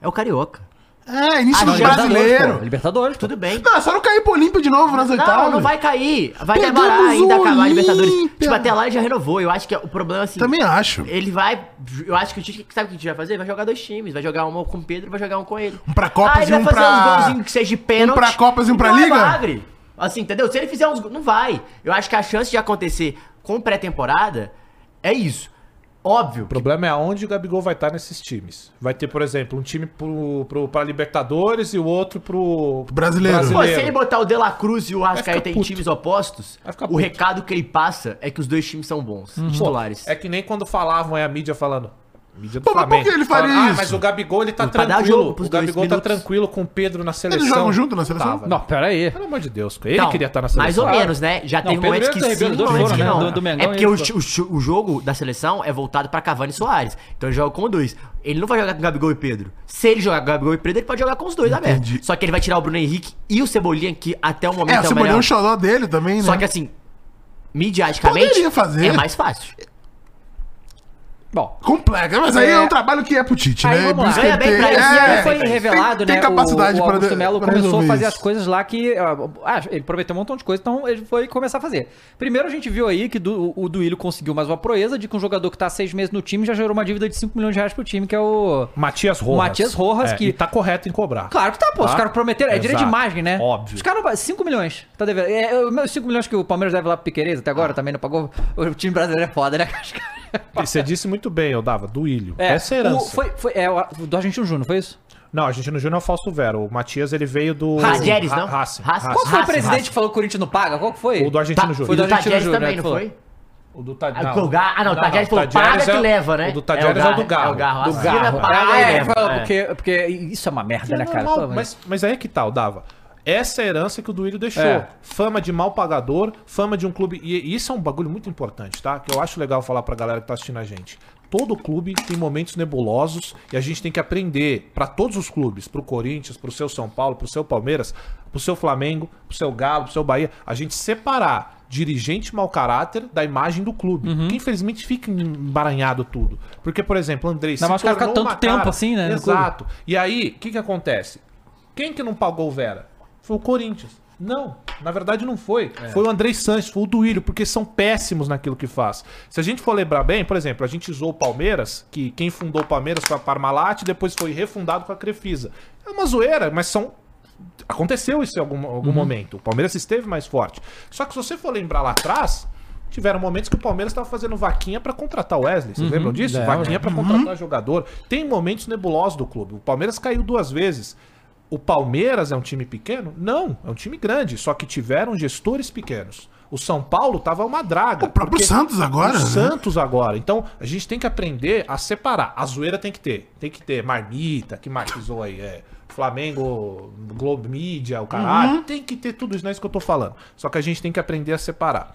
D: É o carioca.
B: É, início
D: Ah,
B: do
D: não,
A: Libertadores, pô.
B: brasileiro.
A: Libertadores, tá pô.
D: Tudo bem.
B: Não, é só não cair pro Olímpio de novo nas oitavas.
D: Não, não vai cair. Vai
B: Pegamos
D: demorar ainda
B: o
D: acabar a Libertadores.
B: Olímpia.
D: Tipo, até lá ele já renovou. Eu acho que o problema é assim.
B: Também acho.
D: Ele vai. Eu acho que o Tite. Sabe o que o Tite vai fazer? Vai jogar dois times. Vai jogar um com o Pedro vai jogar um com ele.
B: Um pra Copas
D: ele
B: e um
D: vai fazer
B: pra-
D: uns golzinhos que seja de pênalti.
B: pra Copas e um pra
D: Não é
B: Liga?
D: bagre. Assim, entendeu? Se ele fizer uns. go- Não vai. Eu acho que a chance de acontecer com pré-temporada é isso. Óbvio.
C: O problema é aonde o Gabigol vai estar nesses times. Vai ter, por exemplo, um time pro, pro, pra Libertadores e o outro pro.
B: Brasileiro.
D: Pô, se ele botar o De La Cruz e o
C: Vai
D: Arrascaeta
C: ficar
D: em
C: puto.
D: times opostos,
C: Vai ficar
D: o
C: puto.
D: recado que ele passa é que os dois times são bons, titulares.
C: É que nem quando falavam, é a mídia falando. Mídia do
B: Pô, mas por
C: Flamengo.
B: que ele faria
C: Falando,
B: isso?
C: Ah, mas o Gabigol ele tá
D: Pra dar
C: tranquilo.
D: jogo pros
C: o Gabigol
D: dois
C: tá
D: minutos.
C: tranquilo com o Pedro na seleção.
B: jogam junto na seleção? É,
C: Tava. né?
A: Não, pera aí.
C: Pelo amor de Deus, cara. ele
D: Então,
C: queria estar na seleção.
D: Mais ou menos, né? Já
A: Não,
D: teve
A: Pedro
D: momentos
A: e
D: que
A: Ribeiro,
D: sim,
A: os dois
D: momentos
A: foram,
D: que
A: né?
D: não.
A: Do- do Mengão
D: é porque
A: e
D: o,
A: ele
D: o- o- o jogo da seleção é voltado pra Cavani e Soares. Então ele joga com os dois. Ele não vai jogar com Gabigol e Pedro. Se ele jogar com Gabigol e Pedro, ele pode jogar com os dois, aberto.
B: Entendi.
D: Só que ele vai tirar o Bruno Henrique e o Cebolinha, que até o momento
B: É, o
D: então, melhor.
B: Cebolinha é o xodó dele também, né?
D: Só que assim, midiaticamente,
B: Poderia fazer.
D: é mais fácil.
A: Bom.
B: Complexo, mas aí é,
A: É.
B: um trabalho que é pro Tite,
A: Aí,
B: né?
A: vamos
B: Por isso
A: lá.
B: que
D: Ganha bem
B: tem-
D: pra ele,
B: é,
D: ganha
A: foi
D: tem-
A: revelado,
B: tem
A: né?
B: capacidade
A: o, o
B: pra-
A: Augusto Melo
B: pra
A: começou a
B: resolver
A: fazer
B: isso.
A: as coisas lá que. ó, Ah, ele prometeu um montão de coisa, então ele foi começar a fazer. Primeiro a gente viu aí que do- o Duílio conseguiu mais uma proeza de que um jogador que tá há seis meses no time já gerou uma dívida de 5 milhões de reais pro time, que é o.
C: Matias Rojas.
A: Matias Rojas,
C: É,
A: que-
C: e tá correto em cobrar.
A: Claro que tá, pô. Os
C: Tá?
A: caras prometeram. É direito de
C: Exato.
A: imagem, né?
C: Óbvio.
A: Os caras. 5 milhões. Tá devendo. É, é, os meus 5 milhões que o Palmeiras deve lá pro Piqueires até agora também não pagou. O time brasileiro é foda, né? Os caras-
C: E você disse muito bem, eu dava, do Ilho. Essa é a
A: o,
C: herança.
A: foi, foi, é, o do Argentino Júnior, foi isso?
C: Não, a gente no Júnior é o Falso Vero. O Matias, ele veio do...
D: Rogério,
C: Ra-
D: não?
C: Racing.
D: Racing.
A: Qual foi
C: Racing.
A: o
D: Raça,
A: presidente
D: raça.
A: que falou que o Corinthians não paga? Qual que foi?
C: O do
A: Tá,
C: Argentino
A: foi
C: Júnior.
A: do
D: Tá, e do
A: Argentino
D: Tadieres
A: Júnior, né,
D: também, não
A: que falou.
D: foi?
C: O do Tadieres.
D: Ah, o
A: é
D: Gar- ah, não, o Tadieres falou, paga que leva, né?
C: é O do Tadieres é o do Garro.
D: É o Garro.
C: Do
D: assina,
C: Garro.
D: paga
A: Ah,
D: e
A: é,
D: leva,
A: falou,
D: é.
A: Porque, porque isso é uma merda, né,
C: É
A: cara?
C: normal,
A: Pô,
C: mas, mas aí que tal, Dava. Essa é a herança que o Duílio deixou.
A: É.
C: Fama de mal pagador, fama de um clube. E e isso é um bagulho muito importante, tá? Que eu acho legal falar pra galera que tá assistindo a gente. Todo clube tem momentos nebulosos e a gente tem que aprender pra todos os clubes, pro Corinthians, pro seu São Paulo, pro seu Palmeiras, pro seu Flamengo, pro seu Galo, pro seu Bahia, a gente separar dirigente mau caráter da imagem do clube,
A: Uhum.
C: que infelizmente fica embaranhado tudo. Porque, por exemplo, Andrei,
A: Ainda mais o cara ficar
C: tornou
A: tanto
C: uma
A: tempo assim, né, no clube.
C: Exato. E aí, o que que acontece? Quem que não pagou o Vera? Foi o Corinthians. Não, na verdade não foi.
A: É.
C: Foi o André Sanches, foi o Duílio, porque são péssimos naquilo que faz. Se a gente for lembrar bem, por exemplo, a gente usou o Palmeiras, que quem fundou o Palmeiras foi a Parmalat, depois foi refundado com a Crefisa. É uma zoeira, mas são aconteceu isso em algum, algum momento. O Palmeiras esteve mais forte. Só que se você for lembrar lá atrás, tiveram momentos que o Palmeiras estava fazendo vaquinha para contratar o Wesley. Vocês lembram disso? vaquinha para contratar jogador. Tem momentos nebulosos do clube. O Palmeiras caiu duas vezes. O Palmeiras é um time pequeno? Não, é um time grande, só que tiveram gestores pequenos. O São Paulo tava uma draga.
B: O próprio Santos agora,
C: O
B: né?
C: Santos agora. Então, a gente tem que aprender a separar. A zoeira tem que ter. Tem que ter marmita, que matizou aí, é. Flamengo, Globo Mídia, o caralho. Tem que ter tudo isso, não é isso que eu tô falando. Só que a gente tem que aprender a separar.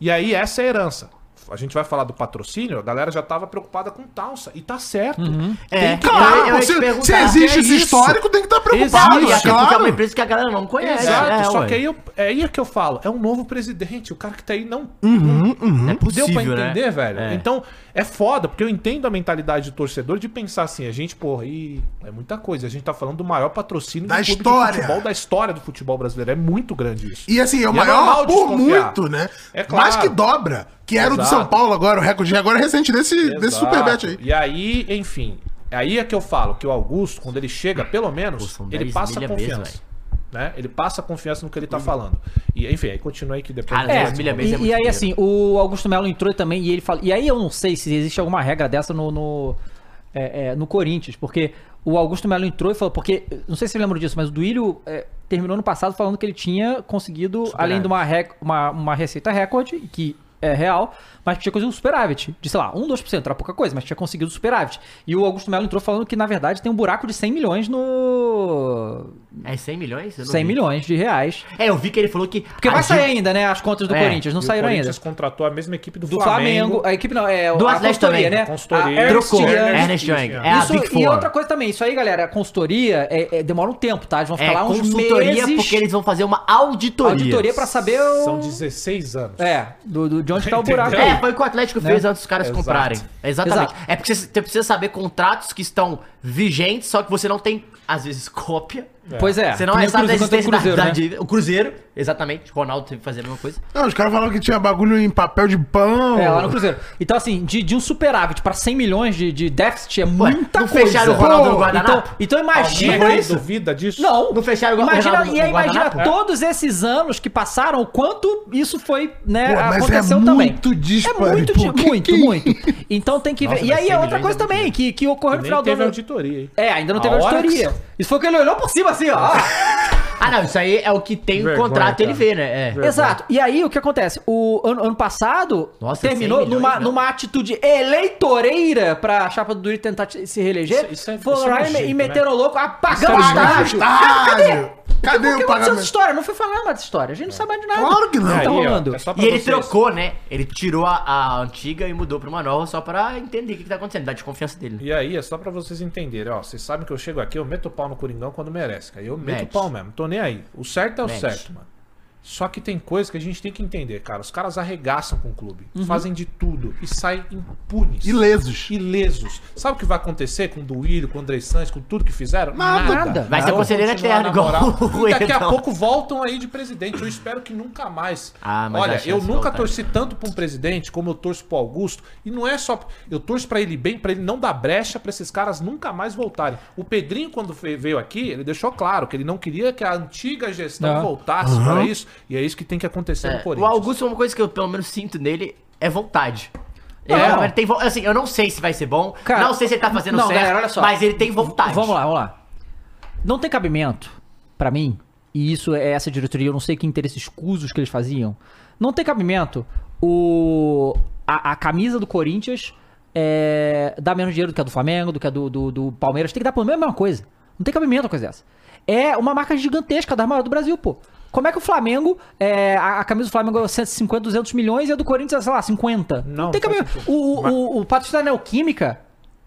C: E aí, essa é a herança. A gente vai falar do patrocínio, a galera já tava preocupada com Talsa. E tá certo.
D: É,
B: Claro,
D: ia te
B: se, se
D: perguntar.
B: existe esse
C: é isso?
B: histórico, tem que estar preocupado,
D: Existe, até porque é uma
B: claro.
D: empresa que a galera não conhece.
C: Exato,
D: é,
C: só
D: ué.
C: que aí eu, é aí que eu falo, é um novo presidente, o cara que tá aí não
D: Não é possível,
C: deu pra
D: né?
C: entender, velho.
D: É.
C: Então, é foda, porque eu entendo a mentalidade do torcedor de pensar assim, a gente, porra, e é muita coisa, a gente tá falando do maior patrocínio
B: Da
C: do clube de
B: história.
C: futebol da história do futebol brasileiro, é muito grande isso.
B: E assim, é o
C: E é
B: maior por
C: normal desconfiar.
B: muito, né?
C: É claro.
B: Mais que dobra, que era o do
C: Exato.
B: São Paulo agora, o recorde agora é recente desse, desse
C: Exato.
B: Superbet aí.
C: E aí, enfim, aí é que eu falo que o Augusto, quando ele chega, pelo
D: Pô,
C: menos,
D: são
C: ele
D: 10
C: passa
D: milha
C: confiança.
D: mesmo,
C: né? Ele passa confiança no que ele tá falando. E, enfim, aí continua aí que depois...
D: Cara,
C: eu
A: É,
C: vou-
D: milha
A: e,
D: mesmo é
A: e
D: muito
A: aí
D: dinheiro.
A: assim, o Augusto Melo entrou também e ele fala. E aí eu não sei se existe alguma regra dessa no, no, é, é, no Corinthians, porque o Augusto Melo entrou e falou, porque. Não sei se você lembra disso, mas o Duílio é, terminou no passado falando que ele tinha conseguido, além de uma, rec- uma, uma receita recorde, que é real, mas que tinha conseguido um superávit. De sei lá, 1, 2%, era pouca coisa, mas tinha conseguido um superávit. E o Augusto Melo entrou falando que, na verdade, tem um buraco de 100 milhões no.
D: É 100 milhões? Eu não
A: 100
D: vi.
A: milhões de reais.
D: É, eu vi que ele falou que.
A: Porque vai sair ainda, né? As contas do
D: É,
A: Corinthians, não
C: E o
A: saíram ainda.
C: Corinthians contratou a mesma equipe do,
A: Do Flamengo,
C: Flamengo.
A: a equipe não, é
D: Do
A: a
D: Atlético
A: consultoria,
D: também.
A: né?
C: Consultoria.
A: A Ernst
D: Trocou.
A: Young.
D: Ernest Young. É a
A: Isso,
D: Big Four.
A: e outra coisa também, isso aí, galera, a consultoria é, é, demora um tempo, tá? Eles vão ficar
D: é
A: lá uns
D: consultoria
A: meses.
D: porque eles vão fazer uma auditoria.
A: Auditoria pra saber o...
C: São 16 anos.
A: É, do, do- de onde tá o buraco
C: Entendeu?
A: aí.
D: É, foi o que o Atlético
A: Né?
D: fez antes dos caras
C: Exato.
D: comprarem. Exatamente.
A: Exato.
D: É porque você você precisa saber contratos que estão vigentes, só que você não tem, às vezes, cópia.
A: Pois é.
D: Você não
A: que nem
D: é,
A: o
D: sabe da
A: Cruzeiro
D: existência
A: contra o Cruzeiro,
D: da,
A: né?
D: da- O Cruzeiro, exatamente. Ronaldo teve que fazer a mesma coisa.
B: Não, os caras falaram que tinha bagulho em papel de pão.
A: É, lá no Cruzeiro. Então, assim, de, de um superávit pra 100 milhões de, de déficit é muita
D: não
A: coisa.
D: fecharam o Ronaldo no
A: Pô,
D: Guardanapo?
A: Então, então
C: Alguém
A: imagina
C: aí
A: isso.
C: duvida disso?
A: Não,
D: Não fecharam o
A: imagina,
D: Ronaldo no
A: E aí imagina
D: Guardanapo?
A: todos esses anos que passaram, o quanto isso foi, né,
B: Pô, mas
A: aconteceu
B: é
A: também.
B: muito dispare,
A: É muito,
B: pô,
A: di-
B: que
A: muito,
B: que-
A: muito. Então tem que ver.
D: Nossa,
A: E
D: mas
A: aí é
D: 100
A: outra
D: milhões
A: coisa
D: é muito
A: também, que, que ocorreu no
C: Nem
A: final do
C: teve
A: ano.
C: auditoria aí.
A: É, ainda não
C: A
A: teve
C: hora
A: auditoria.
C: que-
A: Isso foi o que ele olhou por cima, assim, ó. então-
D: Ah, não, isso aí é o que tem o
C: Vergonha,
D: contrato
C: cara.
D: ele vê, né? É.
A: Exato. E aí, o que acontece? O ano, ano passado
D: Nossa, 100
A: terminou
C: é
D: milhões,
A: numa,
C: né?
D: não.
A: numa atitude eleitoreira pra chapa do Duírio tentar te- se reeleger.
C: Isso- isso é-
A: Foram
C: isso é
A: lá e- e
C: nojento,
A: meteram o
B: é
A: louco, apagamos o
B: Pagar
A: estádio.
B: estádio. Cadê
A: O que aconteceu
B: o
A: essa
B: pagamento?
A: história? Não foi falar mais dessa história. A gente não sabe mais de nada.
B: Claro que não.
A: Tá
C: Aí, ó,
A: rolando.
C: é só pra
D: Então, E ele
C: vocês.
D: trocou, né? Ele tirou a, a antiga e mudou pra uma nova só pra entender o que, que tá acontecendo, dar desconfiança dele.
C: E aí, é só pra vocês entenderem, ó. Vocês sabem que eu chego aqui, eu meto o pau no Coringão quando merece. Aí eu meto
D: Mete.
C: o pau mesmo. Tô nem aí. O certo é o
D: Mete.
C: certo, mano. Só que tem coisa que a gente tem que entender, cara. Os caras arregaçam com o clube,
D: Uhum.
C: fazem de tudo e saem impunes.
B: Ilesos.
C: Ilesos. Sabe o que vai acontecer com o Duílio, com o André Sanches, com tudo que fizeram?
B: Nada.
D: Vai ser
C: Vão
D: conselheiro
C: continuar
D: eterno,
C: na
D: igual
C: moral.
D: o
C: E Daqui a
D: Edão.
C: pouco voltam aí de presidente. Eu espero que nunca mais.
D: Ah, mas a
C: Olha,
D: chance
C: eu
D: de
C: nunca
D: voltar.
C: torci tanto pra um presidente como eu torço pro Augusto. E não é só. Eu torço pra ele bem, pra ele não dar brecha pra esses caras nunca mais voltarem. O Pedrinho, quando fe- veio aqui, ele deixou claro que ele não queria que a antiga gestão
A: Não.
C: voltasse para isso. E é isso que tem que acontecer no
D: Ah. É, o
C: Corinthians.
D: Augusto, uma coisa que eu pelo menos sinto nele é vontade.
A: Não.
D: É, ele tem vo- assim, eu não sei se vai ser bom,
A: Cara,
D: não sei se ele tá fazendo
A: não,
D: certo,
A: galera, olha só.
D: mas ele tem vontade.
A: Vamos lá, vamos lá. Não tem cabimento, pra mim, e isso é essa diretoria, eu não sei que interesses escusos que eles faziam. Não tem cabimento o a, a camisa do Corinthians é, dá menos dinheiro do que a do Flamengo, do que a do, do, do Palmeiras. Tem que dar pelo menos a mesma coisa. Não tem cabimento uma coisa dessa. É uma marca gigantesca das maiores do Brasil, pô. Como é que o Flamengo, é, a, a camisa do Flamengo é 150, 200 milhões e a do Corinthians, é, sei lá, 50? Não,
C: Não,
A: tem
C: faz
A: cabimento.
C: sentido.
A: O, o,
C: Mas-
A: o, o patrocínio da Neoquímica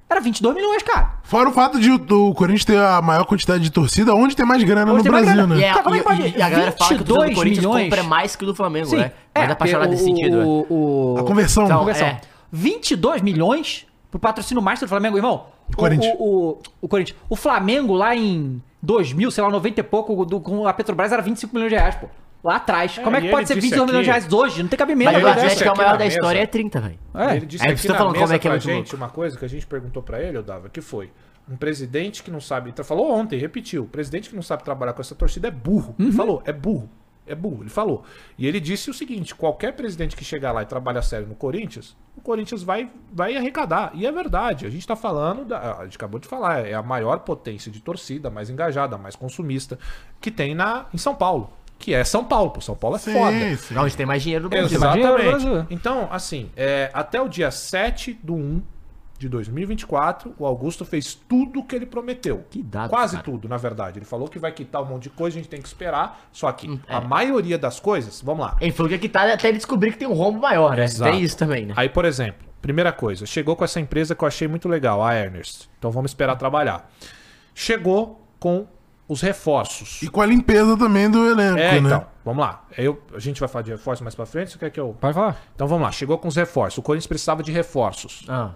A: era 22 milhões, cara.
B: Fora o fato de o- do Corinthians ter a maior quantidade de torcida, onde tem mais grana
A: Onde
B: no
A: tem mais
B: Brasil,
A: grana.
D: E,
B: né?
D: é,
A: Cara, como é
D: e-
A: que pode-
D: e a galera fala que o torcedor do
A: 22
D: Corinthians
A: milhões?
D: compra mais que o do Flamengo, né? Mas
A: porque
D: dá pra chorar
A: é, o- Então,
D: nesse sentido. é.
A: O, o-
B: A conversão.
A: a conversão.
D: é.
A: 22 milhões pro patrocínio master do Flamengo, irmão. O
B: Corinthians.
A: O, o- o Corinthians. O Flamengo lá em 2000, sei lá, 90 e pouco, do, com a Petrobras era 25 milhões de reais, pô. Lá atrás. Como é
C: e
A: que
C: ele
A: pode ser
C: disse
A: 22 milhões de
C: aqui-
A: reais hoje? Não tem cabimento.
D: Mas
C: Ele
D: o
A: né?
C: disse
D: Atlético é o
C: aqui
D: maior
C: na
D: da história
C: mesa.
D: é 30, velho.
A: É.
C: Ele disse
D: Aí
C: aqui
D: você
C: na
D: tá falando como
C: mesa
D: é que é
C: pra
D: muito
C: gente uma coisa que a gente perguntou pra ele, Odava, que foi um presidente que não sabe, tra- falou ontem, repetiu, o presidente que não sabe trabalhar com essa torcida é burro. Ele falou, é burro. É burro, ele falou. E ele disse o seguinte: qualquer presidente que chegar lá e trabalhar sério no Corinthians, o Corinthians vai, vai arrecadar. E é verdade, a gente tá falando, da- a gente acabou de falar, é a maior potência de torcida, mais engajada, mais consumista, que tem na, em São Paulo. Que é São Paulo, pô. São Paulo é foda.
B: Sim, sim.
D: Não, a gente tem mais dinheiro do Brasil. né?
A: dinheiro no Brasil.
C: Exatamente. Então, assim, é, até o dia 7 do 1 de 2024, o Augusto fez tudo o que ele prometeu.
D: Que dado,
C: Quase
D: cara.
C: tudo, na verdade. Ele falou que vai quitar um monte de coisa, a gente tem que esperar. Só que a maioria das coisas, vamos lá.
D: Ele falou que é quitado até ele descobrir que tem um rombo maior, né?
C: Exato.
D: Tem isso também, né?
C: Aí, por exemplo, primeira coisa, chegou com essa empresa que eu achei muito legal, a Ernest. Então vamos esperar trabalhar. Chegou com os reforços.
B: E com a limpeza também do elenco,
C: É,
B: né?
C: então, vamos lá. Eu, a gente vai falar de reforço mais pra frente, você quer que eu...
A: Pode falar.
C: Então vamos lá, chegou com os reforços. O Corinthians precisava de reforços.
D: Ah,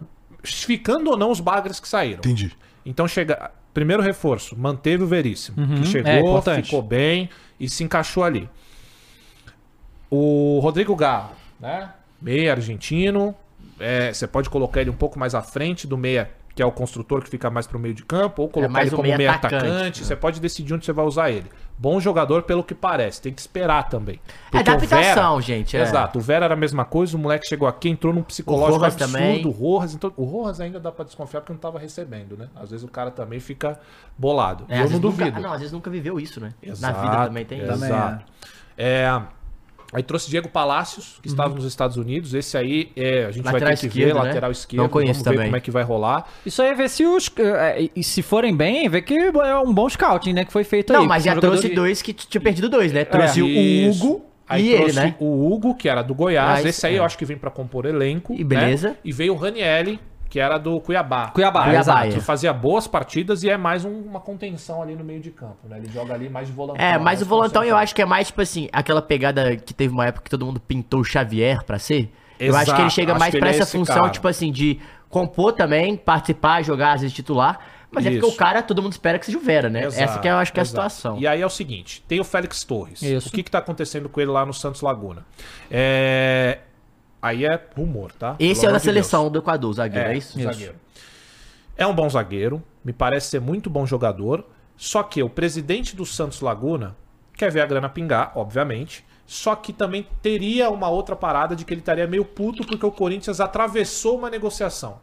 C: justificando ou não os bagres que saíram.
B: Entendi.
C: Então chega. Primeiro reforço, manteve o Veríssimo,
D: Uhum.
C: que
A: é
C: chegou,
A: importante.
C: ficou bem e se encaixou ali. O Rodrigo Garro, né? Meia argentino. é, você pode colocar ele um pouco mais à frente do meia, que é o construtor que fica mais pro meio de campo, ou colocar
D: mais
C: ele
D: um
C: como
D: meia
C: meia,
D: atacante,
C: atacante.
D: né?
C: Você pode decidir onde você vai usar ele. Bom jogador, pelo que parece, tem que esperar também. Porque o
D: É adaptação, gente, é.
C: Exato, o Vera era a mesma coisa, o moleque chegou aqui, entrou num psicológico
D: O Rojas
C: absurdo,
D: também.
C: o Rojas, então, o Rojas ainda dá pra desconfiar porque não tava recebendo, né? Às vezes o cara também fica bolado.
D: É,
C: eu
D: às
C: não
D: vezes nunca-
C: duvido.
D: ah, não, às vezes nunca viveu isso, né? Na
C: Exato,
D: vida também Uhum. tem isso.
C: Exato. É, Aí trouxe Diego Palacios, que estava nos Estados Unidos. Esse aí é, a gente vai
D: Lateral
C: ter que ver,
D: esquerdo, né?
C: lateral esquerdo.
D: Não conheço
C: Vamos ver
D: também.
C: como é que vai rolar.
A: Isso aí é ver se os. eh, E se forem bem, ver que é um bom scouting, né? Que foi feito aí.
D: Não, mas
A: com
D: já
A: jogadores
D: trouxe
A: de-
D: dois que t- tinha perdido dois, né? Trouxe o
C: É, Isso.
D: Hugo
C: Aí
D: e ele,
C: trouxe
D: né?
C: O Hugo, que era do Goiás.
D: Mas,
C: Esse aí
D: é.
C: eu acho que vem pra compor elenco.
D: E beleza.
C: né? E veio o Ranielli, que era do Cuiabá.
A: Cuiabá,
D: Cuiabá,
A: exato.
D: é.
C: Que Ah, fazia boas partidas e é mais um- uma contenção ali no meio de campo, né? Ele joga ali mais de volantão. né?
D: É, mas o volantão eu
C: concentrado.
D: acho que é mais, tipo assim, aquela pegada que teve uma época que todo mundo pintou o Xavier pra ser. eu
C: Exato,
D: acho que ele chega
C: acho
D: mais
C: que
D: pra
C: ele é
D: essa
C: esse
D: função,
C: cara.
D: tipo assim, de compor também, participar, jogar, às vezes titular. Mas é porque
C: Isso.
D: o cara, todo mundo espera que seja o Vera, né?
C: Exato,
D: essa que eu acho que é a
C: exato.
D: situação.
C: E aí é o seguinte, tem o Félix Torres.
A: Isso.
C: O que que tá acontecendo com ele lá no Santos Laguna? É... Aí é rumor, tá? Pelo
D: Esse é o
C: amor
D: da
C: de Deus.
D: seleção do Equador, o zagueiro, é,
C: É,
D: isso?
C: zagueiro. É um bom zagueiro, me parece ser muito bom jogador. Só que o presidente do Santos Laguna quer ver a grana pingar, obviamente. Só que também teria uma outra parada de que ele estaria meio puto porque o Corinthians atravessou uma negociação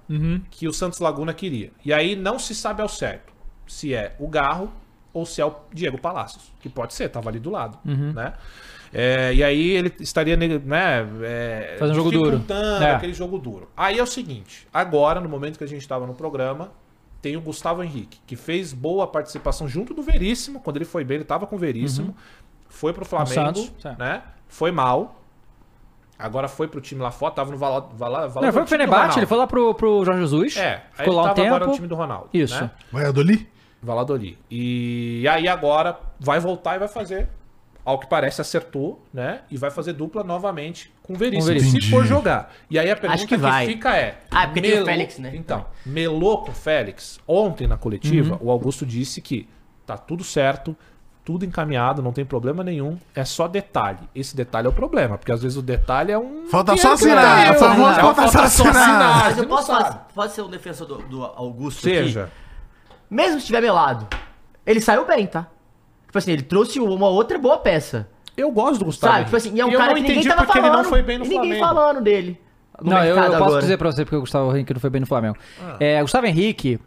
C: que o Santos Laguna queria. E aí não se sabe ao certo se é o Garro ou se é o Diego Palacios, que pode ser, tava ali do lado,
A: Uhum.
C: né? É, e aí ele estaria, né, é,
A: Fazendo jogo duro.
C: dificultando
A: É.
C: aquele aquele jogo duro. Aí é o seguinte, agora, no momento que a gente estava no programa, tem o Gustavo Henrique, que fez boa participação junto do Veríssimo, quando ele foi bem, ele estava com o Veríssimo, foi pro Flamengo,
A: Uhum. Santos, certo.
C: né? Foi mal. Agora foi pro time lá fora, tava no Vala, Vala, Vala,
A: Não, foi pro Fenerbahçe, ele foi lá pro, pro Jorge Jesus.
C: É, aí
A: ficou lá um
C: tava agora no
A: tempo.
C: time do Ronaldo,
A: Isso.
C: né?
B: Vai, Adoli?
C: Valladolid. E aí agora vai voltar e vai fazer, ao que parece, acertou, né? E vai fazer dupla novamente com o Veríssimo,
A: Com o Veríssimo.
C: se for jogar. E aí a pergunta
D: Acho que
C: que,
D: vai.
C: fica é...
D: Ah, porque tem o Félix, né?
C: Então, melou com o Félix. Ontem na coletiva,
A: Uhum.
C: o Augusto disse que tá tudo certo, tudo encaminhado, não tem problema nenhum, é só detalhe. Esse detalhe é o problema, porque às vezes o detalhe é um...
B: Falta
C: dinheiro
B: só
C: que não
B: assinar, É
C: deu,
B: o famoso
C: né?
B: falta só assinar.
D: Mas
C: Você
D: eu
C: não
D: posso,
C: sabe.
D: falar- posso ser um defensor do, do Augusto aqui?
C: Seja...
D: Mesmo se tiver melado, ele saiu bem, tá? Tipo assim, ele trouxe uma outra boa peça.
C: Eu gosto do Gustavo.
D: Sabe? Tipo assim, e é um
C: eu
D: cara
C: não
D: que ninguém
C: entendi
D: tava
C: porque
D: falando.
C: ele não foi bem no
D: e ninguém
C: Flamengo.
D: falando dele. no
A: Não, eu, eu
D: mercado
A: posso
D: tá agora.
A: dizer pra você porque o Gustavo Henrique não foi bem no Flamengo. É, o Gustavo Henrique,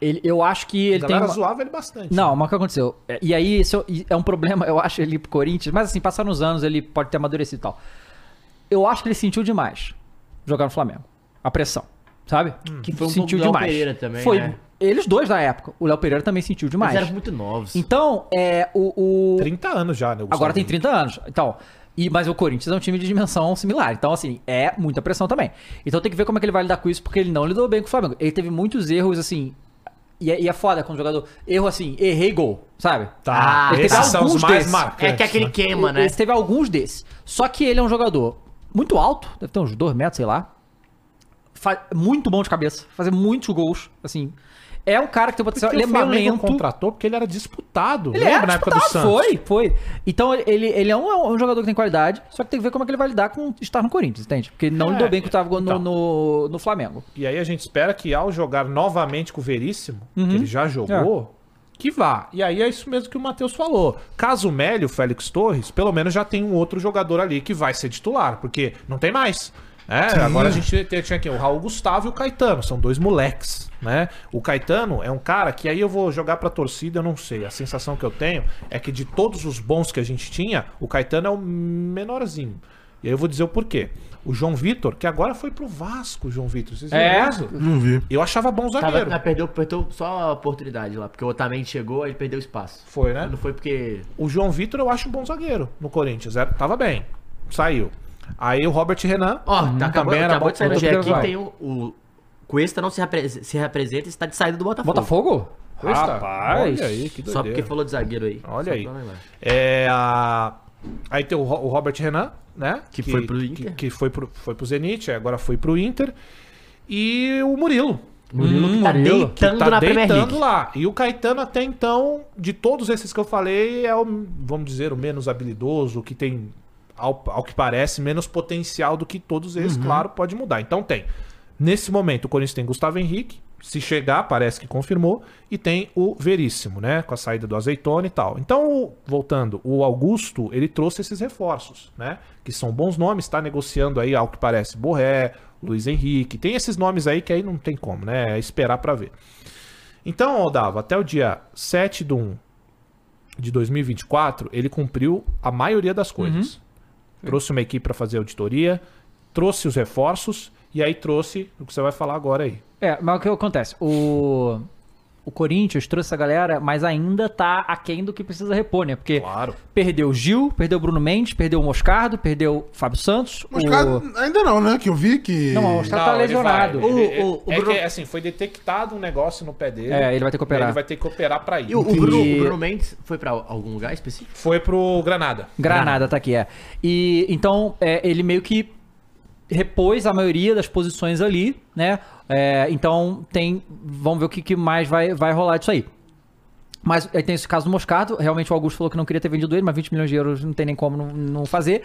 A: ele, eu acho que
C: A
A: ele tem.
C: galera
A: uma-
C: zoava ele bastante.
A: Não, mas o que aconteceu? É, E aí, isso é um problema, eu acho, ele pro Corinthians, mas assim, passar nos anos, ele pode ter amadurecido e tal. Eu acho que ele sentiu demais jogar no Flamengo. A pressão, sabe? Que
D: Foi um pouco do Léo Pereira também,
A: Foi.
D: né?
A: Eles dois na época. O Léo Pereira também sentiu
D: Eles
A: demais.
D: eram muito novos.
A: Então, é, o, o-
C: 30 anos já, né? o
A: Agora
C: Gustavo
A: tem 30 anos. Então, e, mas o Corinthians é um time de dimensão similar. Então, assim, é muita pressão também. Então tem que ver como é que ele vai lidar com isso, porque ele não lidou bem com o Flamengo. Ele teve muitos erros, assim. E é, e é foda quando o jogador. Erro assim, errei gol, sabe?
D: Tá,
A: Ah, Ele teve
C: esses são os
A: alguns
C: mais
A: desses.
C: marcantes.
D: É que é aquele queima, né?
A: Ele teve alguns desses. Só que ele é um jogador muito alto, deve ter uns 2 metros, sei lá. fa- muito bom de cabeça, fazer muitos gols, assim. É um cara que tem potencial,
C: Que
A: ele é
C: o
A: meio
C: Flamengo
A: lento.
C: contratou porque ele era disputado.
A: Ele
C: lembra
A: era
C: na época do
A: disputado,
C: Santos?
A: Foi, foi. Então ele, ele é um, é um jogador que tem qualidade, só que tem que ver como é que ele vai lidar com estar no Corinthians, entende? Porque ele não
C: É,
A: lidou bem com o Tavago
C: então.
A: no, no, no Flamengo.
C: E aí a gente espera que ao jogar novamente com o Veríssimo, que ele já jogou, que vá. E aí é isso mesmo que o Matheus falou. Caso o Mélio, o Félix Torres, pelo menos já tem um outro jogador ali que vai ser titular, porque não tem mais. né? agora a gente te- tinha aqui o Raul Gustavo e o Caetano, são dois moleques, né? O Caetano é um cara que aí eu vou jogar pra torcida, eu não sei. A sensação que eu tenho é que de todos os bons que a gente tinha, o Caetano é o menorzinho. E aí eu vou dizer o porquê. O João Vitor, que agora foi pro Vasco, João Vitor. Vocês
A: É?
C: viram isso?
B: Não vi.
C: Eu achava bom
D: Tava,
C: zagueiro.
D: mas perdeu, perdeu só a oportunidade lá, porque o Otamendi chegou, ele perdeu espaço.
C: Foi, né?
D: Não foi porque.
C: O João Vitor eu acho um bom zagueiro no Corinthians. Era- tava bem. Saiu. Aí o Robert Renan.
D: Ó, tá, acabou,
C: também era
D: acabou
C: bom-
D: de sair do
C: outro
D: dia aqui,
C: vai.
D: tem o, o Cuesta não se, repre- se representa e está de saída do Botafogo.
A: Botafogo?
C: Rapaz, olha aí, que
D: Só
C: doideira.
D: porque falou de zagueiro aí.
C: Olha
D: Só
C: aí.
D: pra lembrar.
C: É, a- Aí tem o, Ro- o Robert Renan, né?
D: Que foi pro Inter.
C: Que, que foi, pro, foi pro Zenit, aí agora foi pro Inter. E o Murilo.
D: Murilo que tá
A: Murilo,
C: Que
D: deitando
C: tá
D: na Premier
C: deitando
D: League.
C: lá. E o Caetano, até então, de todos esses que eu falei, é o, vamos dizer, o menos habilidoso, o que tem, ao, ao que parece, menos potencial do que todos eles, claro, pode mudar. Então tem. Nesse momento, o Corinthians tem Gustavo Henrique, se chegar, parece que confirmou, e tem o Veríssimo, né? Com a saída do Azeitona e tal. Então, o- voltando, o Augusto, ele trouxe esses reforços, né? Que são bons nomes, tá negociando aí, ao que parece, Borré, Luiz Henrique, tem esses nomes aí que aí não tem como, né? É esperar pra ver. Então, ô Dava, até o dia 7 de 1 de 2024, ele cumpriu a maioria das coisas. Trouxe uma equipe para fazer auditoria, trouxe os reforços e aí trouxe o que você vai falar agora aí.
A: É, mas o que acontece? O, o Corinthians trouxe essa galera, mas ainda tá aquém do que precisa repor, né? Porque
C: Claro.
A: perdeu o Gil, perdeu o Bruno Mendes, perdeu o Moscardo, perdeu o Fábio Santos.
B: Mas os caras-
A: O...
B: ainda não, né? Que eu vi que.
A: Não, o Moscardo tá lesionado.
D: vai, ele- O- o- o
C: é
D: Bruno-
C: que, assim, foi detectado um negócio no pé dele.
A: É, ele vai ter que operar.
C: Ele vai ter que operar pra ir.
D: E o, o Bruno,
A: Entendi.
D: o Bruno Mendes foi pra algum lugar específico?
C: Foi pro Granada.
A: Granada tá aqui, é. E então é, ele meio que repôs a maioria das posições ali, né? É, então tem. Vamos ver o que, que mais vai, vai rolar disso aí. Mas aí tem esse caso do Moscato. Realmente o Augusto falou que não queria ter vendido ele, mas 20 milhões de euros não tem nem como não, não fazer.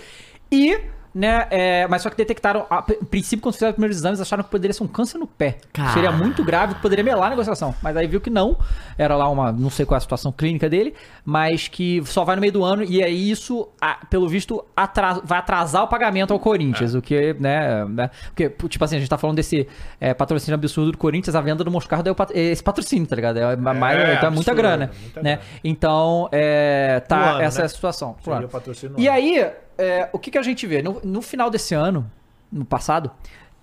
A: E, né, é, mas só que detectaram, a prin- princípio, quando fizeram os primeiros exames, acharam que poderia ser um câncer no pé.
D: Cara.
A: Seria muito grave, que poderia melar a negociação. Mas aí viu que não. Era lá uma, não sei qual é a situação clínica dele, mas que só vai no meio do ano. E aí isso, a- pelo visto, atras- vai atrasar o pagamento ao Corinthians. O que, né, né, Porque, tipo assim, a gente tá falando desse é, patrocínio absurdo do Corinthians, a venda do Moscardo é, o pat- é esse patrocínio, tá ligado? É, mais, então é muita
C: absurdo,
A: grana,
C: muita
A: né?
C: grana.
A: Então, é, tá
C: Pro ano,
A: essa
C: né?
A: é a situação. pro
C: Seria
A: ano.
C: o patrocínio
A: E
C: ano.
A: aí, é, o que, que a gente vê? No, no final desse ano, no passado,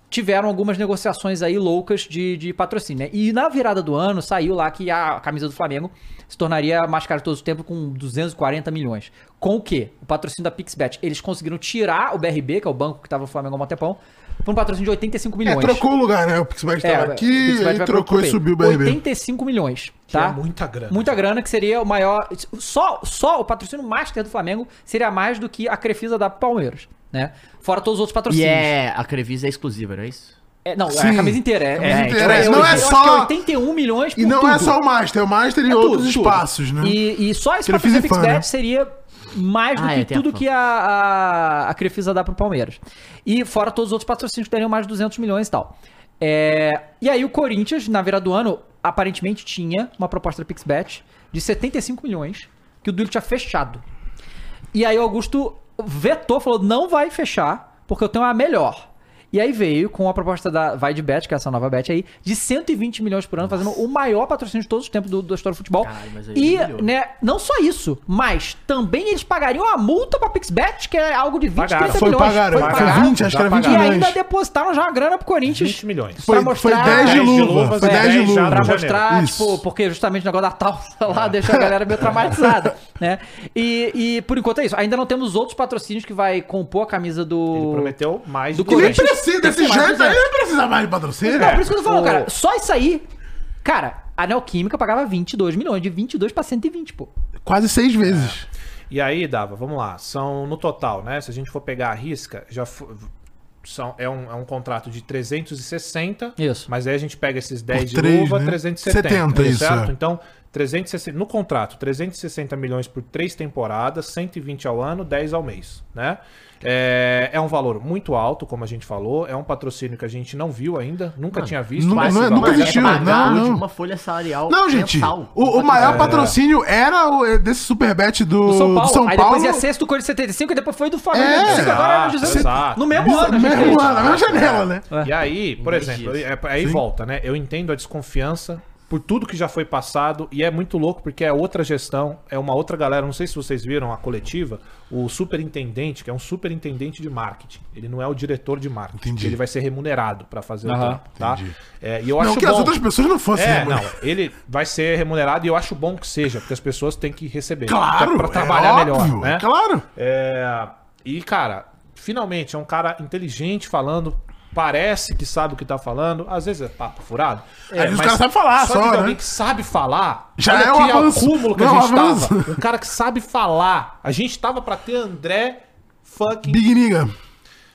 A: tiveram algumas negociações aí loucas de, de patrocínio, né? E na virada do ano, saiu lá que a camisa do Flamengo se tornaria a mais cara de todos os tempos com 240 milhões. Com o quê? O patrocínio da Pixbet. Eles conseguiram tirar o BRB, que é o banco que tava no Flamengo há um tempão, pra um patrocínio de 85
B: É,
A: milhões.
B: trocou o lugar, né? O Pixbet tava
A: o
B: aqui,
A: Pixbet vai
B: aí
A: pra
B: trocou e
A: Copa.
B: subiu o BRB.
A: 85 milhões, tá?
C: Que é muita grana.
A: Muita grana que seria o maior. Só, só o patrocínio master do Flamengo seria mais do que a Crefisa dá pro Palmeiras, né? Fora todos os outros
D: E
A: patrocínios.
D: é, a Crevisa é exclusiva, não é isso?
A: É, não, é a
B: Sim.
A: camisa inteira. É,
B: Camisa
A: é,
B: inteira,
A: então
B: é, não
A: eu
B: é
A: acho
B: só-
A: que 81 milhões por
B: E não é
A: tudo.
B: só o Master, é o Master e
A: É tudo,
B: outros
A: tudo.
B: espaços, né?
A: E, e só esse
B: Que ele fez
A: patrocínio
B: em fã,
A: Pixbet
B: né?
A: seria mais do
D: Ah,
A: que
D: é, tem a
A: tudo
D: fã.
A: que a, a, a Crefisa dá pro Palmeiras. E fora todos os outros patrocínios que dariam mais de 200 milhões e tal. É, e aí o Corinthians, na virada do ano, aparentemente tinha uma proposta da Pixbet de 75 milhões, que o Duílio tinha fechado. E aí o Augusto vetou, falou, não vai fechar, porque eu tenho a melhor. E aí veio com a proposta da Vai de Bet, que é essa nova bet aí, de 120 milhões por ano, fazendo o maior patrocínio de todos os tempos do, da história do futebol.
D: Caralho, mas aí
A: e,
D: humilhou.
A: né, não só isso, mas também eles pagariam a multa pra PixBet, que é algo de 20,
C: Pagaram.
A: 30
B: Foi
A: milhões.
B: pagar,
A: Foi pagar.
B: foi 20, acho que era 20
A: E
B: milhões.
A: ainda depositaram já uma grana pro Corinthians.
C: 20 milhões.
A: pra
B: Foi, foi
A: mostrar-
B: 10 de
A: dez de
B: luva,
C: luvas,
B: foi
A: é,
B: 10 de
C: dez já
B: luva.
A: Pra
C: janeiro.
A: mostrar,
B: Isso.
A: tipo, porque justamente o negócio da tausa lá deixa a galera meio traumatizada, né? E, e por enquanto é isso. Ainda não temos outros patrocínios que vai compor a camisa do.
C: Ele prometeu mais
A: Do
B: E
C: de
B: nem
C: 200.
A: Corinthians.
B: precisa desse
A: Tem mais
B: jeito, aí
A: 200.
B: nem precisa mais de patrocínio.
A: Não, por isso que eu tô falando,
C: o-
A: cara. Só isso aí. Cara, a Neoquímica pagava 22 milhões, de 22 pra 120, pô.
B: Quase seis vezes.
C: E aí, Dava, vamos lá. São no total, né? Se a gente for pegar a risca, já fo- são, é, um, é um contrato de 360.
A: Isso.
C: Mas aí a gente pega esses 10 de
B: três,
C: luva,
B: né?
C: 370.
B: 70, isso, é.
C: Então, 360, no contrato, 360 milhões por três temporadas, 120 ao ano, 10 ao mês, né? É, é um valor muito alto, como a gente falou. É um patrocínio que a gente não viu ainda, nunca tinha visto.
B: não-
C: mas
B: não é-
C: esse
B: nunca
C: valor-
D: Mas
B: existiu,
D: é pagar
B: não, não.
D: uma folha salarial
B: Não, gente,
D: mensal.
B: o, o maior patrocínio era o, desse superbet do, do São Paulo.
A: Aí depois ia ser do Corinthians 75 e depois foi do Flamengo
B: É.
A: 75, agora era do
C: Exato,
A: José.
C: exato.
A: No mesmo ano,
B: No
A: a gente fez.
B: mesmo ano, na mesma janela, né?
C: E aí, por
D: É. Dois
C: exemplo,
D: dias.
C: é- aí volta, né? Eu entendo a desconfiança por tudo que já foi passado e é muito louco porque é outra gestão, é uma outra galera. Não sei se vocês viram a coletiva, o superintendente, que é um superintendente de marketing. Ele não é o diretor de marketing.
B: Entendi.
C: Ele vai ser remunerado pra fazer o
A: Aham.
C: trampo, tá?
B: Entendi.
C: É, e eu
B: não
C: acho
B: que as
C: bom.
B: outras pessoas não fossem,
C: É,
B: né,
C: não,
B: mano?
C: ele vai ser remunerado e eu acho bom que seja, porque as pessoas têm que receber.
B: Claro,
C: até pra trabalhar
B: é
C: melhor,
B: óbvio,
C: né?
B: Claro.
C: É, e, cara, finalmente, é um cara inteligente falando. Parece que sabe o que tá falando, às vezes é papo furado. É,
B: Aí os caras sabem falar
C: só.
B: só,
C: de
B: né?
C: alguém que sabe falar.
B: Já
C: olha
B: é um
C: que
B: avanço.
C: acúmulo que
B: Não,
C: a
B: um
C: gente
B: avanço.
C: tava. Um cara que sabe falar. A gente tava pra ter André fucking.
B: Big Nigga.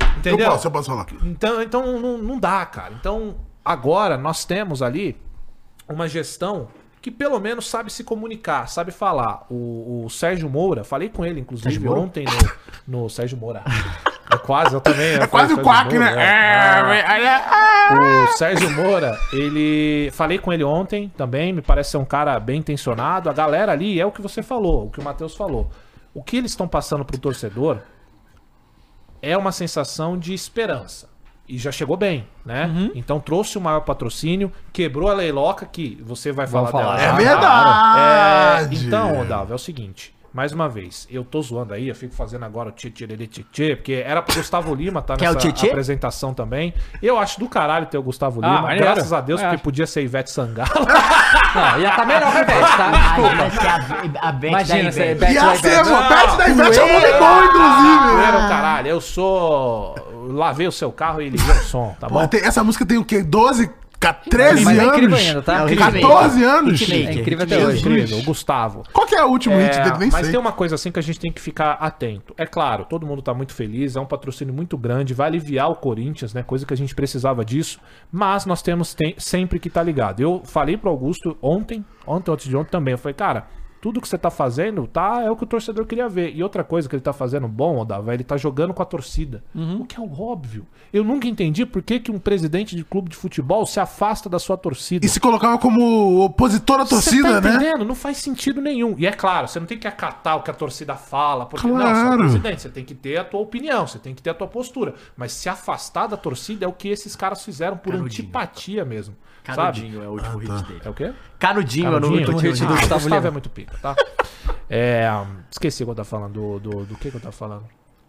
B: Eu
C: entendeu?
B: posso, eu posso falar.
C: Então, então não, não dá, cara. Então, agora nós temos ali uma gestão que pelo menos sabe se comunicar, sabe falar. O, o Sérgio Moura, falei com ele, inclusive, ontem no, no Sérgio Moura. É quase, eu também.
B: É quase o quack, né? É, é, é, é.
C: O Sérgio Moura, ele. Falei com ele ontem também, me parece ser um cara bem intencionado. A galera ali é o que você falou, o que o Matheus falou. O que eles estão passando pro torcedor é uma sensação de esperança. E já chegou bem, né? Então trouxe o maior patrocínio, quebrou a leiloca, que você vai falar,
A: Vamos falar.
C: dela.
B: É
C: já,
B: verdade.
C: É, então, Odavo, é o seguinte. Mais uma vez, eu tô zoando aí, eu fico fazendo agora o tchê tchê tchê, tchê, tchê porque era pro Gustavo Lima tá
D: Quer o
C: nessa
D: tchê, tchê?
C: apresentação também. Eu acho do caralho ter o Gustavo
A: Ah,
C: Lima,
A: maneiro.
C: graças a Deus,
A: Eu
C: porque
A: acho.
C: podia ser Ivete Sangalo.
A: Não, ia tá melhor, né, velho? Tá?
D: Imagina se é a, a Beth
A: Imagina
D: da
A: se
D: Ivete-
A: a Beth- Não,
B: Ia ser, pô. assim, Pet da Ivete é um nome bom, inclusive. né?
C: Zoeira, o Ah, caralho, eu sou... Lavei o seu carro e liguei o som, tá
B: Pô,
C: bom?
B: tem- essa música tem o quê? 12, ca- 13
A: Mas é
B: anos?
A: incrível ainda, tá?
D: É o
A: Incrível.
D: remake.
B: 14 anos?
D: Hitmaker,
A: É incrível até
C: Meu
A: hoje.
C: Deus, o Gustavo.
B: Qual que é o último hit
C: É,
B: dele? Nem
C: mas
B: sei.
C: tem uma coisa assim que a gente tem que ficar atento. É claro, todo mundo tá muito feliz, é um patrocínio muito grande, vai aliviar o Corinthians, né? Coisa que a gente precisava disso, mas nós temos tem- sempre que tá ligado. Eu falei pro Augusto ontem, ontem, antes de ontem também, eu falei, cara, tudo que você tá fazendo, tá, é o que o torcedor queria ver. E outra coisa que ele tá fazendo bom, Odava, ele tá jogando com a torcida. O que é óbvio. Eu nunca entendi por que, que um presidente de clube de futebol se afasta da sua torcida.
B: E se colocava como opositor à torcida,
C: um Você tá
B: né?
C: entendendo? Não faz sentido nenhum. E é claro, você não tem que acatar o que a torcida fala, porque não, você é o
B: Claro.
C: presidente, você tem que ter a tua opinião, você tem que ter a tua postura. Mas se afastar da torcida é o que esses caras fizeram por
D: Canudinho.
C: antipatia mesmo. Sabe?
D: Canudinho é o último hit dele.
C: É o quê?
D: Canudinho, é o nome do
C: Canudinho?
D: hit
A: Canudinho.
D: dele.
C: Ah, o
A: Gustavo
C: Gustavo
A: Lima.
C: é muito pica, tá? É, hum, esqueci o que eu tava falando. Do, do, do que, que eu tava falando?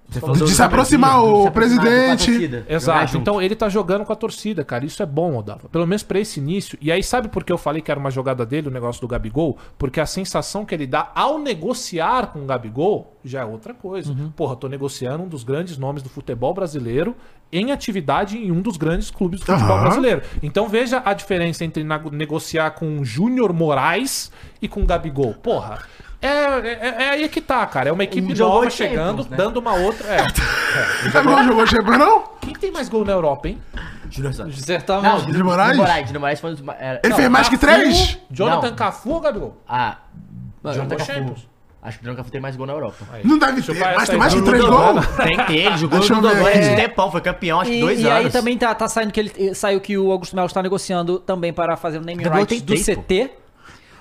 D: Você falou do-
B: De se aproximar
D: do-
B: o
D: se aproximar do
B: presidente.
D: patrocínio. Jogar
C: Exato.
D: junto.
C: Então ele tá jogando com a torcida, cara. Isso é bom, Odava. Pelo menos pra esse início. E aí, sabe por que eu falei que era uma jogada dele, o negócio do Gabigol? Porque a sensação que ele dá ao negociar com o Gabigol já é outra coisa.
D: Uhum.
C: Porra, tô negociando um dos grandes nomes do futebol brasileiro em atividade em um dos grandes clubes do futebol
B: Aham.
C: brasileiro. Então veja a diferença entre na- negociar com o Júnior Moraes e com o Gabigol. Porra. É, é- é aí que tá, cara. É uma equipe
D: jogou
C: nova
D: Um Champions,
C: chegando,
D: né?
C: dando uma outra. É.
B: Sabe qual jogou Champions, não?
C: Quem tem mais gol na Europa, hein?
D: Júnior Santos.
A: Acertamos.
D: Não,
B: de Moraes?
D: De Moraes, de Moraes foi um dos ma- era-
B: Ele
D: não,
B: fez mais que
C: Cafu,
B: três?
C: Jonathan
D: Não.
C: Cafu ou Gabigol?
D: Ah,
C: Jogou
D: Jonathan Cafu.
C: Champions.
D: Acho que o Jonathan Cafu tem mais gol na Europa.
B: Não deve
C: Deixa eu
B: ter.
C: parar
B: Mas
C: essa
B: tem
C: aí,
B: mais que
C: Bruno
B: três
C: Donovan.
B: gols?
D: Tem que ter, ele jogou
B: Deixa
D: no
B: eu ver aqui.
D: Dodói tempão, foi campeão acho que
A: E,
D: dois
A: e
D: anos.
A: aí também tá, tá saindo que ele saiu que o Augusto Melo está negociando também para fazer o naming
D: Gabigol
A: rights
D: tem
A: do
D: três, pô.
A: CT,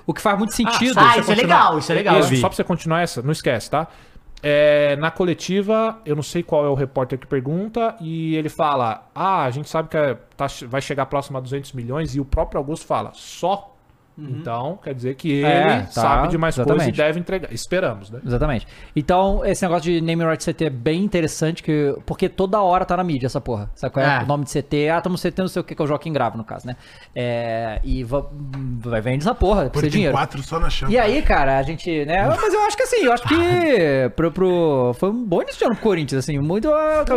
A: o que faz muito sentido.
D: Ah,
C: Deixa eu
D: isso é
C: continuar.
D: legal, isso é legal.
C: Isso,
D: Eu vi.
C: só pra você continuar essa, não esquece, tá? É, na coletiva, eu não sei qual é o repórter que pergunta, e ele fala: Ah, a gente sabe que é- tá- vai chegar próximo a 200 milhões, e o próprio Augusto fala: Só. Então, quer dizer que ele
A: É, tá,
C: sabe de mais coisa e
A: exatamente.
C: deve entregar. Esperamos, né?
A: Exatamente. Então, esse negócio de name right CT é bem interessante, que, porque toda hora tá na mídia essa porra. Sabe qual é?
D: É.
A: O nome de CT, ah, tamo CT, não sei o que, que é o Joaquim Grava, no caso, né? É, e va- vai vende essa porra,
B: Pô,
A: precisa
B: ele
A: de
B: tem
A: dinheiro.
B: quatro só na Champions.
A: E aí, cara, a gente, né? Mas eu acho que assim, eu acho que pro, pro- foi um bom início de ano pro Corinthians, assim, muito,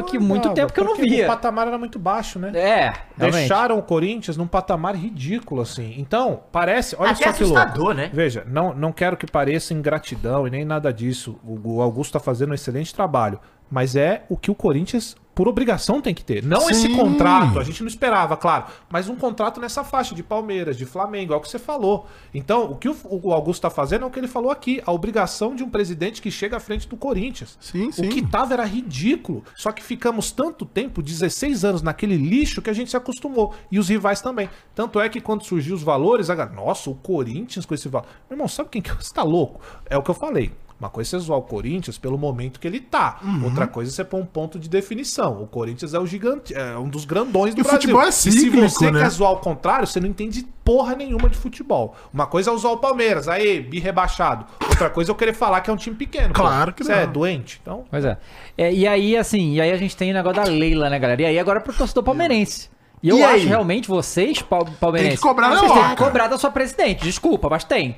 A: que muito
C: Não,
A: tempo que eu não
C: Ah, porque O
A: via.
C: patamar era muito baixo, né?
A: É, realmente.
C: Deixaram o Corinthians num patamar ridículo, assim. Então, parece. Olha
D: Até
C: só que louco.
D: assustador, né?
C: Veja, não, não quero que pareça ingratidão e nem nada disso. O, o Augusto tá fazendo um excelente trabalho. Mas é o que o Corinthians por obrigação tem que ter. Não esse contrato, a gente não esperava, claro, mas um contrato nessa faixa de Palmeiras, de Flamengo, é o que você falou. Então, o que o, o Augusto tá fazendo é o que ele falou aqui, a obrigação de um presidente que chega à frente do Corinthians.
B: Sim,
C: O
B: sim.
C: que tava era ridículo, só que ficamos tanto tempo, 16 anos, naquele lixo que a gente se acostumou, e os rivais também. Tanto é que quando surgiu os valores, a galera, nossa, o Corinthians com esse valor. Meu irmão, sabe quem que é? você tá louco? É o que eu falei. Uma coisa é você zoar o Corinthians pelo momento que ele tá.
B: Uhum.
C: Outra coisa é você pôr um ponto de definição. O Corinthians é o gigante, é um dos grandões
B: E
C: do
B: o
C: Brasil.
B: futebol é cíclico,
C: e se você
B: né?
C: quer zoar o contrário, você não entende porra nenhuma de futebol. Uma coisa é eu zoar o Palmeiras, aí, bi rebaixado. Outra coisa é eu querer falar que é um time pequeno.
B: Claro que
C: Você
B: não.
C: é doente. Então,
A: Pois é. É, E aí, assim, e aí a gente tem o negócio da Leila, né, galera? E aí agora pro torcedor palmeirense. E eu
B: E
A: acho
B: aí?
A: realmente vocês, pal- palmeirenses.
B: Tem que cobrar na
A: vocês têm
B: hora.
A: que cobrar da sua presidente, desculpa, mas tem.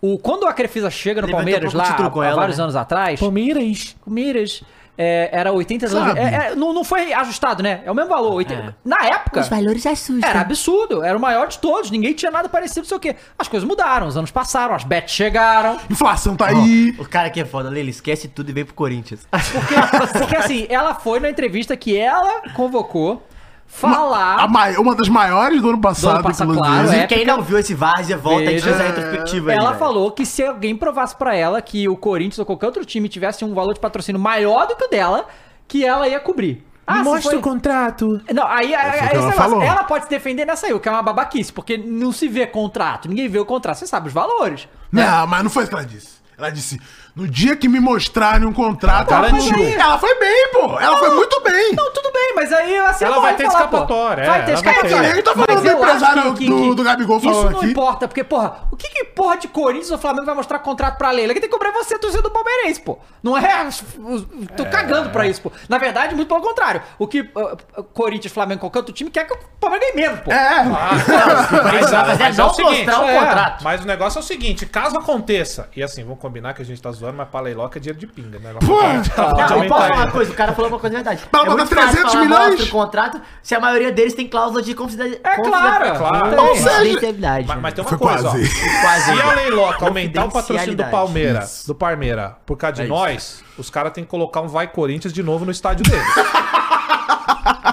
A: O, quando a Crefisa chega no
D: Levanta
A: Palmeiras
D: um pouco o
A: lá,
D: título com
A: há
D: ela,
A: vários
D: né?
A: anos atrás. Palmeiras. Palmeiras. é, era 80 anos.
B: Sabe?
A: é, é, não, não foi ajustado, né? É o mesmo valor. 80. Na época.
F: Os valores assustam.
A: Era absurdo, era o maior de todos, ninguém tinha nada parecido, não sei o quê. As coisas mudaram, os anos passaram, as bets chegaram.
B: Inflação tá aí.
D: O cara que é foda, Leila, esquece tudo e vem pro Corinthians.
A: Porque, porque, assim, ela foi na entrevista que ela convocou falar.
B: A mai- uma das maiores do ano passado,
A: passado,
B: inclusive.
A: claro, é.
D: Inclusive, quem não viu esse Várzea, volta e
A: Veja.
D: fez a retrospectiva aí,
A: Ela
D: velho.
A: falou que se alguém provasse pra ela que o Corinthians ou qualquer outro time tivesse um valor de patrocínio maior do que o dela, que ela ia cobrir. Ah, se foi-
C: contrato.
A: Não, aí, aí-
B: foi é o
A: aí esse
B: que ela
A: negócio,
B: falou.
A: ela pode se defender nessa aí, o que é uma babaquice, porque não se vê contrato, ninguém vê o contrato, você sabe os valores.
B: Não, mas não foi isso que ela disse. Ela disse, no dia que me mostrarem um contrato,
C: Ela
B: ela,
C: garantiu.
B: foi, ela foi bem, pô. Ela foi muito bem.
A: Não, tudo bem, mas aí assim,
C: Ela
A: eu
C: vai
A: vou
C: ter
A: falar, pô.
C: escapatória, é,
A: Vai ter
C: ela vai
A: escapatória.
B: ter. Ele tá falando
A: Mas
B: do
A: eu acho
B: empresário do- do Gabigol
A: Isso
B: falando
A: não
B: aqui.
A: importa, porque, porra, o que que porra de Corinthians ou Flamengo vai mostrar contrato pra Leila? Que tem que cobrar você, torcedor do Palmeirense, pô. Não é... os- os- Tô cagando pra isso, pô. Na verdade, muito pelo contrário. O que ah, ah, Corinthians, Flamengo, qualquer outro time quer que o Palmeiras ganhe menos, pô.
B: É,
C: Mas,
D: Mas é
C: mas é
D: não
C: o seguinte,
D: mostrar o
C: é,
D: contrato.
C: mas o negócio é o seguinte, caso aconteça, e assim, vamos combinar que a gente tá zoando, mas paleiloca é dinheiro de pinga, né? Ela
B: Pô, tá.
C: pode- ela pode
D: Não, eu
C: aumentar
D: posso falar uma
C: ainda.
D: coisa, o cara falou uma coisa de verdade. É
B: Pra botar
D: muito fácil
B: 300
D: falar
B: milhões?
D: mostra o contrato se a maioria deles tem cláusula de confidencialidade.
A: É claro, é claro.
B: Ou seja-
D: Confidencialidade.
C: Mas, mas tem uma
B: foi
C: coisa,
B: quase.
C: ó.
D: Quase.
C: Se a Leiloca aumentar o patrocínio do
D: Confidencialidade.
C: Palmeiras, do Palmeira, por causa de
D: É isso.
C: nós, os caras têm que colocar um Vai Corinthians de novo no estádio deles.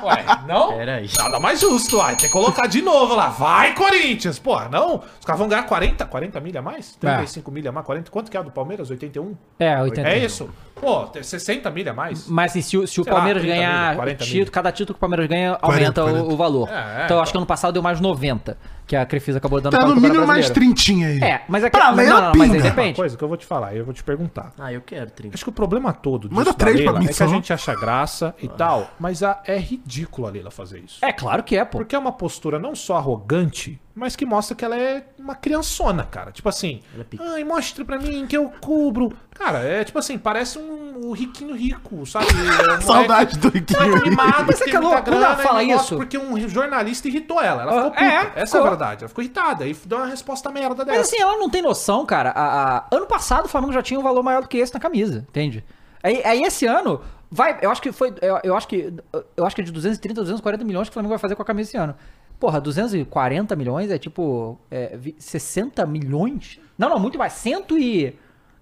C: Ué, não?
D: Peraí.
C: Nada mais justo, uai. Tem que colocar de novo lá. Vai, Corinthians! Porra, não? Os caras vão ganhar 40, 40 milha a mais? 35 milha a mais? 40? Quanto que é a do Palmeiras? 81?
A: É,
C: É isso? Pô, tem 60 milha a mais?
A: Mas assim, se, o- se o
C: Sei lá,
A: Palmeiras
C: 30
A: ganhar
C: milhas, 40
A: título,
C: milhas.
A: cada título que o Palmeiras ganha
B: 40,
A: aumenta o-
B: 40.
A: O, valor.
C: É, é,
A: então eu acho
C: então.
A: que ano passado deu mais 90, que a Crefisa acabou dando
B: tá
A: pra-
B: no
A: pra
B: mínimo mais
A: brasileiro.
B: 30 aí.
A: É, mas é que
B: Pra
A: não,
B: ler
A: não,
B: a
A: não, mas aí
B: pinga.
C: Uma
A: depende.
C: coisa que eu vou te falar, eu vou te perguntar.
D: Ah, eu quero, 30.
C: Acho que o problema todo disso
B: Manda
C: da
B: três
C: Leila
B: pra mim, Ah.
C: é que
B: só.
C: a gente acha graça e tal, mas a- é ridículo a Leila fazer isso.
A: É claro que é, pô.
C: Porque é uma postura não só arrogante, mas que mostra que ela é uma criançona, cara. Tipo assim,
A: é
D: pica.
C: ai, mostra pra mim que eu cubro. Cara, é tipo assim, parece um, um riquinho rico, sabe? É um
B: Saudade do
C: moleque
B: Riquinho.
C: Mimado,
A: Mas é
C: que
A: que a
C: tem muita
A: Lu- quando
C: grana
A: ela fala
C: e não mostra
A: isso-
C: Porque um jornalista irritou ela. Ela
A: Ah,
C: ficou puta.
A: é,
C: Essa
A: ficou.
C: é a verdade. Ela ficou irritada e deu uma resposta merda dela.
A: Mas assim, ela não tem noção, cara. A- a- Ano passado o Flamengo já tinha um valor maior do que esse na camisa, entende? Aí, aí esse ano, vai. Eu acho que foi. Eu, eu acho que. Eu acho que é de 230, 240 milhões que o Flamengo vai fazer com a camisa esse ano. Porra, 240 milhões é tipo. é, vi- 60 milhões? Não, não, muito mais. 100 e.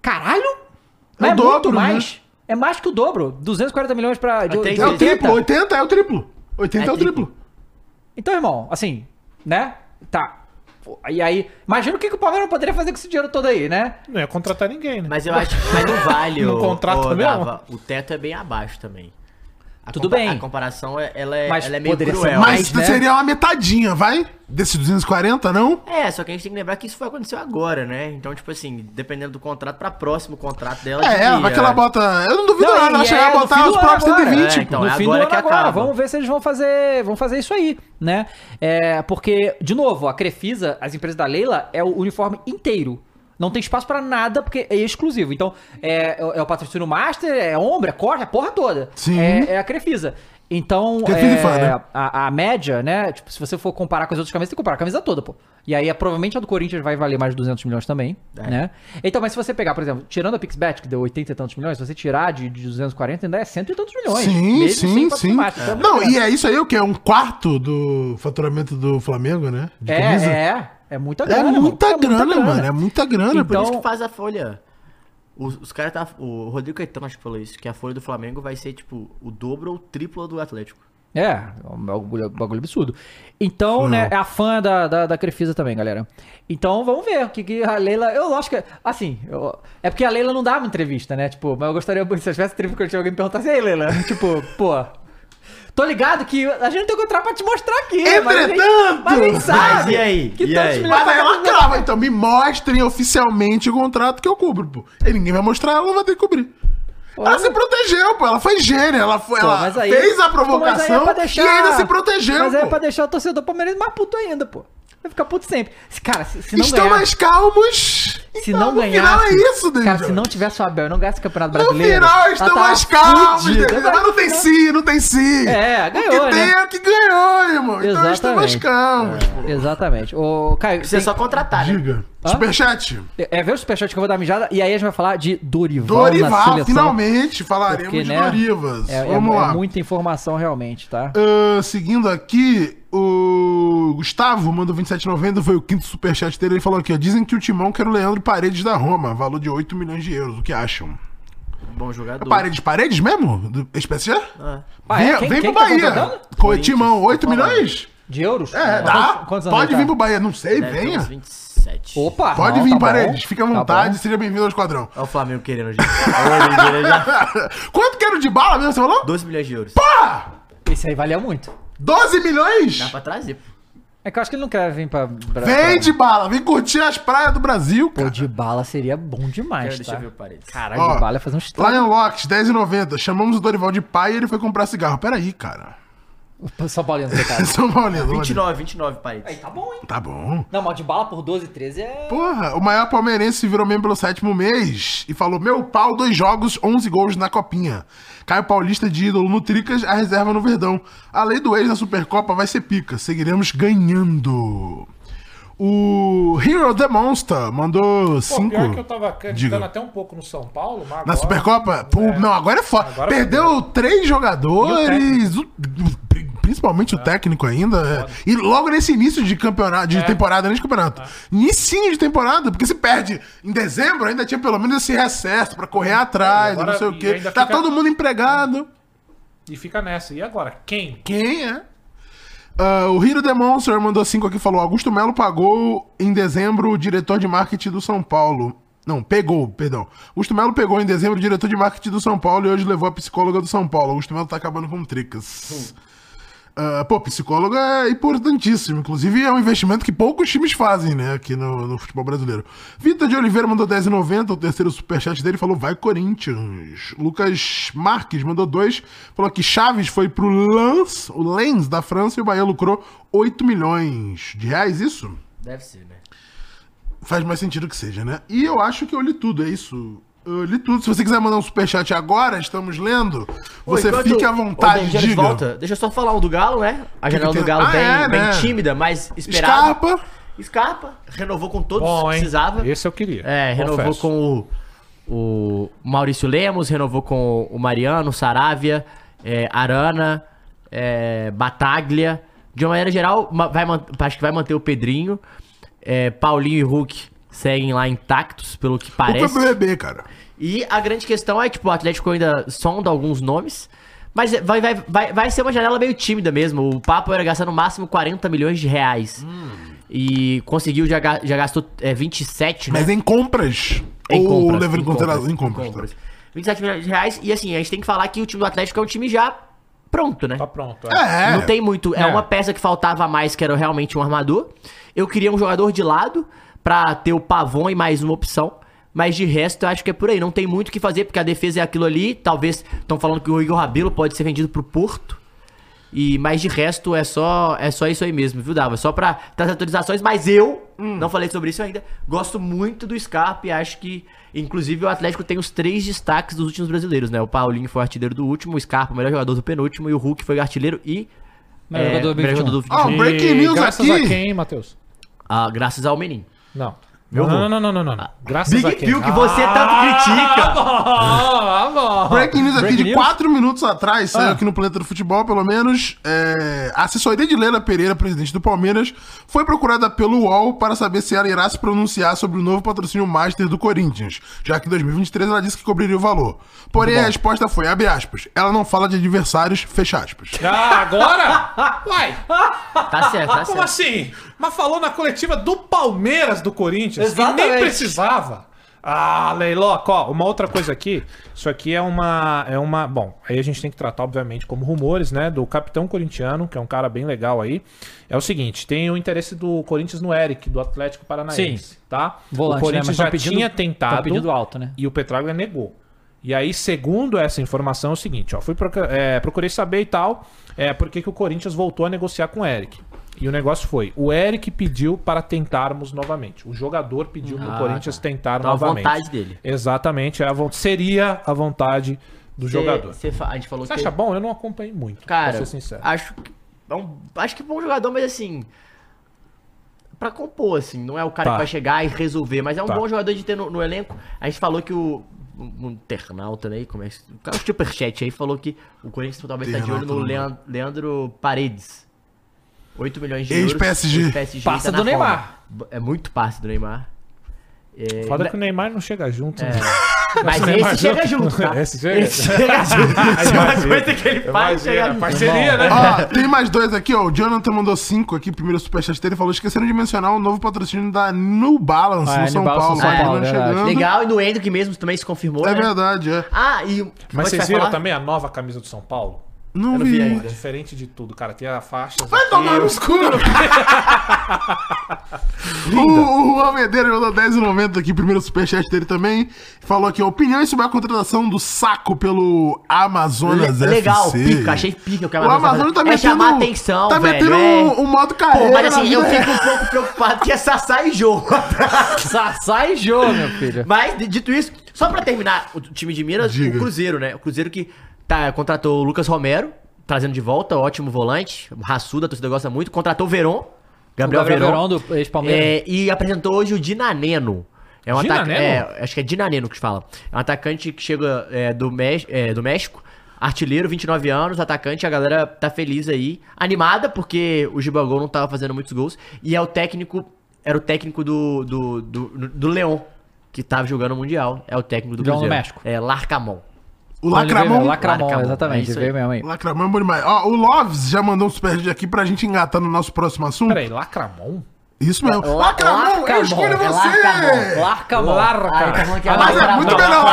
A: Caralho! Mas é,
B: o dobro,
A: muito
B: né?
A: mais. É mais que o dobro. 240 milhões pra. de-
D: Até
A: de
B: É o
A: 80.
B: triplo, 80 é o triplo. 80 é, o triplo.
A: Então, irmão, assim, né? Tá. E aí, imagina o que, que o Palmeiras poderia fazer com esse dinheiro todo aí, né?
C: Não ia contratar ninguém, né?
D: Mas eu acho que mas não vale
C: No
D: o
C: contrato
D: o,
C: mesmo?
D: Dava, O teto é bem abaixo também. A
A: Tudo
D: compa-
A: bem.
D: A comparação, é- ela é,
A: Mas
D: ela é meio
A: poderia ser
D: cruel.
B: Mas
A: mais, né?
B: seria uma metadinha, vai? Desses 240, não?
D: É, só que a gente tem que lembrar que isso foi aconteceu agora, né? Então, tipo assim, dependendo do contrato, pra próximo contrato dela... né?
B: É,
D: devia.
B: mas que ela bota. Eu não duvido
A: Não,
B: nada, ela
A: e
B: chegar
A: é
B: a
A: no fim
B: botar
A: do
B: os
A: ano
B: próprios
A: agora.
B: 120.
D: É,
B: pô.
D: então,
A: no
D: é
A: fim do
D: agora
A: ano
D: que
A: agora.
D: acaba.
A: Vamos ver se eles vão fazer, vão fazer isso aí, né? É, porque, de novo, a Crefisa, as empresas da Leila, é o uniforme inteiro. Não tem espaço pra nada, porque é exclusivo. Então, é, é o patrocínio master, é ombro, é corte, é porra toda.
B: Sim.
A: É, é a Crefisa. Então,
B: Crefisa e
A: é,
B: fã, né?
A: a, a média, né? Tipo, se você for comparar com as outras camisas, tem que comparar a camisa toda, pô. E aí, é, provavelmente a do Corinthians vai valer mais de 200 milhões também,
B: É.
A: né? Então, mas se você pegar, por exemplo, tirando a PixBet, que deu 80 e tantos milhões, se você tirar de, de 240, ainda é cento e tantos milhões milhões,
B: Sim,
A: mesmo sem
B: sim, sim.
A: patrocínio. Então,
B: Não, e é isso aí, o que? É um quarto do faturamento do Flamengo, né? De
A: é,
B: camisa.
A: é, é muita
B: É
A: grana. irmão.
B: muita grana, mano. É muita grana.
A: Então-
D: Por isso que faz a folha. Os, os caras tá. O Rodrigo Caetano acho que falou isso, que a folha do Flamengo vai ser, tipo, o dobro ou o triplo do Atlético.
A: É, é um bagulho, bagulho absurdo. Então, né, é a fã da, da, da Crefisa também, galera. Então, vamos ver o que, que a Leila. Eu acho que. Assim, eu- é porque a Leila não dá uma entrevista, né? Tipo, mas eu gostaria muito se eu tivesse entrevista que alguém me perguntasse, e aí, Leila? tipo, pô. Tô ligado que a gente não tem contrato pra te mostrar aqui. né? mas a gente-
B: Entretanto!
A: Mas nem sabe!
D: Mas e aí?
A: Que
D: E
A: tantos
D: aí?
A: milhões
B: Mas aí ela
A: pagados-
B: crava, então me mostrem oficialmente o contrato que eu cubro, pô. E ninguém vai mostrar, ela vai ter que cobrir. Ela se protegeu, pô. Ela foi gênia. Ela, foi,
A: Pô,
B: ela
A: mas aí-
B: fez
A: pô, mas
B: a
A: aí é
B: provocação
A: pra deixar-
B: e ainda se protegeu,
A: Mas aí é
B: pô.
A: pra deixar o torcedor palmeirense mais puto ainda, pô. Vai ficar puto sempre. Se- Cara, se, se não
B: Estão
A: ganhar...
B: mais calmos.
A: Se
B: Então,
A: não
B: no
A: ganhar.
B: final é isso, David
A: Cara, se
B: Jones.
A: não tivesse o Abel e não ganhasse o Campeonato
B: No
A: Brasileiro. tá-
B: final
A: ela
B: estão
A: tava
B: mais calmos,
A: fudida.
B: David Jones. Mas não tem si, não tem si.
A: É, ganhou,
B: O que
A: né?
B: tem é que ganhou, irmão. Então eles estão mais
A: Exatamente. É.
B: calmos, pô.
A: Exatamente. Ô, Caio,
D: Precisa
A: tem-
D: só contratar, né?
B: Diga.
A: Hã?
B: Superchat.
A: é, vê o superchat que eu vou dar mijada e aí a gente vai falar de Dorival, na
B: Dorival,
A: seleção.
B: finalmente falaremos
A: Porque, né,
B: de Dorivas.
A: É, é-
B: Vamos
A: é
B: lá.
A: muita informação realmente, tá?
B: Ah, seguindo aqui, o Gustavo mandou 27,90, foi o quinto superchat dele. Ele falou aqui, ó. Dizem que o Timão quer o Leandro Paredes da Roma, valor de 8 milhões de euros. O que acham? É
D: Bom jogador.
B: Paredes, Paredes mesmo? Do PSG?
D: Ah.
A: Ah,
B: vem
A: é? Quem-
B: vem
A: quem
B: pro
A: tá
B: Bahia.
A: contratando?
B: Com o Timão, 8 milhões?
A: De euros?
B: É,
A: Quantos-
B: dá.
A: quantos anos
B: Pode
A: ele
B: vir
A: tá?
B: pro Bahia, não sei,
D: Deve ter
B: venha.
D: uns 27.
A: Opa!
B: Pode
A: não,
B: vir,
A: tá bom,
B: Paredes, fica à
A: tá
B: vontade,
A: bom.
B: seja bem-vindo ao Esquadrão.
D: Olha É o Flamengo querendo, gente. Olha ele querendo já.
B: Quanto que era o de bala mesmo, você falou?
D: 12 milhões de euros.
B: Porra!
A: Esse aí valia muito.
B: 12 milhões?
D: Dá pra trazer.
A: É que eu acho que ele não quer vir pra. pra
B: Vem
A: pra-
B: de bala, vem curtir as praias do Brasil,
A: Pô,
B: cara.
A: de bala seria bom demais,
D: Quero,
A: tá?
D: deixa eu ver o Paredes.
A: Caralho,
B: Ó,
A: de bala ia fazer um estrago.
B: Lion Locks, 10,90. Chamamos o Dorival de pai e ele foi comprar cigarro. Peraí, cara.
A: São Paulino, coitado.
B: São Paulino. olha.
D: 29, 29, Paredes.
A: tá bom, hein?
B: Tá bom.
A: Não, mal de bala por 12, 13 é.
B: Porra, o maior palmeirense virou membro pelo sétimo mês e falou: Meu pau, dois jogos, 11 gols na copinha. Caio Paulista de ídolo no Tricas, a reserva no Verdão. A lei do ex na Supercopa vai ser pica. Seguiremos ganhando. O Hero the Monster mandou
C: Pô,
B: 5.
C: pior que eu tava acreditando
B: Diga.
C: até um pouco no São Paulo, mas
B: Na
C: agora-
B: Supercopa? Pô,
C: É.
B: não, agora é foda.
C: Agora
B: Perdeu três jogadores, o- pri- principalmente o técnico ainda. é. E logo nesse início de campeonato,
C: É.
B: de temporada, nem de campeonato. Inicinho de temporada, porque se perde em dezembro, ainda tinha pelo menos esse recesso pra correr atrás,
C: agora-
B: não sei o
C: É. e
B: quê.
C: ainda
B: Tá
C: fica-
B: todo mundo empregado.
C: E fica nessa. E agora? Quem?
B: Quem é? Ah, o Hiro The Monster mandou cinco aqui e falou: Augusto Melo pagou em dezembro o diretor de marketing do São Paulo. Não, pegou, perdão. Augusto Melo pegou em dezembro o diretor de marketing do São Paulo e hoje levou a psicóloga do São Paulo. Augusto Melo tá acabando com tricas. Ah, pô, psicóloga é importantíssimo. Inclusive, é um investimento que poucos times fazem, né? Aqui no, no futebol brasileiro. Vitor de Oliveira mandou 10,90. O terceiro superchat dele falou: vai Corinthians. Lucas Marques mandou dois. Falou que Chaves foi pro Lens, o Lens da França, e o Bahia lucrou 8 milhões de reais. Isso?
D: Deve ser, né?
B: Faz mais sentido que seja, né? E eu acho que eu li tudo, é isso. Eu li tudo. Se você quiser mandar um superchat agora, estamos lendo. Você
D: Enquanto
B: fique à
D: o
B: vontade,
D: Ben Jones
B: diga.
D: volta, deixa eu só falar um do Galo, né? A janela
B: que
D: do
B: tem?
D: Galo
B: Ah,
D: bem,
B: é,
D: bem
B: né?
D: tímida, mas esperada.
B: Escapa.
D: Escapa. Renovou com todos
C: Bom,
D: que
C: hein?
D: precisava.
C: Esse eu queria.
D: É, renovou
C: Confesso.
D: com o, o Maurício Lemos, renovou com o Mariano, Saravia, é, Arana, é, Bataglia. De uma maneira geral, ma- vai, man- acho que vai manter o Pedrinho. É, Paulinho e Hulk seguem lá intactos, pelo que
B: Culpa
D: parece.
B: pro bebê, cara.
D: E a grande questão é, tipo, o Atlético ainda sonda alguns nomes, mas vai, vai, vai, vai ser uma janela meio tímida mesmo. O papo era gastar no máximo 40 milhões de reais. E conseguiu, já, ga- já gastou é, 27, né?
B: Mas em compras.
D: Em
B: ou
D: compras,
B: levando em
D: em compras,
B: consideração em compras.
D: em
B: tá?
D: compras. 27 milhões de reais. E assim, a gente tem que falar que o time do Atlético é um time já pronto, né?
C: Tá pronto. é.
B: É,
D: Não tem muito. É,
C: É.
D: uma peça que faltava a mais, que era realmente um armador. Eu queria um jogador de lado pra ter o Pavon e mais uma opção. Mas de resto, eu acho que é por aí. Não tem muito o que fazer, porque a defesa é aquilo ali. Talvez estão falando que o Igor Rabelo pode ser vendido pro Porto. E mas de resto é só é só isso aí mesmo, viu, Dava? Só pra trazer atualizações, mas eu não falei sobre isso ainda. Gosto muito do Scarpa e acho que inclusive o Atlético tem os três destaques dos últimos brasileiros, né? O Paulinho foi artilheiro do último, o Scarpa o melhor jogador do penúltimo e o Hulk foi artilheiro e é,
A: Melhor jogador do 21.
D: do
B: Ah, um
D: 21.
B: breaking news
C: é. graças
B: aqui.
C: a quem, Matheus?
D: Ah, graças ao Menin.
C: Não.
D: Meu
C: não,
D: avô.
C: não, não, não, não, não, não.
D: Ah,
C: Graças
D: Big
C: a quem?
D: Bill, que você tanto critica.
C: Ah, bom.
B: Breaking news aqui
A: Breaking
B: de
A: news?
B: quatro minutos atrás,
D: Ah.
B: saiu aqui no Planeta do Futebol, pelo menos. é, a assessoria de Leila Pereira, presidente do Palmeiras, foi procurada pelo UOL para saber se ela irá se pronunciar sobre o novo patrocínio Master do Corinthians, já que em 2023 ela disse que cobriria o valor. Porém, a resposta foi, abre aspas, ela não fala de adversários, fecha aspas.
C: Ah, agora? Uai,
D: Tá certo, tá
C: como
D: certo.
C: assim? Mas falou na coletiva do Palmeiras do Corinthians, que nem
A: Exatamente.
C: precisava. Ah, Leiloca, ó, uma outra coisa aqui. Isso aqui é uma. É uma. Bom, aí a gente tem que tratar, obviamente, como rumores, né? Do capitão corintiano, que é um cara bem legal aí. É o seguinte: tem o interesse do Corinthians no Eric, do Atlético Paranaense.
A: Sim.
C: Tá?
A: Volante, né?
C: o Corinthians
A: Mas tão
C: já
A: pedindo-
C: tinha
A: tão
C: tentado.
A: pedindo alto, né?
C: E o Petraglia negou. E aí, segundo essa informação, é o seguinte, ó, fui procu- é, procurei saber e tal, é, por que que o Corinthians voltou a negociar com o Eric. E o negócio foi, o Eric pediu para tentarmos novamente. O jogador pediu para
D: Ah,
C: o Corinthians tentar
D: Então, a
C: novamente.
D: vontade dele.
C: Exatamente, era a von- seria a vontade do jogador.
D: Cê- cê fa- a gente falou
C: Você
D: que.
C: acha bom? Eu não acompanhei muito,
D: Cara,
C: pra ser sincero.
D: acho que. É um, acho que é um bom jogador, mas assim. Pra compor, assim, não é o cara
C: Tá.
D: que vai chegar e resolver, mas é um
C: Tá.
D: bom jogador de ter no, no elenco. A gente falou que o. Um um internauta aí, como é que. O cara do superchat aí falou que o Corinthians talvez tá de olho no Leandro, Leandro Paredes. 8 milhões de euros.
B: Ex-PSG.
D: O PSG
A: Passa
D: tá na
A: do
D: forma.
A: Neymar.
D: É muito passe do Neymar. É,
C: Foda que o Neymar não chega junto. né?
D: mas
C: Nossa, Neymar
D: esse chega junto, tá?
C: Esse chega.
D: chega junto. Se é uma
C: Imagina.
D: coisa que ele faz, chega
C: Imagina,
D: junto.
C: parceria, né?
B: Ó, tem mais dois aqui, ó. O Jonathan mandou cinco aqui, primeiro superchat dele. Falou, esqueceram de mencionar o novo patrocínio da New Balance
A: Ah,
B: no
A: é,
B: São
A: New Balance
B: Paulo.
A: no São
B: tá
A: Paulo,
B: chegando.
A: verdade.
D: Legal, e no Endo que mesmo também se confirmou.
B: É
D: né?
B: verdade, é.
D: Ah, e.
C: Mas
D: pode
C: vocês
D: falar?
C: viram tá também a nova camisa do São Paulo? É
B: Não,
D: não
B: vi.
D: vi
B: ainda.
D: ainda.
C: Diferente de tudo, cara. Tem a faixa.
B: Vai tomar no escuro. o, o Almedeira mandou 10,90 aqui, primeiro superchat dele também. Falou aqui, opiniões sobre a contratação do saco pelo Amazonas FC.
D: Le- legal, pica, achei pica o que
B: O Amazonas tá metendo...
D: É chamar atenção,
B: tá
D: velho.
B: metendo
D: é.
B: um, um modo carreira.
D: Pô, mas assim,
B: na
D: eu
B: vida
D: fico um pouco preocupado que é Sassá e Jô.
A: Sassá e Jô, meu filho.
D: Mas, d- dito isso, só pra terminar o time de Minas,
B: Diga.
D: o Cruzeiro, né? O Cruzeiro que tá, contratou o Lucas Romero, trazendo de volta, ótimo volante, raçudo, a torcida gosta muito. Contratou o Veron, Gabriel,
A: Gabriel
D: Veron.
A: Veron, do ex-Palmeiras.
D: É, e apresentou hoje o Dinaneno. É um atacante.
C: Dinaneno?
D: É, acho que é Dinaneno que se fala. É um atacante que chega é, do, Mex- é, do México. Artilheiro, 29 anos, atacante, a galera tá feliz aí. Animada, porque o Gibagol não tava fazendo muitos gols. E é o técnico. Era o técnico do. do, do, do Leon, que tava jogando o Mundial. É o técnico do
A: Leon no
D: Cruzeiro.
A: México.
D: É Larcamon.
B: O
A: Ele veio,
B: Lacramon...
A: Lacramon,
D: Lacramon, é
A: exatamente.
D: isso aí.
A: veio mesmo aí.
B: Lacramon é bom demais. Ó, o Loves já mandou um superchat aqui pra gente engatar no nosso próximo assunto.
C: Peraí, Lacramon?
B: Isso mesmo. Lacramon, eu escolho
D: é
B: você!
A: Larca,
C: Larca.
A: Larca.
D: tá falando que é
B: Mas é
D: Lacramon.
B: muito melhor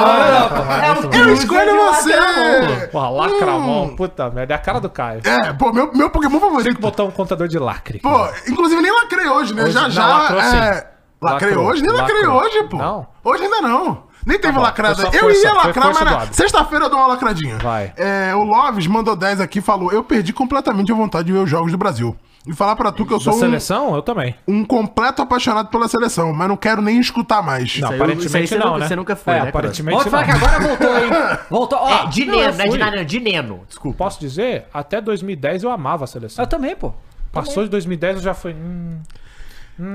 B: Lacramon. Eu escolho você! Hum,
C: Porra, Lacramon,
D: Hum.
C: puta merda. É a cara do Caio. Tem
B: É, pô, meu, meu Pokémon favorito.
C: que botar um contador de lacre.
B: Pô, inclusive nem lacrei hoje, né?
C: Hoje-
B: já
C: não,
B: já.
C: lacrou sim.
B: é, Lacrei
C: Lacrou.
B: hoje? Nem lacrei
C: Lacrou.
B: hoje, pô.
C: Não? Tá
B: Hoje ainda não. Nem teve
C: bom,
B: lacrada.
C: foi só
B: Eu
C: força,
B: ia
C: foi
B: lacrar,
C: força
B: mas
C: do
B: na-
C: hábito.
B: sexta-feira eu dou uma lacradinha.
C: Vai.
B: É, o Loves mandou 10 aqui e falou: Eu perdi completamente a vontade de ver os jogos do Brasil. E falar pra tu que eu
C: Da
B: sou um,
C: seleção, eu também.
B: um completo apaixonado pela seleção, mas não quero nem escutar mais.
C: Não,
D: aí- isso aí
C: aparentemente
D: você
C: não,
D: nunca-
C: né?
D: você nunca foi,
C: É,
D: né,
C: aparentemente
A: Vamos falar que
C: não.
A: agora voltou, hein? Voltou, ó.
D: É, de
C: Não, eu
D: Neno, não é
C: fui.
D: de Nano, de Neno. Desculpa.
C: Posso dizer, até 2010 eu amava a seleção.
D: Ah,
A: Eu também, pô.
D: tá
C: Passou de 2010 eu já fui... hum,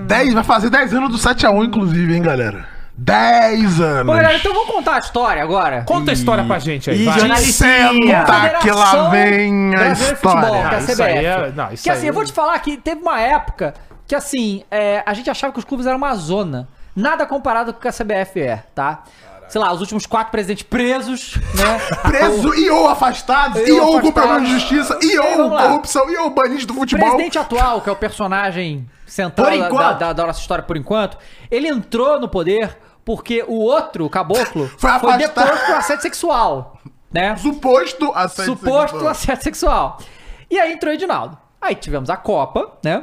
B: 10, vai fazer 10 anos do 7x1, inclusive, hein, galera? 10
A: Pô,
B: anos.
A: galera, então vamos contar a história agora.
C: Conta a história pra gente aí,
D: Ih,
C: vai.
D: jornalista.
B: Senta que lá vem a
A: Brasileira de Futebol,
B: história.
A: que é a
C: Ah, isso
A: CBF.
C: aí é- não, isso
A: que assim,
C: aí-
A: eu vou te falar que teve uma época que assim, é, a gente achava que os clubes eram uma zona. Nada comparado com o que a CBF é, tá? Sei lá, os últimos quatro presidentes presos, né?
B: Preso e ou afastado,
A: Eu
B: e ou com
A: afastado.
B: problema de justiça, e
A: Sei,
B: ou
A: vamos lá.
B: corrupção, e ou banido do
A: O
B: futebol.
A: presidente atual, que é o personagem central
D: Por
A: da- da,
D: enquanto.
A: da- da nossa história por enquanto, ele entrou no poder porque o outro, o caboclo,
B: Foi
A: foi,
B: afastado.
A: depois pro assédio sexual, né?
B: Suposto assédio
A: Suposto
B: sexual.
A: assédio sexual. E aí entrou o Edinaldo. Aí tivemos a Copa, né?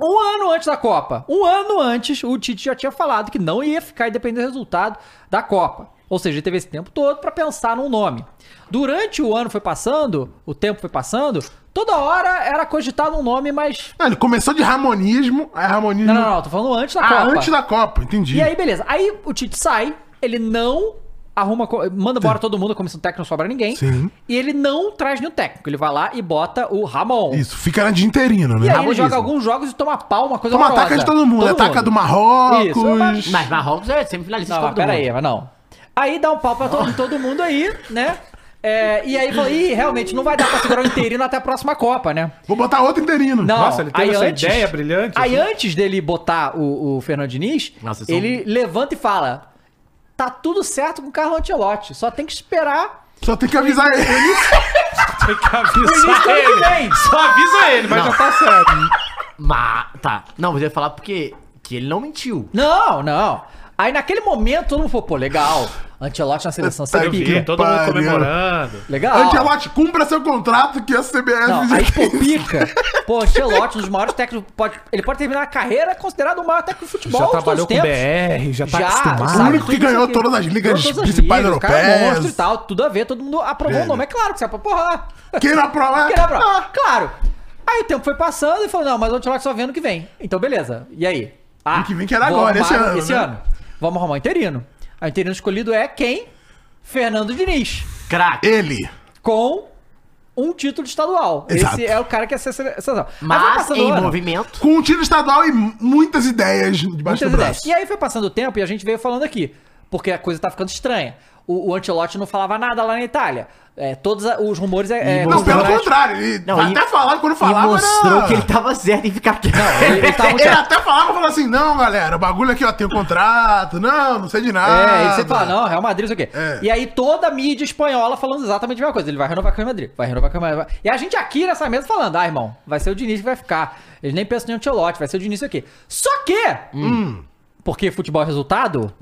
A: Um ano antes da Copa. Um ano antes, o Tite já tinha falado que não ia ficar independente do resultado da Copa. Ou seja, ele teve esse tempo todo pra pensar num nome. Durante o ano foi passando, o tempo foi passando, toda hora era cogitado um nome, mas.
B: Não, ele começou de ramonismo, aí ramonismo...
A: Não, não, não, tô falando antes da
B: Ah,
A: Copa.
B: antes da Copa, entendi.
A: E aí, beleza. Aí o Tite sai, ele não arruma, co- manda embora todo mundo, a comissão técnica não sobra ninguém.
B: Sim.
A: E ele não traz nenhum técnico. Ele vai lá e bota o Ramon.
B: Isso, fica na de interino, né?
A: E aí ele
D: Ramonismo.
A: joga alguns jogos e toma pau, uma coisa
B: Toma
A: horrorosa.
B: ataca de todo mundo, ataca do Marrocos.
A: Isso, mas-
D: Mas Marrocos é semifinalista
A: Não,
D: de
A: mas
D: Copa do
A: pera
D: Mundo.
A: aí, mas não. Aí dá um pau pra todo, todo mundo aí, né? É, e aí falou, ih, realmente, não vai dar pra segurar o interino até a próxima Copa, né?
B: Vou botar outro interino.
A: Não,
C: Nossa, ele teve
A: aí
C: essa
A: antes-
C: ideia brilhante. assim?
A: Aí antes dele botar o, o Fernando Diniz,
D: Nossa, isso é um-
A: ele levanta e fala: tá tudo certo com o Carlo Ancelotti, só tem que esperar
B: Só tem que avisar ele.
C: Tem que
A: o início do
C: avisar
A: ano que
C: ele.
A: vem.
C: Só avisa ele, mas
D: Não.
C: já tá certo.
D: Mas, tá. Não, mas eu ia falar porque que ele não mentiu.
A: Não, não. Aí naquele momento todo mundo falou: pô, legal, Ancelotti na seleção,
B: Tá
A: você
B: aqui.
A: pica.
C: todo mundo
B: pariu.
C: comemorando.
A: Legal.
B: Antelote, cumpra seu contrato que a CBF
A: Não,
B: já
A: aí, pô, pica. Pô, Ancelotti, um dos maiores técnicos. Pode, ele pode terminar a carreira considerado o maior técnico de futebol
C: Já
A: de todos os
C: trabalhou com
A: tempos.
C: BR, já tá
A: Já,
B: O
A: sabe?
C: acostumado.
B: único que
A: tudo
B: ganhou
A: isso aqui.
B: todas as ligas
A: Todas as
B: principais
A: ligas, o cara é
B: europeias.
A: monstro e tal, tudo a ver, todo mundo aprovou o nome, é claro que você é pra porra.
B: Quem na prova? é
A: Que era pra-
B: Ah.
A: Claro. Aí o tempo foi passando e falou, não, mas o Ancelotti só vem ano que vem. Então, beleza. E aí? Ah,
B: Ano que vem que era
A: vou
B: agora,
A: arrumar
B: esse ano, né?
A: Vamos arrumar um interino. O interino escolhido é quem? Fernando Diniz.
D: Craque.
B: Ele.
A: Com um título estadual.
B: Exato.
A: Esse é o cara que é sensacional.
D: Mas em movimento.
B: Com um tiro estadual e muitas ideias debaixo
A: Muitas
B: do
A: ideias.
B: braço.
A: E aí foi passando o tempo e a gente veio falando aqui, porque a coisa tá ficando estranha. O, o Ancelotti não falava nada lá na Itália. É, todos a- os rumores... É, é,
B: Não, pelo
A: conspiracionais-
B: contrário. Ele
D: Não, e-
B: até falava quando
D: E
B: falava.
D: mostrou
B: era-
D: que ele tava certo em ficar quieto.
A: Ele, ele tava muito
B: Ele até falava, falava assim, não, galera, o bagulho aqui, ó, tem o contrato, não, não sei de nada.
A: É, e você fala, não, Real Madrid, não sei o quê.
B: É.
A: E aí toda a mídia espanhola falando exatamente a mesma coisa. Ele vai renovar com o Real Madrid, vai renovar com o Real Madrid. E a gente aqui nessa mesa falando, ah, irmão, vai ser o Diniz que vai ficar. Eles nem pensam em Ancelotti, vai ser o Diniz isso aqui. Só que,
B: Hum.
A: porque futebol é resultado,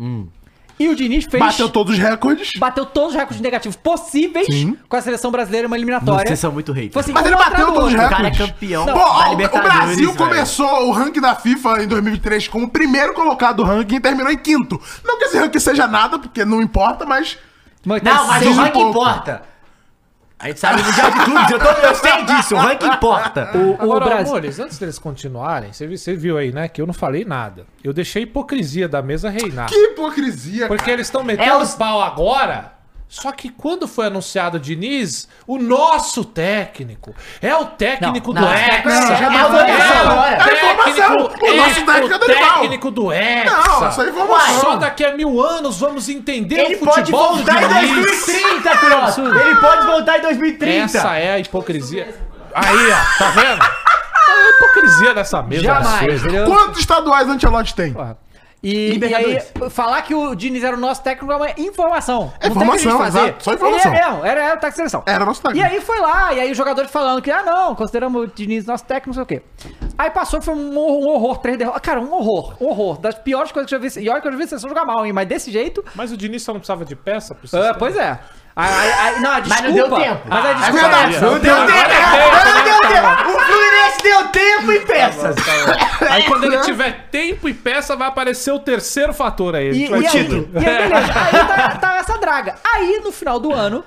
A: e o Diniz fez...
B: Bateu todos os recordes.
A: bateu todos os recordes negativos possíveis com a seleção brasileira em uma eliminatória.
D: Vocês são muito haters.
A: Foi assim,
B: Mas
A: um
B: ele
A: atrás
B: bateu
A: do
B: todos os
A: outro.
D: O cara é
B: recordes.
D: campeão
B: Pô, ó,
D: da
B: o
D: Libertadores.
B: Brasil
D: velho.
B: começou o ranking da FIFA em 2003 como o primeiro colocado do ranking e terminou em quinto. Não que esse ranking seja nada, porque não importa, mas.
A: Mas tem
D: Não, mas o
A: seis-
B: Seja um
D: ranking
B: pouco.
D: importa. A gente sabe no dia de clubes, eu, tô, eu sei disso, o ranking importa.
A: o, o
C: Agora,
A: Brasil...
C: amores, antes deles continuarem, você viu, você viu aí, né, que eu não falei nada. Eu deixei a hipocrisia da mesa reinar.
B: Que hipocrisia,
C: Porque eles estão metendo
D: É os-
C: pau agora. Só que quando foi anunciado o Diniz, o nosso técnico é o técnico
D: Não,
C: do
D: não,
C: Hexa.
D: não,
C: é
D: já passou dessa hora.
C: o
B: É informação.
C: técnico,
B: O nosso
C: é
B: técnico é
C: o
B: do Dorival.
C: técnico do Hexa.
B: Não, isso é informação.
C: Uai, Só daqui a mil anos vamos entender
D: Ele
C: o futebol
D: pode voltar em
C: do Diniz.
D: 2030, Cross! Ele pode voltar em 2030!
C: Essa é a hipocrisia. Aí, ó, tá vendo? É a hipocrisia dessa mesa.
A: Jamais,
C: absurda.
A: entendeu?
B: Quantos estaduais Antelote tem?
A: Porra. E, e aí,
D: Libertadores.
A: falar que o Diniz era o nosso técnico é uma informação.
B: É
A: não tem o que a gente
B: informação,
A: fazer.
B: exato. Só informação.
A: Ele é mesmo, era, era o técnico da seleção.
B: Era o nosso técnico.
A: E aí foi lá, e aí os jogadores falando que, ah não, consideramos o Diniz nosso técnico, não sei o quê. Aí passou, foi um, hor- um horror, três derrotas. Cara, um horror, um horror. Das piores coisas que eu já vi. E olha que eu já vi a seleção jogar mal, hein? Mas desse jeito,
C: Mas o Diniz só não precisava de peça? pro
A: ah,
C: sistema.
A: pois é. Aí- aí- aí- não, a desculpa.
D: Mas não deu tempo.
A: Mas a
D: Ah,
B: É
A: desculpa.
B: verdade.
C: Não
B: deu
D: Não deu tempo! O Fluminense deu tempo e peças!
C: Aí quando ele tiver tempo e peça, vai aparecer o terceiro fator aí.
A: E,
C: ele
A: e
C: vai-
A: aí, e aí, beleza. Aí tá, tá essa draga. Aí, no final do ano,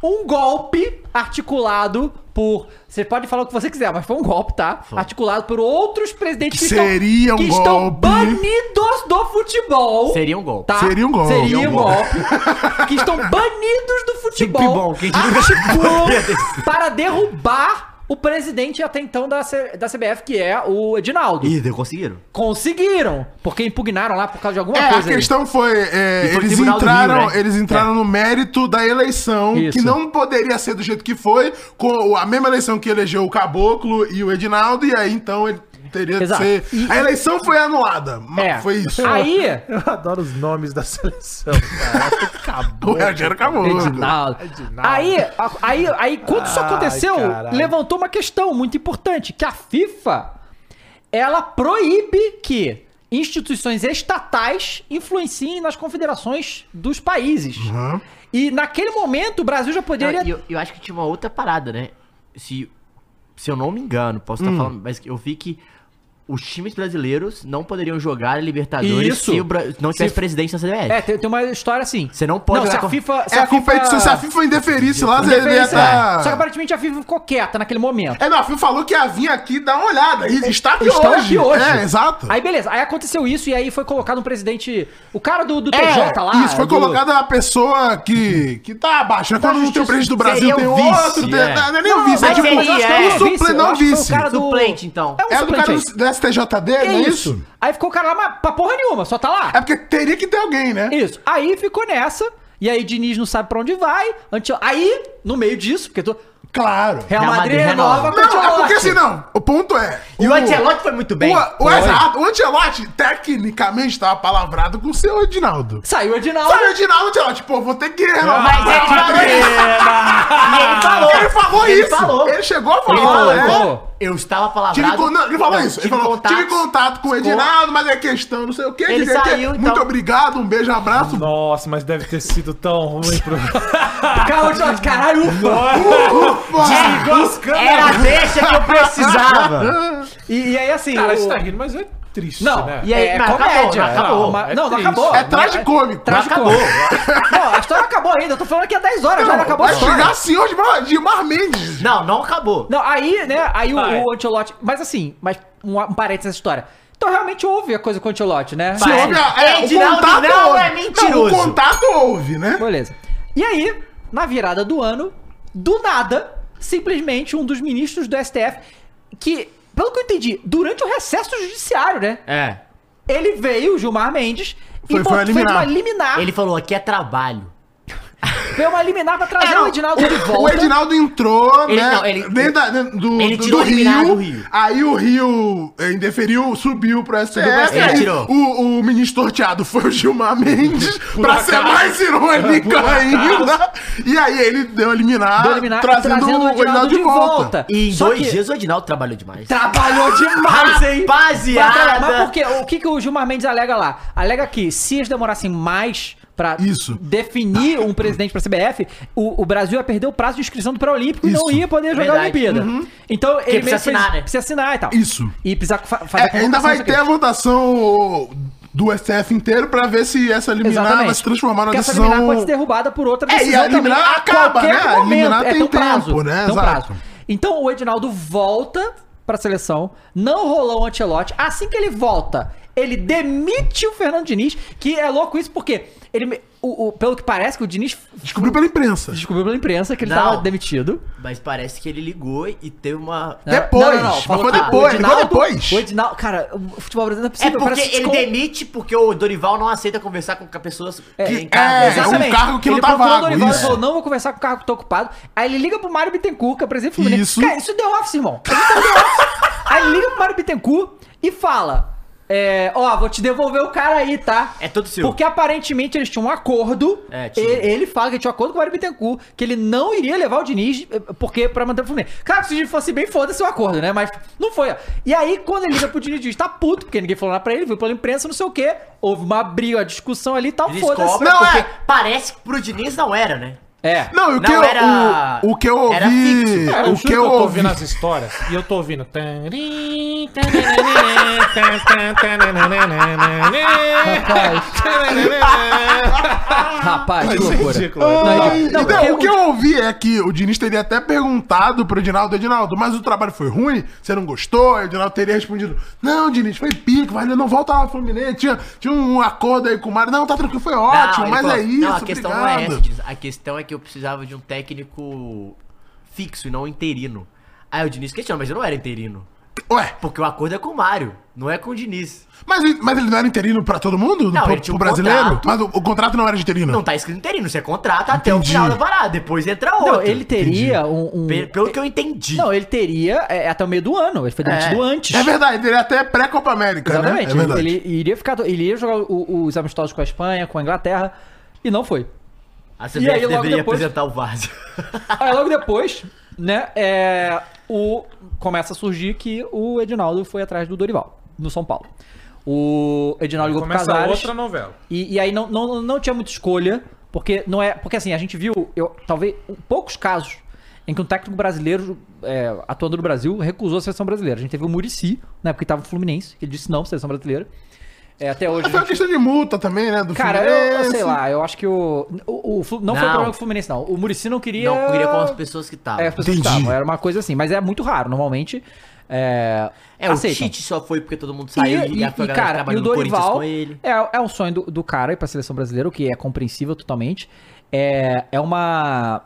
A: um golpe articulado por. Você pode falar o que você quiser, mas foi um golpe, tá? Articulado por outros presidentes que,
B: Seria
A: estão,
B: um
A: que estão
B: golpe.
A: banidos do futebol.
D: Seria um golpe.
A: Tá?
B: Seria um golpe.
A: Seria um
B: Seria um golpe.
A: golpe. que estão banidos do futebol.
D: Sempre bom, que a gente nunca
A: articulam
D: sabia desse.
A: para derrubar o presidente até então da, C- da CBF, que é o Edinaldo.
D: Ih, deu- conseguiram.
A: Conseguiram, porque impugnaram lá por causa de alguma
B: É, a
A: coisa. aí.
B: questão foi, é,
D: E foi
B: eles,
D: Tribunal do Rio,
B: entraram,
D: né?
B: eles entraram no mérito da eleição,
A: É. Isso.
B: que não poderia ser do jeito que foi, com a mesma eleição que elegeu o Caboclo e o Edinaldo, e aí então ele teria
A: Exato.
B: que ser... A eleição foi anulada, mas
A: É.
B: foi isso.
A: Aí,
C: Eu adoro os nomes da seleção.
B: o Rogério Caboclo.
A: Edinaldo.
B: Ah.
A: Aí, a- aí, aí, quando isso
C: Ai,
A: aconteceu,
C: caralho.
A: levantou uma questão muito importante, que a FIFA, ela proíbe que instituições estatais influenciem nas confederações dos países.
B: Aham.
A: E naquele momento, o Brasil já poderia...
D: Não, e eu, eu acho que tinha uma Hum. outra parada, né? Se, se eu não me engano, posso estar falando, mas eu vi que os times brasileiros não poderiam jogar a Libertadores
A: Isso.
D: se o Bra- não tivesse
A: Se-
D: presidente na CBF.
A: É, tem, tem uma história assim.
D: Você não pode
A: Não, se
D: jogar
A: a
D: com-
A: FIFA.
B: É a competição. Se a FIFA indeferisse lá, você
A: Deveria
B: ia
A: ser.
B: tá...
A: é. Só que aparentemente a FIFA ficou quieta naquele momento.
B: É, não, a FIFA falou que ia vir aqui dar uma olhada. E está aqui
A: Estão
B: hoje.
A: aqui É, hoje.
B: É, exato.
A: Aí beleza, aí aconteceu isso e aí foi colocado um presidente. O cara do, do
B: É,
A: TJ lá.
B: isso, foi
A: do-
B: colocada a pessoa que, que tá abaixo. né? Quando não tem o
A: justiça,
B: presidente do Brasil,
D: seria
B: tem
D: o
B: outro.
D: vice,
B: tem-
D: é.
B: Não, não é nem o vice, é
D: mas
B: tipo...
D: seria-
B: Mas acho que
D: é,
B: é um
A: vice,
B: suple,
A: eu
B: não
A: acho que foi o
B: vice.
A: cara do-
D: Suplente, então.
A: É um
B: É do cara
A: suplente.
B: do,
A: aí.
B: do STJD, não
A: É
B: é
A: isso.
B: isso?
A: Aí ficou o cara lá, mas pra porra nenhuma, só tá lá.
B: É porque teria que ter alguém, né?
A: Isso. Aí ficou nessa. E aí Diniz não sabe pra onde vai. Anti... Aí, no meio disso, porque tô.
B: Claro.
A: Real
D: Real
A: Madrid
D: Madrid
A: renova
D: renova.
A: com o
B: Não, é porque
A: Ancelotti.
B: assim, não. O ponto é...
D: E o Ancelotti foi muito bem.
B: O, o, exato, o Ancelotti, tecnicamente, estava palavrado com o seu Edinaldo.
A: Saiu o Edinaldo.
B: Sabe o Edinaldo, Ancelotti? Pô, vou ter que renovar.
D: Mas ele falou isso. E ele falou.
B: Ele falou
D: Ele
B: isso.
D: falou.
B: Ele chegou a
D: Ele
B: falar,
D: falou,
B: né?
D: ele falou, Eu estava
B: Tive
D: palavrado.
B: con- não, ele falou
D: Não,
B: isso. Ele
D: tive
B: falou,
D: contatos.
B: tive contato com o Edinaldo, mas é questão, não sei o quê.
D: Ele
B: que- que-
D: saiu,
B: Muito
D: então.
B: obrigado, um beijo, abraço.
C: Nossa, mas deve ter sido tão ruim pro.
A: Caralho, Ancelotti, caralho, ufa.
B: Ufa!
C: Ligou as câmeras.
D: É, Era a deixa que eu precisava.
A: E, e aí assim.
C: Cara,
A: o-
C: isso tá rindo, mas é triste,
A: Não,
C: né?
A: e aí,
D: É,
A: não,
D: acabou,
A: comédia.
D: não, acabou.
A: Não, mas-
C: É
A: não, não
C: triste.
A: acabou.
B: É tragicômico.
A: Trágico.
D: acabou.
A: Não, a história acabou ainda. Eu tô falando que é 10 horas, já
B: Não,
A: não acabou a
B: vai assim
A: história.
B: chegar senhor de Mar, de Mar Mendes.
D: Não, não acabou.
A: Não, aí, né, aí o,
C: Ah, é.
A: o Ancelotti... Mas assim, mas um, um parênteses nessa história. Então realmente houve a coisa com o Ancelotti, né?
D: Sim.
A: Mas-
B: Houve a- é, o
D: Edinaldo
B: contato
D: não
B: houve.
D: é mentiroso.
B: o contato houve, né?
A: Beleza. E aí, na virada do ano, do nada, simplesmente um dos ministros do STF, que, pelo que eu entendi, durante o recesso judiciário, né?
D: É.
A: Ele veio, Gilmar Mendes,
B: Foi- foi
A: botou- fez
B: eliminar.
A: uma liminar,
D: Ele falou, aqui é trabalho.
A: veio uma liminar pra trazer
D: É,
A: o Edinaldo de
B: O
A: volta.
B: Edinaldo entrou,
D: Ele-
B: né?
D: não, ele-
B: dentro da- dentro do,
D: Ele
B: do-
D: tirou
B: do
D: o liminar
B: Rio,
D: do Rio.
B: Aí o Rio eh, indeferiu, subiu pro STF.
D: pro STF.
B: aí
D: Ele tirou.
B: O, o ministro torteado foi o Gilmar Mendes, pra
C: acaso.
B: ser mais irônico
C: Por acaso.
B: ainda. E aí ele deu a eliminar,
A: Deu eliminar,
B: trazendo, o Edinaldo de volta.
D: E em
A: Só
D: dois
A: que-
D: dias o Edinaldo trabalhou demais.
B: Tá.
A: Trabalhou demais, hein?
D: Rapaziada!
A: Mas, mas por quê? O que, que o Gilmar Mendes alega lá? Alega que se eles demorassem mais pra
B: Isso.
A: definir um presidente pra CBF, o, o Brasil ia perder o prazo de inscrição do Pré-Olímpico e não
B: Isso. Uhum.
A: ia poder jogar a
D: Verdade.
A: Olimpíada. Então ele
D: precisa
A: meio que
D: assinar, né?
A: Precisa assinar e tal.
B: Isso.
A: E precisa fa- fazer a
B: É, ainda vai ter a
A: convocação,
B: votação do STF inteiro pra ver se essa
A: não sei o quê.
B: eliminar
A: Exatamente.
B: vai se transformar numa
A: Porque
B: decisão...
A: essa liminar pode ser derrubada por outra
B: É, e a
A: também
B: liminar acaba, né? A liminar
A: é,
B: tem
A: tem um prazo,
B: tempo, né?
A: Tem um
B: Exato.
A: prazo. Então o Edinaldo volta pra seleção, não rolou o Antelote. Assim que ele volta, ele demite o Fernando Diniz, que é louco isso porque ele me- o, o- pelo que parece que o Diniz
B: Descobriu pela imprensa.
A: descobriu pela imprensa que ele
D: Não.
A: tava demitido.
D: Mas parece que ele ligou e teve uma. É
A: né?
B: Depois, mas
A: falou
B: foi
A: que
B: depois,
A: o
B: ligou depois.
A: O Edinaldo, cara, o futebol brasileiro não é
D: É
A: possível,
D: porque
A: parece que
D: ele
A: com-
D: demite porque o Dorival não aceita conversar com pessoas que
A: É,
D: em
B: é,
D: cargo.
A: Exatamente.
B: um cargo que não
A: Ele
B: tá
A: procurou o
B: vago,
A: Dorival e
B: isso.
A: falou, não vou conversar com o cargo que tô ocupado. Aí ele liga pro Mário Bittencourt, que é o presidente do Fluminense.
B: Isso.
A: Cara, isso deu office, irmão. Isso é The Office. aí ele liga pro Mário Bittencourt e fala... é, ó, vou te devolver o cara aí, tá?
D: É todo seu.
A: Porque aparentemente eles tinham um acordo.
D: É,
A: e-
D: tinha.
A: ele, fala que tinha um acordo com o Mário Bittencourt, que ele não iria levar o Diniz eh, porque, pra manter o Fluminense. Claro que se o Diniz fosse bem, foda-se o acordo, né? Mas não foi, ó. E aí, quando ele liga pro Diniz, o Diniz tá puto, porque ninguém falou nada pra ele, viu pela imprensa, não sei o quê. Houve uma briga, uma discussão ali e tal,
D: Ele
A: foda-se.
D: descobre
B: Não,
D: porque
B: é.
D: parece que pro Diniz não era, né?
A: É.
B: Não, e o que,
D: Não,
B: eu,
D: era-
B: o, o que eu ouvi.
D: era fixo.
C: Cara, É, eu
B: o
C: juro
B: que eu,
C: tô
B: ouvi.
C: ouvindo as histórias e eu tô ouvindo. Tarim, tananana, tan, tan,
D: é.
C: tananana.
A: Rapaz, que
C: Isso é
A: loucura.
C: ridículo, velho.
A: Não,
B: Ai,
A: não,
B: então,
A: porque
B: o que eu ouvi é que o Diniz teria até perguntado pro Edinaldo, Edinaldo, mas o trabalho foi ruim? Você não gostou? O Edinaldo teria respondido, não, Diniz, foi pico, valeu, não volta lá pro Fluminense, tinha, tinha um acordo aí com o Mário, não, tá tranquilo, foi ótimo,
D: Não, ele
B: mas
D: falou,
B: é isso,
D: Não, a questão não é essa,
B: obrigado."
D: Diniz. A questão é que eu precisava de um técnico fixo e não interino. Aí o Diniz questionou, mas eu não era interino.
B: Ué,
D: Porque o acordo é com o Mário, não é com o Diniz.
B: mas, ele- mas ele não era interino pra todo mundo?
D: Não,
B: pro,
D: ele tinha um
B: pro brasileiro?
D: contrato.
B: Mas o, o contrato não era de interino?
D: Não tá escrito interino, você contrata até o
B: Entendi.
D: final da parada, depois entra outro.
A: Não, ele teria um. um-
D: Pe- Pelo que eu entendi.
A: Não, ele teria é, até o meio do ano. Ele foi demitido
D: É.
A: antes.
B: É verdade, ele teria até pré-Copa América,
A: Exatamente.
B: né? É
A: ele-
B: verdade.
A: ele, iria ficar, ele iria jogar o- os amistosos com a Espanha, com a Inglaterra, e não foi.
D: a
A: E aí,
D: CBF
A: logo
D: deveria
A: depois-
D: apresentar o vaso.
A: Aí logo depois, né, é, o, começa a surgir que o Edinaldo foi atrás do Dorival, no São Paulo. O Edinaldo ligou pro
C: Começa
A: Casares.
C: outra novela.
A: E, e aí não, não, não tinha muita escolha, porque não é. Porque assim, a gente viu, eu, talvez, um- poucos casos em que um técnico brasileiro, é, atuando no Brasil, recusou a seleção brasileira. A gente teve o Murici, na época que tava no Fluminense, que ele disse não, seleção brasileira. É, até hoje. a
B: Mas Foi uma
A: gente-
B: questão de multa também, né? Do
A: Cara, eu, eu
B: Fluminense.
A: sei lá, eu acho que o. o, o Flu- não, foi
D: Não.
A: problema com o Fluminense, não. O Murici não queria.
D: Não, queria com as pessoas que estavam.
A: É, as
D: É,
A: pessoas
B: Entendi.
A: estavam. Era uma coisa assim, mas é muito raro. Normalmente. É,
D: o
A: aceitam.
D: Tite só foi porque todo mundo
A: E,
D: saiu
A: e-
D: e, a foi a
A: e,
D: galera que
A: cara, e
D: trabalhou
A: o
D: no Corinthians
A: Dorival
D: com ele.
A: é, é um sonho do, do cara ir pra seleção brasileira, o que é compreensível totalmente. É, é uma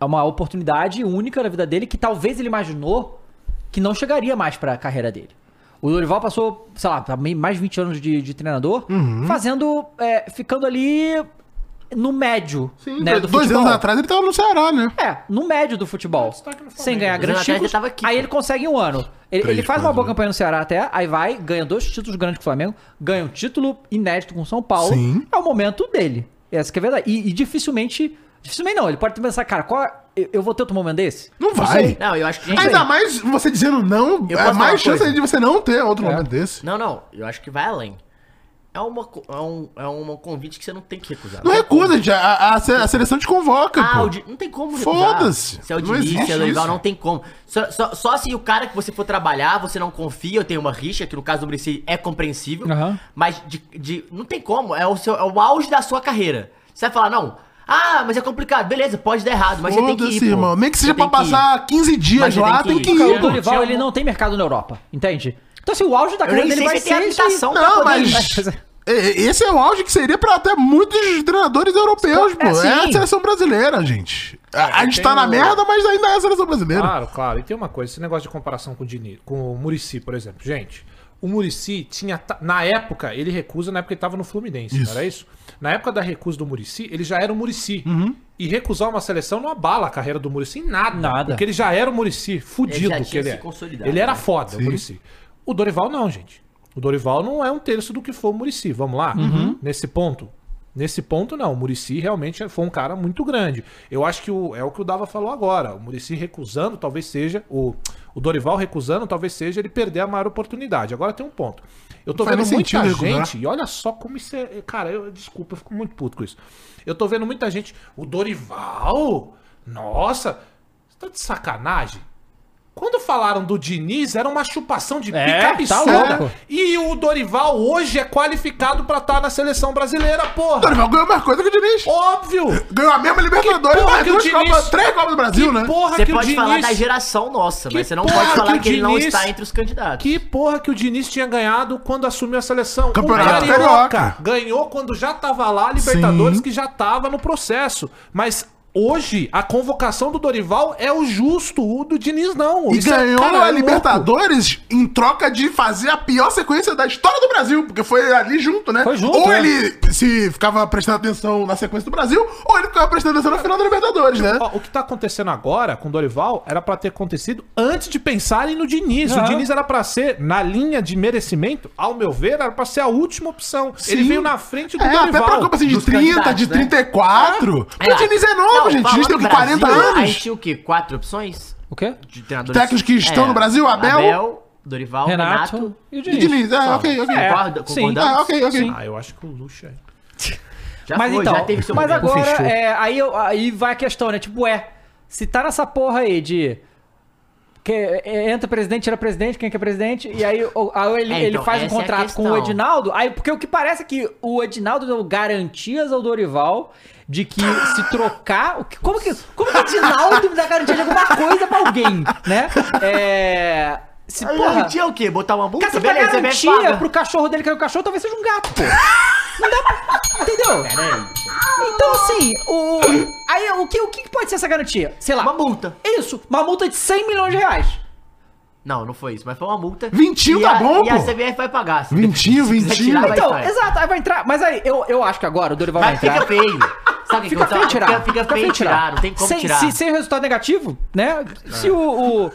A: é uma oportunidade única na vida dele que talvez ele imaginou que não chegaria mais pra carreira dele. O Dorival passou, sei lá, também mais de 20 anos de, de treinador,
B: Uhum.
A: fazendo, é, ficando ali no médio,
B: Sim,
A: né, do
B: dois
A: futebol.
B: anos atrás ele tava no Ceará, né?
A: É, no médio do futebol.
C: Destaque no Flamengo.
A: Sem ganhar
D: Dois
A: grandes
D: anos atrás
A: títulos.
D: ele tava aqui,
A: aí
D: pô.
A: ele consegue um ano. Ele, ele
B: Três,
A: faz uma
B: quase,
A: boa
B: né?
A: campanha no Ceará até, aí vai, ganha dois títulos grandes com o Flamengo, ganha um título inédito com o São Paulo.
B: Sim.
A: É o momento dele. Essa que é a verdade. E, e dificilmente. Dificilmente não. Ele pode pensar, cara, qual. Eu, eu vou ter outro momento desse?
B: Não
A: sei.
B: vai.
D: Não, eu acho que. gente,
B: Ainda mais você dizendo não,
D: Eu posso
B: é
D: falar uma
B: mais chance
D: coisa?
B: de você não ter outro momento desse.
D: Não, não, eu acho que vai além. É uma, co- é um, é um convite que você não tem que recusar.
B: Não é recusa, gente. A, a- a se- a seleção te convoca,
D: Ah,
B: pô.
D: o de- não tem como
B: Foda-se.
D: Se é o
B: Não
D: Diniz, se
B: existe
D: é o Dorival,
B: isso.
D: não tem como. Só, só, só se o cara que você for trabalhar, você não confia, eu tenho uma rixa, que no caso do Brice é compreensível.
A: Aham.
D: Mas de, de- não tem como, é o, seu, é o auge da sua carreira. Você vai falar, não, ah, mas é complicado, beleza, pode dar errado, mas você tem que ir,
B: Foda-se,
D: pô.
B: irmão. Nem que seja
D: Você
B: pra
D: tem que ir.
B: passar 15 dias
D: Mas você
B: lá, tem que ir,
A: o
B: pô.
A: Dorival,
D: Tinha um-
A: ele não tem mercado na Europa, entende? Então, assim, o auge da
D: Eu
A: carreira
D: nem
A: dele
D: sei
A: vai
D: se tem
A: ser isso aí.
D: habilitação pra
B: Não,
D: poder ir.
B: mas. e- e- Esse é o auge que seria pra até muitos treinadores europeus, pô.
A: É, sim.
B: É, a seleção brasileira, gente. A, a gente
C: tem
B: tá na
C: o- Ah.
B: merda, mas ainda é a seleção brasileira.
C: Claro, claro. E tem uma coisa, esse negócio de comparação com o, Dini, com o Murici, por exemplo. Gente, o Murici tinha. ta- Na época, ele recusa, na época ele tava no Fluminense,
B: Isso.
C: não era isso? Na época da recusa do Murici, ele já era o Murici. E recusar uma seleção não abala a carreira do Murici em nada.
A: Nada.
C: Porque ele já era o Murici, fudido
D: Ele já
C: que
D: tinha
C: ele
D: se
C: é.
D: consolidado,
C: Ele era
D: né?
C: foda, o Murici. O Dorival não, gente. O Dorival não é um terço do que foi o Murici. Vamos lá? Uhum. Nesse ponto. Nesse ponto, não. O Murici realmente foi um cara muito grande. Eu acho que o- é o que o Dava falou agora. O Murici recusando, talvez seja. O, o Dorival recusando, talvez seja ele perder a maior oportunidade. Agora tem um ponto. Eu tô
B: Não faz
C: vendo
B: nem
C: muita
B: sentido recusar.
C: gente. E olha só como isso é. Cara, eu, desculpa, eu fico muito puto com isso. Eu tô vendo muita gente. O Dorival? Nossa! Você tá de sacanagem? Quando falaram do Diniz, era uma chupação de pica
A: É, tá
C: absurda.
A: louco.
C: E o Dorival hoje é qualificado pra estar na seleção brasileira,
B: O
C: porra.
B: Dorival ganhou mais coisa que o Diniz.
C: Óbvio.
B: Ganhou a mesma Libertadores,
C: porra
B: mais
C: que o
B: duas
C: Diniz-
B: é Copas, três Copas do Brasil, né?
C: Porra
D: Você
C: que
D: pode
C: o Diniz...
D: falar da geração nossa,
C: Que
D: mas você não
C: porra
D: pode falar
C: que
D: que,
C: o
D: ele não
C: Diniz-
D: está entre os candidatos.
C: Que porra que o Diniz tinha ganhado quando assumiu a seleção?
B: Campeonato
C: o Carioca,
B: Carioca.
C: ganhou quando já tava lá, a Libertadores
B: Sim.
C: que já tava no processo. Mas hoje, a convocação do Dorival é o justo, o do Diniz não.
B: E
C: Isso é-
B: ganhou
C: cara, é
B: a
C: louco.
B: Libertadores em troca de fazer a pior sequência da história do Brasil, porque foi ali junto, né?
A: Foi junto,
B: ou
A: é.
B: ele se ficava prestando atenção na sequência do Brasil, ou ele ficava prestando atenção na final da Libertadores, né?
C: Ó, o que tá acontecendo agora com o Dorival era pra ter acontecido antes de pensarem no Diniz. O
A: Aham.
C: Diniz era pra ser, na linha de merecimento, ao meu ver, era pra ser a última opção. Ele
B: Sim.
C: veio na frente Tipo, do
B: É, até pra
C: Dorival.
B: Copa assim, de
D: Dos
B: 30,
D: candidatos,
B: de
D: né?
B: 34.
D: É,
B: O Diniz é novo,
D: não,
B: gente. O
D: falando
B: Diniz tem o quê?
D: do
B: 40
D: Brasil, A
B: anos.
D: gente tinha o quê? Quatro opções?
A: O quê?
D: de treinadores. É.
B: Técnicos que estão no Brasil, Abel,
D: Dorival,
A: Renato,
D: Renato.
A: e o
B: E
A: Diniz.
B: Diniz, é, ok, ok.
A: É.
D: Concorda?
A: sim.
D: Concordamos?
B: Ah, ok, ok.
C: Ah, eu acho que o Lucha...
D: Já
A: mas
D: foi,
A: então,
D: já teve seu
A: mas
D: momento.
A: agora,
D: Fechou.
A: é, aí, eu- aí vai a questão, né? Tipo, é, se tá nessa porra aí de. Que, é, entra presidente, tira presidente, quem que é presidente, e aí, o- aí ele,
D: É, então,
A: ele faz um
D: essa é a
A: contrato com o
D: questão.
A: Edinaldo. Aí, porque o que parece é que o Edinaldo deu garantias ao Dorival de que se trocar. o que- Como que, como que o Edinaldo dá garantia de alguma coisa pra alguém, né? É. Se,
D: Aí,
A: porra,
D: Garantia o quê? Botar uma
A: Cara,
D: multa?
A: você dá
D: Beleza, é
A: garantia
D: paga.
A: pro cachorro dele que é o cachorro, talvez seja um gato, pô. Não dá. Entendeu?
D: É.
A: Então, assim, o. Aí, o que, o que pode ser essa garantia? Sei lá.
D: Uma multa.
A: Isso, uma multa de 100 milhões de reais.
D: Não, não foi isso, mas foi uma multa.
B: 21
D: E
B: tá
D: a-
B: bom,
D: E a
B: pô.
D: CBF vai pagar. se
B: 21,
D: se quiser
B: 21.
D: tirar, vai
A: Então,
D: sair.
A: exato, aí vai entrar. Mas aí, eu, eu acho que agora o Dorival vai,
D: Mas fica
A: entrar.
D: feio. Sabe o que
A: Fica
D: que eu-
A: feio tirar.
D: Fica, fica feio tirar, não tem como
A: sem,
D: tirar. É.
A: Se, sem resultado negativo, né? Se o. o...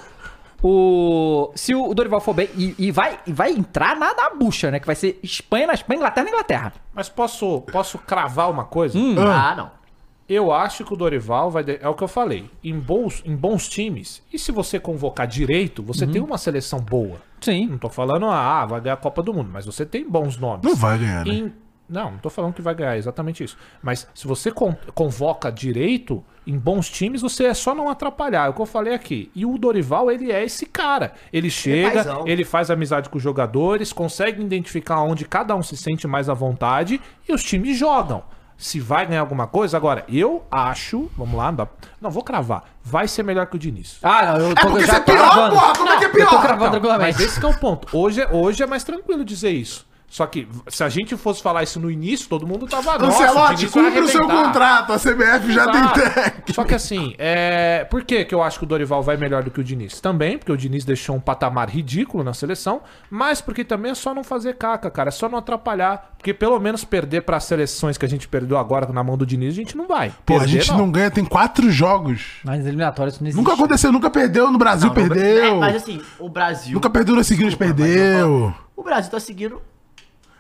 A: o- se o Dorival for bem, e, e vai, e vai entrar na, na bucha, né? Que vai ser Espanha na Espanha, Inglaterra na Inglaterra.
C: Mas posso, posso cravar uma coisa?
B: Hum.
D: Ah, não.
C: Eu acho que o Dorival vai. de- É o que eu falei. Em bons, em bons times, e se você convocar direito,
B: Uhum.
C: você tem uma seleção boa.
A: Sim.
C: Não tô falando, ah, vai ganhar a Copa do Mundo, mas você tem bons nomes.
B: Não vai ganhar, né?
C: Em- Não, não tô falando que vai ganhar, é exatamente isso. Mas se você con- convoca direito em bons times, você é só não atrapalhar. É o que eu falei aqui. E o Dorival, ele é esse cara. Ele chega,
D: paizão.
C: ele faz amizade com os jogadores, consegue identificar onde cada um se sente mais à vontade e os times jogam. Se vai ganhar alguma coisa, agora, eu acho, vamos lá, não, dá- não vou cravar, vai ser melhor que o Diniz.
A: Ah, não, eu tô,
B: Porque
A: eu
B: você é
A: tô
B: pior,
A: gravando.
B: porra! Como é que é
A: Eu tô
B: pior?
A: gravando
C: Então, mas
A: regularmente.
C: esse que é o ponto. Hoje é, hoje é mais tranquilo dizer isso. Só que se a gente fosse falar isso no início, todo mundo tava o
B: Ancelotti,
C: Diniz vai
B: cumpre o seu
C: arrebentar."
B: contrato. A CBF já
C: Exato.
B: tem técnico.
C: Só que assim, é... por que, que eu acho que o Dorival vai melhor do que o Diniz? Também, porque o Diniz deixou um patamar ridículo na seleção, mas porque também é só não fazer caca, cara, é só não atrapalhar. Porque pelo menos perder para seleções que a gente perdeu agora na mão do Diniz, a gente não vai.
B: Pô, a
C: Perder,
B: gente não ganha, tem quatro jogos.
A: Mas eliminatórias isso não existe.
B: Nunca aconteceu, nunca perdeu no Brasil,
D: É,
B: perdeu.
D: mas assim, o Brasil.
B: Nunca perdeu nas seguintes, perdeu.
D: O Brasil tá seguindo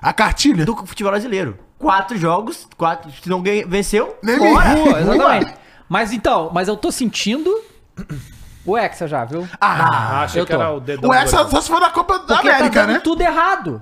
B: A cartilha?
D: do futebol brasileiro. Quatro jogos, quatro. Se não ganha, venceu,
B: Nem
D: fora.
B: me
A: Pô, exatamente. Mas então, mas eu tô sentindo o Hexa já, viu?
B: Ah,
C: Ah, achei
A: Eu
C: que
A: tô.
C: era o dedão.
B: o
C: do
B: Hexa
C: Dorival.
B: só se for da Copa da
A: Porque
B: América,
A: tá dando
B: né?
A: tudo errado.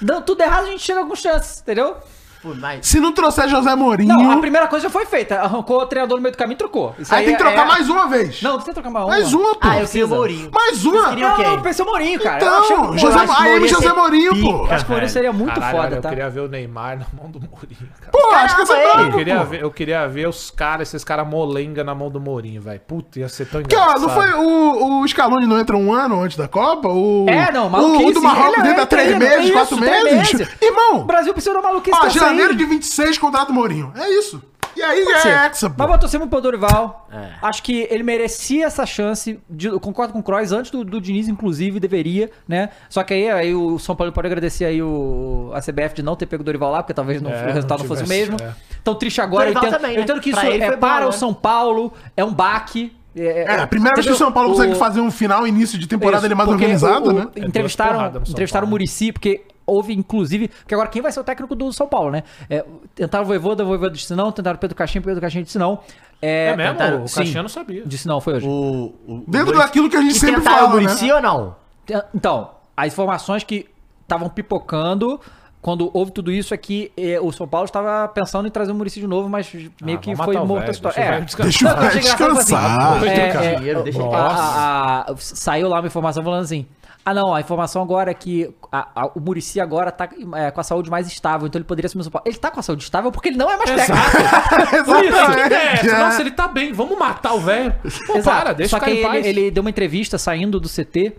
A: Dando tudo errado, a gente chega com chances, entendeu?
D: Pô, mas-
B: Se não trouxer José Mourinho,
A: Não, a primeira coisa já foi feita. Arrancou o treinador no meio do caminho e trocou. Isso
B: Uhum. aí tem que trocar
A: é-
B: mais uma vez.
A: Não, não precisa trocar mais uma.
B: mais uma, pô.
D: Ah, eu sei
A: Precisa.
D: o Mourinho.
B: Mais uma.
D: queriam
A: Não,
D: quem?
A: não, eu pensei o Mourinho, cara. Eu achei
B: Então,
A: muito
B: José,
A: bom. Eu acho que
B: aí
A: o
B: o
A: Mourinho
B: José
A: seria-
B: Mourinho, pô.
A: Acho que o Mourinho seria muito
C: Caralho, olha,
A: foda,
C: eu
A: tá?
C: queria ver o Neymar na mão do Mourinho, cara.
B: Pô, acho que essa
D: Caramba,
B: é
C: Eu queria,
B: brabo, pô.
C: ver, eu queria ver os caras, esses caras molenga na mão do Mourinho, velho. Puta, ia ser tão
B: Que,
C: engraçado.
B: ó, não foi o, o Scaloni não entra um ano antes da Copa? O,
A: É, não,
B: o,
A: maluquice.
B: o do Marrocos
A: Ele
B: dentro a
A: entra
B: três
A: aí, não
B: meses,
A: tem
B: quatro
A: isso, três
B: meses.
A: meses. O
B: Irmão,
A: Brasil precisa de maluquice
B: ó,
A: dessa aí.
B: janeiro de 26, contrato Mourinho. É isso. E aí
A: Pode ser.
B: é Hexa, pô.
A: Mas vou torcer muito pro Dorival.
D: É.
A: Acho que ele merecia essa chance. de- eu concordo com o Kroos, antes do, do Diniz, inclusive, deveria, né? Só que aí, aí o São Paulo pode agradecer aí o, a CBF de não ter pego o Dorival lá, porque talvez não-
C: É,
A: o resultado
C: não
A: fosse o
C: tivesse,
A: mesmo.
C: é.
A: Então, triste agora. Eu
D: Dorival
A: entendo,
D: também,
A: eu
D: né?
A: entendo que isso
D: Pra ele
A: é
D: foi bom,
A: para o
D: né?
A: São Paulo, é um baque.
B: É, a primeira vez que o
A: entendeu?
B: São Paulo consegue
A: O-
B: fazer um final, início de temporada
A: isso,
B: ele mais
A: porque
B: organizado,
A: o- o-
B: né?
C: duas
A: Entrevistaram,
C: porradas no São
A: entrevistaram o
C: Paulo. né?
A: Murici, porque houve, inclusive, porque agora quem vai ser o técnico do São Paulo, né? É, tentaram o Voivoda, o Voivoda disse não, tentaram o Pedro Caixinha, o Pedro Caixinha disse não.
C: É mesmo?
A: tentaram-
C: o
A: sim,
C: Caixinha não sabia.
A: Disse não, foi hoje.
D: O, o- o
B: Dentro
D: Muricy-
B: daquilo que a gente
D: E
B: sempre
D: tentaram
B: fala,
D: o Muricy
B: né?
D: ou não?
A: Então, as informações que estavam pipocando quando houve tudo isso é que eh, o São Paulo estava pensando em trazer o Murici de novo, mas meio
C: Ah,
A: que
C: vamos
A: foi
C: matar o
A: morta a
C: velho,
A: história.
C: deixa o
A: É,
C: velho descansar.
B: Deixa
A: Não, achei
B: o velho
A: engraçado, assim,
B: descansar.
A: é,
C: Coitado,
A: é,
D: dinheiro, deixa ele
A: a-
D: falar.
A: a- a- saiu lá uma informação falando assim. Ah, não, a informação agora é que a- a- o Murici agora tá é, com a saúde mais estável, então ele poderia assumir o São Paulo. Ele tá com a saúde estável porque ele não é mais técnico.
C: Por isso,
B: Exatamente.
C: é,
B: é.
C: Nossa, ele tá bem, vamos matar o velho. Pô,
A: Exato.
C: para, deixa
A: Só
C: o
A: que
C: cara em
A: ele,
C: paz.
A: ele deu uma entrevista saindo do CT,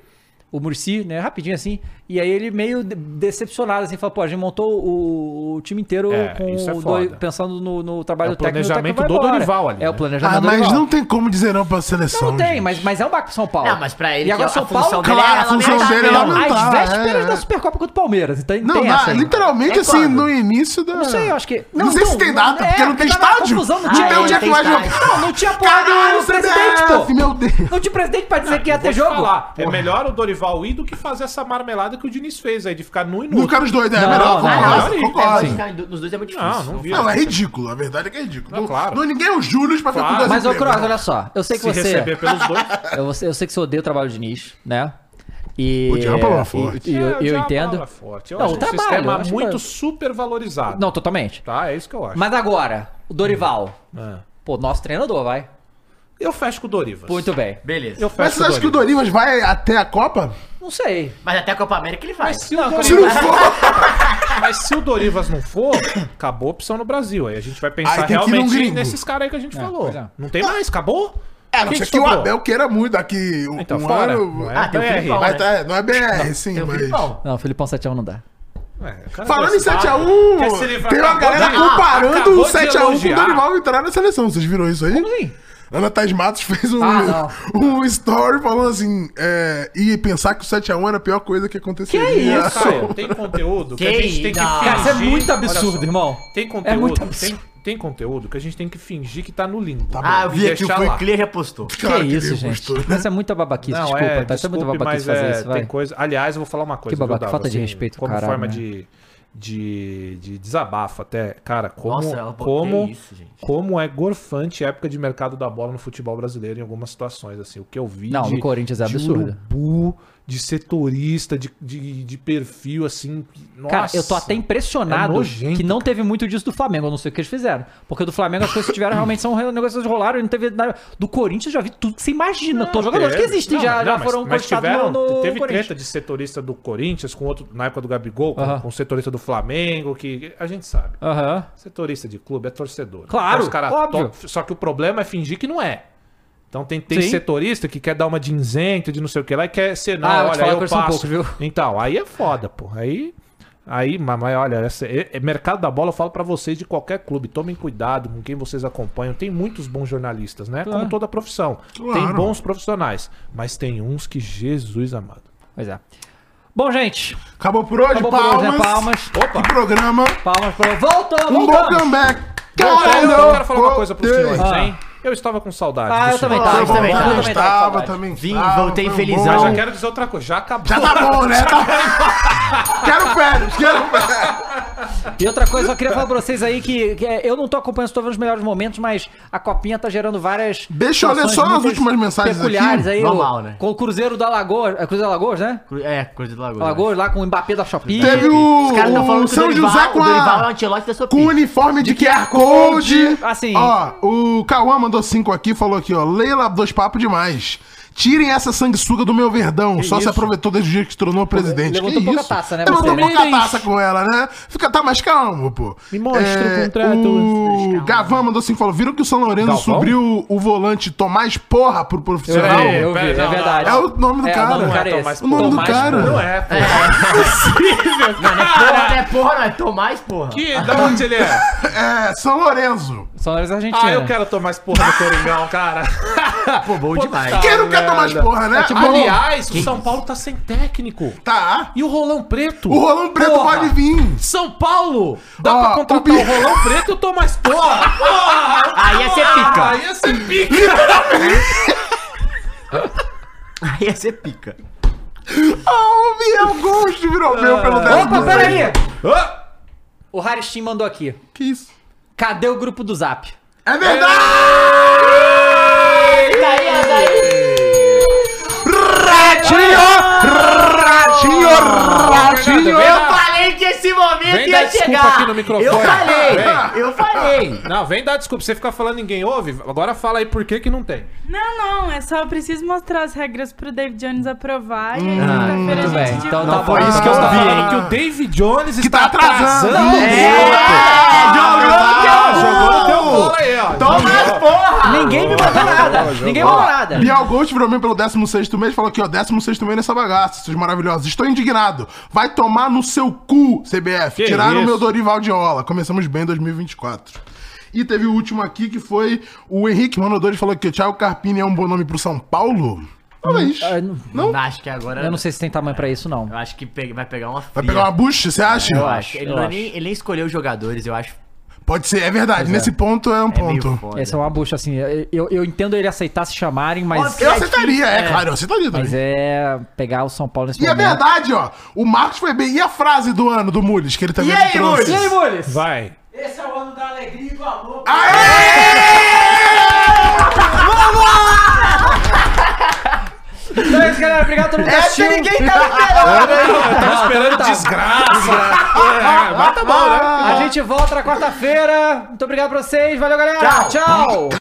A: o Murici, né, rapidinho assim, e aí ele meio de- decepcionado, assim, falou, pô, a gente montou o, o time inteiro
C: É,
A: com
C: isso é
A: o
C: foda.
A: Dori- pensando no, no trabalho
C: É o
A: do técnico.
C: planejamento
A: técnico vai
C: do
A: embora."
C: Dorival ali,
A: É, o
C: né?
A: planejamento
B: Ah,
A: do
B: mas
A: Dorival.
B: não tem como dizer não pra seleção.
A: Não, não tem,
B: gente.
A: mas, mas é um baque pro São Paulo.
D: Não, mas pra ele
A: E agora
D: que
A: São
D: a
A: Paulo.
D: função dele
B: Claro, a
D: era
B: função
D: lamentável.
B: dele é
A: Não,
B: lamentável.
A: às
B: tá,
A: vésperas
B: é.
A: da Supercopa contra o Palmeiras. Então,
B: Não,
A: tem
B: dá,
A: essa. ainda.
B: literalmente
D: É
B: assim,
D: quando?
B: no início da.
A: Não sei, eu acho que.
B: Não sei se tem data, porque não tem
A: tava uma
B: estádio.
A: confusão, não
B: Não
A: tinha-
B: tem
D: Ah,
B: onde é
D: não
B: que
D: tem
B: vai
D: estádio.
B: jogar.
A: Não, não tinha porra
B: Caralho,
A: do presidente,
B: CBF,
A: pô.
B: meu Deus.
A: Não tinha presidente pra dizer que ia
C: Ah, Vou
A: ter
C: te
A: jogo.
C: falar, é melhor o Dorival ir do que fazer essa marmelada que o Diniz fez aí, de ficar nu e nu.
B: Não quero os dois, é
A: Não,
B: melhor.
A: não,
D: Ah,
B: Concordo,
D: não,
B: concordo.
D: é, ficar nos dois é muito difícil.
C: Não, não vi.
B: Não, é ridículo. A verdade é que é ridículo.
C: Não,
B: Não,
C: claro.
B: não- ninguém é o Július pra
C: Claro.
B: ficar tudo assim.
A: Mas, ô
B: desemprego.
A: Cross, olha só. Eu sei que
C: Se receber
A: você.
C: pelos dois.
A: Eu, você- eu sei que você odeia o trabalho do Diniz, né? E,
B: O diabo é uma
A: e-
B: forte.
A: e- e eu, eu
C: É, já é uma
A: entendo.
C: palavra Forte. Eu
A: Não,
C: acho
A: o
C: que o
A: trabalho, eu
C: sistema
A: acho que-
C: muito super valorizado.
A: Não, totalmente.
C: Tá, é isso que eu acho.
A: Mas agora, o Dorival.
C: Ah.
A: Pô, nosso treinador, vai.
C: Eu fecho com o Dorivas.
A: Muito bem.
D: Beleza.
C: Eu
B: Mas
C: fecho
B: vocês acham que o Dorivas vai até a Copa?
A: Não sei.
D: Mas até a Copa América ele vai.
C: Se o Dorivas-
B: Se não for,
C: Mas se o Dorivas não for, acabou a opção no Brasil. Aí a gente vai
B: Aí
C: pensar
B: tem que ir num
C: realmente
B: gringo.
C: nesses caras aí que a gente falou.
A: pois é.
C: Não tem mais, acabou?
B: é, não
C: Quem
B: sei
C: que
B: que o
C: sobrou?
B: Abel queira muito daqui um,
C: Então,
B: um
C: fora.
B: ano.
C: Não é
D: Ah, tem o
C: BR.
D: Filipão,
B: Mas
D: né?
B: tá, não é BR, sim,
D: Tem o
B: mas.
D: Filipão.
A: Não, o Filipão 7x1 não dá.
C: É, cara,
B: Falando em
C: dois,
B: 7x1,
C: quer se livrar-
B: tem uma
C: acabou
B: galera
C: de-
B: comparando
C: acabou
B: o
C: de
B: 7x1 com o
C: elogiar.
B: Dorival entrar na seleção. Vocês viram isso aí? Ana Thais Matos fez um,
A: Ah,
B: um story falando assim: é, e pensar que o 7x1 era a pior coisa que aconteceria.
A: Que isso?
C: Caio, É tem conteúdo que, a
D: Que
C: Ah, gente tem que
D: isso?
C: fingir.
A: Cara, isso é muito
C: Olha
A: absurdo,
C: só,
A: irmão. É
C: Tem conteúdo,
A: muito
C: tem,
A: absurdo.
C: tem conteúdo que a gente tem que fingir que tá no limbo.
D: Ah, eu vi
C: E
D: aqui, o
C: deixar lá.
D: Free Clear já postou.
A: Que
B: Claro
A: isso,
B: ele
A: gente?
B: gostou, né?
A: Isso é muita babaquice,
C: Não,
A: desculpa,
C: é,
A: tá? Isso é muita
C: desculpe,
A: babaquice
C: mas
A: fazer
C: é,
A: isso, vai.
C: tem coisa... Aliás, eu vou falar uma coisa.
A: Que babaca,
C: Dava?
A: falta de respeito,
C: Como
A: caralho,
C: forma
A: né?
C: de, de, de desabafo até. Cara, como,
D: Nossa, é eu botei
C: como,
D: isso, gente.
C: como é gorfante a época de mercado da bola no futebol brasileiro em algumas situações, assim. O que eu vi
A: Não,
C: de,
A: no Corinthians é
C: de
A: absurdo.
C: urubu, de setorista, de, de, de perfil, assim. Nossa.
A: Cara, eu tô até impressionado
C: É nojento,
A: que não teve muito disso do Flamengo. Eu não sei o que eles fizeram. Porque do Flamengo as coisas que tiveram realmente são negócios rolaram e não teve nada. Do Corinthians eu já vi tudo que você imagina. Tô jogadores que
C: Teve.
A: existem
C: Não,
A: já,
C: não,
A: já
C: mas-
A: foram
C: mas
A: cogitados
C: tiveram,
A: no, no
C: Teve
A: Corinthians.
C: treta de setorista do Corinthians com outro, na época do Gabigol, com,
A: Aham.
C: com setorista do Flamengo, que a gente sabe.
A: Aham.
C: Setorista de clube é torcedor.
A: Claro,
C: Então os cara
A: óbvio.
C: to- Só que o problema é fingir que não é. Então tem, tem
A: Sim.
C: setorista que quer dar uma de isento, de não sei o que lá, e quer ser, não,
A: Ah, eu vou te
C: olha,
A: falar
C: eu
A: que eu
C: passo.
A: sou um pouco, viu?
C: Então, aí é foda, pô. Aí, aí mas, mas olha, essa- é- é mercado da bola, eu falo pra vocês de qualquer clube, tomem cuidado com quem vocês acompanham. Tem muitos bons jornalistas, né? Como toda profissão. Tem
B: Claro.
C: bons profissionais, mas tem uns que Jesus amado.
A: Pois é. Bom, gente.
B: Acabou por hoje,
A: Acabou por
B: palmas.
A: hoje, né? Palmas.
B: Que programa.
A: Palmas pra. Volta,
B: Um bom
A: voltamos!
B: comeback.
C: Tá Cara, eu, eu quero falar uma
B: voltei.
C: coisa pros senhores,
A: Ah.
C: hein? Eu estava com saudade.
A: Ah, eu
C: disso.
A: também
B: tá Eu
A: tava, eu
B: voltei,
A: também tava, eu também tava. com
B: estava,
A: saudade.
B: também
D: Vim,
B: estava,
D: voltei
B: foi um bom-
D: felizão.
C: Mas já quero dizer outra coisa, já acabou.
B: Já tá bom, né? Tá bom. quero férias, quero férias.
A: E outra coisa, eu queria falar pra vocês aí que, que, é, eu não tô acompanhando, estou vendo os melhores momentos, mas a copinha tá gerando várias.
B: Deixa eu ler
A: situações
B: só as
A: muito
B: últimas mensagens aqui.
A: peculiares aí.
D: Normal,
A: o-
D: né?
A: Com o Cruzeiro da Lagoa. É Cruzeiro da Lagoas, né?
D: Cru- É, coisa do Lagoa.
A: Lagoas lá com o Mbappé da Shopee.
B: Teve o,
D: Os caras tão
B: o
D: falando que o
B: São
D: Dorival,
B: José com
D: o Dorival é o
B: a...
D: antilote da sua
B: Com o uniforme de, QR Code.
A: Assim.
B: Ó, o Cauã mandou cinco aqui, falou aqui, ó. Leila, dois papos demais. Tirem essa sanguessuga do meu verdão. Só se
C: isso?
B: aproveitou desde o dia que se tornou presidente.
A: levantou
B: que
A: pouca
B: isso?
A: taça, né,
B: Levantou
A: você?
B: pouca taça com ela, né? Fica, tá mais calmo, pô. É,
C: Me mostra o contrato.
B: O Gavan mandou assim, falou, viram que o São Lourenço
C: Galvão?
B: subiu o volante Tomás Porra pro profissional?
A: Eu vi, eu vi,
C: Pera,
A: é
C: não,
A: verdade.
B: É o nome do
A: É,
B: cara.
A: o nome do cara é esse.
C: Não é Tomás, pô.
B: O nome do
A: Tomás,
B: cara.
A: pô.
C: Não é, pô.
D: Porra, não é porra, não é Tomás, porra.
C: Que, da onde ele é?
B: É, São Lourenço.
A: São Lourenço da Argentina.
C: Ah, eu quero tomar esse porra do Coringão, cara.
D: Pô, bom demais.
B: Quem não quer tomar
C: merda. tipo
B: porra, né?
C: Aliás, o São Paulo tá sem técnico.
B: tá.
C: E o Rolão Preto?
B: O Rolão Preto
C: Porra.
B: pode vir.
C: São Paulo! Dá
B: Ó,
C: pra
B: o
C: contratar
B: Bi-
C: o Rolão Preto e o Tomás Porra! Porra!
D: Aí ia
B: é
C: Ah,
D: ser pica.
C: Aí ia ser pica!
D: Aí ia ser pica.
B: Ah, o Biel Ghost virou
C: Ah.
B: meu pelo Death
A: Opa,
B: Note.
A: peraí!
C: Hã?
A: O Haristin mandou aqui.
B: Que isso?
A: Cadê o grupo do Zap?
B: É verdade!
D: Daí, daí.
B: Ratinho! Ratinho!
D: Eu falei que esse momento
C: Vem dar
D: ia
C: desculpa
D: chegar.
C: aqui no microfone.
D: Eu falei,
C: Vem.
D: eu falei.
C: Não, vem dar desculpa. Você ficar falando ninguém ouve, agora fala aí por que que não tem.
F: Não, não, é só eu preciso mostrar as regras pro David Jones aprovar e
A: Hum.
F: aí
A: Ah, Muito
F: quinta-feira a
A: bem.
F: gente
A: Então
F: divulga.
A: tá bom.
D: isso que eu
C: Tá
D: vi,
C: falando
D: hein?
C: que o David Jones
B: Que tá
C: está
B: atrasando.
C: atrasando o
B: É,
C: Jogou
B: jogou
C: teu bola aí, ó.
D: Tomás,
B: Ah,
D: porra.
A: Ninguém me mandou nada. Ninguém mandou nada.
B: Biel Ghost virou membro pelo 16 mês e falou aqui, ó, 16 mês nessa bagaça, seus maravilhosos. Estou indignado. Vai tomar no seu cu, CBF.
C: Que
B: Tiraram o
C: isso?
B: meu Dorival de Ola. Começamos bem 2024. E teve o último aqui que foi o Henrique Manodori falou que o Thiago Carpini é um bom nome pro São Paulo? Talvez.
A: ah, não-
B: Não?
D: Acho que agora...
A: Eu não sei se tem tamanho pra isso, não.
D: Eu acho que pe- vai pegar uma
B: Vai
D: fria.
B: pegar uma bucha, você acha?
D: Eu acho. Ele,
A: eu
D: não é
A: acho.
D: Nem, ele nem escolheu os jogadores, eu acho.
B: Pode ser, é verdade. Nesse ponto é um
D: É meio
B: ponto.
D: foda.
A: Essa é uma bucha, assim. Eu, eu entendo ele aceitar se chamarem, mas.
D: Óbvio.
B: Eu aceitaria, é, claro, eu aceitaria também.
A: Mas é né? pegar o São Paulo nesse
B: E é
A: momento.
B: verdade, ó. O Marcos foi bem. E a frase do ano do Mules, que ele também
D: E aí,
B: trouxe?
D: Mules? E aí,
A: Mules?
C: Vai.
A: Então é isso, galera. Obrigado a todo mundo que
D: Essa
A: assistiu.
D: ninguém tava esperando.
C: Eu tava esperando desgraça. É, mas tá bom, né?
A: A gente volta na quarta-feira. Muito obrigado pra vocês. Valeu, galera. Tchau.